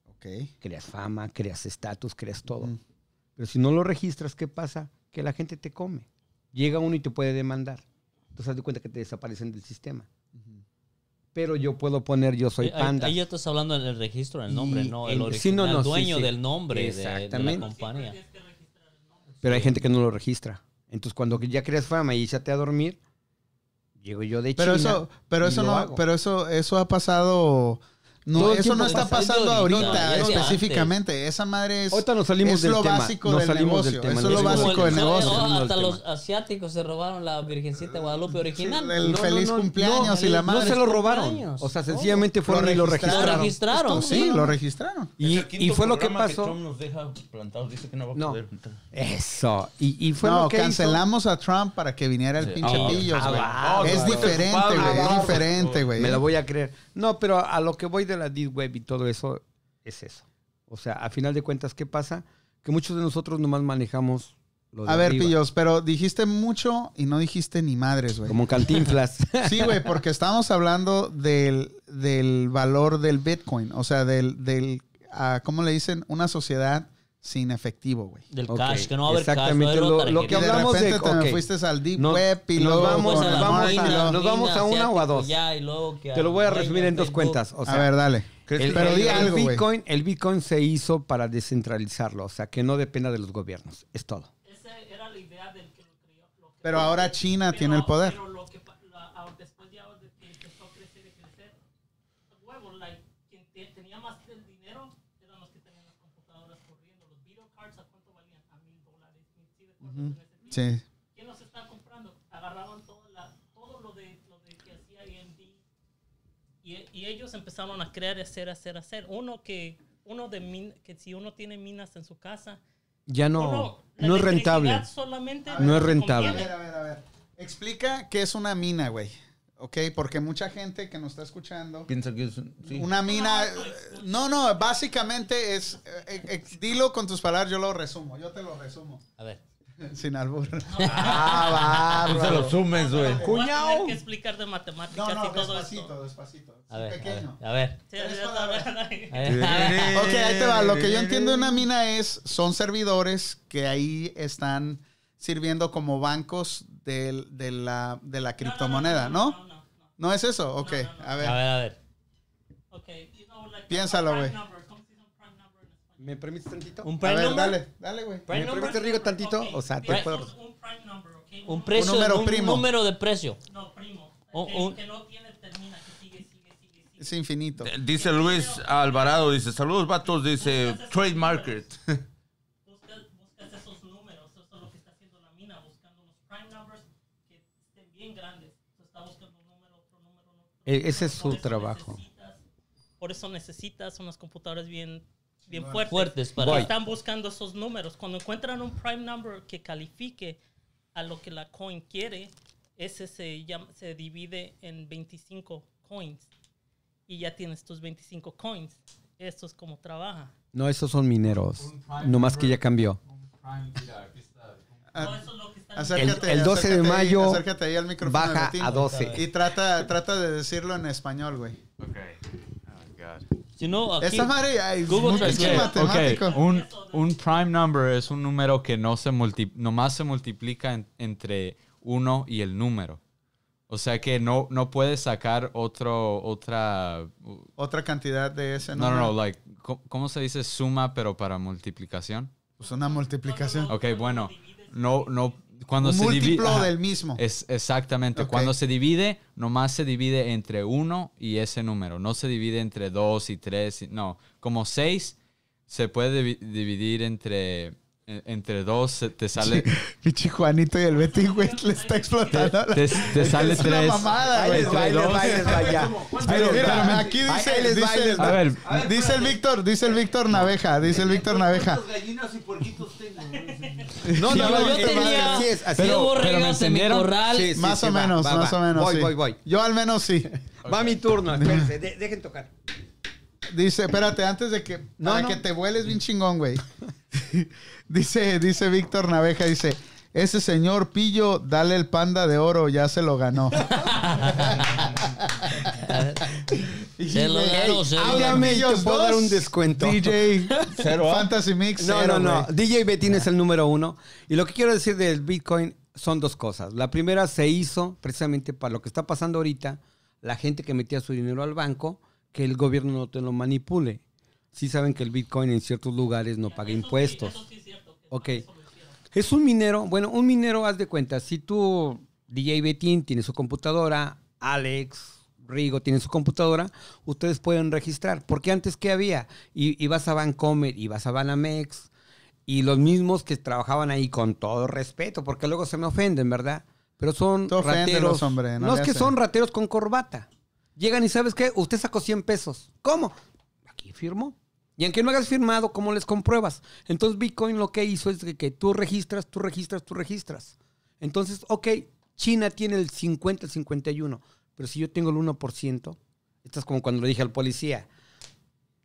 Speaker 1: ok.
Speaker 8: Creas fama, creas estatus, creas todo.
Speaker 1: Mm.
Speaker 8: Pero si no lo registras, ¿qué pasa? Que la gente te come. Llega uno y te puede demandar. Entonces haz de cuenta que te desaparecen del sistema.
Speaker 1: Ujú.
Speaker 8: Pero yo puedo poner yo soy
Speaker 5: Eh, Ahí-
Speaker 8: panda.
Speaker 5: Ahí, ya estás hablando del registro del nombre,
Speaker 8: Y
Speaker 5: no
Speaker 8: el-
Speaker 5: el original,
Speaker 8: sí, no, no, sí,
Speaker 5: dueño
Speaker 8: sí.
Speaker 5: del nombre de- de, la
Speaker 8: Exactamente.
Speaker 5: compañía.
Speaker 8: Pero hay gente que no lo registra. Entonces cuando ya creas fama y échate a dormir, llego yo de
Speaker 1: Pero
Speaker 8: China.
Speaker 1: eso, pero
Speaker 8: y
Speaker 1: eso
Speaker 8: lo
Speaker 1: no,
Speaker 8: hago.
Speaker 1: pero eso, eso ha pasado. No,
Speaker 8: Todo el
Speaker 1: eso no
Speaker 8: tiempo
Speaker 1: está
Speaker 5: pasa.
Speaker 1: pasando
Speaker 5: Es de ahorita,
Speaker 1: ahorita
Speaker 5: es de
Speaker 1: específicamente. Esa madre es.
Speaker 8: Ahorita nos salimos
Speaker 1: es
Speaker 8: del
Speaker 1: lo
Speaker 8: tema.
Speaker 1: básico
Speaker 8: nos
Speaker 1: del
Speaker 8: salimos
Speaker 1: negocio.
Speaker 8: del tema.
Speaker 1: Eso
Speaker 8: nos
Speaker 1: es lo
Speaker 5: Como
Speaker 8: salimos
Speaker 1: básico
Speaker 8: del
Speaker 1: del
Speaker 8: tema.
Speaker 5: ¿sabes?
Speaker 1: negocio.
Speaker 5: Oh,
Speaker 8: Salimos del
Speaker 5: hasta
Speaker 8: tema.
Speaker 5: los asiáticos se robaron la Virgencita de Guadalupe original.
Speaker 1: El
Speaker 8: No, no,
Speaker 1: feliz
Speaker 8: no,
Speaker 1: cumpleaños
Speaker 8: no,
Speaker 1: y la
Speaker 8: No
Speaker 1: madre.
Speaker 8: se lo robaron.
Speaker 5: cumpleaños.
Speaker 8: O sea, sencillamente fueron y lo
Speaker 1: registraron.
Speaker 5: Lo
Speaker 8: registraron.
Speaker 5: registraron.
Speaker 1: sí, lo registraron.
Speaker 8: Y,
Speaker 4: Es el quinto
Speaker 8: y fue lo que
Speaker 4: programa
Speaker 8: pasó.
Speaker 4: Trump nos deja plantados. Dice que no va a
Speaker 8: No.
Speaker 4: poder entrar.
Speaker 8: Eso. Y, y fue
Speaker 1: no,
Speaker 8: lo que hizo.
Speaker 1: cancelamos a Trump para que viniera el pinche
Speaker 5: Ah,
Speaker 1: pillos,
Speaker 8: ah,
Speaker 1: güey.
Speaker 8: ah,
Speaker 1: es
Speaker 8: ah,
Speaker 1: diferente,
Speaker 4: ah,
Speaker 1: güey.
Speaker 4: ah,
Speaker 1: Es diferente, güey. ¿eh?
Speaker 8: Me lo voy a creer. No, pero a lo que voy de la Deep Web y todo eso es eso. O sea, a final de cuentas, ¿qué pasa? Que muchos de nosotros nomás manejamos lo de
Speaker 1: A ver,
Speaker 8: arriba.
Speaker 1: pillos, pero dijiste mucho y no dijiste ni madres, güey.
Speaker 8: Como cantinflas.
Speaker 1: Sí, güey, porque estábamos hablando del, del valor del Bitcoin. O sea, del, del ah, ¿cómo le dicen? Una sociedad sin efectivo, güey.
Speaker 5: Del
Speaker 8: Ok,
Speaker 5: cash, que no va a haber cash.
Speaker 8: exactamente,
Speaker 5: No va a haber
Speaker 8: lo-
Speaker 5: otra
Speaker 8: lo
Speaker 1: Y
Speaker 8: que
Speaker 5: tarjeta.
Speaker 1: de
Speaker 8: hablamos
Speaker 1: repente
Speaker 8: de-
Speaker 1: te me
Speaker 8: ok.
Speaker 1: fuiste al Deep
Speaker 8: Nos-
Speaker 1: Web y
Speaker 8: nos
Speaker 1: luego
Speaker 8: vamos
Speaker 1: con
Speaker 8: a la
Speaker 1: el
Speaker 8: vamos
Speaker 1: marketing.
Speaker 8: a la- nos vamos a una o a dos.
Speaker 5: Ya, y luego que
Speaker 8: Te lo voy a resumir en dos cuentas. O
Speaker 1: a
Speaker 8: sea,
Speaker 1: ver, dale.
Speaker 8: el,
Speaker 1: Pero
Speaker 8: el-
Speaker 1: di
Speaker 8: el
Speaker 1: algo, güey.
Speaker 8: Bitcoin, el Bitcoin se hizo para descentralizarlo, o sea, que no dependa de los gobiernos. Es todo.
Speaker 6: Esa era la idea del que lo creó. lo que-
Speaker 1: Pero ahora China
Speaker 6: pero-
Speaker 1: tiene el poder.
Speaker 6: Pero lo que, pa- la- a- después de ahora de que empezó a crecer y crecer, a huevo, like, quien te- tenía más del dinero eran los que tenían las computadoras corriendo. Los video cards, ¿a cuánto valían? A mil dólares. mil- ¿sí de acuerdo
Speaker 1: Ujú.
Speaker 6: con ese tiempo?
Speaker 1: Sí.
Speaker 6: ¿Quién los está comprando? Agarraban todo, la, todo lo, de, lo de que hacía AMD. Y, e- y ellos empezaron a crear, hacer, hacer, hacer. Uno que, uno de min- que si uno tiene minas en su casa.
Speaker 8: Ya no,
Speaker 6: uno, la
Speaker 8: no es
Speaker 6: electricidad
Speaker 8: rentable.
Speaker 6: solamente
Speaker 8: No es
Speaker 6: te
Speaker 8: rentable.
Speaker 1: A
Speaker 6: conviene.
Speaker 1: ver, a ver, a ver. Explica qué es una mina, güey. ¿Ok? Porque mucha gente que nos está escuchando.
Speaker 4: Piensa que es. un- Sí.
Speaker 1: Una mina. No, no, básicamente es. eh, eh, dilo con tus palabras, yo lo resumo. Yo te lo resumo.
Speaker 5: A ver.
Speaker 1: Sin albur.
Speaker 8: Ah,
Speaker 4: Tú se lo sumes, güey.
Speaker 6: Voy a
Speaker 8: Cuñao.
Speaker 6: tener que explicar de
Speaker 1: No,
Speaker 6: matemáticas
Speaker 1: no,
Speaker 6: y todo eso.
Speaker 1: despacito, despacito.
Speaker 5: A ver,
Speaker 1: pequeño.
Speaker 5: a ver,
Speaker 6: Sí, ya
Speaker 1: Tres
Speaker 6: está,
Speaker 5: a
Speaker 1: palabras.
Speaker 6: ¿verdad?
Speaker 5: ver, a
Speaker 4: Eh,
Speaker 5: ver.
Speaker 1: Ok, ahí te va. Lo que yo entiendo de una mina es, son servidores que ahí están sirviendo como bancos del- de, la, de la criptomoneda, ¿no?
Speaker 6: no, no.
Speaker 1: ¿No es eso? Ok,
Speaker 6: No, no,
Speaker 1: a
Speaker 6: no.
Speaker 5: A
Speaker 1: ver.
Speaker 5: ver, a ver.
Speaker 6: Ok, you know, like,
Speaker 1: Piénsalo,
Speaker 6: a prime
Speaker 1: güey.
Speaker 6: number, ¿cómo se dice un prime number en español?
Speaker 8: ¿Me permites tantito?
Speaker 5: Un
Speaker 1: A
Speaker 5: prime
Speaker 1: ver,
Speaker 5: number.
Speaker 1: dale, dale, güey.
Speaker 5: Prime
Speaker 8: ¿Me
Speaker 5: number.
Speaker 8: permites riego tantito? O sea, te
Speaker 6: Prime
Speaker 8: puedo-
Speaker 6: number, Un prime number, ok.
Speaker 5: Un precio,
Speaker 1: Un número
Speaker 5: un
Speaker 1: primo.
Speaker 5: número de precio.
Speaker 6: No, primo.
Speaker 5: Un-
Speaker 6: que,
Speaker 5: un-
Speaker 6: que no tiene termina, que sigue, sigue, sigue, sigue.
Speaker 1: Es infinito.
Speaker 4: Dice Luis Alvarado, dice, saludos vatos, dice Trade Market.
Speaker 6: Buscas, buscas esos números, eso es lo que está haciendo la mina, buscando los prime numbers que estén bien grandes. Entonces, está buscando un número, otro número, otro
Speaker 8: E-
Speaker 6: número.
Speaker 8: ese es
Speaker 6: Por
Speaker 8: su
Speaker 6: eso
Speaker 8: trabajo.
Speaker 6: necesitas- por eso necesitas unas computadoras bien, bien
Speaker 1: Bueno.
Speaker 6: fuertes.
Speaker 5: Fuertes para-
Speaker 6: porque
Speaker 5: Voy.
Speaker 6: Están buscando esos números. Cuando encuentran un prime number que califique a lo que la coin quiere, ese se, llama- se divide en 25 coins. Y ya tienes tus 25 coins. Esto es como trabaja.
Speaker 8: No, esos son mineros. Nomás que ya cambió.
Speaker 2: Un prime, mira, aquí está.
Speaker 1: Ah,
Speaker 6: Todo eso es lo que están
Speaker 1: acércate,
Speaker 8: El- el 12 de
Speaker 1: acércate ahí,
Speaker 8: mayo
Speaker 1: acércate ahí al micrófono
Speaker 8: Baja
Speaker 1: Betín.
Speaker 8: a 12.
Speaker 1: Y trata, trata de decirlo en español, güey.
Speaker 2: Ok. Oh, God.
Speaker 5: Si no, aquí.
Speaker 1: Esa madre ay, es
Speaker 5: Google
Speaker 1: un pinche
Speaker 5: Translate.
Speaker 1: matemático.
Speaker 2: Ok, un, un prime number es un número que no se multi- nomás se multiplica en- entre uno y el número. O sea que no, no puedes sacar otro, otra... No,
Speaker 1: Otra cantidad de ese
Speaker 2: no,
Speaker 1: número.
Speaker 2: no, like, co- ¿cómo se dice suma pero para multiplicación?
Speaker 1: Pues una multiplicación.
Speaker 2: Ok, bueno, no, no, cuando
Speaker 1: Un
Speaker 2: se divide...
Speaker 1: múltiplo
Speaker 2: ajá,
Speaker 1: del mismo.
Speaker 2: Es exactamente,
Speaker 1: Ok.
Speaker 2: cuando se divide, nomás se divide entre uno y ese número, no se divide entre dos y tres, y- no, como seis se puede divi- dividir entre en- entre dos se- te sale,
Speaker 1: Pichi Juanito y el Betty, güey, le está explotando. la-
Speaker 2: te, te sale
Speaker 1: es
Speaker 2: tres.
Speaker 1: Una mamada,
Speaker 8: Ahí
Speaker 1: güey.
Speaker 8: les va, ahí les va, ahí les va, ya.
Speaker 1: Pero
Speaker 8: Ahí les
Speaker 1: mira,
Speaker 8: va.
Speaker 1: aquí
Speaker 8: Ahí-
Speaker 1: dice,
Speaker 8: ahí les va, ahí
Speaker 1: dice-
Speaker 8: les va.
Speaker 2: A ver,
Speaker 1: dice el Víctor, dice el Víctor Naveja, dice el Víctor Naveja.
Speaker 4: gallinas y puerquitos tengo?
Speaker 8: No, no,
Speaker 1: Sí,
Speaker 8: no,
Speaker 1: yo
Speaker 8: yo
Speaker 1: tenía-
Speaker 8: tenía. Así es, así
Speaker 5: Pero,
Speaker 8: es.
Speaker 2: Pero-
Speaker 5: borregos
Speaker 2: pero me
Speaker 5: en mi
Speaker 2: entendieron.
Speaker 5: corral.
Speaker 8: Sí, sí,
Speaker 1: más
Speaker 8: sí,
Speaker 1: o
Speaker 8: va,
Speaker 1: menos,
Speaker 8: va,
Speaker 1: más
Speaker 8: va.
Speaker 1: o menos.
Speaker 8: Voy,
Speaker 1: sí.
Speaker 8: voy, voy.
Speaker 1: Yo al menos sí.
Speaker 8: Va mi turno, espérense, de- dejen tocar.
Speaker 1: Dice, espérate, antes de que.
Speaker 8: No,
Speaker 1: para
Speaker 8: no.
Speaker 1: que te vueles bien chingón, güey. dice, dice Víctor Naveja, dice. Ese señor Pillo, dale el panda de oro, ya se lo ganó.
Speaker 5: Se lo ganó, se lo ganó.
Speaker 8: háblame y te puedo dar un descuento. ¿ah?
Speaker 1: DJ, Fantasy Mix.
Speaker 8: No,
Speaker 1: cero,
Speaker 8: no, no.
Speaker 1: güey. Ah.
Speaker 8: DJ Betín es el número uno. Y lo que quiero decir del Bitcoin son dos cosas. La primera se hizo precisamente para lo que está pasando ahorita. La gente que metía su dinero al banco, que el gobierno no te lo manipule. Sí saben que el Bitcoin en ciertos lugares no paga impuestos. Ok. Es un minero. Bueno, un minero, haz de cuenta. Si tú, DJ Betín, tiene su computadora, Alex, Rigo tiene su computadora, ustedes pueden registrar. Porque antes, ¿qué había? I- Ibas a Bancomer, ibas a Banamex, y los mismos que trabajaban ahí con todo respeto, porque luego se me ofenden, ¿verdad? Pero son
Speaker 1: Tú oféndelos,
Speaker 8: rateros.
Speaker 1: hombre, no
Speaker 8: los
Speaker 1: le
Speaker 8: que
Speaker 1: hace.
Speaker 8: son rateros con corbata. Llegan y ¿sabes qué? Usted sacó 100 pesos. ¿Cómo? Aquí firmó. Y aunque no hagas firmado, ¿cómo les compruebas? Entonces Bitcoin lo que hizo es de que tú registras, tú registras, tú registras. Entonces, ok, China tiene el 50, el 51, pero si yo tengo el 1%, esto es como cuando le dije al policía,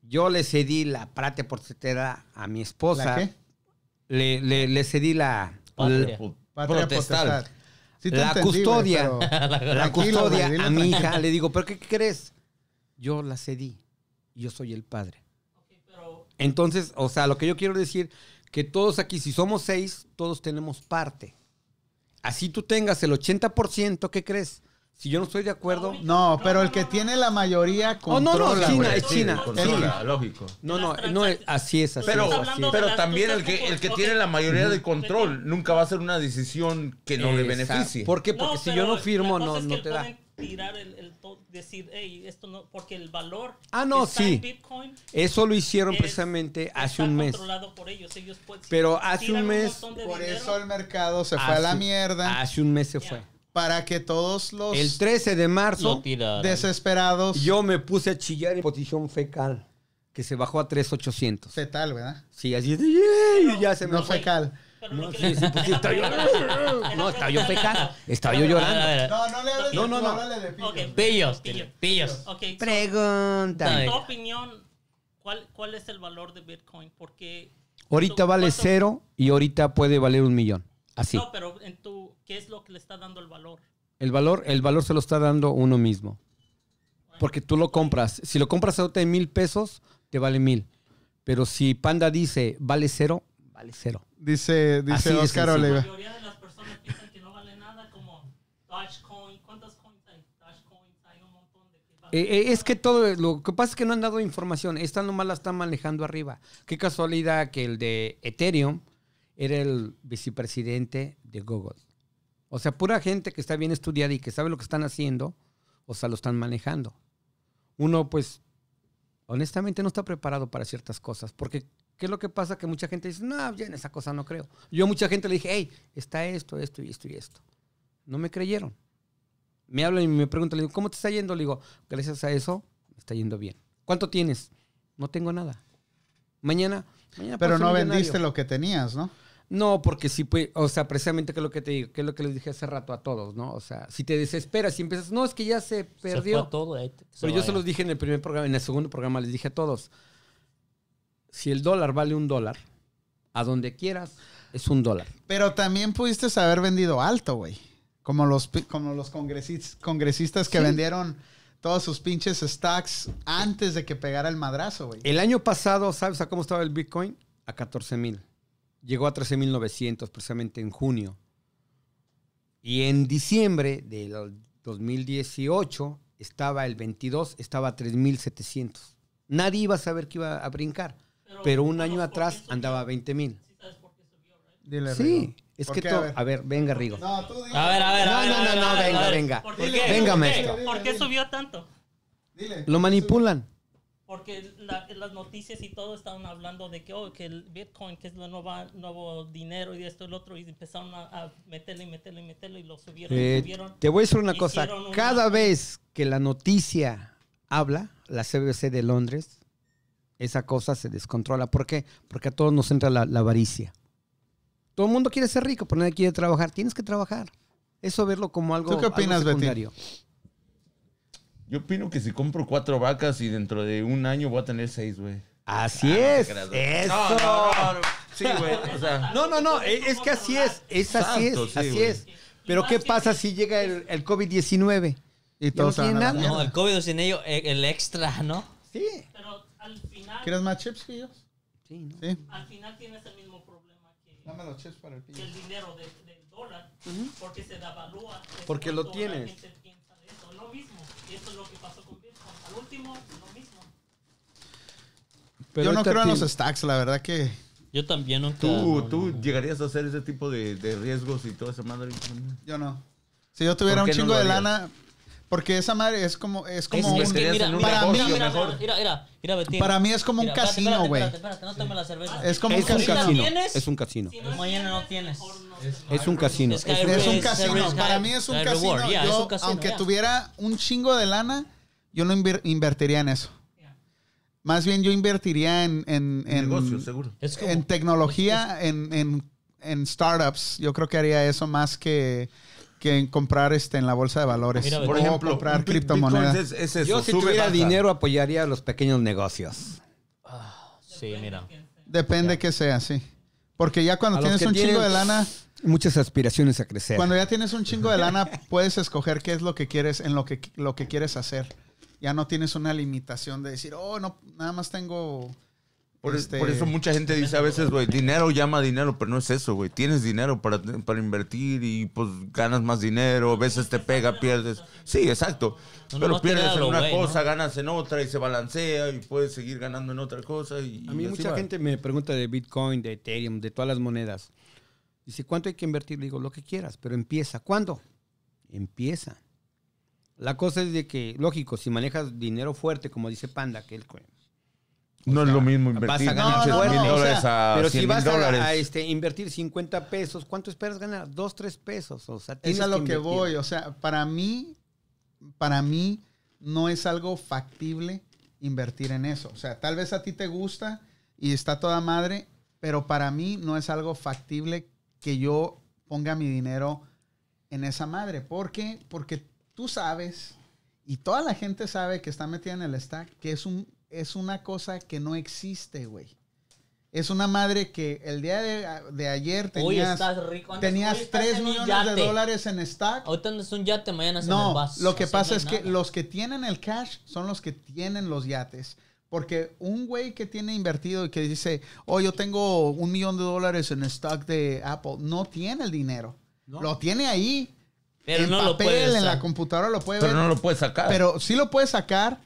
Speaker 8: yo le cedí la plata por tetera a mi esposa.
Speaker 1: ¿La qué?
Speaker 8: Le, le- le cedí la,
Speaker 5: Patria.
Speaker 1: Patria
Speaker 8: Protestar.
Speaker 1: potestad. Sí te
Speaker 8: La
Speaker 1: entendí, güey,
Speaker 8: custodia.
Speaker 1: pero
Speaker 8: la
Speaker 1: tranquilo, güey,
Speaker 8: custodia
Speaker 1: dilo
Speaker 8: a mi
Speaker 1: tranquilo.
Speaker 8: hija. Le digo, ¿pero qué, qué crees? Yo la cedí. Yo soy el padre. Entonces, o sea, lo que yo quiero decir, que todos aquí, si somos seis, todos tenemos parte. Así tú tengas el 80%, ¿qué crees? Si yo no estoy de acuerdo...
Speaker 1: No, pero el que tiene la mayoría
Speaker 8: Oh, no, no,
Speaker 1: controla,
Speaker 8: China,
Speaker 1: güey.
Speaker 8: es China.
Speaker 4: Controla, lógico.
Speaker 8: No,
Speaker 6: Las
Speaker 8: no,
Speaker 6: transacciones.
Speaker 8: no, es- así es, así
Speaker 4: Pero,
Speaker 8: es,
Speaker 6: Estás
Speaker 8: así es.
Speaker 6: hablando de
Speaker 4: pero
Speaker 6: las
Speaker 4: también el que,
Speaker 6: cosas,
Speaker 4: el que
Speaker 6: ok.
Speaker 4: tiene la mayoría de control nunca va a ser una decisión que no le
Speaker 8: Exacto.
Speaker 4: beneficie.
Speaker 8: ¿Por qué? Porque si yo no firmo, no, no te da.
Speaker 6: Tirar el, el to- decir, "Ey, esto no, porque el valor.
Speaker 8: Ah,
Speaker 6: que
Speaker 8: no,
Speaker 6: está
Speaker 8: sí.
Speaker 6: en Bitcoin
Speaker 8: Eso lo hicieron
Speaker 6: es-
Speaker 8: precisamente hace
Speaker 6: está
Speaker 8: un mes.
Speaker 6: controlado por ellos. Ellos pueden-
Speaker 8: Pero hace
Speaker 6: tiran
Speaker 8: un mes-
Speaker 6: montón de
Speaker 1: Por
Speaker 6: dinero.
Speaker 1: eso el mercado se fue a la
Speaker 8: Hace-
Speaker 1: mierda
Speaker 8: Hace un mes se fue.
Speaker 1: para que todos los
Speaker 8: Ah. El 13 de
Speaker 5: Lo
Speaker 8: marzo,
Speaker 5: tiraron.
Speaker 1: desesperados
Speaker 8: yo me puse a chillar en posición fecal, que se bajó a 3,800.
Speaker 1: fetal, ¿verdad?
Speaker 8: Sí, así es. ¡yay! Y ya se me
Speaker 1: No
Speaker 8: fue.
Speaker 1: fecal.
Speaker 6: Pero
Speaker 8: No,
Speaker 6: lo que
Speaker 8: sí,
Speaker 6: le-
Speaker 8: sí, pues sí, estaba yo- No, estaba yo fecal. Estaba yo llorando.
Speaker 1: No, no le hables
Speaker 8: No,
Speaker 1: de
Speaker 8: no,
Speaker 1: tú,
Speaker 8: no.
Speaker 1: háblale de
Speaker 6: Ok,
Speaker 1: pillo.
Speaker 5: Pillos,
Speaker 6: pillo.
Speaker 5: pillos.
Speaker 6: Ok, so,
Speaker 8: Pregunta.
Speaker 6: en tu opinión, ¿cuál, ¿cuál es el valor de Bitcoin? Porque.
Speaker 8: Ahorita
Speaker 6: ¿cuánto-
Speaker 8: vale
Speaker 6: cuánto-
Speaker 8: cero y ahorita puede valer un millón. Así.
Speaker 6: No, pero en tu, ¿qué es lo que le está dando el valor?
Speaker 8: El valor, el valor se lo está dando uno mismo. Porque tú lo compras. Si lo compras ahorita en mil pesos, te vale mil. Pero si Panda dice vale cero, vale cero.
Speaker 1: Dice,
Speaker 8: Así
Speaker 1: dice
Speaker 8: de
Speaker 1: Oscar
Speaker 8: sencillo.
Speaker 6: La
Speaker 1: Oliva.
Speaker 6: mayoría de las personas piensan que no vale nada, como Dogecoin. ¿Cuántas coins hay? Dogecoin, hay un montón de que valen.
Speaker 8: Eh, eh, es que todo, lo que pasa es que no han dado información. Esta nomás la están manejando arriba. Qué casualidad que el de Ethereum era el vicepresidente de Google. O sea, pura gente que está bien estudiada y que sabe lo que están haciendo, o sea, lo están manejando. Uno, pues, honestamente no está preparado para ciertas cosas. Porque, ¿qué es lo que pasa? Que mucha gente dice, no, yo en esa cosa no creo. Yo a mucha gente le dije, hey, está esto, esto y esto y esto. No me creyeron. Me hablan y me preguntan, le digo, ¿cómo te está yendo? Le digo, gracias a eso, me está yendo bien. ¿Cuánto tienes? No tengo nada. Mañana, mañana
Speaker 1: Pero
Speaker 8: puedo ser
Speaker 1: no
Speaker 8: millonario.
Speaker 1: vendiste lo que tenías, ¿no?
Speaker 8: No, porque sí, pues, o sea, precisamente que es lo que te digo, que es lo que les dije hace rato a todos, ¿no? O sea, si te desesperas, si empiezas, no, es que ya se
Speaker 5: Se
Speaker 8: perdió.
Speaker 5: fue todo, eh, que
Speaker 8: Pero yo
Speaker 5: vaya.
Speaker 8: se los dije en el primer programa, en el segundo programa les dije a todos, si el dólar vale un dólar, a donde quieras, es un dólar.
Speaker 1: Pero también pudiste haber vendido alto, güey. Como los, pi- como los congresis- congresistas que vendieron todos sus pinches stocks antes de que pegara el madrazo, güey.
Speaker 8: El año pasado, ¿sabes a cómo estaba el Bitcoin? A 14 mil. Llegó a 13.900 precisamente en junio. Y en diciembre del 2018 estaba el 22, estaba a 3.700. Nadie iba a saber que iba a brincar. Pero un año atrás andaba a 20.000.
Speaker 1: Dile, Rigo.
Speaker 8: Sí, es
Speaker 1: ¿Por
Speaker 8: que
Speaker 1: qué?
Speaker 8: todo...
Speaker 1: A ver.
Speaker 8: A ver, venga, Rigo.
Speaker 1: No, tú dile.
Speaker 5: A ver, a ver, a
Speaker 8: No,
Speaker 5: ver.
Speaker 8: no,
Speaker 5: a ver,
Speaker 8: no,
Speaker 5: a
Speaker 8: no,
Speaker 5: ver, a
Speaker 8: venga,
Speaker 5: ver.
Speaker 8: venga.
Speaker 6: ¿Por
Speaker 1: Dile,
Speaker 6: qué?
Speaker 8: Venga,
Speaker 6: ¿Por qué?
Speaker 8: maestro.
Speaker 6: ¿Por qué subió tanto?
Speaker 1: Dile.
Speaker 8: Lo manipulan.
Speaker 6: Porque la- las noticias y todo estaban hablando de que, oh, que el Bitcoin, que es el nuevo, nuevo dinero y esto y el otro, y empezaron a, a meterle y meterle y meterle y lo subieron y
Speaker 8: Eh,
Speaker 6: subieron.
Speaker 8: te voy a decir una cosa.
Speaker 6: Hicieron una-
Speaker 8: Cada vez que la noticia habla, la CBC de Londres, esa cosa se descontrola. ¿Por qué? Porque a todos nos entra la, la avaricia. Todo el mundo quiere ser rico, pero nadie quiere trabajar. Tienes que trabajar. Eso verlo como algo,
Speaker 1: ¿Tú qué
Speaker 8: algo
Speaker 1: opinas, Betty?
Speaker 8: secundario.
Speaker 4: Yo opino que si compro cuatro vacas y dentro de un año voy a tener seis, güey.
Speaker 8: Así es. Eso.
Speaker 4: No, no, no. Sí, güey. O sea,
Speaker 8: No, no, no, e- es que así es, es así
Speaker 4: Exacto,
Speaker 8: es,
Speaker 4: sí,
Speaker 8: así
Speaker 4: güey.
Speaker 8: es. Pero ¿qué pasa si llega el, el COVID-19?
Speaker 1: Y
Speaker 8: Ya
Speaker 1: todos se
Speaker 8: no
Speaker 1: van
Speaker 8: tiene
Speaker 1: a la
Speaker 8: nada.
Speaker 1: mierda.
Speaker 5: No, el COVID sin ello, el, el extra, ¿no?
Speaker 8: Sí.
Speaker 6: Pero al final,
Speaker 1: ¿Quieres más chips, pillos?
Speaker 8: Sí, ¿no?
Speaker 1: Sí.
Speaker 6: al final tienes el mismo problema que,
Speaker 1: Dame los chips para el pillo.
Speaker 6: que el dinero de- del dólar, porque se devalúa. es
Speaker 8: Porque lo
Speaker 6: cuando la
Speaker 8: tienes.
Speaker 6: gente piensa de eso, lo mismo. Y eso es lo que pasó con Bitcoin. Al último, lo mismo.
Speaker 1: Yo no
Speaker 8: ahorita
Speaker 1: creo en
Speaker 8: ti-
Speaker 1: los stacks, la verdad que.
Speaker 5: Yo también nunca.
Speaker 4: tú,
Speaker 5: no,
Speaker 4: tú
Speaker 5: no.
Speaker 4: llegarías a hacer ese tipo de, de riesgos y toda esa madre.
Speaker 1: Yo no. Si yo tuviera
Speaker 4: ¿Por
Speaker 1: un
Speaker 4: qué no
Speaker 1: chingo
Speaker 4: lo
Speaker 1: de
Speaker 4: harías?
Speaker 1: lana. Porque esa madre es como. Es
Speaker 5: Es,
Speaker 1: como
Speaker 5: es
Speaker 1: un-
Speaker 5: que
Speaker 4: Tenías
Speaker 5: mira,
Speaker 4: en un
Speaker 5: mira,
Speaker 1: negocio
Speaker 5: mira, mira,
Speaker 4: mejor.
Speaker 5: mira, mira, mira, mira, Betín.
Speaker 1: Para mí es como un
Speaker 5: Mira, espérate,
Speaker 1: casino,
Speaker 5: espérate,
Speaker 1: güey.
Speaker 5: Espérate, espérate, no tomes la cerveza.
Speaker 1: Es como un
Speaker 8: Es un
Speaker 1: casino.
Speaker 8: casino.
Speaker 5: ¿Tienes?
Speaker 8: Es un casino.
Speaker 6: Si no es
Speaker 5: Mañana no
Speaker 6: dinero,
Speaker 5: tienes.
Speaker 6: mejor no
Speaker 2: Es-
Speaker 8: Es un casino.
Speaker 5: Es que hay
Speaker 1: Es
Speaker 5: risk,
Speaker 1: un
Speaker 5: hay
Speaker 1: casino.
Speaker 5: risk,
Speaker 1: Para
Speaker 5: hay-
Speaker 1: mí es un
Speaker 5: hay
Speaker 1: casino.
Speaker 5: reward. Yeah, es
Speaker 1: Yo,
Speaker 5: un casino,
Speaker 1: aunque
Speaker 5: yeah.
Speaker 1: tuviera un chingo de lana, yo no invir- invertiría en eso. Más bien yo invertiría en, en, en-
Speaker 4: Negocio, seguro.
Speaker 5: Es como-
Speaker 1: en tecnología, en, en- en startups. Yo creo que haría eso más que, que en comprar este, en la bolsa de valores.
Speaker 5: Mira,
Speaker 1: o
Speaker 4: Por ejemplo,
Speaker 1: comprar
Speaker 4: un bit-
Speaker 1: criptomonedas.
Speaker 4: bitcoins Es, es eso,
Speaker 8: Yo si
Speaker 4: sube,
Speaker 8: tuviera
Speaker 4: baja.
Speaker 8: dinero apoyaría a los pequeños negocios.
Speaker 5: Sí, mira.
Speaker 1: Depende que sea, sí. Porque ya cuando
Speaker 8: A los
Speaker 1: tienes
Speaker 8: que
Speaker 1: un chingo
Speaker 8: tienen-
Speaker 1: de lana,
Speaker 8: Muchas aspiraciones a crecer.
Speaker 1: cuando ya tienes un chingo de lana, puedes escoger qué es lo que quieres, en lo que, lo que quieres hacer. Ya no tienes una limitación de decir, oh, no, nada más tengo...
Speaker 4: Por,
Speaker 1: este,
Speaker 4: por eso mucha gente dice a veces, güey, dinero llama dinero, pero no es eso, güey. Tienes dinero para, para invertir y pues ganas más dinero, a veces te pega, pierdes. Sí, exacto.
Speaker 5: No, no, no
Speaker 4: pero
Speaker 5: te da
Speaker 4: pierdes en
Speaker 5: lo
Speaker 4: una
Speaker 5: güey, ¿no?
Speaker 4: cosa, ganas en otra y se balancea y puedes seguir ganando en otra cosa. Y,
Speaker 8: A mí
Speaker 4: y así
Speaker 8: mucha
Speaker 4: va.
Speaker 8: gente me pregunta de Bitcoin, de Ethereum, de todas las monedas. Dice, ¿cuánto hay que invertir? Le digo, lo que quieras, pero empieza. ¿Cuándo? Empieza. La cosa es de que, lógico, si manejas dinero fuerte, como dice Panda, que él... cu-
Speaker 4: No es lo mismo
Speaker 8: vas a
Speaker 4: invertir
Speaker 8: ganar
Speaker 4: pinches
Speaker 1: fuerte,
Speaker 4: mil
Speaker 1: o sea,
Speaker 4: dólares a
Speaker 8: Pero si
Speaker 4: 100
Speaker 8: vas
Speaker 4: mil dólares.
Speaker 8: a, a, este, invertir 50 pesos, ¿cuánto esperas ganar? Dos, tres pesos. O sea, tienes
Speaker 1: Es a lo que
Speaker 8: invertir.
Speaker 1: voy. O sea, para mí, para mí no es algo factible invertir en eso. O sea, tal vez a ti te gusta y está toda madre, pero para mí no es algo factible que yo ponga mi dinero en esa madre. ¿Por qué? Porque tú sabes y toda la gente sabe que está metida en el stack que es, un, es una cosa que no existe, güey. Es una madre que el día de, de ayer tenías...
Speaker 5: Hoy estás rico. Andas- hoy
Speaker 1: Tenías
Speaker 5: estás
Speaker 1: 3
Speaker 5: en un
Speaker 1: millones
Speaker 5: yate.
Speaker 1: de dólares en stack.
Speaker 5: Ahorita andas en un yate, mañana se me
Speaker 1: No,
Speaker 5: vas.
Speaker 1: lo que
Speaker 5: Así
Speaker 1: pasa
Speaker 5: no
Speaker 1: es que
Speaker 5: nada.
Speaker 1: los que tienen el cash son los que tienen los yates. Porque un güey que tiene invertido y que dice, oh, yo tengo un millón de dólares en stock de Apple, no tiene el dinero. Lo tiene ahí,
Speaker 5: Pero
Speaker 1: en
Speaker 5: no lo
Speaker 1: papel,
Speaker 5: puedes.
Speaker 1: en la
Speaker 5: ah.
Speaker 1: computadora lo puede
Speaker 4: Pero
Speaker 1: ver.
Speaker 4: no lo puedes sacar.
Speaker 1: Pero sí lo puedes sacar,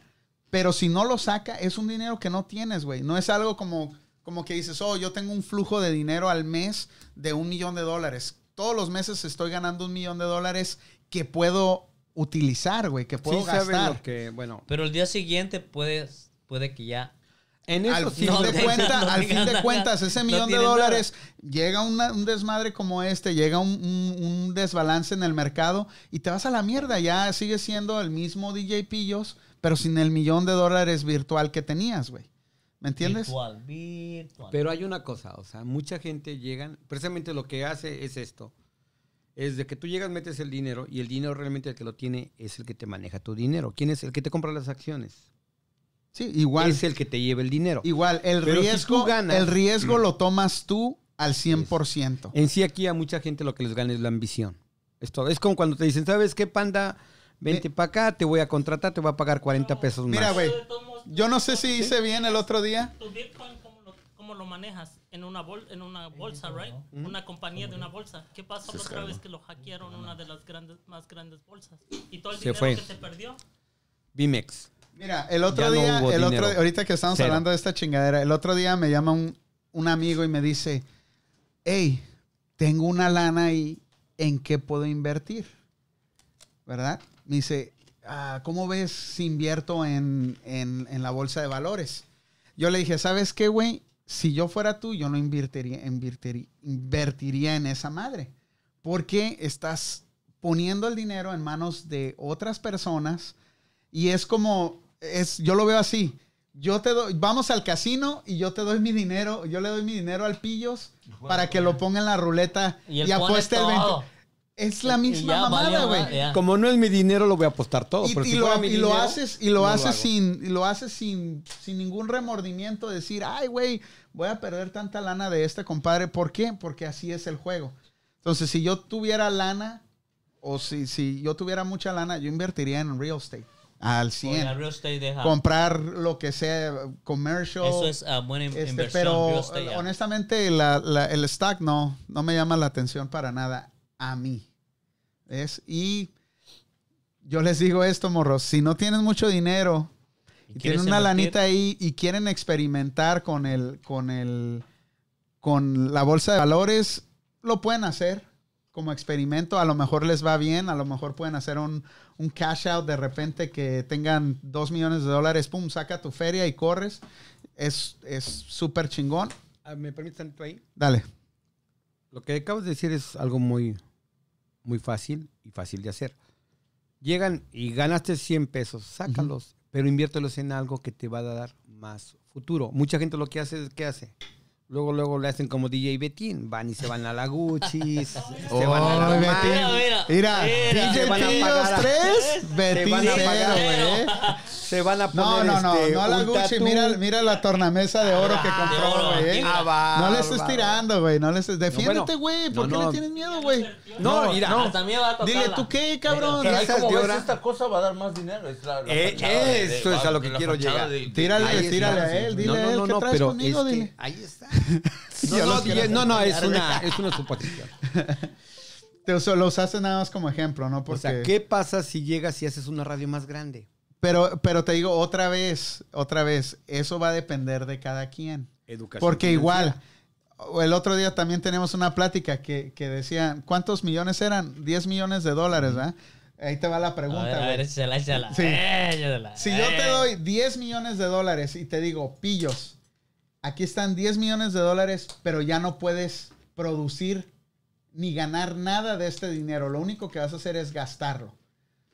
Speaker 1: pero si no lo saca, es un dinero que no tienes, güey. No es algo como, como que dices, oh, yo tengo un flujo de dinero al mes de un millón de dólares. Todos los meses estoy ganando un millón de dólares que puedo utilizar, güey, que puedo
Speaker 8: Sí saben
Speaker 1: gastar.
Speaker 8: lo que, bueno,
Speaker 5: Pero el día siguiente puedes, puede que ya.
Speaker 8: en eso
Speaker 1: Al fin,
Speaker 8: sí
Speaker 5: no
Speaker 1: de,
Speaker 5: tengas-
Speaker 1: cuenta-
Speaker 5: no
Speaker 1: al fin
Speaker 5: tengas
Speaker 1: de
Speaker 5: nada.
Speaker 1: cuentas, ese
Speaker 5: No
Speaker 1: millón de
Speaker 5: tienes
Speaker 1: dólares llega una- un desmadre como este, llega un, un- un desbalance en el mercado y te vas a la mierda. Ya sigue siendo el mismo DJ Pillos, pero sin el millón de dólares virtual que tenías, güey. ¿Me entiendes?
Speaker 5: Virtual, virtual.
Speaker 8: Pero hay una cosa, o sea, mucha gente llegan, precisamente lo que hace es esto, es de que tú llegas, metes el dinero y el dinero realmente el que lo tiene es el que te maneja tu dinero. ¿Quién es el que te compra las acciones?
Speaker 1: Sí, igual.
Speaker 8: Es el que te lleva el dinero.
Speaker 1: Igual, el
Speaker 8: Pero si
Speaker 1: riesgo,
Speaker 8: tú ganas-
Speaker 1: el riesgo lo tomas tú al 100%.
Speaker 8: En sí aquí a mucha gente lo que les gana es la ambición. Es todo. Es como cuando te dicen, ¿sabes qué, panda? Vente para acá, te voy a contratar, te voy a pagar 40 pesos más.
Speaker 1: Eh. Mira, güey,
Speaker 6: De todos modos,
Speaker 1: yo no sé si hice bien el otro día.
Speaker 6: tu Bitcoin, ¿cómo lo, cómo lo manejas? En una, bol, en una bolsa, right? Una compañía de una bolsa. ¿Qué pasó la otra vez que lo hackearon una de las grandes, más grandes bolsas? Y todo el
Speaker 8: Se
Speaker 6: dinero
Speaker 8: fue.
Speaker 6: que se perdió.
Speaker 8: Bimex.
Speaker 1: Mira, el otro
Speaker 8: Ya no
Speaker 1: día,
Speaker 8: hubo
Speaker 1: el
Speaker 8: dinero.
Speaker 1: otro, ahorita que estamos
Speaker 8: Cero.
Speaker 1: hablando de esta chingadera, el otro día me llama un, un amigo y me dice, hey, tengo una lana ahí, ¿en qué puedo invertir? ¿Verdad? Me dice, ah, ¿cómo ves si invierto en, en- en la bolsa de valores? Yo le dije, ¿sabes qué, güey? Si yo fuera tú, yo no invertiría, invertiría, invertiría en esa madre. Porque estás poniendo el dinero en manos de otras personas y es como, es, yo lo veo así. Yo te doy, vamos al casino y yo te doy mi dinero, yo le doy mi dinero al Pillos para que lo ponga en la ruleta
Speaker 5: Y
Speaker 1: y,
Speaker 5: él pone
Speaker 1: apueste este el 20.
Speaker 5: todo.
Speaker 1: Es la
Speaker 5: ya
Speaker 1: misma mamada,
Speaker 5: valió,
Speaker 1: güey.
Speaker 5: ya.
Speaker 8: Como no es mi dinero, lo voy a apostar todo.
Speaker 1: Ah. Y,
Speaker 8: Oh, pero
Speaker 1: y
Speaker 8: si fuera
Speaker 1: lo,
Speaker 8: mi
Speaker 1: y lo
Speaker 8: dinero,
Speaker 1: haces, y lo
Speaker 8: no
Speaker 1: haces
Speaker 8: hago.
Speaker 1: sin, y lo haces sin, sin ningún remordimiento, de decir, ay, güey, voy a perder tanta lana de este compadre. ¿Por qué? Porque así es el juego. Entonces, si yo tuviera lana, o si, si yo tuviera mucha lana, yo invertiría en real estate al
Speaker 5: Oye,
Speaker 1: 100.
Speaker 5: real estate deja.
Speaker 1: Comprar lo que sea, commercial.
Speaker 5: Eso es ah, buena in-
Speaker 1: este,
Speaker 5: inversión. real
Speaker 1: pero
Speaker 5: estate, ya.
Speaker 1: honestamente, la- la- el stack no, no me llama la atención para nada a mí. ¿Ves? Y yo les digo esto, morros, si no tienes mucho dinero y
Speaker 5: ¿Quieres
Speaker 1: tienen una
Speaker 5: invertir?
Speaker 1: lanita ahí y quieren experimentar con el, con el, con la bolsa de valores, lo pueden hacer como experimento. A lo mejor les va bien, a lo mejor pueden hacer un, un cash out de repente que tengan dos millones de dólares, pum, saca tu feria y corres. Es es súper chingón.
Speaker 8: Ah, ¿Me permites tantito ahí?
Speaker 1: Dale.
Speaker 8: Lo que acabas de decir es algo muy, muy fácil y fácil de hacer. Llegan y ganaste 100 pesos, sácalos, pero inviértelos en algo que te va a dar más futuro. Mucha gente lo que hace es que hace. Luego, luego le hacen como DJ Betín. Van y se van a la Gucci, se van a la
Speaker 1: Ay,
Speaker 8: Mar-
Speaker 1: Oh, Betín.
Speaker 5: Mira, mira,
Speaker 1: Mira,
Speaker 5: mira.
Speaker 1: DJ
Speaker 8: Te van a
Speaker 1: Pillos
Speaker 8: pagar a-
Speaker 1: 3, Betín
Speaker 8: van a pagar a-
Speaker 1: cero, eh. güey.
Speaker 8: se van a
Speaker 1: No,
Speaker 8: poner
Speaker 1: no, no,
Speaker 8: este,
Speaker 1: no a la
Speaker 8: un
Speaker 1: Gucci,
Speaker 8: tatú.
Speaker 1: mira, mira la tornamesa de oro que
Speaker 5: Ah, de
Speaker 1: compró,
Speaker 5: oro,
Speaker 1: güey. eh.
Speaker 5: ah,
Speaker 8: va,
Speaker 1: No le
Speaker 8: va,
Speaker 1: estés
Speaker 8: va.
Speaker 1: tirando, güey, no le estés... Defiéndete,
Speaker 8: bueno.
Speaker 1: güey, ¿por
Speaker 8: No,
Speaker 1: qué
Speaker 8: no.
Speaker 1: le tienes miedo, güey?
Speaker 8: No, mira,
Speaker 5: Hasta a mí me va a tocar
Speaker 1: Dile,
Speaker 5: la-
Speaker 1: ¿tú qué, cabrón?
Speaker 8: Pero
Speaker 4: Ahí
Speaker 8: esas
Speaker 4: como
Speaker 8: de
Speaker 4: ves,
Speaker 8: ahora-
Speaker 4: esta cosa va a dar más dinero. Es la- la
Speaker 8: Eh,
Speaker 4: fachada de-
Speaker 8: eso
Speaker 4: de-
Speaker 8: es a lo que
Speaker 4: la
Speaker 8: quiero
Speaker 4: fachada
Speaker 8: llegar.
Speaker 4: de- de-
Speaker 1: Tírale,
Speaker 8: Ahí está,
Speaker 1: tírale a
Speaker 8: sí.
Speaker 1: él, dile a él qué traes conmigo,
Speaker 8: es que
Speaker 1: dile.
Speaker 8: ahí está.
Speaker 1: Yo
Speaker 8: No,
Speaker 1: lo
Speaker 8: no,
Speaker 1: quiero
Speaker 8: dile- no, no, es
Speaker 1: apoyar,
Speaker 8: una, es una suposición.
Speaker 1: Te uso- los haces nada más como ejemplo, ¿no?
Speaker 8: O
Speaker 1: Porque,
Speaker 8: sea, ¿qué pasa si llegas y haces una radio más grande?
Speaker 1: pero, pero te digo otra vez, otra vez, eso va a depender de cada quien.
Speaker 8: Educación.
Speaker 1: Porque
Speaker 8: financiera.
Speaker 1: igual, o el otro día también tenemos una plática que, que decían, ¿cuántos millones eran? 10 millones de dólares, ¿verdad? Ahí te va la
Speaker 5: A
Speaker 1: pregunta,
Speaker 5: ver, a
Speaker 1: güey.
Speaker 5: ver, échala, échala.
Speaker 1: Sí.
Speaker 5: Eh, échala.
Speaker 1: Si yo te
Speaker 5: Eh.
Speaker 1: doy 10 millones de dólares y te digo, pillos, aquí están 10 millones de dólares, pero ya no puedes producir ni ganar nada de este dinero. Lo único que vas a hacer es gastarlo.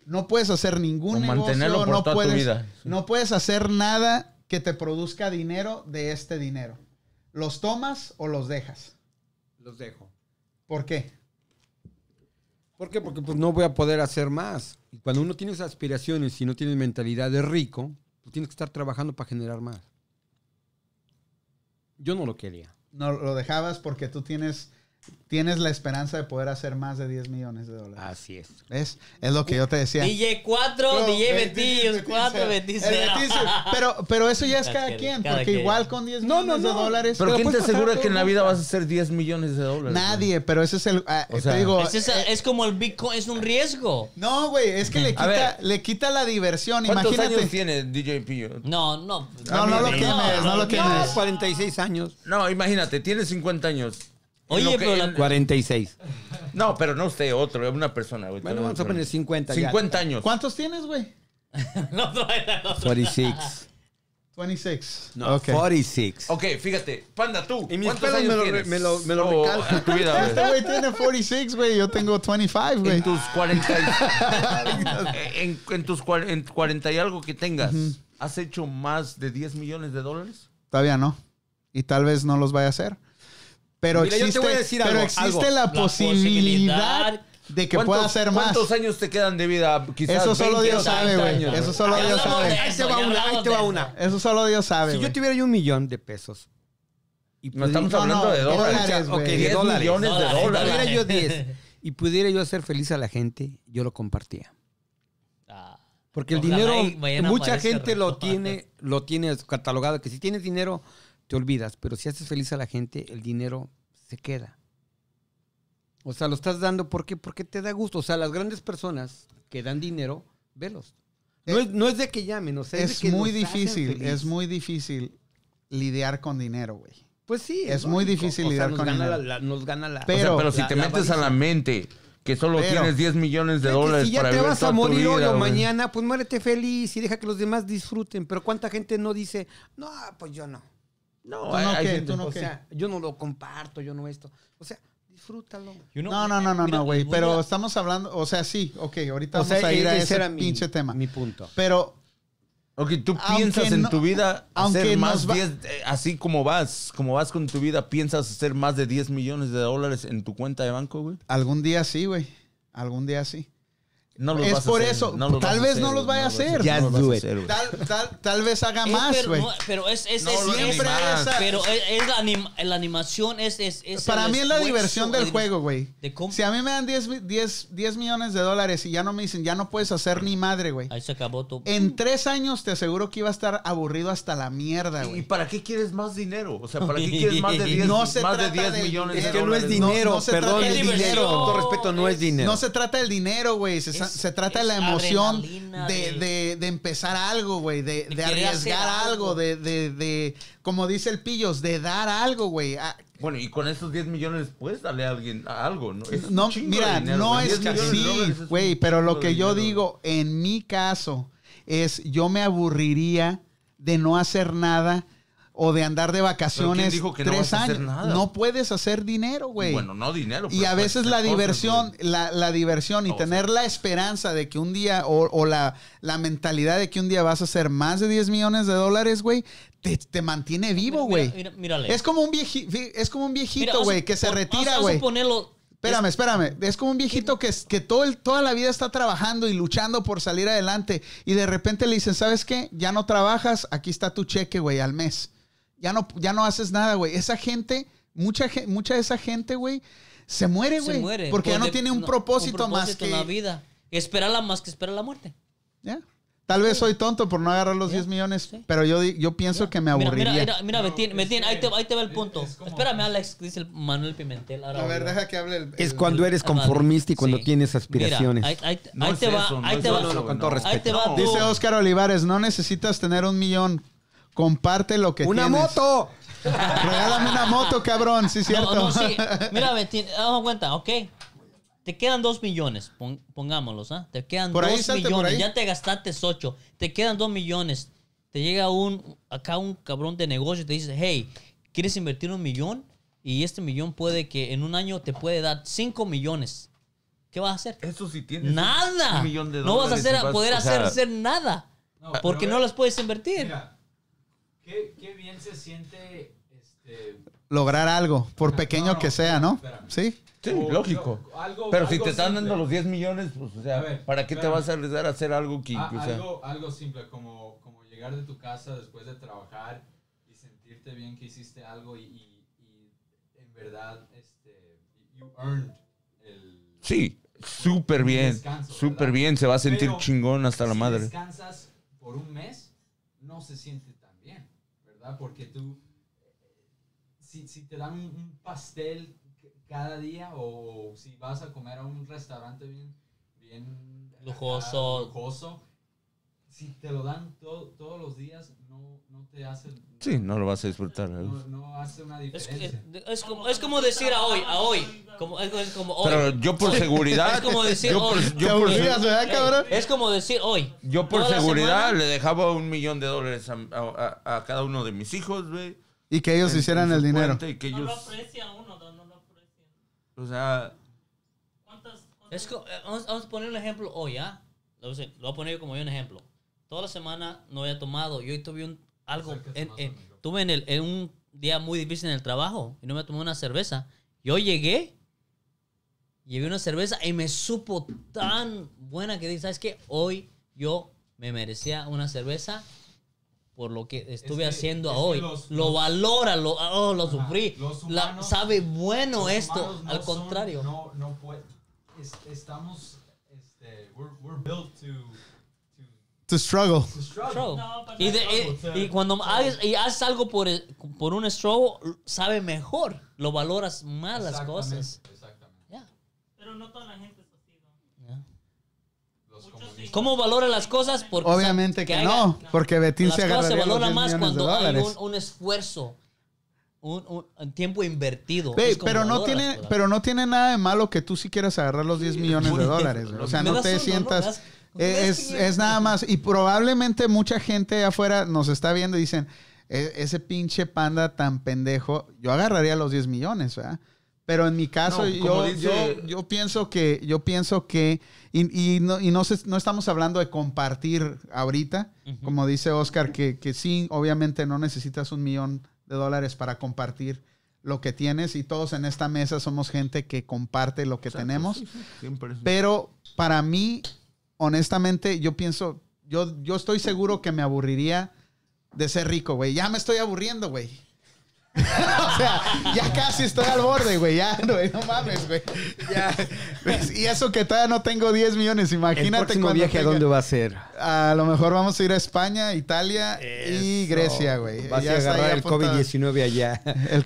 Speaker 1: No puedes hacer ningún
Speaker 4: O
Speaker 1: negocio,
Speaker 4: mantenerlo por
Speaker 1: no
Speaker 4: toda tu
Speaker 1: puedes,
Speaker 4: vida.
Speaker 1: no puedes hacer nada que te produzca dinero de este dinero. ¿Los tomas o los dejas?
Speaker 8: Los dejo.
Speaker 1: ¿Por qué?
Speaker 8: ¿Por qué? Porque pues no voy a poder hacer más. Y cuando uno tiene esas aspiraciones y no tiene mentalidad de rico, pues tienes que estar trabajando para generar más. Yo no lo quería.
Speaker 1: No lo dejabas porque tú tienes, tienes la esperanza de poder hacer más de 10 millones de dólares.
Speaker 4: Ah.
Speaker 8: Así es.
Speaker 1: ¿Ves? Es lo que yo te decía.
Speaker 5: DJ 4,
Speaker 1: Pero,
Speaker 5: DJ
Speaker 1: eh,
Speaker 5: Betillos, 4,
Speaker 1: el
Speaker 5: Betillos.
Speaker 1: Betis, Pero, pero eso ya es
Speaker 5: Cada
Speaker 1: cada
Speaker 5: quien,
Speaker 1: quien,
Speaker 5: cada
Speaker 1: porque
Speaker 5: quien.
Speaker 1: igual con 10
Speaker 8: No,
Speaker 1: millones
Speaker 8: no, no.
Speaker 1: de dólares.
Speaker 4: Pero, ¿quién te
Speaker 8: puedes pasar
Speaker 4: asegura
Speaker 8: todo
Speaker 4: que en la
Speaker 8: el
Speaker 4: vida vas a hacer 10 millones de dólares? güey?
Speaker 1: nadie, pero ese es el. ah,
Speaker 4: O
Speaker 1: te
Speaker 4: sea,
Speaker 1: digo,
Speaker 5: Es, esa- es como el Bitcoin, es un riesgo.
Speaker 1: no, güey, es que le
Speaker 4: A
Speaker 1: quita,
Speaker 4: ver.
Speaker 1: le quita la diversión.
Speaker 4: ¿Cuántos
Speaker 1: Imagínate.
Speaker 4: años tiene DJ Pillo?
Speaker 5: No, no.
Speaker 1: No, no lo
Speaker 5: No,
Speaker 1: quemes, no
Speaker 5: no,
Speaker 1: lo
Speaker 8: No,
Speaker 1: quemes.
Speaker 8: 46 años.
Speaker 4: No, imagínate, tiene 50 años. En
Speaker 5: Oye,
Speaker 4: lo que-
Speaker 5: pero la-
Speaker 4: en-
Speaker 8: 46.
Speaker 4: No, pero no usted, otro, una persona. güey.
Speaker 8: Bueno, vamos a poner 50 ya.
Speaker 4: 50 años.
Speaker 1: ¿Cuántos tienes, güey?
Speaker 5: No, no, no, no.
Speaker 8: 46.
Speaker 1: 26.
Speaker 8: No,
Speaker 1: Ok.
Speaker 8: 46.
Speaker 4: Ok, fíjate, panda tú.
Speaker 8: Y mis
Speaker 4: ¿Cuántos
Speaker 8: pelos
Speaker 4: años
Speaker 8: me lo re-
Speaker 4: tienes?
Speaker 8: me lo- me lo
Speaker 4: Oh,
Speaker 8: recal-
Speaker 4: en tu vida,
Speaker 1: Este
Speaker 4: güey.
Speaker 1: güey tiene 46, güey. Yo tengo 25, güey.
Speaker 4: En tus 40 y- en, en tus cuar- en 40 y algo que tengas, ¿has hecho más de 10 millones de dólares?
Speaker 1: Todavía no. Y tal vez no los vaya a hacer. Pero
Speaker 8: Mira, yo te
Speaker 1: existe,
Speaker 8: voy a decir
Speaker 1: pero
Speaker 8: algo,
Speaker 1: existe
Speaker 8: algo.
Speaker 1: La,
Speaker 5: La posibilidad
Speaker 1: posibilidad de que
Speaker 4: ¿Cuántos-
Speaker 1: pueda hacer más.
Speaker 4: ¿Cuántos años te quedan de vida? Quizás
Speaker 1: Eso solo
Speaker 4: 20
Speaker 1: Dios
Speaker 4: o
Speaker 1: sabe,
Speaker 4: 30
Speaker 1: güey.
Speaker 4: años, Ah,
Speaker 1: Eso solo
Speaker 5: Ya
Speaker 1: Dios
Speaker 5: hablamos
Speaker 1: sabe.
Speaker 5: de
Speaker 8: Ahí te
Speaker 5: eso,
Speaker 8: va
Speaker 5: ya
Speaker 8: una, ahí
Speaker 5: hablamos
Speaker 8: te va
Speaker 5: de
Speaker 8: una.
Speaker 1: Eso solo Dios sabe.
Speaker 8: Si yo
Speaker 1: güey.
Speaker 8: tuviera yo un millón de pesos. Y
Speaker 4: No estamos
Speaker 8: pudi-
Speaker 4: hablando de dólares.
Speaker 1: dólares,
Speaker 8: ok,
Speaker 1: güey.
Speaker 8: de
Speaker 4: 10
Speaker 8: dólares.
Speaker 4: millones de
Speaker 5: Dólares,
Speaker 8: Si
Speaker 4: dólares.
Speaker 8: tuviera yo 10 y pudiera yo hacer feliz a la gente, yo lo compartía.
Speaker 5: Ah,
Speaker 8: Porque el
Speaker 5: Ojalá y
Speaker 8: dinero,
Speaker 5: mañana
Speaker 8: mucha
Speaker 5: aparezca
Speaker 8: gente lo
Speaker 5: rico.
Speaker 8: tiene, lo tiene catalogado, que si tienes dinero, te olvidas, pero si haces feliz a la gente, el dinero se queda. O sea, lo estás dando porque, porque te da gusto. O sea, las grandes personas que dan dinero, velos. No
Speaker 1: Eh,
Speaker 8: es, no es de que llamen, o sea, es, de
Speaker 1: Es
Speaker 8: que
Speaker 1: muy
Speaker 8: los hacen
Speaker 1: difícil,
Speaker 8: feliz.
Speaker 1: es muy difícil lidiar con dinero, güey.
Speaker 8: Pues sí.
Speaker 1: es muy
Speaker 8: lógico.
Speaker 1: difícil
Speaker 8: O sea,
Speaker 1: lidiar
Speaker 8: nos
Speaker 1: con
Speaker 8: gana
Speaker 1: dinero.
Speaker 8: la- la- nos gana la...
Speaker 4: O sea,
Speaker 1: Pero-
Speaker 4: pero si
Speaker 8: la-
Speaker 4: te
Speaker 8: la
Speaker 4: metes a la
Speaker 8: avaricia.
Speaker 4: mente que solo
Speaker 1: Pero-
Speaker 4: tienes 10 millones de
Speaker 8: Fíjate,
Speaker 4: dólares
Speaker 8: si ya
Speaker 4: para
Speaker 8: te
Speaker 4: vivir
Speaker 8: vas
Speaker 4: toda
Speaker 8: a
Speaker 4: tu
Speaker 8: morir hoy
Speaker 4: vida,
Speaker 8: o
Speaker 4: güey.
Speaker 8: mañana, pues muérete feliz y deja que los demás disfruten. Pero ¿cuánta gente no dice, no, pues yo no?
Speaker 4: No,
Speaker 1: Tú
Speaker 4: hay-
Speaker 1: no
Speaker 4: hay
Speaker 1: qué,
Speaker 4: gente-
Speaker 1: tú no
Speaker 8: o
Speaker 1: qué.
Speaker 8: sea, yo no lo comparto, yo no esto. O sea, disfrútalo.
Speaker 5: You know,
Speaker 1: No, no, no, no,
Speaker 5: mira,
Speaker 1: no, güey.
Speaker 5: y voy
Speaker 1: Pero
Speaker 5: a-
Speaker 1: estamos hablando, o sea, sí, ok, ahorita
Speaker 8: O
Speaker 1: vamos
Speaker 8: sea, e
Speaker 1: a ir a
Speaker 8: ese
Speaker 1: e- ese
Speaker 8: era mi-
Speaker 1: pinche tema.
Speaker 8: Mi punto.
Speaker 1: Pero
Speaker 4: Ok, tú
Speaker 1: Aunque
Speaker 4: piensas en
Speaker 1: no-
Speaker 4: tu vida
Speaker 1: aunque
Speaker 4: hacer
Speaker 1: nos
Speaker 4: más
Speaker 1: va-
Speaker 4: 10, eh, así como vas, como vas con tu vida, piensas hacer más de 10 millones de dólares en tu cuenta de banco, güey.
Speaker 1: algún día sí, güey. Algún día sí.
Speaker 4: No los
Speaker 1: Es
Speaker 4: vas a
Speaker 1: por
Speaker 4: hacer,
Speaker 1: eso,
Speaker 4: no los
Speaker 1: tal
Speaker 4: vas
Speaker 1: vez
Speaker 4: a hacer,
Speaker 1: no los
Speaker 4: güey,
Speaker 1: vaya a
Speaker 4: no los vas
Speaker 1: hacer.
Speaker 4: no los vas
Speaker 8: Just
Speaker 4: a
Speaker 8: do it.
Speaker 4: hacer, güey.
Speaker 1: Tal, tal, tal vez haga
Speaker 5: Eh,
Speaker 1: más,
Speaker 5: pero,
Speaker 1: güey.
Speaker 5: no, pero es, es,
Speaker 4: No
Speaker 5: es-
Speaker 4: lo
Speaker 5: es-
Speaker 1: Siempre
Speaker 4: animas.
Speaker 1: esa-
Speaker 5: pero es, es la, anim- la animación es, es, es
Speaker 1: Para
Speaker 5: el
Speaker 1: mí es la
Speaker 5: esfuerzo,
Speaker 1: diversión del
Speaker 5: el-
Speaker 1: juego, güey.
Speaker 5: de cómo-
Speaker 1: Si a mí me dan 10, mi- 10 10 millones de dólares y ya no me dicen, ya no puedes hacer ni madre, güey. Eh,
Speaker 5: Ahí se acabó tu.
Speaker 1: En tres años te aseguro que iba a estar aburrido hasta la mierda,
Speaker 4: ¿Y
Speaker 1: Ah, güey.
Speaker 4: para qué quieres más dinero? O sea, ¿para qué quieres más de 10,
Speaker 1: No se
Speaker 4: más de
Speaker 1: trata
Speaker 4: 10
Speaker 1: del
Speaker 4: millones
Speaker 1: dinero.
Speaker 4: de
Speaker 1: Es que
Speaker 8: no
Speaker 4: dólares?
Speaker 8: es
Speaker 1: no-
Speaker 8: dinero,
Speaker 1: no se
Speaker 8: perdón,
Speaker 1: trata
Speaker 8: es
Speaker 1: de
Speaker 8: dinero.
Speaker 5: diversión.
Speaker 8: Con todo respeto, no es dinero.
Speaker 1: No se trata del dinero, güey. Se, sa-
Speaker 5: Es-
Speaker 1: se trata
Speaker 5: es
Speaker 1: de la emoción
Speaker 5: adrenalina,
Speaker 1: de,
Speaker 5: de-
Speaker 1: de- de empezar algo, güey. De,
Speaker 5: De
Speaker 1: de
Speaker 5: querer
Speaker 1: arriesgar
Speaker 5: hacer
Speaker 1: algo,
Speaker 5: algo.
Speaker 1: De, de, de- como dice el Pillos, de dar algo, güey. Ah,
Speaker 4: Bueno, y con esos 10 millones puedes darle a alguien a algo, ¿no? Pues Es un
Speaker 1: No,
Speaker 4: chingo de
Speaker 1: mira,
Speaker 4: dinero,
Speaker 1: no
Speaker 4: güey.
Speaker 1: es
Speaker 4: 10
Speaker 1: que
Speaker 4: millones de
Speaker 1: sí,
Speaker 4: dólares es un
Speaker 1: güey, pero lo
Speaker 4: chingo de
Speaker 1: que yo
Speaker 4: dinero.
Speaker 1: digo, en mi caso, es yo me aburriría de no hacer nada o de andar de vacaciones
Speaker 4: dijo que no
Speaker 1: tres
Speaker 4: vas a hacer
Speaker 1: años.
Speaker 4: nada?
Speaker 1: No puedes hacer dinero, güey.
Speaker 4: Bueno, no dinero.
Speaker 1: Y
Speaker 4: pero
Speaker 1: a veces
Speaker 4: cualquier
Speaker 1: la
Speaker 4: cosa,
Speaker 1: diversión,
Speaker 4: güey.
Speaker 1: la, la diversión y
Speaker 4: O sea.
Speaker 1: tener la esperanza de que un día, o, o la, la mentalidad de que un día vas a hacer más de 10 millones de dólares, güey, te, te mantiene vivo,
Speaker 5: Mira,
Speaker 1: güey.
Speaker 5: mira, mírale.
Speaker 1: Es como un viejito, es como un
Speaker 5: Mira,
Speaker 1: viejito,
Speaker 5: vamos
Speaker 1: güey,
Speaker 5: a-
Speaker 1: que se
Speaker 5: vamos a-
Speaker 1: retira,
Speaker 5: vamos a
Speaker 1: güey.
Speaker 5: ponerlo-
Speaker 1: Espérame, espérame. Es como un viejito que, es- que todo el, toda la vida está trabajando y luchando por salir adelante. Y de repente le dicen, ¿sabes qué? Ya no trabajas, aquí está tu cheque, güey, al mes. Ya no, ya no haces nada, güey. Esa gente, mucha, ge- mucha de esa gente, güey, se muere,
Speaker 5: se
Speaker 1: güey.
Speaker 5: muere.
Speaker 1: Porque ya
Speaker 5: Por
Speaker 1: no
Speaker 5: de-
Speaker 1: tiene un propósito,
Speaker 5: un
Speaker 1: más
Speaker 5: propósito en la
Speaker 1: que...
Speaker 5: vida. Esperarla más que esperar la muerte.
Speaker 1: Ya. Tal vez soy tonto por no agarrar los
Speaker 5: Ya,
Speaker 1: 10 millones,
Speaker 5: sí.
Speaker 1: pero yo, di- yo pienso que me
Speaker 5: Mira,
Speaker 1: aburriría.
Speaker 5: mira, mira, mira, me tiene- me
Speaker 2: es
Speaker 5: tiene-
Speaker 2: que
Speaker 5: ahí, te, ahí te va el punto.
Speaker 2: es como-
Speaker 5: Espérame, Alex, dice el Manuel Pimentel. ahora
Speaker 1: A ver,
Speaker 5: voy yo.
Speaker 1: deja que hable el...
Speaker 8: Es
Speaker 1: el-
Speaker 8: cuando eres conformista y cuando
Speaker 5: Ah, Sí.
Speaker 8: tienes
Speaker 5: Mira,
Speaker 8: aspiraciones.
Speaker 5: ahí, ahí-
Speaker 4: No
Speaker 5: ahí
Speaker 4: es
Speaker 5: te va,
Speaker 4: eso, no
Speaker 5: ahí
Speaker 4: es
Speaker 5: te
Speaker 4: eso,
Speaker 5: va.
Speaker 4: no, no,
Speaker 8: con todo
Speaker 4: no.
Speaker 8: respeto.
Speaker 5: Ahí te va
Speaker 4: No.
Speaker 5: tu-
Speaker 1: Dice Óscar Olivares, no necesitas tener un millón. Comparte lo que
Speaker 8: ¡Una
Speaker 1: tienes.
Speaker 8: moto!
Speaker 1: Regálame una moto, cabrón, sí, cierto.
Speaker 5: No, no, sí. Mira, me tiene- damos cuenta, ok. Te quedan dos millones, pon- pongámoslos, ¿ah? Te quedan
Speaker 1: Por ahí,
Speaker 5: dos
Speaker 1: salte por
Speaker 5: millones.
Speaker 1: ahí.
Speaker 5: Ya te gastaste ocho. Te quedan dos millones. Te llega un, acá un cabrón de negocio y te dice, hey, ¿quieres invertir un millón? Y este millón puede que en un año te puede dar cinco millones. ¿Qué vas a hacer?
Speaker 4: Eso sí tienes.
Speaker 5: Nada.
Speaker 4: un millón de
Speaker 5: no vas a
Speaker 4: dólares
Speaker 5: hacer,
Speaker 4: y vas-
Speaker 5: poder
Speaker 4: o sea,
Speaker 5: hacer, hacer nada.
Speaker 2: No,
Speaker 5: porque
Speaker 2: pero
Speaker 5: no
Speaker 2: ve-
Speaker 5: las puedes invertir.
Speaker 2: Mira, qué, qué bien se siente este.
Speaker 1: Lograr algo, por pequeño
Speaker 2: No,
Speaker 1: que sea, ¿no?
Speaker 2: espérame.
Speaker 1: Sí.
Speaker 4: Sí,
Speaker 2: o-
Speaker 4: lógico.
Speaker 2: lo- algo-
Speaker 4: Pero si
Speaker 2: algo
Speaker 4: te están dando
Speaker 2: simple.
Speaker 4: los 10 millones, pues, o sea,
Speaker 2: A ver,
Speaker 4: ¿para qué te
Speaker 2: espérame.
Speaker 4: vas a arriesgar a hacer algo que,
Speaker 2: Ah,
Speaker 4: o sea,
Speaker 2: algo, algo simple, como, como llegar de tu casa después de trabajar y sentirte bien que hiciste algo y, y- y en verdad, este, you earned el...
Speaker 4: Sí, súper bien.
Speaker 2: descanso,
Speaker 4: Súper
Speaker 2: ¿verdad?
Speaker 4: bien, se va a sentir
Speaker 2: Pero
Speaker 4: chingón hasta la
Speaker 2: si
Speaker 4: madre.
Speaker 2: descansas por un mes, no se siente tan bien, ¿verdad? Porque tú, si, si te dan un, un pastel c- cada día o si vas a comer a un restaurante bien, bien acá,
Speaker 5: Lujoso.
Speaker 2: lujoso, si te lo dan to- todos los días, no, no te hace,
Speaker 4: Sí, no lo vas a disfrutar. ¿eh?
Speaker 2: no, no hace una
Speaker 5: Es,
Speaker 2: diferencia.
Speaker 5: es- es como, es como decir a hoy, a hoy. Como, es, es como hoy.
Speaker 4: Pero yo por seguridad.
Speaker 5: Es como decir,
Speaker 4: yo por,
Speaker 5: "Oye,
Speaker 4: yo por-
Speaker 1: aburrías, ¿verdad, cabrón?
Speaker 5: Es como decir hoy.
Speaker 4: yo por
Speaker 5: toda la
Speaker 4: seguridad
Speaker 5: semana-
Speaker 4: le dejaba un millón de dólares a, a- a- a cada uno de mis hijos, güey.
Speaker 1: Y que ellos
Speaker 4: en-
Speaker 1: hicieran
Speaker 4: en
Speaker 1: el
Speaker 4: su
Speaker 1: dinero.
Speaker 4: cuenta Y que
Speaker 6: No lo
Speaker 4: ellos,
Speaker 6: aprecia uno, no, no lo aprecia.
Speaker 4: o sea,
Speaker 6: ¿Cuántas, cuántas-
Speaker 5: Es co- eh, vamos, vamos a poner un ejemplo hoy, ¿ah? Lo voy a hacer- lo voy a poner como yo un ejemplo. Toda la semana no había tomado. Yo hoy tuve un, algo. en- en- tuve en, el, en un día muy difícil en el trabajo y no me tomé una cerveza. Yo llegué, llevé una cerveza y me supo tan buena que dije, ¿sabes qué? Hoy yo me merecía una cerveza por lo que estuve
Speaker 2: que-
Speaker 5: haciendo
Speaker 2: es que
Speaker 5: hoy.
Speaker 2: los-
Speaker 5: lo
Speaker 2: los-
Speaker 5: valora, lo, oh, lo
Speaker 2: Ajá.
Speaker 5: sufrí.
Speaker 2: Los
Speaker 5: La-
Speaker 2: humanos-
Speaker 5: sabe bueno
Speaker 2: Los
Speaker 5: esto,
Speaker 2: humanos no
Speaker 5: al
Speaker 2: son-
Speaker 5: contrario.
Speaker 2: no, no puede. es- estamos, este, we're, we're built to, to,
Speaker 1: To struggle.
Speaker 2: to struggle.
Speaker 5: Struggle.
Speaker 6: No, pero
Speaker 5: y,
Speaker 6: no
Speaker 5: de-
Speaker 6: es
Speaker 5: eh,
Speaker 2: struggle.
Speaker 5: y cuando haces, y haces algo por, el- por un struggle, sabe mejor. Lo valoras más las
Speaker 2: Exactamente,
Speaker 5: cosas.
Speaker 2: Exactamente.
Speaker 5: Ya,
Speaker 6: Pero no toda la gente es así, ¿no?
Speaker 5: ya.
Speaker 2: Los
Speaker 6: Muchos
Speaker 2: comunistas.
Speaker 5: ¿Cómo valora las cosas? Porque,
Speaker 1: Obviamente que
Speaker 5: haga-
Speaker 1: no, porque Betín
Speaker 5: Las
Speaker 1: se
Speaker 5: cosas se
Speaker 1: agarraría los
Speaker 5: valora
Speaker 1: 10
Speaker 5: más
Speaker 1: millones de
Speaker 5: cuando hay
Speaker 1: dólares.
Speaker 5: un, un esfuerzo. un, un- un tiempo invertido.
Speaker 1: Ve,
Speaker 5: Es como
Speaker 1: pero, no
Speaker 5: horas,
Speaker 1: tiene,
Speaker 5: pues,
Speaker 1: pero no tiene nada de malo que tú si quieras agarrar los 10 millones de dólares. güey. O sea,
Speaker 5: Me
Speaker 1: no
Speaker 5: das
Speaker 1: te
Speaker 5: uno, ¿no? Me
Speaker 1: sientas...
Speaker 5: das-
Speaker 1: eh, Es, es nada más. Y probablemente mucha gente allá afuera nos está viendo y dicen, "E- ese pinche panda tan pendejo, yo agarraría los 10 millones, ¿verdad? Pero en mi caso,
Speaker 4: No,
Speaker 1: yo,
Speaker 4: como dice-
Speaker 1: yo, yo pienso que, yo pienso que, y, y no, y no, se- no estamos hablando de compartir ahorita, como dice Oscar, que, que sí, obviamente no necesitas un millón de dólares para compartir lo que tienes y todos en esta mesa somos gente que comparte lo que
Speaker 4: Exacto,
Speaker 1: tenemos.
Speaker 4: sí, sí, siempre.
Speaker 1: Pero para mí, honestamente, yo pienso, yo, yo estoy seguro que me aburriría de ser rico, güey. Ya me estoy aburriendo, güey. o sea, ya casi estoy al borde, güey. Ya, güey, no mames, güey. Ya. ¿Ves? Y eso que todavía no tengo 10 millones.
Speaker 8: El
Speaker 1: Imagínate
Speaker 8: próximo
Speaker 1: cuando
Speaker 8: viaje, ¿a
Speaker 1: tenga-
Speaker 8: dónde va a ser?
Speaker 1: A lo mejor vamos a ir a España, Italia y Grecia, güey.
Speaker 8: Vas
Speaker 1: Ya
Speaker 8: a
Speaker 1: está
Speaker 8: agarrar
Speaker 1: ahí
Speaker 8: el
Speaker 1: apuntado.
Speaker 8: COVID-19 allá.
Speaker 1: El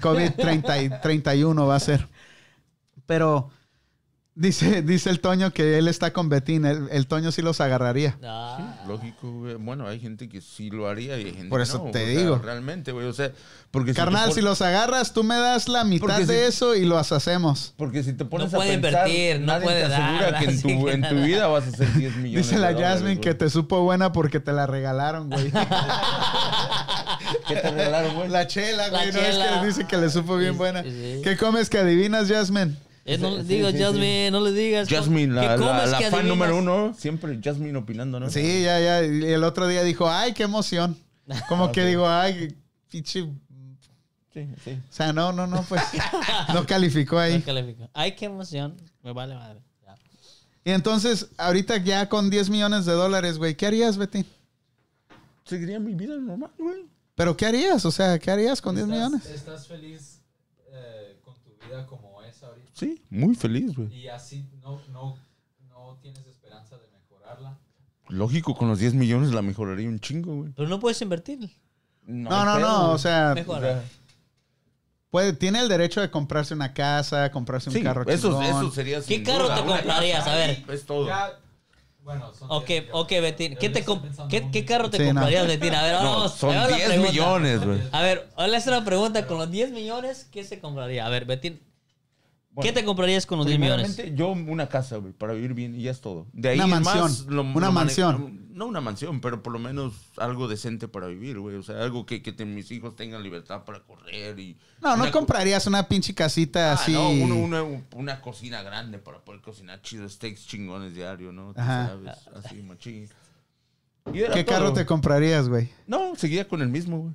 Speaker 1: COVID-31 va a ser. Pero dice, dice el Toño que él está con Betín. El, el Toño sí los agarraría.
Speaker 5: Ah,
Speaker 4: Lógico, güey. Bueno, hay gente que sí lo haría y hay gente
Speaker 1: Por
Speaker 4: que
Speaker 1: eso
Speaker 4: no,
Speaker 1: te
Speaker 4: o sea,
Speaker 1: digo.
Speaker 4: realmente, güey. O sea, porque te
Speaker 1: Carnal,
Speaker 4: pon-
Speaker 1: si los agarras, tú me das la mitad
Speaker 4: Porque
Speaker 1: de
Speaker 4: si-
Speaker 1: eso y los hacemos.
Speaker 4: Porque si te pones
Speaker 5: No puede
Speaker 4: a pensar,
Speaker 5: invertir, no
Speaker 4: nadie
Speaker 5: puede
Speaker 4: te asegura
Speaker 5: dar,
Speaker 4: que en
Speaker 5: así
Speaker 4: tu,
Speaker 5: que
Speaker 4: en tu
Speaker 5: nada.
Speaker 4: vida vas a hacer 10 millones
Speaker 1: Dice
Speaker 4: de
Speaker 1: la
Speaker 4: dólares,
Speaker 1: Jasmine que
Speaker 4: güey.
Speaker 1: te supo buena porque te la regalaron, güey.
Speaker 4: ¿Qué te regalaron, güey?
Speaker 1: la chela,
Speaker 5: La
Speaker 1: güey. No es
Speaker 5: chela.
Speaker 1: que dice que le supo bien
Speaker 5: Sí,
Speaker 1: buena.
Speaker 5: sí.
Speaker 1: ¿Qué comes que adivinas, Jasmine?
Speaker 5: eh, no le
Speaker 4: Sí,
Speaker 5: digas,
Speaker 4: sí, sí.
Speaker 5: Jasmine, no le digas.
Speaker 4: Jasmine,
Speaker 5: ¿Qué
Speaker 4: la, la,
Speaker 5: comes
Speaker 4: la
Speaker 5: que
Speaker 4: fan
Speaker 5: adivinas?
Speaker 4: número uno. Siempre Jasmine opinando, ¿no?
Speaker 1: Sí, ya, ya. Y el otro día dijo, ay, qué emoción. Como que digo, ay, pinche
Speaker 4: Sí, sí.
Speaker 1: O sea, no, no, no, pues no calificó
Speaker 5: No
Speaker 1: ahí.
Speaker 5: califica. Ay, qué emoción. Me vale madre. Ya.
Speaker 1: Y entonces, ahorita ya con 10 millones de dólares, güey, ¿qué harías, Betty?
Speaker 4: Seguiría mi vida normal, güey.
Speaker 1: ¿Pero qué harías? O sea, ¿qué harías con 10
Speaker 2: ¿Estás-
Speaker 1: millones?
Speaker 2: ¿Estás feliz eh, con tu vida como es ahorita?
Speaker 4: Sí, muy feliz, güey.
Speaker 2: Y así no, no, no tienes esperanza de mejorarla.
Speaker 4: Lógico, con los 10 millones la mejoraría un chingo, güey.
Speaker 5: Pero no puedes invertir.
Speaker 1: No, no, no, o sea,
Speaker 5: Mejor.
Speaker 1: puede, tiene el derecho de comprarse una casa, comprarse un
Speaker 4: Sí,
Speaker 1: carro
Speaker 4: eso,
Speaker 1: chingón.
Speaker 4: eso sería sin
Speaker 5: ¿Qué carro
Speaker 4: duda,
Speaker 5: te
Speaker 4: una
Speaker 5: comprarías? A ver.
Speaker 4: casa y Es todo.
Speaker 2: Ya, bueno, son
Speaker 5: Ok,
Speaker 2: 10 millones.
Speaker 5: ok, Betín. ¿Qué,
Speaker 2: Yo
Speaker 5: te
Speaker 2: estoy
Speaker 5: comp-
Speaker 2: pensando
Speaker 5: ¿qué,
Speaker 2: muy
Speaker 5: qué
Speaker 2: bien.
Speaker 5: carro te
Speaker 1: Sí, no.
Speaker 5: comprarías, Betín? A ver,
Speaker 4: No,
Speaker 5: vamos. ahí
Speaker 4: son
Speaker 5: va la
Speaker 4: 10
Speaker 5: pregunta.
Speaker 4: millones, güey.
Speaker 5: A ver, ahora le hace una pregunta. Con los 10 millones, ¿qué se compraría? A ver, Betín, ¿qué te comprarías con los 10 millones?
Speaker 4: Primeramente, yo una casa, güey, para vivir bien y ya es todo. De ahí
Speaker 1: Una
Speaker 4: en
Speaker 1: mansión,
Speaker 4: más,
Speaker 1: una
Speaker 4: mane-
Speaker 1: mansión.
Speaker 4: No una mansión, pero por lo menos algo decente para vivir, güey. O sea, algo que, que te- mis hijos tengan libertad para correr y...
Speaker 1: No, no
Speaker 4: una-
Speaker 1: comprarías una pinche casita
Speaker 4: Ah,
Speaker 1: así.
Speaker 4: no, uno- una, una cocina grande para poder cocinar chido, steaks chingones diario, ¿no? Tú
Speaker 1: Ajá.
Speaker 4: sabes, así, machín. Y era
Speaker 1: ¿Qué
Speaker 4: todo.
Speaker 1: carro te comprarías, güey?
Speaker 4: No, seguía con el mismo, güey.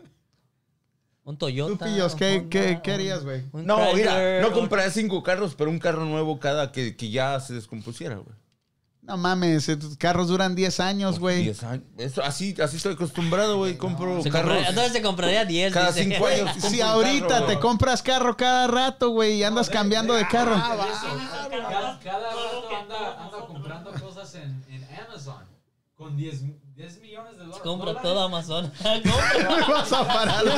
Speaker 5: Un
Speaker 1: Tú,
Speaker 5: Toyota.
Speaker 1: Pillos, ¿qué,
Speaker 5: un
Speaker 1: qué,
Speaker 5: Honda,
Speaker 1: ¿qué harías,
Speaker 5: un-
Speaker 1: güey?
Speaker 5: un
Speaker 4: No,
Speaker 5: Chrysler,
Speaker 4: mira, no
Speaker 5: un-
Speaker 4: compraré cinco carros, pero un carro nuevo cada que, que ya se descompusiera, güey.
Speaker 1: No mames, estos carros duran 10 años, Pues, güey.
Speaker 4: Diez años. Eso, así, así estoy acostumbrado, güey. Compro
Speaker 5: se
Speaker 4: carros.
Speaker 5: compraría- entonces se compraría 10.
Speaker 4: Cada
Speaker 5: dice.
Speaker 4: cinco años. compro
Speaker 1: Si
Speaker 4: un
Speaker 1: ahorita
Speaker 4: carro,
Speaker 1: te
Speaker 4: güey.
Speaker 1: compras carro cada rato, güey, y andas cambiando de carro.
Speaker 4: Ah,
Speaker 2: Cada, cada rato anda, anda comprando cosas en, en Amazon. Con 10, mi- 10 millones de dólares.
Speaker 5: Compra todo Amazon.
Speaker 1: Vas a parar, güey.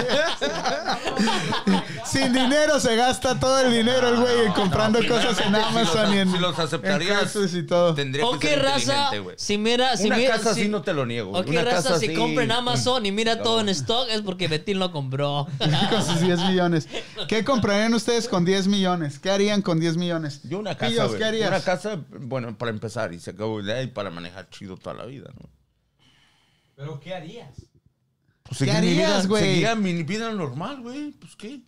Speaker 1: Sin dinero se gasta todo el dinero el güey en
Speaker 4: No,
Speaker 1: comprando
Speaker 4: no,
Speaker 1: cosas en
Speaker 4: primeramente,
Speaker 1: Amazon
Speaker 4: si
Speaker 1: y
Speaker 4: los-
Speaker 1: en,
Speaker 4: si los aceptarías,
Speaker 1: en Craigslist y todo.
Speaker 4: Tendría
Speaker 5: Ok,
Speaker 4: que ser
Speaker 5: Oh, raza.
Speaker 4: inteligente, güey.
Speaker 5: Si mira, si
Speaker 4: una
Speaker 5: mira.
Speaker 4: casa
Speaker 5: si-
Speaker 4: sí no te lo niego.
Speaker 5: Ok,
Speaker 4: güey. Una
Speaker 5: raza,
Speaker 4: casa
Speaker 5: si
Speaker 4: sí-
Speaker 5: compra en Amazon y mira
Speaker 4: No.
Speaker 5: todo en stock es porque Betín lo compró.
Speaker 1: Con sus 10 millones. ¿Qué comprarían ustedes con 10 millones? ¿Qué harían con 10 millones?
Speaker 4: Yo una casa,
Speaker 1: Pillos,
Speaker 4: güey.
Speaker 1: ¿qué harías?
Speaker 4: Una casa, bueno, para empezar y se acabó de ahí para manejar chido toda la vida, ¿no?
Speaker 2: Pero ¿qué harías?
Speaker 4: Pues
Speaker 1: ¿Qué
Speaker 4: seguía mi vida-
Speaker 1: harías, güey?
Speaker 4: Seguía mi vida normal, güey. Pues qué.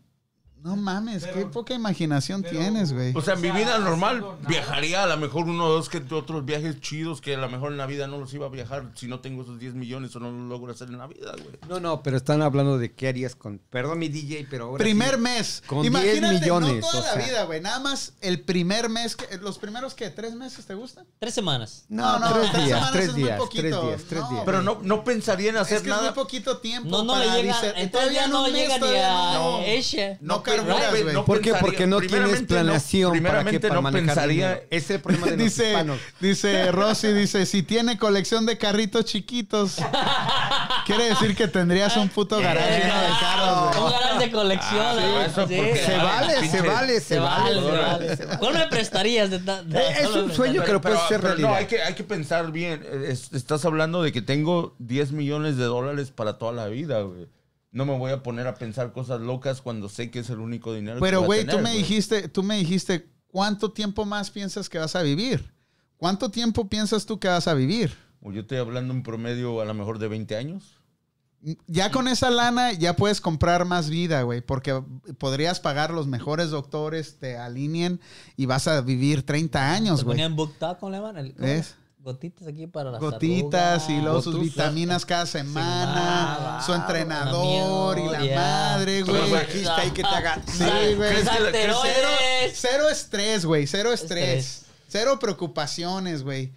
Speaker 1: No mames, qué
Speaker 2: Pero-
Speaker 1: poca imaginación
Speaker 2: pero-
Speaker 1: tienes, güey.
Speaker 4: O
Speaker 8: pues,
Speaker 4: sea,
Speaker 2: O
Speaker 4: mi
Speaker 2: sea,
Speaker 4: vida normal
Speaker 2: haciendo nada.
Speaker 4: viajaría a lo mejor uno o dos que otros viajes chidos que a lo mejor en la vida no los iba a viajar si no tengo esos 10 millones o no los logro hacer en la vida, güey.
Speaker 8: No, no, pero están hablando de qué harías con. Perdón, mi DJ, pero ahora.
Speaker 1: primer
Speaker 8: sí.
Speaker 1: mes.
Speaker 8: Con 10
Speaker 1: Imagínate,
Speaker 8: millones,
Speaker 1: No toda
Speaker 8: o
Speaker 1: la
Speaker 8: sea.
Speaker 1: vida, güey. Nada más el primer mes. que- ¿Los primeros que ¿Tres meses te gustan?
Speaker 5: Tres semanas.
Speaker 8: No, tres
Speaker 1: tres
Speaker 8: días,
Speaker 1: semanas
Speaker 8: tres
Speaker 1: es muy
Speaker 8: días,
Speaker 1: poquito.
Speaker 8: tres días, tres
Speaker 1: No,
Speaker 8: días.
Speaker 4: Pero no, no pensaría en hacer
Speaker 1: es que es
Speaker 4: nada.
Speaker 1: muy poquito tiempo.
Speaker 5: No, no
Speaker 1: para
Speaker 5: le llega.
Speaker 1: dice-
Speaker 5: Entonces
Speaker 1: todavía
Speaker 5: ya
Speaker 1: en
Speaker 5: no
Speaker 1: un mes,
Speaker 5: llega ni
Speaker 1: todavía
Speaker 5: a
Speaker 1: no.
Speaker 5: Asia.
Speaker 1: No
Speaker 4: no
Speaker 1: larguras,
Speaker 4: pe-
Speaker 1: güey.
Speaker 8: ¿Por qué?
Speaker 4: pensaría-
Speaker 8: Porque no tienes
Speaker 4: primeramente no-
Speaker 8: planeación para, qué,
Speaker 4: primeramente
Speaker 8: para
Speaker 4: no
Speaker 8: manejar
Speaker 4: pensaría-
Speaker 8: dinero. Ese es el problema de los
Speaker 1: Dice,
Speaker 8: hispanos.
Speaker 1: dice Rosy, dice, si tiene colección de carritos chiquitos, quiere decir que tendrías un puto garaje lleno de carros,
Speaker 5: Un
Speaker 1: güey.
Speaker 5: gran de colección.
Speaker 4: Ah, sí,
Speaker 5: ¿eh?
Speaker 4: eso porque-
Speaker 5: Sí.
Speaker 8: Se vale, se vale, se vale.
Speaker 5: se vale. ¿Cuál me prestarías? De ta- de-
Speaker 8: Eh, es
Speaker 5: solo
Speaker 8: un
Speaker 5: de-
Speaker 8: sueño que lo puedes hacer realidad.
Speaker 4: No, hay que, hay que pensar bien. Eh, es- estás hablando de que tengo 10 millones de dólares para toda la vida, güey. No me voy a poner a pensar cosas locas cuando sé que es el único dinero que
Speaker 1: Pero,
Speaker 4: voy a
Speaker 1: güey, tú
Speaker 4: tener,
Speaker 1: me
Speaker 4: güey.
Speaker 1: dijiste, tú me dijiste, ¿cuánto tiempo más piensas que vas a vivir? ¿Cuánto tiempo piensas tú que vas a vivir?
Speaker 4: O yo estoy hablando un promedio a lo mejor de 20 años.
Speaker 1: Ya con esa lana ya puedes comprar más vida, güey, porque podrías pagar los mejores doctores, te alineen y vas a vivir 30 años,
Speaker 5: Se
Speaker 1: güey.
Speaker 5: ponían Bukta con Levan. el- ¿cómo?
Speaker 1: ¿Ves?
Speaker 5: Gotitas aquí para las
Speaker 1: gotitas y luego
Speaker 5: los
Speaker 1: sus vitaminas cada semana,
Speaker 5: va,
Speaker 1: su
Speaker 5: va,
Speaker 1: entrenador y
Speaker 5: va,
Speaker 1: la
Speaker 5: ya.
Speaker 1: madre, güey.
Speaker 4: Todo
Speaker 8: Aquí está ahí que te haga.
Speaker 1: Sí, güey.
Speaker 5: Los
Speaker 1: Cero,
Speaker 5: asteroides.
Speaker 1: cero estrés, güey, cero estrés,
Speaker 5: Estrés.
Speaker 1: cero preocupaciones, güey.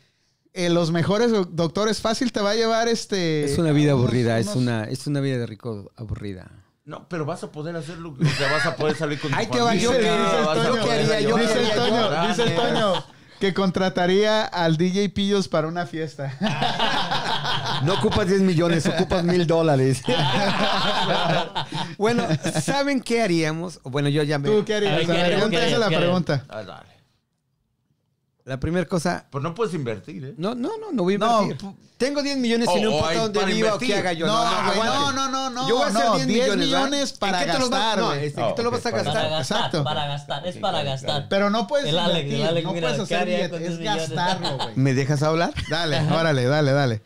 Speaker 1: Eh, los mejores doc- doctores fácil te va a llevar este
Speaker 8: Es una vida
Speaker 1: unos-
Speaker 8: aburrida, es
Speaker 1: unos-
Speaker 8: una, es una vida de rico aburrida.
Speaker 4: No, pero vas a poder hacerlo. O sea, vas a poder salir con tu
Speaker 8: Ahí te va,
Speaker 4: familia,
Speaker 1: Dice, dice el
Speaker 4: vas a
Speaker 1: Toño,
Speaker 4: poder
Speaker 8: haría, yo
Speaker 1: dice
Speaker 4: ayudar,
Speaker 1: el
Speaker 8: haría,
Speaker 1: Toño,
Speaker 4: ayudar,
Speaker 1: dice el
Speaker 4: eh.
Speaker 1: Toño que contrataría al DJ Pillos para una fiesta.
Speaker 8: No ocupas 10 millones, ocupas mil dólares. bueno, ¿saben qué haríamos? Bueno, yo ya me...
Speaker 1: ¿Tú qué harías?
Speaker 5: A ver,
Speaker 1: A
Speaker 5: ¿qué
Speaker 1: ver,
Speaker 5: harías?
Speaker 1: yo te
Speaker 5: ¿Qué
Speaker 1: hice
Speaker 5: harías?
Speaker 1: la
Speaker 5: ¿Qué harías?
Speaker 1: pregunta.
Speaker 4: Ah, dale.
Speaker 8: La primera cosa...
Speaker 4: Pues no puedes invertir, ¿eh?
Speaker 8: No, no, no, no voy a invertir.
Speaker 1: No,
Speaker 8: tengo 10 millones y
Speaker 4: O-
Speaker 8: no
Speaker 1: Oh,
Speaker 4: o
Speaker 8: importa
Speaker 4: hay
Speaker 8: dónde
Speaker 4: para
Speaker 8: viva o
Speaker 4: invertir.
Speaker 8: qué haga yo.
Speaker 1: No, güey,
Speaker 8: aguante.
Speaker 1: no, no, no, no,
Speaker 8: Yo voy a hacer
Speaker 1: no,
Speaker 8: 10
Speaker 1: 10
Speaker 8: millones, ¿verdad?
Speaker 1: millones para
Speaker 8: ¿En qué te los vas-
Speaker 1: gastar,
Speaker 8: No,
Speaker 1: güey.
Speaker 8: es- ¿en qué te lo
Speaker 4: Ah,
Speaker 8: vas a
Speaker 4: ok,
Speaker 5: Para
Speaker 4: para
Speaker 8: gastar?
Speaker 5: gastar,
Speaker 1: Exacto.
Speaker 5: para gastar, es
Speaker 4: Ok,
Speaker 5: para
Speaker 4: claro,
Speaker 5: gastar.
Speaker 1: Pero no puedes
Speaker 5: El Alex,
Speaker 1: invertir,
Speaker 5: el Alex,
Speaker 1: no
Speaker 5: mira,
Speaker 1: puedes
Speaker 5: ¿qué
Speaker 1: hacer
Speaker 5: haría
Speaker 1: billete,
Speaker 5: con
Speaker 1: es
Speaker 5: tus millones?
Speaker 1: gastarlo, güey.
Speaker 8: ¿Me dejas hablar?
Speaker 1: Dale, órale, dale, dale.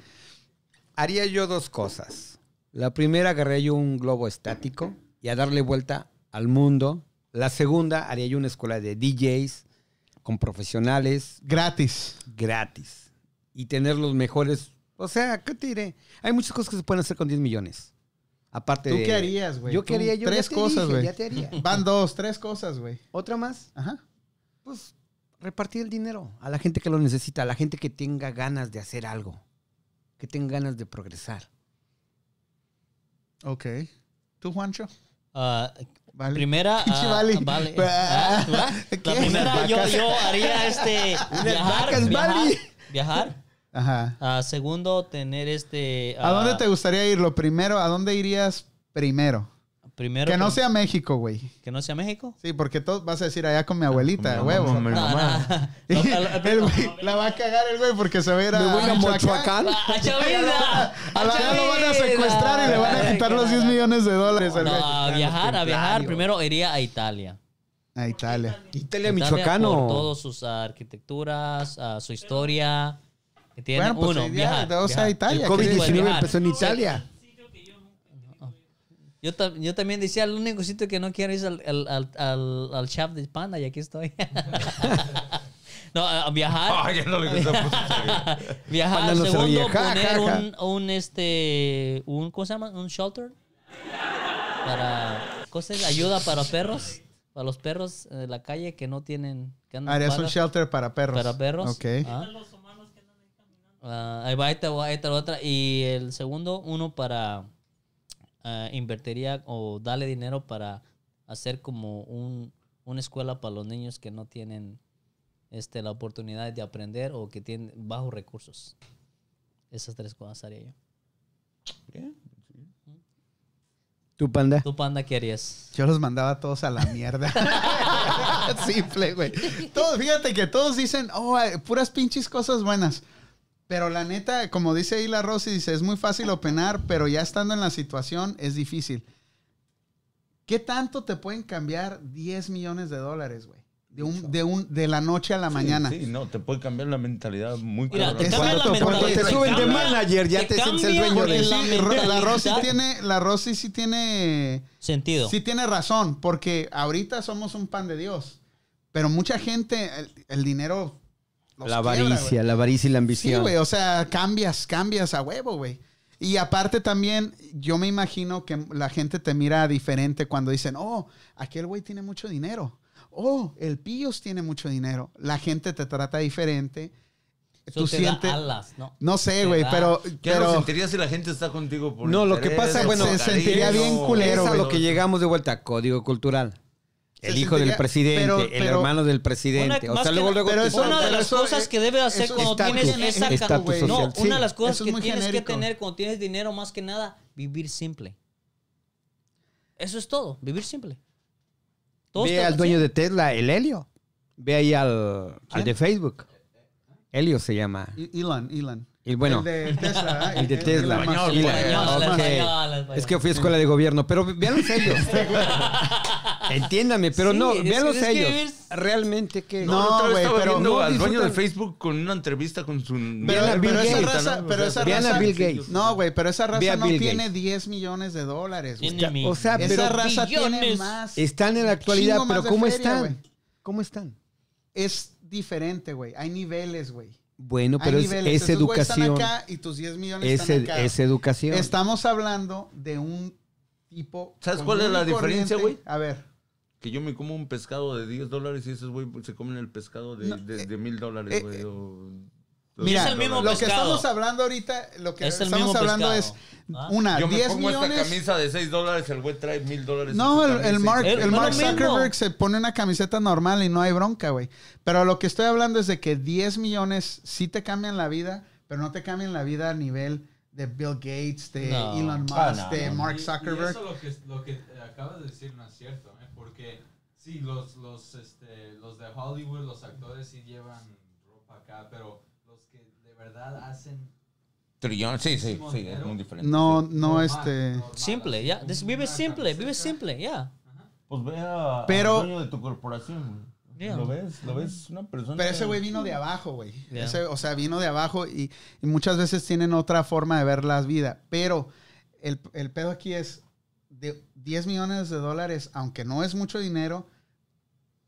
Speaker 8: Haría yo dos cosas. La primera, agarré yo un globo estático y a darle vuelta al mundo. La segunda, haría yo una escuela de DJs con profesionales
Speaker 1: Gratis.
Speaker 8: gratis y tener los mejores. O sea, ¿qué te diré? Hay muchas cosas que se pueden hacer con 10 millones. Aparte
Speaker 1: ¿Tú
Speaker 8: de.
Speaker 1: qué harías, güey?
Speaker 8: este, Yo
Speaker 1: Tú,
Speaker 8: quería yo.
Speaker 1: tres
Speaker 8: ya te
Speaker 1: cosas,
Speaker 8: dije,
Speaker 1: güey.
Speaker 8: ya te haría.
Speaker 1: Van dos, tres cosas, güey.
Speaker 8: Otra más,
Speaker 1: Ajá.
Speaker 8: pues repartir el dinero a la gente que lo necesita, a la gente que tenga ganas de hacer algo, que tenga ganas de progresar.
Speaker 1: Ok. ¿Tú, Juancho?
Speaker 5: Ah,
Speaker 1: Vale.
Speaker 5: Primera,
Speaker 1: Pinche
Speaker 5: ah,
Speaker 1: Vale.
Speaker 5: vale.
Speaker 1: Ah,
Speaker 5: Ah,
Speaker 1: ¿qué?
Speaker 5: la primera
Speaker 1: Unas
Speaker 5: yo,
Speaker 1: vacas.
Speaker 5: yo haría este viajar,
Speaker 8: vacas,
Speaker 5: viajar,
Speaker 8: Vali.
Speaker 5: viajar.
Speaker 1: Ajá.
Speaker 5: Ah, segundo, tener este.
Speaker 1: ¿A dónde
Speaker 5: ah,
Speaker 1: te gustaría ir? Lo primero, ¿a dónde irías primero?
Speaker 5: Primero
Speaker 1: que no sea México, güey.
Speaker 5: que no sea México.
Speaker 1: Sí, porque todos vas a decir allá con mi abuelita,
Speaker 4: Con mi
Speaker 1: huevo.
Speaker 4: mamá, con mi
Speaker 5: No,
Speaker 4: mamá.
Speaker 5: no.
Speaker 1: Y
Speaker 5: No, al- al-
Speaker 1: el güey- la va a cagar el güey porque se va a ir a, Michoacán.
Speaker 5: ¡Ah, Chavira! Ah,
Speaker 1: A la vez lo van a secuestrar y le van a
Speaker 5: Ay,
Speaker 1: quitar
Speaker 5: qué
Speaker 1: los 10
Speaker 5: nada.
Speaker 1: millones de dólares al
Speaker 5: No,
Speaker 1: güey.
Speaker 5: a viajar, a viajar.
Speaker 8: templarios.
Speaker 5: Primero iría a Italia.
Speaker 1: A Italia.
Speaker 8: Quítale a
Speaker 5: Italia
Speaker 8: Michoacán
Speaker 5: Pues Por
Speaker 8: o
Speaker 5: todas sus arquitecturas, ah, su historia. que tiene
Speaker 1: Bueno, pues
Speaker 5: Uno,
Speaker 1: idea,
Speaker 5: viajar,
Speaker 1: o sea,
Speaker 5: viajar.
Speaker 1: Italia,
Speaker 8: El
Speaker 1: ¿qué
Speaker 5: dices?
Speaker 8: COVID-19
Speaker 5: Viajar.
Speaker 8: empezó en Italia.
Speaker 5: Yo, ta- yo también decía, el único sitio que no quiero es al, al, al, al, al Shop de Panda y aquí estoy. no, a, a viajar.
Speaker 4: Ay, ya no le gusta.
Speaker 5: viajar.
Speaker 8: Panda no se
Speaker 5: Segundo,
Speaker 8: ríe. Ja,
Speaker 5: poner
Speaker 8: ja, ja.
Speaker 5: un, un, este, un, ¿cómo se llama? Un shelter. Para cosas, ayuda para perros. Para los perros eh, de la calle que no tienen... Que andan
Speaker 1: Harías un
Speaker 5: vagas.
Speaker 1: shelter para perros.
Speaker 5: Mm, Para perros.
Speaker 1: Ok.
Speaker 5: Ah. Ah, ahí va, ahí te va, ahí te va otra. Y el segundo, uno para ah, invertiría o darle dinero para hacer como un, una escuela para los niños que no tienen este, la oportunidad de aprender o que tienen bajos recursos. Esas tres cosas haría yo.
Speaker 8: Tu panda.
Speaker 5: ¿Tú, Panda, qué harías?
Speaker 1: Yo los mandaba a todos a la mierda. Simple, güey. Todos, fíjate que todos dicen, oh, eh, puras pinches cosas buenas. Pero la neta, como dice ahí la Rosy, dice, es muy fácil opinar, pero ya estando en la situación es difícil. ¿Qué tanto te pueden cambiar 10 millones de dólares, güey? De, un, de, un, de la noche a la mañana.
Speaker 4: Sí, no, te puede cambiar la mentalidad muy
Speaker 5: Mira, te
Speaker 4: cabrón.
Speaker 5: cambia la
Speaker 1: Exacto, porque
Speaker 5: mentalidad.
Speaker 1: te suben de
Speaker 5: cambia-
Speaker 8: manager, ya te sientes el
Speaker 5: cambia
Speaker 8: dueño
Speaker 1: Porque
Speaker 8: de-
Speaker 5: la
Speaker 1: sí, Ro- la,
Speaker 5: mentalidad.
Speaker 1: Rosy tiene, la Rosy sí tiene
Speaker 5: Sentido.
Speaker 1: Sí tiene razón, porque ahorita somos un pan de Dios, pero mucha gente, el, el dinero... los
Speaker 8: La
Speaker 1: quiebra,
Speaker 8: avaricia,
Speaker 1: güey.
Speaker 8: la avaricia y la
Speaker 1: Sí,
Speaker 8: ambición.
Speaker 1: güey, o sea, cambias, cambias a huevo, güey. Y aparte también, yo me imagino que la gente te mira diferente cuando dicen, oh, aquel güey tiene mucho dinero. Oh, el Pillos tiene mucho dinero. La gente te trata diferente.
Speaker 5: Eso
Speaker 1: Tú
Speaker 5: te
Speaker 1: sientes...
Speaker 5: da alas, ¿no?
Speaker 1: No sé,
Speaker 5: te
Speaker 1: güey,
Speaker 5: da-
Speaker 1: pero...
Speaker 4: ¿Qué no
Speaker 1: pero
Speaker 4: sentirías si la gente está contigo por
Speaker 8: No, lo que
Speaker 4: interés,
Speaker 8: pasa,
Speaker 4: o
Speaker 8: bueno,
Speaker 4: por
Speaker 1: se
Speaker 4: cariño,
Speaker 1: sentiría bien
Speaker 4: o-
Speaker 1: culero,
Speaker 8: es a
Speaker 1: güey.
Speaker 8: lo que llegamos de vuelta, código cultural. El
Speaker 1: se
Speaker 8: hijo del
Speaker 1: sentiría-
Speaker 8: presidente,
Speaker 1: pero-
Speaker 8: el
Speaker 1: pero-
Speaker 8: hermano del
Speaker 5: Una,
Speaker 8: presidente. o
Speaker 5: más
Speaker 8: sea,
Speaker 5: que
Speaker 8: luego,
Speaker 5: na-
Speaker 8: luego.
Speaker 1: pero
Speaker 8: te-
Speaker 1: eso-
Speaker 5: una de las
Speaker 1: eso-
Speaker 5: cosas que debes hacer
Speaker 1: eso-
Speaker 5: cuando
Speaker 1: estatus,
Speaker 5: tienes esa
Speaker 1: estatus,
Speaker 5: ca-
Speaker 8: güey.
Speaker 5: no,
Speaker 8: social.
Speaker 5: una de
Speaker 1: Sí,
Speaker 5: las cosas
Speaker 1: eso es
Speaker 5: que
Speaker 1: muy
Speaker 5: tienes
Speaker 1: genérico.
Speaker 5: que tener cuando tienes dinero más que nada, vivir simple. Eso es todo, vivir simple. Todos
Speaker 8: Ve
Speaker 5: te-
Speaker 8: al
Speaker 5: sí.
Speaker 8: dueño de Tesla, el Helio. Ve ahí al, al
Speaker 1: ¿Quién?
Speaker 8: de Facebook. Helio se llama.
Speaker 1: E- Elon, Elon.
Speaker 8: Y bueno,
Speaker 1: el de Tesla. ¿eh?
Speaker 8: el de Tesla.
Speaker 1: Elon Musk.
Speaker 8: Elon,
Speaker 5: Las
Speaker 8: ok.
Speaker 5: españolas, las españolas,
Speaker 8: Es que fui a escuela de gobierno, pero vean los sellos. Entiéndame, pero
Speaker 5: Sí,
Speaker 8: no,
Speaker 5: es
Speaker 8: vean
Speaker 5: que
Speaker 8: los
Speaker 5: es que
Speaker 8: sellos.
Speaker 5: es-
Speaker 8: Realmente que.
Speaker 1: No,
Speaker 4: No,
Speaker 1: güey,
Speaker 4: güey, estaba
Speaker 1: pero
Speaker 4: viendo
Speaker 1: no
Speaker 4: al dueño de
Speaker 1: disfrutan-
Speaker 4: Facebook con una entrevista con su...
Speaker 1: Pero,
Speaker 8: Vean a
Speaker 1: pero
Speaker 8: Bill
Speaker 1: esa
Speaker 8: Gates,
Speaker 1: raza, pero esa
Speaker 8: Vean a
Speaker 1: raza-
Speaker 8: Bill Gates.
Speaker 1: No, güey, pero esa
Speaker 8: Ve
Speaker 1: raza
Speaker 8: a
Speaker 1: no
Speaker 8: Bill
Speaker 1: tiene
Speaker 8: Gates.
Speaker 1: 10 millones de dólares. güey.
Speaker 5: Tiene mi-
Speaker 8: O sea,
Speaker 1: Esa
Speaker 8: pero
Speaker 1: raza tiene
Speaker 5: billones.
Speaker 1: más.
Speaker 8: está en la actualidad,
Speaker 1: chingo más
Speaker 8: pero
Speaker 1: de
Speaker 8: ¿cómo
Speaker 1: feria,
Speaker 8: están?
Speaker 1: güey.
Speaker 8: ¿Cómo están?
Speaker 1: Es diferente, güey. Hay niveles, güey.
Speaker 8: Bueno,
Speaker 1: Hay
Speaker 8: pero es,
Speaker 1: niveles.
Speaker 8: es
Speaker 1: Esos güeyes
Speaker 8: educación.
Speaker 1: Están acá y tus 10 millones
Speaker 8: Es,
Speaker 1: están
Speaker 8: ed-
Speaker 1: acá.
Speaker 8: es educación.
Speaker 1: Estamos hablando de un tipo.
Speaker 4: ¿Sabes
Speaker 1: común
Speaker 4: cuál es la
Speaker 1: y corriente.
Speaker 4: diferencia, güey?
Speaker 1: A ver.
Speaker 4: Que yo me como un pescado de 10 dólares y esos güey se comen el pescado de,
Speaker 1: No,
Speaker 4: de,
Speaker 1: eh,
Speaker 4: de mil
Speaker 1: eh,
Speaker 4: dólares, güey. o dos
Speaker 1: Mira,
Speaker 4: mil
Speaker 5: Es el mismo
Speaker 1: lo
Speaker 4: dólares.
Speaker 1: que
Speaker 5: pescado.
Speaker 1: estamos hablando ahorita, lo que
Speaker 5: Es el
Speaker 1: estamos
Speaker 5: mismo
Speaker 1: hablando
Speaker 5: pescado.
Speaker 1: es
Speaker 5: Ah.
Speaker 1: una,
Speaker 4: Yo me
Speaker 1: 10
Speaker 4: pongo esta
Speaker 1: millones.
Speaker 4: camisa de 6 dólares, el güey trae mil dólares. en
Speaker 1: No,
Speaker 4: su
Speaker 1: el,
Speaker 4: camisa
Speaker 1: el
Speaker 4: y
Speaker 1: Mark,
Speaker 4: se-
Speaker 5: Es
Speaker 1: el
Speaker 5: lo
Speaker 1: Mark
Speaker 5: mismo.
Speaker 1: Zuckerberg se pone una camiseta normal y no hay bronca, güey. Pero lo que estoy hablando es de que 10 millones sí te cambian la vida, pero no te cambian la vida a nivel de Bill Gates, de
Speaker 5: No.
Speaker 1: Elon Musk,
Speaker 4: Ah, no,
Speaker 1: de
Speaker 4: no,
Speaker 1: Mark
Speaker 2: Y- Y
Speaker 1: Zuckerberg.
Speaker 2: eso lo que, lo que te acabas de decir no es cierto, ¿eh? porque sí, los, los, este, los de Hollywood, los actores sí llevan ropa acá, pero los que de verdad hacen...
Speaker 4: Trillón, sí, sí, sí, es muy diferente.
Speaker 1: No,
Speaker 4: Sí.
Speaker 1: no, este.
Speaker 5: Simple, ya. Des- Vive simple, vive simple, ya.
Speaker 4: Pues ve a,
Speaker 1: Pero-
Speaker 4: al dueño de tu corporación, güey.
Speaker 5: Yeah.
Speaker 4: ¿Lo ves? ¿Lo ves? Una persona...
Speaker 1: Pero ese güey vino de abajo, güey.
Speaker 5: Ya.
Speaker 1: Ese- O sea, vino de abajo y, y muchas veces tienen otra forma de ver las vidas. Pero el, el pedo aquí es de 10 millones de dólares, aunque no es mucho dinero,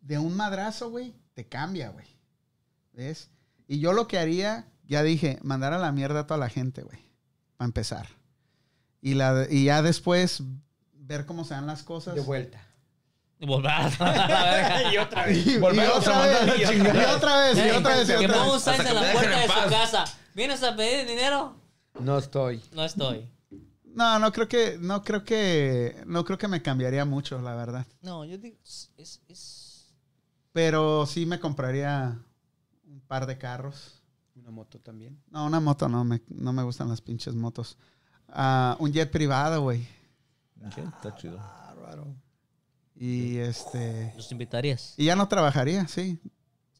Speaker 1: de un madrazo, güey, te cambia, güey. ¿Ves? Y yo lo que haría, ya dije, mandar a la mierda a toda la gente, güey. Para empezar. Y, la, y ya después ver cómo se dan las cosas.
Speaker 8: de vuelta.
Speaker 5: Y volver a-
Speaker 8: Y otra
Speaker 1: Y, y otra vez, y otra vez, y otra vez, y
Speaker 5: Que
Speaker 1: otra
Speaker 5: Momo
Speaker 1: vez.
Speaker 5: Sáenz
Speaker 4: Hasta
Speaker 5: en
Speaker 4: que
Speaker 5: la
Speaker 4: me
Speaker 5: puerta
Speaker 4: dejen
Speaker 5: de
Speaker 4: en
Speaker 5: su
Speaker 4: paz.
Speaker 5: casa. ¿Vienes a pedir dinero?
Speaker 8: No estoy.
Speaker 5: No estoy.
Speaker 1: No, no creo que, no creo que, no creo que me cambiaría mucho, la verdad.
Speaker 5: No, yo digo, es- es, es
Speaker 1: Pero sí me compraría un par de carros.
Speaker 8: Una moto también.
Speaker 1: No, una moto no, me, no me gustan las pinches motos. Ah, un jet privado, güey.
Speaker 4: Sí, Está chido.
Speaker 8: Bárbaro.
Speaker 1: Y este,
Speaker 5: ¿Los invitarías?
Speaker 1: y ya no trabajaría, sí.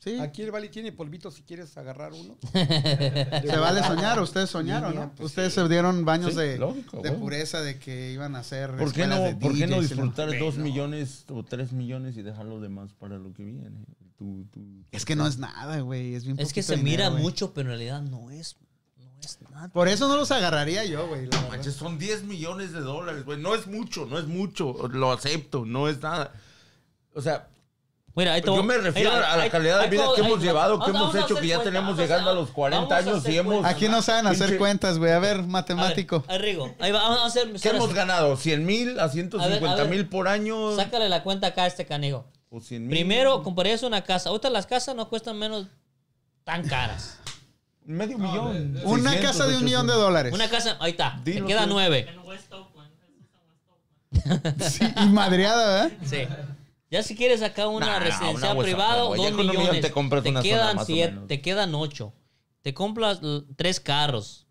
Speaker 1: Sí,
Speaker 8: Aquí el Vali tiene polvito si quieres agarrar uno.
Speaker 4: Ah,
Speaker 1: se vale soñar, ustedes soñaron,
Speaker 8: Niña,
Speaker 1: ¿no?
Speaker 8: pues
Speaker 1: ustedes
Speaker 8: sí.
Speaker 1: se dieron baños
Speaker 4: Sí,
Speaker 1: de,
Speaker 4: lógico,
Speaker 1: de
Speaker 4: güey.
Speaker 1: pureza de que iban a hacer
Speaker 4: ¿Por qué
Speaker 1: escuelas
Speaker 4: no,
Speaker 1: de
Speaker 4: ¿por
Speaker 1: DJs
Speaker 4: qué no
Speaker 1: y la-
Speaker 4: disfrutar dos millones o tres millones y dejar lo demás para lo que viene? Tú- tú-
Speaker 1: Es que no es nada, güey, es bien
Speaker 5: Es que
Speaker 1: poquito
Speaker 5: se mira
Speaker 1: dinero, güey.
Speaker 5: mucho, pero en realidad no es, no es nada.
Speaker 1: Por eso no los agarraría yo, güey. la verdad.
Speaker 4: Manches, son 10 millones de dólares, güey. No es mucho, no es mucho. Lo acepto, no es nada. O sea,
Speaker 5: Mira, ahí te
Speaker 4: Pues yo
Speaker 5: voy-
Speaker 4: me refiero
Speaker 5: mira,
Speaker 4: a la
Speaker 5: ahí-
Speaker 4: calidad de
Speaker 5: ahí
Speaker 4: vida
Speaker 5: todo-
Speaker 4: que hemos
Speaker 5: ahí-
Speaker 4: llevado,
Speaker 5: vamos-
Speaker 4: que hemos
Speaker 5: vamos a
Speaker 4: hecho,
Speaker 5: hacer
Speaker 4: que ya
Speaker 5: cuenta,
Speaker 4: tenemos
Speaker 5: vamos
Speaker 4: llegando a los 40
Speaker 5: vamos a
Speaker 4: años y
Speaker 5: hacer
Speaker 4: hemos-
Speaker 5: cuenta.
Speaker 1: Aquí no saben hacer
Speaker 4: Pinche-
Speaker 1: cuentas, güey. A ver,
Speaker 5: A ver,
Speaker 1: matemático.
Speaker 5: a ver, Rigo, ahí va, vamos a hacer...
Speaker 4: ¿qué
Speaker 5: ahora
Speaker 4: hemos
Speaker 5: sí,
Speaker 4: ganado? ¿100 mil a 150 mil por año?
Speaker 5: Sácale la cuenta acá a este canijo.
Speaker 4: ¿O 100 mil?
Speaker 5: Primero, comprarías una casa. Ahorita las casas no cuestan menos tan caras.
Speaker 4: Medio
Speaker 2: No,
Speaker 4: millón.
Speaker 2: de- de-
Speaker 1: Una
Speaker 4: 600,
Speaker 1: casa de un millón de
Speaker 4: 800.
Speaker 1: dólares.
Speaker 5: Una casa, ahí está, te
Speaker 4: Dilo,
Speaker 5: queda
Speaker 4: tú.
Speaker 5: nueve.
Speaker 6: En West Oakland, eso es en West Oakland.
Speaker 1: Sí, y madreada, ¿verdad?
Speaker 5: Sí. Ya si quieres acá una
Speaker 4: Nah,
Speaker 5: residencia
Speaker 4: una huesota,
Speaker 5: privada,
Speaker 4: güey.
Speaker 5: dos
Speaker 4: Ya con un millón
Speaker 5: millones.
Speaker 4: te compras una zona,
Speaker 5: quedan
Speaker 4: más o
Speaker 5: siete,
Speaker 4: menos.
Speaker 5: te quedan ocho. Te compras l- tres carros.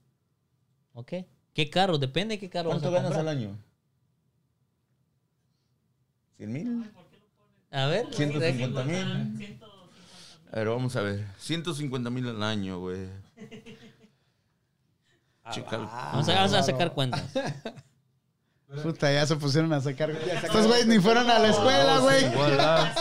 Speaker 5: ¿Ok? ¿Qué carro? Depende de qué carro
Speaker 4: ¿Cuánto
Speaker 5: vas a
Speaker 4: ganas
Speaker 5: comprar.
Speaker 4: al año? ¿100 mil?
Speaker 5: A ver.
Speaker 4: 150 mil. A ver, vamos a ver. 150 mil al año, güey. Chécalo.
Speaker 5: Vamos Ah, a, vamos a sacar cuentas.
Speaker 1: Puta, ya se pusieron a sacar. Estos güeyes ni fueron a la escuela, güey.
Speaker 4: Voilà.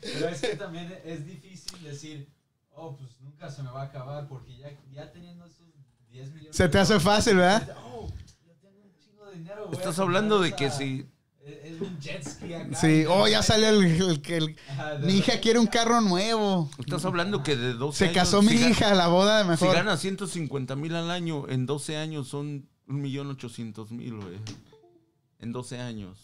Speaker 2: Pero es que también es difícil decir, oh, pues nunca se me va a acabar, porque ya, ya teniendo esos 10 millones...
Speaker 1: Se te hace fácil, ¿verdad?
Speaker 2: Oh, yo tengo un chingo de dinero, voy a
Speaker 4: Estás
Speaker 2: comprar
Speaker 4: hablando de
Speaker 2: esa-
Speaker 4: que si
Speaker 2: Es es un jet ski acá.
Speaker 1: Sí. Oh, ya salió el. el- el-
Speaker 2: Ajá, de-
Speaker 1: mi hija quiere un carro nuevo.
Speaker 4: estás hablando que de 12
Speaker 1: Se
Speaker 4: años,
Speaker 1: casó mi
Speaker 4: si gana-
Speaker 1: hija a la boda de
Speaker 4: Si
Speaker 1: mejor.
Speaker 4: gana 150 mil al año, en 12 años son 1.800.000, güey. En 12 años.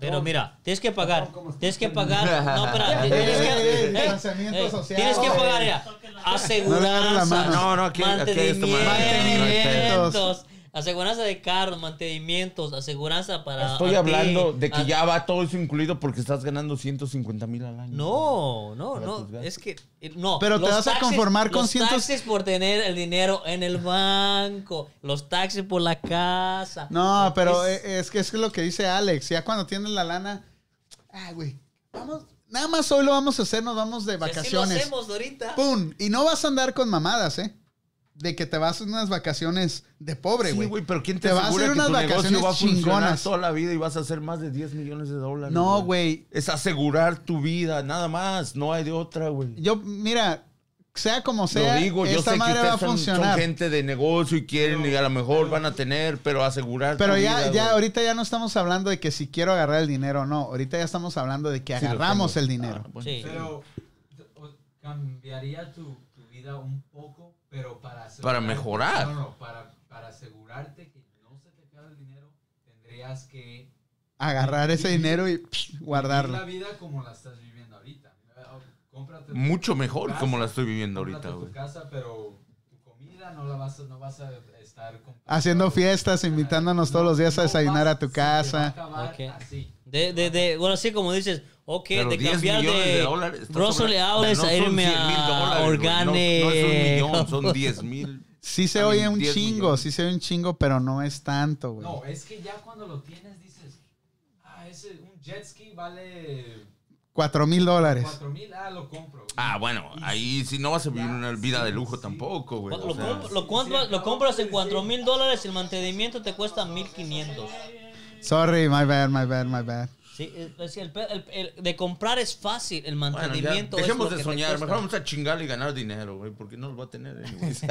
Speaker 5: Pero mira, tienes que pagar. Tienes que pagar. No, espera.
Speaker 1: Ey,
Speaker 5: Tienes que,
Speaker 1: ey, ey,
Speaker 5: ey,
Speaker 1: distanciamiento
Speaker 5: ey,
Speaker 1: social.
Speaker 5: tienes que pagar ya.
Speaker 6: Porque la-
Speaker 1: No le agarres la
Speaker 5: Aseguranzas.
Speaker 1: mano.
Speaker 4: No, no, aquí- aquí hay esto, madre.
Speaker 5: mantenimientos. Aseguranza de carros, mantenimientos, aseguranza para.
Speaker 4: Estoy
Speaker 5: a
Speaker 4: hablando
Speaker 5: ti,
Speaker 4: de que
Speaker 5: a-
Speaker 4: ya va todo eso incluido porque estás ganando 150 mil al año.
Speaker 5: No, no,
Speaker 4: Para
Speaker 5: no.
Speaker 4: tus gastos.
Speaker 5: Es que. eh, No.
Speaker 1: Pero te
Speaker 5: los
Speaker 1: vas a conformar con
Speaker 5: los
Speaker 1: cientos-
Speaker 5: taxes por tener el dinero en el banco. Los taxes por la casa.
Speaker 1: No, pero eh,
Speaker 5: Es-
Speaker 1: es, es que es lo que dice Alex. Ya cuando tienes la lana, ah, güey, vamos, nada más hoy lo vamos a hacer, nos vamos de
Speaker 5: si así
Speaker 1: vacaciones.
Speaker 5: lo hacemos ahorita.
Speaker 1: ¡Pum! Y no vas a andar con mamadas, ¿eh? De que te vas a unas vacaciones de pobre,
Speaker 4: Sí,
Speaker 1: güey.
Speaker 4: güey, pero ¿quién
Speaker 1: Te
Speaker 4: te,
Speaker 1: va a
Speaker 4: asegura
Speaker 1: hacer
Speaker 4: que
Speaker 1: unas
Speaker 4: tu negocio
Speaker 1: vacaciones
Speaker 4: va a funcionar
Speaker 1: chingonas.
Speaker 4: toda la vida y vas a hacer más de 10 millones de dólares?
Speaker 1: no, güey.
Speaker 4: Es asegurar tu vida, nada más. No hay de otra, güey.
Speaker 1: Yo, mira, sea como sea,
Speaker 4: Lo digo, yo
Speaker 1: esta
Speaker 4: sé que
Speaker 1: madre
Speaker 4: ustedes
Speaker 1: va a
Speaker 4: son-
Speaker 1: funcionar.
Speaker 4: son gente de negocio y quieren y a lo mejor van a tener, pero asegurar
Speaker 1: Pero
Speaker 4: tu
Speaker 1: ya,
Speaker 4: vida,
Speaker 1: ya,
Speaker 4: güey.
Speaker 1: ahorita ya no estamos hablando de que si quiero agarrar el dinero o no. Ahorita ya estamos hablando de que
Speaker 4: Sí, lo
Speaker 1: agarramos
Speaker 4: tengo.
Speaker 1: el dinero.
Speaker 4: Ah, bueno.
Speaker 5: Sí.
Speaker 2: Pero o- cambiaría tu, tu vida un poco, pero para asegurar-
Speaker 4: Para mejorar.
Speaker 2: No, no, para, para asegurarte que no se te acabe el dinero, tendrías que
Speaker 4: Ah.
Speaker 1: Agarrar ese dinero y psh,
Speaker 2: vivir la
Speaker 1: guardarlo.
Speaker 2: vida como la estás viviendo ahorita. Cómprate tu
Speaker 4: Mucho mejor
Speaker 2: casa,
Speaker 4: como la estoy viviendo
Speaker 2: cómprate
Speaker 4: ahorita,
Speaker 2: tu
Speaker 4: güey.
Speaker 2: casa, pero tu comida no la vas a, no vas a estar comprando.
Speaker 1: Haciendo fiestas, invitándonos todos los días a
Speaker 2: No
Speaker 1: desayunar
Speaker 2: vas-
Speaker 1: a tu
Speaker 2: se te va
Speaker 1: casa.
Speaker 2: acabar
Speaker 5: Ok.
Speaker 2: así.
Speaker 5: De, de, de, bueno, así como dices, ok,
Speaker 4: Pero
Speaker 5: de
Speaker 4: 10
Speaker 5: cambiar de,
Speaker 4: millones dólares, está
Speaker 5: Russell
Speaker 4: sobre-
Speaker 5: Leales
Speaker 4: no
Speaker 5: a
Speaker 4: son
Speaker 5: irme
Speaker 4: 100 mil
Speaker 5: a
Speaker 4: dólares, güey. No-
Speaker 5: Organic.
Speaker 4: No, es un millón, son 10 mil.
Speaker 1: Sí se
Speaker 4: También
Speaker 1: oye un
Speaker 4: 10
Speaker 1: chingo,
Speaker 4: millones.
Speaker 1: sí se oye un chingo, pero no es tanto, güey.
Speaker 2: No, es que ya cuando lo tienes dices, ah, ese, un jet ski vale
Speaker 1: Cuatro mil dólares.
Speaker 2: 4 mil, ah, lo compro.
Speaker 4: Ah, bueno, ahí sí no vas a vivir una vida de lujo tampoco, güey.
Speaker 5: Lo,
Speaker 4: o sea.
Speaker 5: comp- lo, compras- lo compras en 4 mil dólares, el mantenimiento te cuesta 1500.
Speaker 1: Sorry, my bad, my bad, my bad.
Speaker 5: Sí, es decir, el, pe- el- el de comprar es fácil, el
Speaker 4: Bueno, ya,
Speaker 5: mantenimiento. es
Speaker 4: dejemos
Speaker 5: lo
Speaker 4: de
Speaker 5: que te
Speaker 4: soñar,
Speaker 5: cuesta.
Speaker 4: mejor vamos a chingar y ganar dinero, güey, porque no los va a tener. anyways.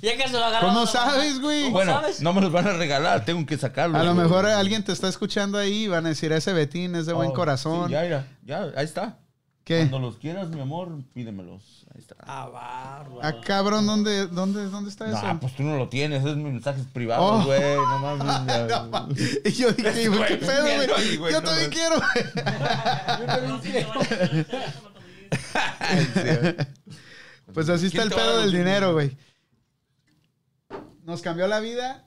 Speaker 5: Ya que se lo agarramos.
Speaker 1: ¿Cómo sabes, güey?
Speaker 5: ¿Cómo
Speaker 4: bueno,
Speaker 5: sabes?
Speaker 4: no me los van a regalar, tengo que sacarlos.
Speaker 1: A lo
Speaker 4: güey.
Speaker 1: mejor alguien te está escuchando ahí y van a decir, ese Betín es de buen
Speaker 4: Oh,
Speaker 1: corazón.
Speaker 4: sí, ya, mira, ya, ahí está.
Speaker 1: ¿Qué?
Speaker 4: Cuando los quieras, mi amor, pídemelos. Ahí está.
Speaker 5: Ah, bárbaro.
Speaker 1: Ah, cabrón, ¿dónde, dónde, dónde está eso?
Speaker 4: Nah, pues tú no lo tienes, esos mis mensajes
Speaker 1: Oh.
Speaker 4: privados, güey. No mames. ya.
Speaker 1: No, ma- y yo dije, güey, ¿qué
Speaker 4: Güey,
Speaker 1: pedo, güey?
Speaker 4: viendo ahí, güey,
Speaker 1: Yo
Speaker 4: no
Speaker 1: también
Speaker 4: mames.
Speaker 1: quiero, güey. Pues así está el
Speaker 4: ¿Quién te va a
Speaker 1: pedo
Speaker 4: dar
Speaker 1: del
Speaker 4: los
Speaker 1: dinero, güey. Nos cambió la vida.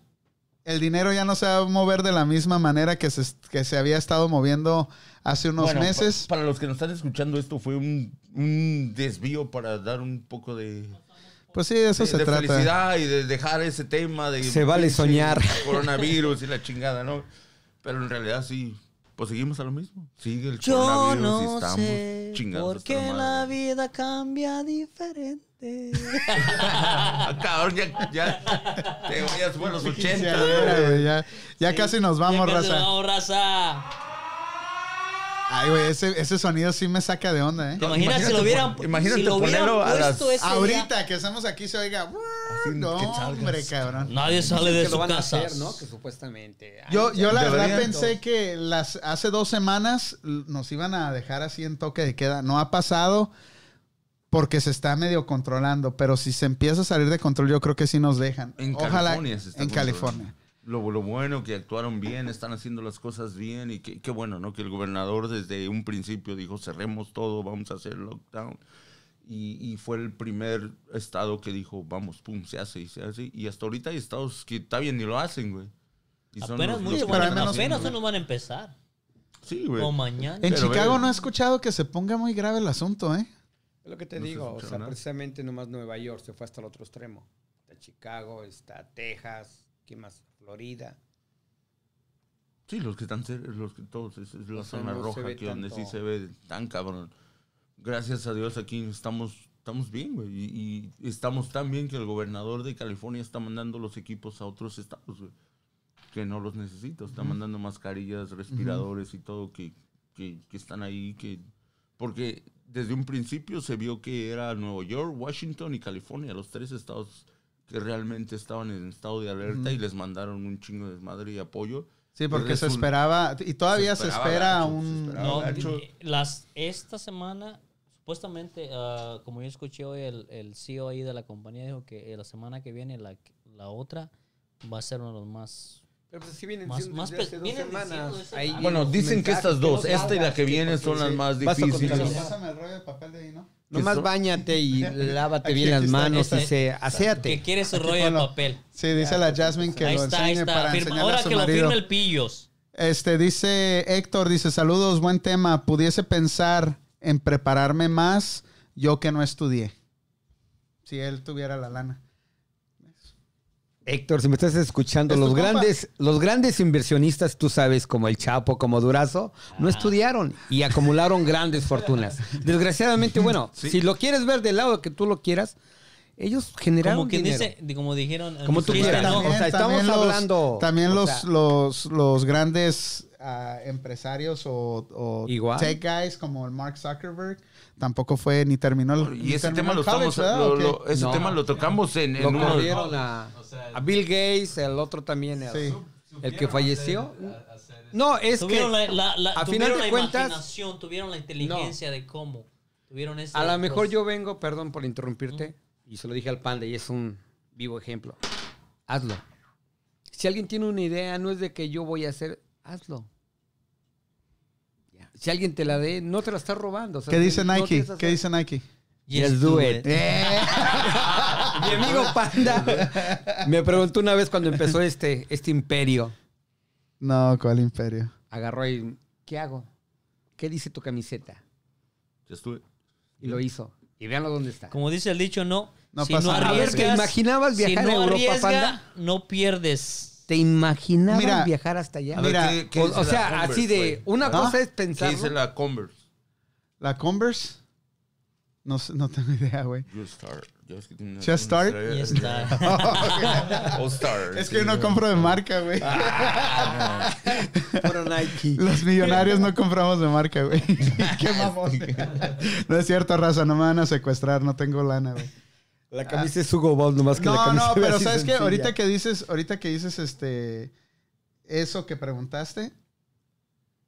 Speaker 1: El dinero ya no se va a mover de la misma manera que se, que se había estado moviendo hace unos
Speaker 4: Bueno, pa-
Speaker 1: meses.
Speaker 4: para los que nos están escuchando, esto fue un, un desvío para dar un poco de,
Speaker 1: Pues sí, de eso
Speaker 4: de-
Speaker 1: se
Speaker 4: de
Speaker 1: trata.
Speaker 4: felicidad y de dejar ese tema de
Speaker 8: Se vale
Speaker 4: pinche
Speaker 8: soñar.
Speaker 4: coronavirus y la chingada, ¿no? Pero en realidad sí, pues seguimos a lo mismo. Sigue el
Speaker 5: Yo
Speaker 4: coronavirus y
Speaker 5: no
Speaker 4: estamos
Speaker 5: sé
Speaker 4: chingados.
Speaker 5: por qué la vida cambia diferente.
Speaker 4: vida. Cabrón, ya, ya te voy a fue a los 80.
Speaker 1: Ya, güey, ya ya casi nos vamos,
Speaker 5: Ya que se lo
Speaker 1: raza.
Speaker 5: Vamos, raza.
Speaker 1: Ay, güey, ese, ese sonido sí me saca de onda, ¿eh?
Speaker 5: ¿Te imaginas si lo hubieran,
Speaker 4: imagínate
Speaker 5: si lo hubieran
Speaker 4: ponerlo a
Speaker 5: puesto
Speaker 4: las-
Speaker 5: ese día?
Speaker 1: Ahorita que estamos aquí se oiga. No,
Speaker 4: que salgas.
Speaker 1: hombre, cabrón.
Speaker 5: Nadie sale de
Speaker 8: que lo
Speaker 5: su
Speaker 8: van a
Speaker 5: casa.
Speaker 8: hacer, ¿no? Que supuestamente. Ay,
Speaker 1: Yo, yo la verdad
Speaker 4: Deberían.
Speaker 1: pensé que las hace dos semanas l- nos iban a dejar así en toque de queda. No ha pasado porque se está medio controlando, pero si se empieza a salir de control, yo creo que sí nos dejan.
Speaker 4: En
Speaker 1: Ojalá
Speaker 4: California se está
Speaker 1: en
Speaker 4: controlando.
Speaker 1: California.
Speaker 4: Lo, lo bueno que actuaron bien, están haciendo las cosas bien y que- qué bueno, ¿no? Que el gobernador desde un principio dijo cerremos todo, vamos a hacer lockdown. Y, y fue el primer estado que dijo vamos, pum, se hace y se hace. Y hasta ahorita hay estados que está bien y lo hacen, güey. Y son
Speaker 5: Apenas
Speaker 4: los-
Speaker 5: muchos
Speaker 4: los que
Speaker 5: van a-
Speaker 1: pero al menos-
Speaker 5: apenas
Speaker 4: güey.
Speaker 5: unos van a empezar.
Speaker 4: Sí, güey.
Speaker 5: O mañana.
Speaker 1: En
Speaker 4: Pero
Speaker 1: Chicago
Speaker 4: ve-
Speaker 1: no he escuchado que se ponga muy grave el asunto, ¿eh?
Speaker 8: Es lo que te
Speaker 4: No se
Speaker 8: digo, o
Speaker 4: escucha
Speaker 8: sea,
Speaker 4: nada.
Speaker 8: precisamente nomás Nueva York se fue hasta el otro extremo. Está Chicago, está Texas, ¿qué más? Florida.
Speaker 4: Sí, los que están cer- los que todos, es, es la
Speaker 8: O sea,
Speaker 4: zona
Speaker 8: no se
Speaker 4: roja
Speaker 8: ve
Speaker 4: que donde sí
Speaker 8: tanto.
Speaker 4: se ve tan cabrón. Gracias a Dios aquí estamos, estamos bien, güey. Y, y estamos tan bien que el gobernador de California está mandando los equipos a otros estados, güey. Que no los necesito. Está mandando mascarillas, respiradores y todo que, que, que están ahí. que Porque desde un principio se vio que era Nueva York, Washington y California, los tres estados que realmente estaban en estado de alerta y les mandaron un chingo de desmadre y apoyo.
Speaker 1: Sí, porque se
Speaker 4: Resulta-
Speaker 1: esperaba y todavía
Speaker 4: se
Speaker 1: se,
Speaker 4: esperaba
Speaker 1: espera
Speaker 4: gacho, se
Speaker 1: un...
Speaker 4: esperaba.
Speaker 5: No,
Speaker 4: Gacho.
Speaker 5: las, esta semana, supuestamente, ah, como yo escuché hoy, el, el E CEO ahí de la compañía dijo que eh, la semana que viene, la, la otra, va a ser uno de los más
Speaker 8: Pero pues sí vienen
Speaker 5: Más-
Speaker 8: siendo
Speaker 5: más
Speaker 8: desde
Speaker 5: pe-
Speaker 8: hace dos
Speaker 5: vienen diciendo
Speaker 8: semanas.
Speaker 5: eso.
Speaker 8: Ahí
Speaker 4: Bueno,
Speaker 8: los
Speaker 4: dicen que
Speaker 8: mensajes,
Speaker 4: estas dos,
Speaker 8: los
Speaker 4: esta y la
Speaker 8: hagas,
Speaker 4: que viene,
Speaker 8: porque
Speaker 4: son las
Speaker 8: sí.
Speaker 4: más
Speaker 8: Vas a
Speaker 4: difíciles.
Speaker 8: contagiar.
Speaker 1: Pásame el rollo de papel de ahí, ¿no?
Speaker 4: Eso.
Speaker 8: Nomás bañate y lávate
Speaker 1: Aquí, aquí
Speaker 8: bien las
Speaker 1: está.
Speaker 8: manos,
Speaker 5: Ese-
Speaker 8: hace,
Speaker 5: Que
Speaker 8: aséate.
Speaker 5: quiere su
Speaker 1: Aquí
Speaker 5: rollo de
Speaker 1: ponlo.
Speaker 5: papel.
Speaker 1: Sí, dice la Jasmine que
Speaker 5: ahí
Speaker 1: lo
Speaker 5: está, ahí
Speaker 1: enseñe
Speaker 5: está.
Speaker 1: para
Speaker 5: Firma-
Speaker 1: enseñarle
Speaker 5: Ahora
Speaker 1: a su
Speaker 5: que lo
Speaker 1: marido.
Speaker 5: firme el Pillos.
Speaker 1: Este dice Héctor, dice saludos, buen tema. Pudiese pensar en prepararme más yo que no estudié. Si él tuviera la lana.
Speaker 8: Héctor, si me estás escuchando,
Speaker 1: ¿Es tu
Speaker 8: los
Speaker 1: compa?
Speaker 8: grandes, los grandes inversionistas, tú sabes, como el Chapo, como Durazo,
Speaker 5: Ah.
Speaker 8: no estudiaron y acumularon grandes fortunas. Desgraciadamente, bueno, si lo quieres ver del lado que tú lo quieras, ellos generaron
Speaker 5: Como que
Speaker 8: dinero.
Speaker 5: dice, di- como dijeron. en
Speaker 8: Como
Speaker 5: el
Speaker 8: tú
Speaker 5: freestyle,
Speaker 8: quieras.
Speaker 5: ¿no?
Speaker 8: O sea, estamos
Speaker 1: los-
Speaker 8: hablando,
Speaker 1: También
Speaker 8: o
Speaker 1: los,
Speaker 8: sea-
Speaker 1: los, los grandes ah, empresarios o, o
Speaker 8: Igual.
Speaker 1: tech guys como el Mark Zuckerberg tampoco fue ni terminó el.
Speaker 4: Y
Speaker 1: ni
Speaker 4: ese
Speaker 1: terminó
Speaker 4: tema
Speaker 1: el
Speaker 4: lo,
Speaker 1: college,
Speaker 4: estamos,
Speaker 1: ¿verdad?
Speaker 4: lo,
Speaker 1: ¿O qué?
Speaker 4: lo- ese
Speaker 8: No.
Speaker 4: tema lo tocamos en, en
Speaker 8: Lo
Speaker 4: uno de-
Speaker 8: corrieron a,
Speaker 2: O sea,
Speaker 8: a Bill Gates, el otro también, el,
Speaker 1: Sí.
Speaker 8: el que falleció.
Speaker 2: a- hacer eso.
Speaker 8: No, es
Speaker 5: Tuvieron
Speaker 8: que
Speaker 5: la, la- la-
Speaker 8: a
Speaker 5: tuvieron
Speaker 8: final de
Speaker 5: la
Speaker 8: cuentas-
Speaker 5: imaginación, tuvieron la inteligencia de cómo. Tuvieron ese- pues,
Speaker 8: a lo mejor
Speaker 5: los-
Speaker 8: yo vengo, perdón por interrumpirte, y se lo dije al panda y es un vivo ejemplo. Hazlo. Si alguien tiene una idea, no es de que yo voy a hacer, hazlo. Ya. Si alguien te la dé, no te la estás robando. o sea,
Speaker 1: ¿Qué dice
Speaker 8: no
Speaker 1: Nike?
Speaker 8: tienes que
Speaker 1: ¿Qué
Speaker 8: hacer-
Speaker 1: dice Nike?
Speaker 5: Yes,
Speaker 8: Just do it. Eh. Mi amigo Panda me preguntó una vez cuando empezó este, este imperio.
Speaker 1: No, ¿cuál imperio?
Speaker 8: Agarró y, ¿qué hago? ¿Qué dice tu camiseta?
Speaker 4: Ya estuve.
Speaker 8: Y lo hizo. Y véanlo dónde está.
Speaker 5: Como dice el dicho, no.
Speaker 1: No
Speaker 5: si
Speaker 1: pasa
Speaker 5: no
Speaker 1: nada.
Speaker 5: arriesgas,
Speaker 8: A ver, ¿te imaginabas viajar
Speaker 5: si
Speaker 8: a
Speaker 5: no
Speaker 8: Europa,
Speaker 5: arriesga,
Speaker 8: panda?
Speaker 5: No pierdes.
Speaker 8: ¿Te imaginabas
Speaker 1: Mira.
Speaker 8: viajar hasta allá?
Speaker 4: A ver,
Speaker 1: Mira,
Speaker 4: ¿qué- qué
Speaker 8: O,
Speaker 4: dice
Speaker 8: o
Speaker 4: la
Speaker 8: sea,
Speaker 4: Converse,
Speaker 8: así de.
Speaker 4: güey?
Speaker 8: Una
Speaker 1: ¿Ah?
Speaker 8: cosa es
Speaker 4: ¿Qué dice
Speaker 8: pensarlo.
Speaker 4: la Converse?
Speaker 1: ¿La Converse? No, sé- no tengo idea, güey.
Speaker 4: Just Start. Ya ves que tiene una-
Speaker 1: Just Start.
Speaker 5: Y está.
Speaker 4: All Star.
Speaker 1: Es que yo no compro de marca, güey.
Speaker 8: Ah,
Speaker 1: Los millonarios no compramos de marca, güey. Qué mamón.
Speaker 8: Este,
Speaker 1: No es cierto, raza, no me van a secuestrar, no tengo lana, güey. Ah.
Speaker 8: La camisa es Hugo Boss, nomás que la
Speaker 1: No,
Speaker 8: camisa
Speaker 1: no,
Speaker 8: se ve
Speaker 1: pero
Speaker 8: así
Speaker 1: sabes que
Speaker 8: sencilla.
Speaker 1: ahorita que dices, ahorita que dices este eso que preguntaste,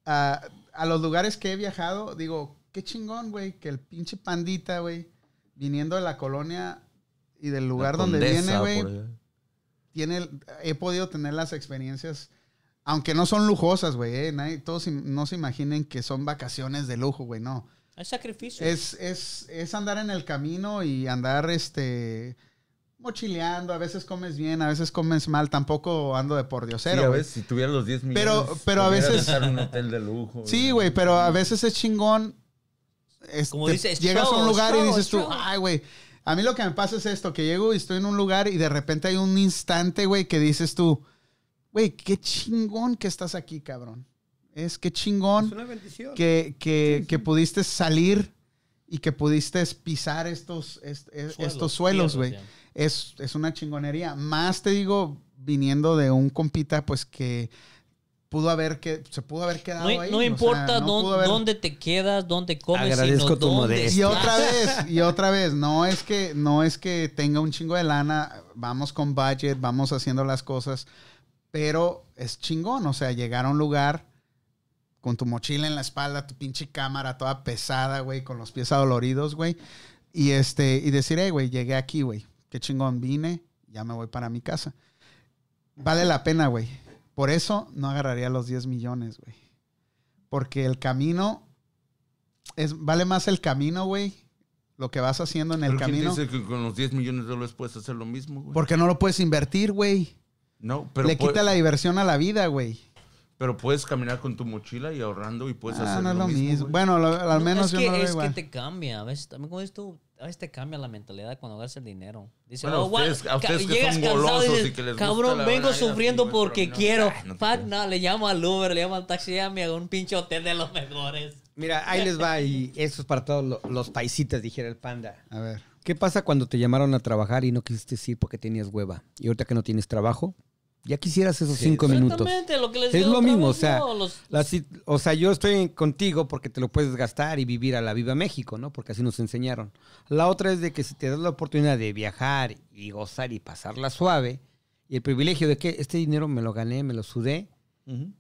Speaker 1: a, a los lugares que he viajado, digo, qué chingón, güey, que el pinche pandita, güey, viniendo de la colonia y del lugar donde viene, güey, tiene, he podido tener las experiencias, aunque no son lujosas, güey. eh, nadie- todos im- no se imaginen que son vacaciones de lujo, güey. No.
Speaker 5: Hay sacrificio.
Speaker 1: Es, es, es andar en el camino y andar este mochileando. A veces comes bien, a veces comes mal. Tampoco ando de por
Speaker 4: Sí, a
Speaker 1: diosero.
Speaker 4: veces si tuviera los 10 millones.
Speaker 1: Pero- pero a
Speaker 4: pudiera
Speaker 1: veces-
Speaker 4: dejar un hotel de lujo.
Speaker 1: sí, güey, pero a veces es chingón. es-
Speaker 5: Como
Speaker 1: te-
Speaker 5: dice, es
Speaker 1: llegas a
Speaker 5: show,
Speaker 1: un
Speaker 5: es
Speaker 1: lugar
Speaker 5: show,
Speaker 1: y
Speaker 5: es
Speaker 1: dices tú,
Speaker 5: show.
Speaker 1: ay, güey. A mí lo que me pasa es esto, que llego y estoy en un lugar y de repente hay un instante, güey, que dices tú, güey, qué chingón que estás aquí, cabrón. Es que chingón.
Speaker 8: Es una bendición.
Speaker 1: que, que, que pudiste salir y que pudiste pisar estos, est- est- estos suelos, güey.
Speaker 5: tierras,
Speaker 1: Es, es una chingonería. Más te digo, viniendo de un compita, pues que pudo haber que se pudo haber
Speaker 5: ya.
Speaker 1: quedado
Speaker 5: No,
Speaker 1: ahí.
Speaker 5: no
Speaker 1: o sea,
Speaker 5: importa
Speaker 1: no
Speaker 5: dón-
Speaker 1: pudo haber-
Speaker 5: dónde te quedas, dónde comes.
Speaker 8: Agradezco
Speaker 5: sino
Speaker 8: tu
Speaker 5: dónde
Speaker 8: modestia.
Speaker 1: Y
Speaker 5: estás.
Speaker 1: otra vez, y otra vez, no es que no es que tenga un chingo de lana, vamos con budget, vamos haciendo las cosas, pero es chingón, o sea, llegar a un lugar con tu mochila en la espalda, tu pinche cámara toda pesada, güey, con los pies adoloridos, güey, y este y decir, "Hey, güey, llegué aquí, güey. Qué chingón vine, ya me voy para mi casa." Vale la pena, güey. Por eso no agarraría los 10 millones, güey. Porque el camino es, vale más el camino, güey. Lo que vas haciendo en el
Speaker 4: Pero ¿quién
Speaker 1: camino.
Speaker 4: dice que con los 10 millones de dólares puedes hacer lo mismo, güey?
Speaker 1: Porque no lo puedes invertir, güey.
Speaker 4: No, pero,
Speaker 1: Le
Speaker 4: pue-
Speaker 1: quita la diversión a la vida, güey.
Speaker 4: pero puedes caminar con tu mochila y ahorrando y puedes
Speaker 1: Ah,
Speaker 4: hacer
Speaker 1: no es
Speaker 4: lo mismo. güey.
Speaker 1: Bueno, lo- al
Speaker 5: No,
Speaker 1: menos
Speaker 5: es
Speaker 1: yo
Speaker 5: que,
Speaker 1: no lo veo
Speaker 5: es que
Speaker 1: igual.
Speaker 5: te cambia. A veces, también como dices tú, a veces te cambia la mentalidad cuando hagas el dinero. Dice,
Speaker 4: Bueno, a
Speaker 5: "Oh, guau,
Speaker 4: ustedes- a
Speaker 5: ca-
Speaker 4: ustedes que
Speaker 5: llegas
Speaker 4: son
Speaker 5: cansado y
Speaker 4: golosos
Speaker 5: dices,
Speaker 4: y que les gusta
Speaker 5: cabrón,
Speaker 4: la
Speaker 5: vengo
Speaker 4: verdad,
Speaker 5: sufriendo
Speaker 4: sí, güey,
Speaker 5: porque
Speaker 4: pero no,
Speaker 5: quiero.
Speaker 4: ay, no te
Speaker 5: Fuck,
Speaker 4: creo.
Speaker 5: no, le llamo al Uber, le llamo al taxi, ya me hago un pinche hotel de los mejores.
Speaker 8: Mira, ahí les va, y eso es para todos lo- los paisitas, dijera el panda.
Speaker 1: A ver.
Speaker 8: ¿Qué pasa cuando te llamaron a trabajar y no quisiste ir porque tenías hueva? Y ahorita que no tienes trabajo, ya quisieras esos cinco minutos.
Speaker 5: Exactamente, lo que les
Speaker 8: Es
Speaker 5: digo
Speaker 8: lo
Speaker 5: otra
Speaker 8: mismo,
Speaker 5: vez,
Speaker 8: o sea,
Speaker 5: no, los-
Speaker 8: La si- o sea, yo estoy en- contigo porque te lo puedes gastar y vivir a la Viva México, ¿no? Porque así nos enseñaron. La otra es de que si te das la oportunidad de viajar y gozar y pasarla suave, y el privilegio de que este dinero me lo gané, me lo sudé,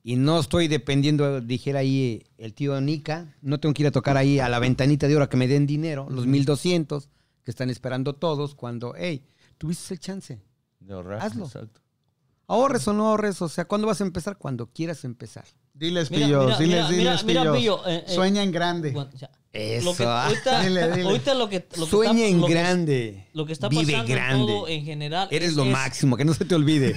Speaker 8: y no estoy dependiendo, dijera ahí el tío Nica, no tengo que ir a tocar ahí a la ventanita de hora que me den dinero, los 1200 que están esperando todos, cuando, hey, tuviste el chance.
Speaker 4: De ahorrar,
Speaker 8: Hazlo.
Speaker 4: Exacto.
Speaker 8: Ahorres o no ahorres, o sea, ¿cuándo vas a empezar? Cuando quieras empezar.
Speaker 1: Diles,
Speaker 5: Mira,
Speaker 1: pillos,
Speaker 5: mira,
Speaker 1: diles,
Speaker 5: mira,
Speaker 1: diles,
Speaker 5: mira, mira,
Speaker 1: pillos.
Speaker 5: pillo, eh, eh.
Speaker 1: Sueña en grande.
Speaker 5: Bueno, o sea,
Speaker 8: Eso. ah.
Speaker 5: lo que, ahorita,
Speaker 1: Dile, dile.
Speaker 5: ahorita lo que, lo que
Speaker 8: Sueña
Speaker 5: está,
Speaker 8: en
Speaker 5: lo que-
Speaker 8: grande.
Speaker 5: lo que está
Speaker 8: Vive
Speaker 5: pasando
Speaker 8: grande.
Speaker 5: en todo en general.
Speaker 8: Eres
Speaker 5: es-
Speaker 8: lo
Speaker 5: es-
Speaker 8: máximo, que no se te olvide.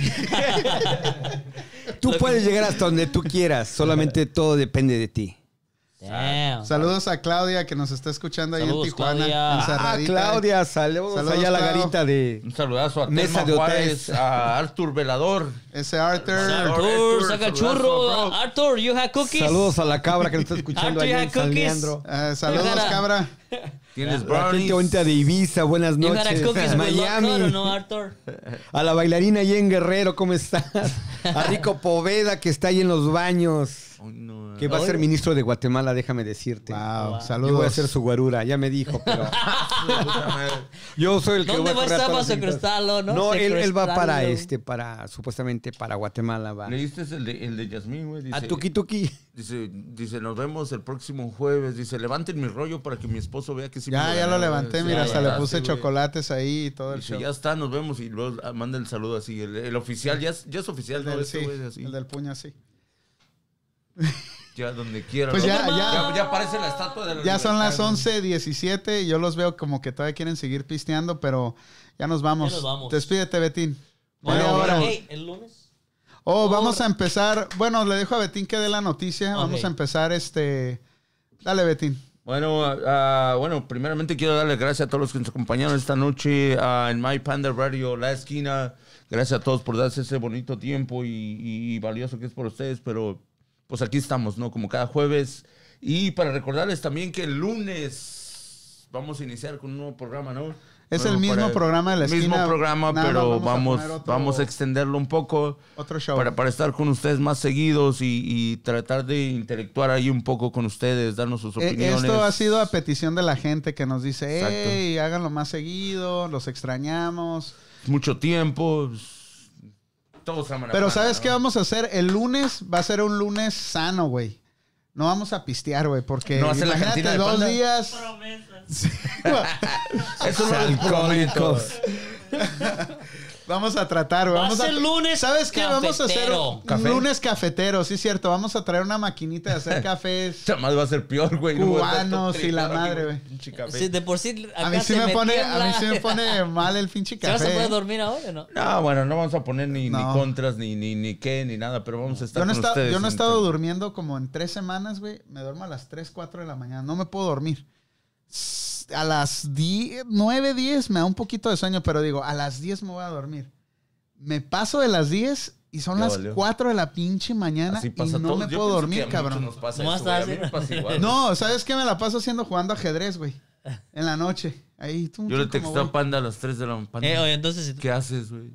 Speaker 8: tú puedes llegar hasta donde tú quieras, solamente todo depende de ti.
Speaker 5: Damn.
Speaker 1: Saludos a Claudia que nos está escuchando ahí
Speaker 5: Saludos,
Speaker 1: en Tijuana.
Speaker 5: Claudia.
Speaker 8: Ah,
Speaker 1: encerradita.
Speaker 8: Claudia, saludos,
Speaker 1: Saludos,
Speaker 8: allá a la
Speaker 1: Clau.
Speaker 8: garita de...
Speaker 4: Un saludazo a
Speaker 8: Mesa
Speaker 4: Mesa
Speaker 8: de
Speaker 4: de
Speaker 8: hotel.
Speaker 4: Juárez, a Arthur Velador.
Speaker 1: Ese Arthur.
Speaker 4: Saludos.
Speaker 5: Arthur,
Speaker 4: Arthur,
Speaker 5: saca el
Speaker 4: saludazo,
Speaker 5: churro.
Speaker 4: bro.
Speaker 5: Arthur, you have cookies.
Speaker 8: Saludos a la cabra que nos está escuchando
Speaker 5: Arthur,
Speaker 8: allá
Speaker 5: you
Speaker 8: en
Speaker 5: have
Speaker 8: San
Speaker 5: cookies.
Speaker 8: Leandro.
Speaker 1: Eh, saludos,
Speaker 5: Cara.
Speaker 1: cabra.
Speaker 4: Tienes
Speaker 8: La gente
Speaker 4: brownies.
Speaker 8: bonita de Ibiza, buenas
Speaker 5: You had
Speaker 8: noches.
Speaker 5: a cookies with
Speaker 8: Miami.
Speaker 5: Arthur, ¿o no, Arthur?
Speaker 8: A la bailarina allí en Guerrero, ¿cómo estás? A Rico Poveda, que está ahí en los baños.
Speaker 4: Ay, no, eh.
Speaker 8: Que va a ser ministro de Guatemala, déjame decirte.
Speaker 1: Wow,
Speaker 8: Yo voy a
Speaker 1: saludos.
Speaker 8: ser su guarura, ya me dijo, pero
Speaker 4: su puta madre.
Speaker 8: yo soy el que
Speaker 5: ¿Dónde
Speaker 8: voy
Speaker 5: va a
Speaker 8: correr
Speaker 5: estar
Speaker 8: todas
Speaker 5: Vaso
Speaker 8: las invitadas.
Speaker 5: Crestalo? No,
Speaker 8: No,
Speaker 5: Vaso
Speaker 8: él, él va para
Speaker 5: Crestalo.
Speaker 8: este, para, supuestamente para Guatemala va.
Speaker 4: ¿Leíste el de, el de Yasmín, güey?
Speaker 8: A
Speaker 4: Dice-
Speaker 8: Tuki Tuki.
Speaker 4: Dice, dice, nos vemos el próximo jueves. Dice, levanten mi rollo para que mi esposo vea que sí.
Speaker 1: Ya,
Speaker 4: me
Speaker 1: ya lo
Speaker 4: ganaron".
Speaker 1: levanté,
Speaker 4: Sí,
Speaker 1: mira,
Speaker 4: lo
Speaker 1: hasta le
Speaker 4: levantaste,
Speaker 1: puse
Speaker 4: güey.
Speaker 1: chocolates ahí y todo el
Speaker 4: Dice,
Speaker 1: show.
Speaker 4: ya está, nos vemos. Y luego ah, manda el saludo así. El, el oficial, ya es, ya es oficial,
Speaker 1: El
Speaker 4: ¿no?
Speaker 1: del,
Speaker 4: Este
Speaker 1: sí,
Speaker 4: güey, así.
Speaker 1: el del puño así.
Speaker 4: Ya donde quiera.
Speaker 1: Pues
Speaker 4: ¿no?
Speaker 1: ya- ya-
Speaker 4: ya. ya parece la estatua de la
Speaker 1: Ya son las
Speaker 4: libertad, güey.
Speaker 1: 11.17 y yo los veo como que todavía quieren seguir pisteando, pero ya nos vamos.
Speaker 5: Ya nos vamos.
Speaker 1: Despídete, Betín.
Speaker 5: Bueno,
Speaker 1: Media hora.
Speaker 5: hey, el lunes.
Speaker 1: Oh, vamos a empezar. Bueno, le dejo a Betín que dé la noticia. Vamos
Speaker 5: Ok.
Speaker 1: a empezar este. Dale, Betín.
Speaker 4: Bueno, ah, ah, bueno, primeramente quiero darle gracias a todos los que nos acompañaron esta noche ah, en My Panda Radio, La Esquina. Gracias a todos por darse ese bonito tiempo y, y- y valioso que es por ustedes, pero pues aquí estamos, ¿no? Como cada jueves. Y para recordarles también que el lunes vamos a iniciar con un nuevo programa, ¿no?
Speaker 1: Es
Speaker 4: Bueno,
Speaker 1: el mismo
Speaker 4: para-
Speaker 1: programa de La Esquina.
Speaker 4: Mismo programa,
Speaker 1: Nada más
Speaker 4: pero
Speaker 1: vamos a
Speaker 4: vamos,
Speaker 1: poner otro-
Speaker 4: vamos a extenderlo un poco
Speaker 1: Otro show.
Speaker 4: para, para estar con ustedes más seguidos y, y tratar de intelectuar ahí un poco con ustedes, darnos sus
Speaker 1: Eh,
Speaker 4: opiniones.
Speaker 1: Esto ha sido a petición de la gente que nos dice,
Speaker 4: Exacto.
Speaker 1: hey, háganlo más seguido, los extrañamos.
Speaker 4: mucho tiempo. Todos aman a
Speaker 1: Pero
Speaker 4: Panda,
Speaker 1: ¿sabes
Speaker 4: ¿no?
Speaker 1: qué vamos a hacer? El lunes va a ser un lunes sano, güey. No vamos a pistear, güey, porque
Speaker 4: ¿No va a ser la
Speaker 1: imagínate
Speaker 4: cantina de
Speaker 1: dos
Speaker 4: Panda?
Speaker 1: días.
Speaker 6: Promesas.
Speaker 4: Eso no les prometo.
Speaker 1: Vamos a tratar, güey.
Speaker 5: Va a
Speaker 1: Vamos
Speaker 5: ser lunes
Speaker 1: ¿Sabes qué? Vamos a hacer
Speaker 5: cafetero.
Speaker 1: un
Speaker 4: ¿Café?
Speaker 1: lunes cafetero, sí, cierto. Vamos a traer una maquinita de hacer cafés.
Speaker 4: Jamás va a ser peor, güey. No, güey,
Speaker 1: Cubanos
Speaker 4: tanto
Speaker 1: y la
Speaker 4: trigar,
Speaker 1: madre, güey.
Speaker 4: Pinche café.
Speaker 5: Si de por sí acá
Speaker 1: A mí, sí
Speaker 5: se
Speaker 1: me pone, a
Speaker 5: tiembla.
Speaker 1: mí sí me pone mal el pinche
Speaker 5: ¿Se vas a poder
Speaker 1: café.
Speaker 5: dormir ahora o no?
Speaker 4: No, bueno, no vamos a poner ni, ni
Speaker 1: No.
Speaker 4: contras, ni, ni, ni qué, ni nada, pero vamos a estar
Speaker 1: Yo no, he
Speaker 4: con
Speaker 1: estado-
Speaker 4: ustedes.
Speaker 1: yo no he estado
Speaker 4: entonces.
Speaker 1: durmiendo como en tres semanas, güey. Me duermo a las 3, 4 de la mañana. No me puedo dormir. S- A las 10, 9, 10 me da un poquito de sueño, pero digo, a las 10 me voy a dormir. Me paso de las 10 y son
Speaker 4: Ya
Speaker 1: las
Speaker 4: valió.
Speaker 1: 4 de la pinche mañana
Speaker 4: Así
Speaker 1: y
Speaker 4: pasa a
Speaker 1: no
Speaker 4: todos.
Speaker 1: me
Speaker 4: Yo
Speaker 1: puedo
Speaker 4: pienso que
Speaker 1: dormir,
Speaker 4: a muchos
Speaker 1: cabrón.
Speaker 4: nos pasa
Speaker 5: Nomás
Speaker 4: eso, güey. A
Speaker 5: estás-
Speaker 4: mí me pasa igual.
Speaker 1: No, ¿sabes qué? Me la paso haciendo jugando ajedrez, güey. En la noche. Ahí, tú,
Speaker 4: Yo le
Speaker 1: tú como,
Speaker 4: texté a
Speaker 1: güey.
Speaker 4: Panda a las 3 de la mañana.
Speaker 5: Eh, oye, entonces si
Speaker 4: ¿Qué haces, güey?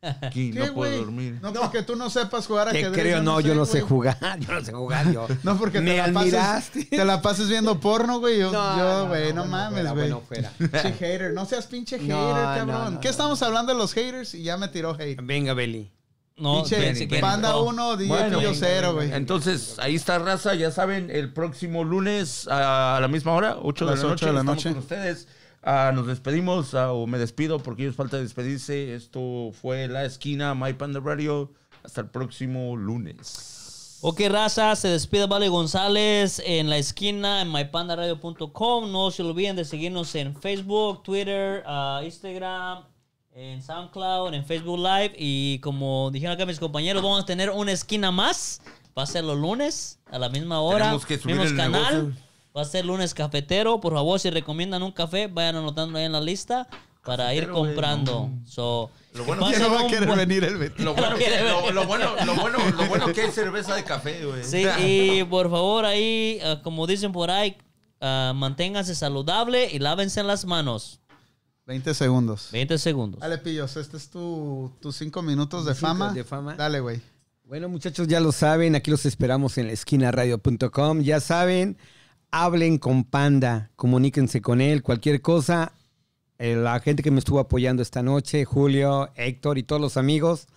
Speaker 4: Aquí,
Speaker 1: ¿Qué,
Speaker 4: no puedo
Speaker 1: güey?
Speaker 4: dormir.
Speaker 1: No, porque tú no sepas jugar
Speaker 8: Te
Speaker 1: ajedrez.
Speaker 8: creo, no, yo no sé
Speaker 1: güey.
Speaker 8: jugar, yo no sé jugar, yo.
Speaker 1: No, porque
Speaker 8: Me
Speaker 1: te, la
Speaker 8: admiraste.
Speaker 1: pases, te la pases viendo porno, güey. Yo,
Speaker 8: No,
Speaker 1: yo, güey, no,
Speaker 8: bueno,
Speaker 1: mames,
Speaker 8: fuera,
Speaker 1: güey.
Speaker 8: bueno, fuera.
Speaker 1: Pinche hater. No seas pinche hater,
Speaker 8: No,
Speaker 1: cabrón.
Speaker 8: no, no,
Speaker 1: ¿Qué
Speaker 8: no.
Speaker 1: estamos hablando de los haters? Y ya me tiró hate.
Speaker 8: Venga, Beli.
Speaker 5: no,
Speaker 1: pinche
Speaker 5: piense que
Speaker 1: Panda
Speaker 5: no.
Speaker 1: 1, DJ
Speaker 4: Bueno,
Speaker 1: Pillo
Speaker 4: venga,
Speaker 1: 0, güey.
Speaker 4: Entonces, ahí está raza, ya saben, el próximo lunes a la misma hora, 8
Speaker 1: A
Speaker 4: de
Speaker 1: las
Speaker 4: la
Speaker 1: ocho
Speaker 4: noche,
Speaker 1: de la
Speaker 4: estamos
Speaker 1: noche.
Speaker 4: con ustedes. Ah, nos despedimos ah, o me despido porque ellos falta despedirse. Esto fue La Esquina, My Panda Radio. Hasta el próximo lunes.
Speaker 5: Ok, raza, se despide Vale González en la esquina en mypandaradio.com. No se olviden de seguirnos en Facebook, Twitter, ah, Instagram, en SoundCloud, en Facebook Live. Y como dijeron acá mis compañeros, vamos a tener una esquina más. Va a ser los lunes a la misma hora.
Speaker 4: Tenemos que subir
Speaker 5: mismos
Speaker 4: el
Speaker 5: canal.
Speaker 4: negocio.
Speaker 5: Va a ser lunes cafetero. Por favor, si recomiendan un café, vayan anotando ahí en la lista para ir
Speaker 4: Cafetero, güey,
Speaker 5: comprando.
Speaker 4: no.
Speaker 5: So,
Speaker 4: Lo
Speaker 5: que
Speaker 4: bueno que
Speaker 1: Ya
Speaker 5: pasen
Speaker 1: no va a
Speaker 5: un
Speaker 1: querer
Speaker 5: buen-
Speaker 1: venir el Betín.
Speaker 4: Lo bueno, que, lo, lo bueno, lo bueno, lo bueno que hay cerveza de café, güey.
Speaker 5: Sí, y por favor ahí, ah, como dicen por ahí, ah, manténganse saludable y lávense las manos.
Speaker 1: 20 segundos.
Speaker 5: 20 segundos.
Speaker 1: Dale, Pillos, este es tu, tus 5 minutos de
Speaker 8: Mis cinco
Speaker 1: fama.
Speaker 8: de fama.
Speaker 1: Dale, güey.
Speaker 8: Bueno, muchachos, ya lo saben, aquí los esperamos en la esquina radio.com. Ya saben, hablen con Panda, comuníquense con él, cualquier cosa. Eh, la gente que me estuvo apoyando esta noche, Julio, Héctor y todos los amigos,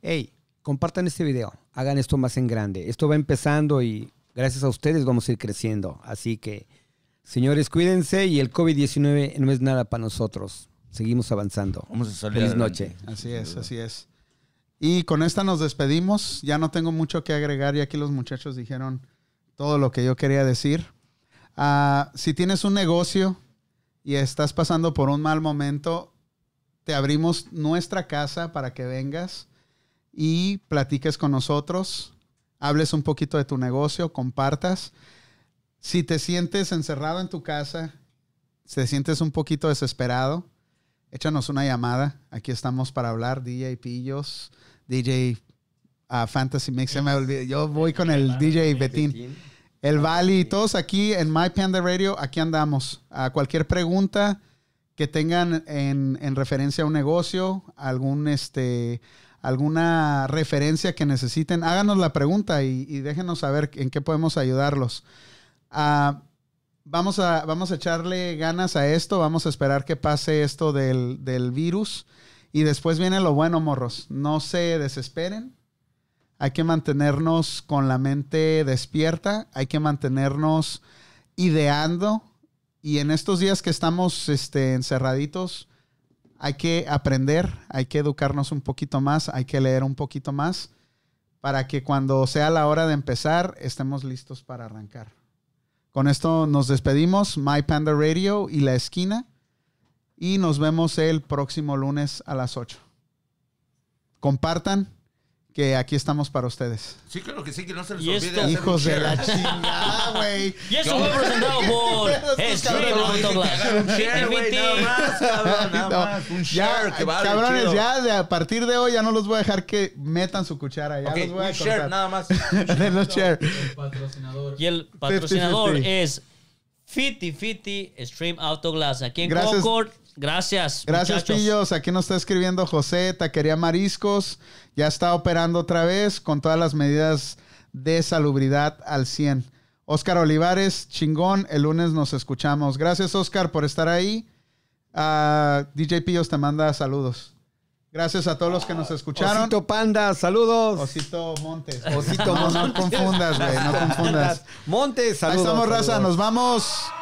Speaker 8: hey, compartan este video, hagan esto más en grande. Esto va empezando y gracias a ustedes vamos a ir creciendo. Así que, señores, cuídense y el COVID-19 no es nada para nosotros. Seguimos avanzando.
Speaker 4: Vamos a salir.
Speaker 8: Feliz
Speaker 4: adelante.
Speaker 8: noche.
Speaker 1: Así es, así es. Y con esta nos despedimos. Ya no tengo mucho que agregar. Ya aquí los muchachos dijeron todo lo que yo quería decir. Ah, si tienes un negocio y estás pasando por un mal momento, te abrimos nuestra casa para que vengas y platiques con nosotros, hables un poquito de tu negocio, compartas. Si te sientes encerrado en tu casa, si te sientes un poquito desesperado, échanos una llamada. Aquí estamos para hablar, DJ Pillos, DJ ah, Fantasy Mix. Se me olvidó. Yo voy con el DJ Betín. El Vali, todos aquí en My Panda Radio, aquí andamos. A cualquier pregunta que tengan en, en referencia a un negocio, algún este, alguna referencia que necesiten, háganos la pregunta y, y déjenos saber en qué podemos ayudarlos. Ah, vamos, a, vamos a echarle ganas a esto, vamos a esperar que pase esto del, del virus y después viene lo bueno, morros. No se desesperen, hay que mantenernos con la mente despierta, hay que mantenernos ideando y en estos días que estamos este, encerraditos hay que aprender, hay que educarnos un poquito más, hay que leer un poquito más para que cuando sea la hora de empezar estemos listos para arrancar. Con esto nos despedimos, My Panda Radio y La Esquina, y nos vemos el próximo lunes a las 8. Compartan que aquí estamos para ustedes.
Speaker 4: Sí, claro que sí, que no se les
Speaker 5: Y
Speaker 4: olvide.
Speaker 5: esto-
Speaker 4: hacer un
Speaker 1: Hijos de
Speaker 4: share.
Speaker 1: la chingada, güey.
Speaker 5: Y eso fue presentado por Stream
Speaker 4: Cabrón, dije que hagan un share, güey, nada más, cabrón, nada
Speaker 1: No,
Speaker 4: más,
Speaker 1: ya,
Speaker 4: un share que vale,
Speaker 1: cabrones,
Speaker 4: chido.
Speaker 1: ya de- a partir de hoy ya no los voy a dejar que metan su cuchara. Ya
Speaker 4: Ok,
Speaker 1: los voy a
Speaker 4: un share,
Speaker 1: cortar.
Speaker 4: nada más.
Speaker 1: Denos share. Este,
Speaker 2: El patrocinador.
Speaker 5: Y el patrocinador
Speaker 1: 50-50.
Speaker 5: es Fiti Fiti Stream Autoglass. Aquí en
Speaker 1: Gracias.
Speaker 5: Concord. Gracias.
Speaker 1: Gracias,
Speaker 5: muchachos.
Speaker 1: Pillos. Aquí nos está escribiendo José, Taquería Mariscos. Ya está operando otra vez con todas las medidas de salubridad al 100. Óscar Olivares, chingón. El lunes nos escuchamos. Gracias, Óscar, por estar ahí. Ah, DJ Pillos te manda saludos. Gracias a todos los que nos escucharon.
Speaker 8: Osito Panda, saludos.
Speaker 1: Osito Montes.
Speaker 8: Osito
Speaker 1: No, no
Speaker 8: Montes.
Speaker 1: confundas, güey. No confundas.
Speaker 8: Montes,
Speaker 1: Ahí
Speaker 8: saludos.
Speaker 1: estamos, raza.
Speaker 8: saludos.
Speaker 1: Nos vamos.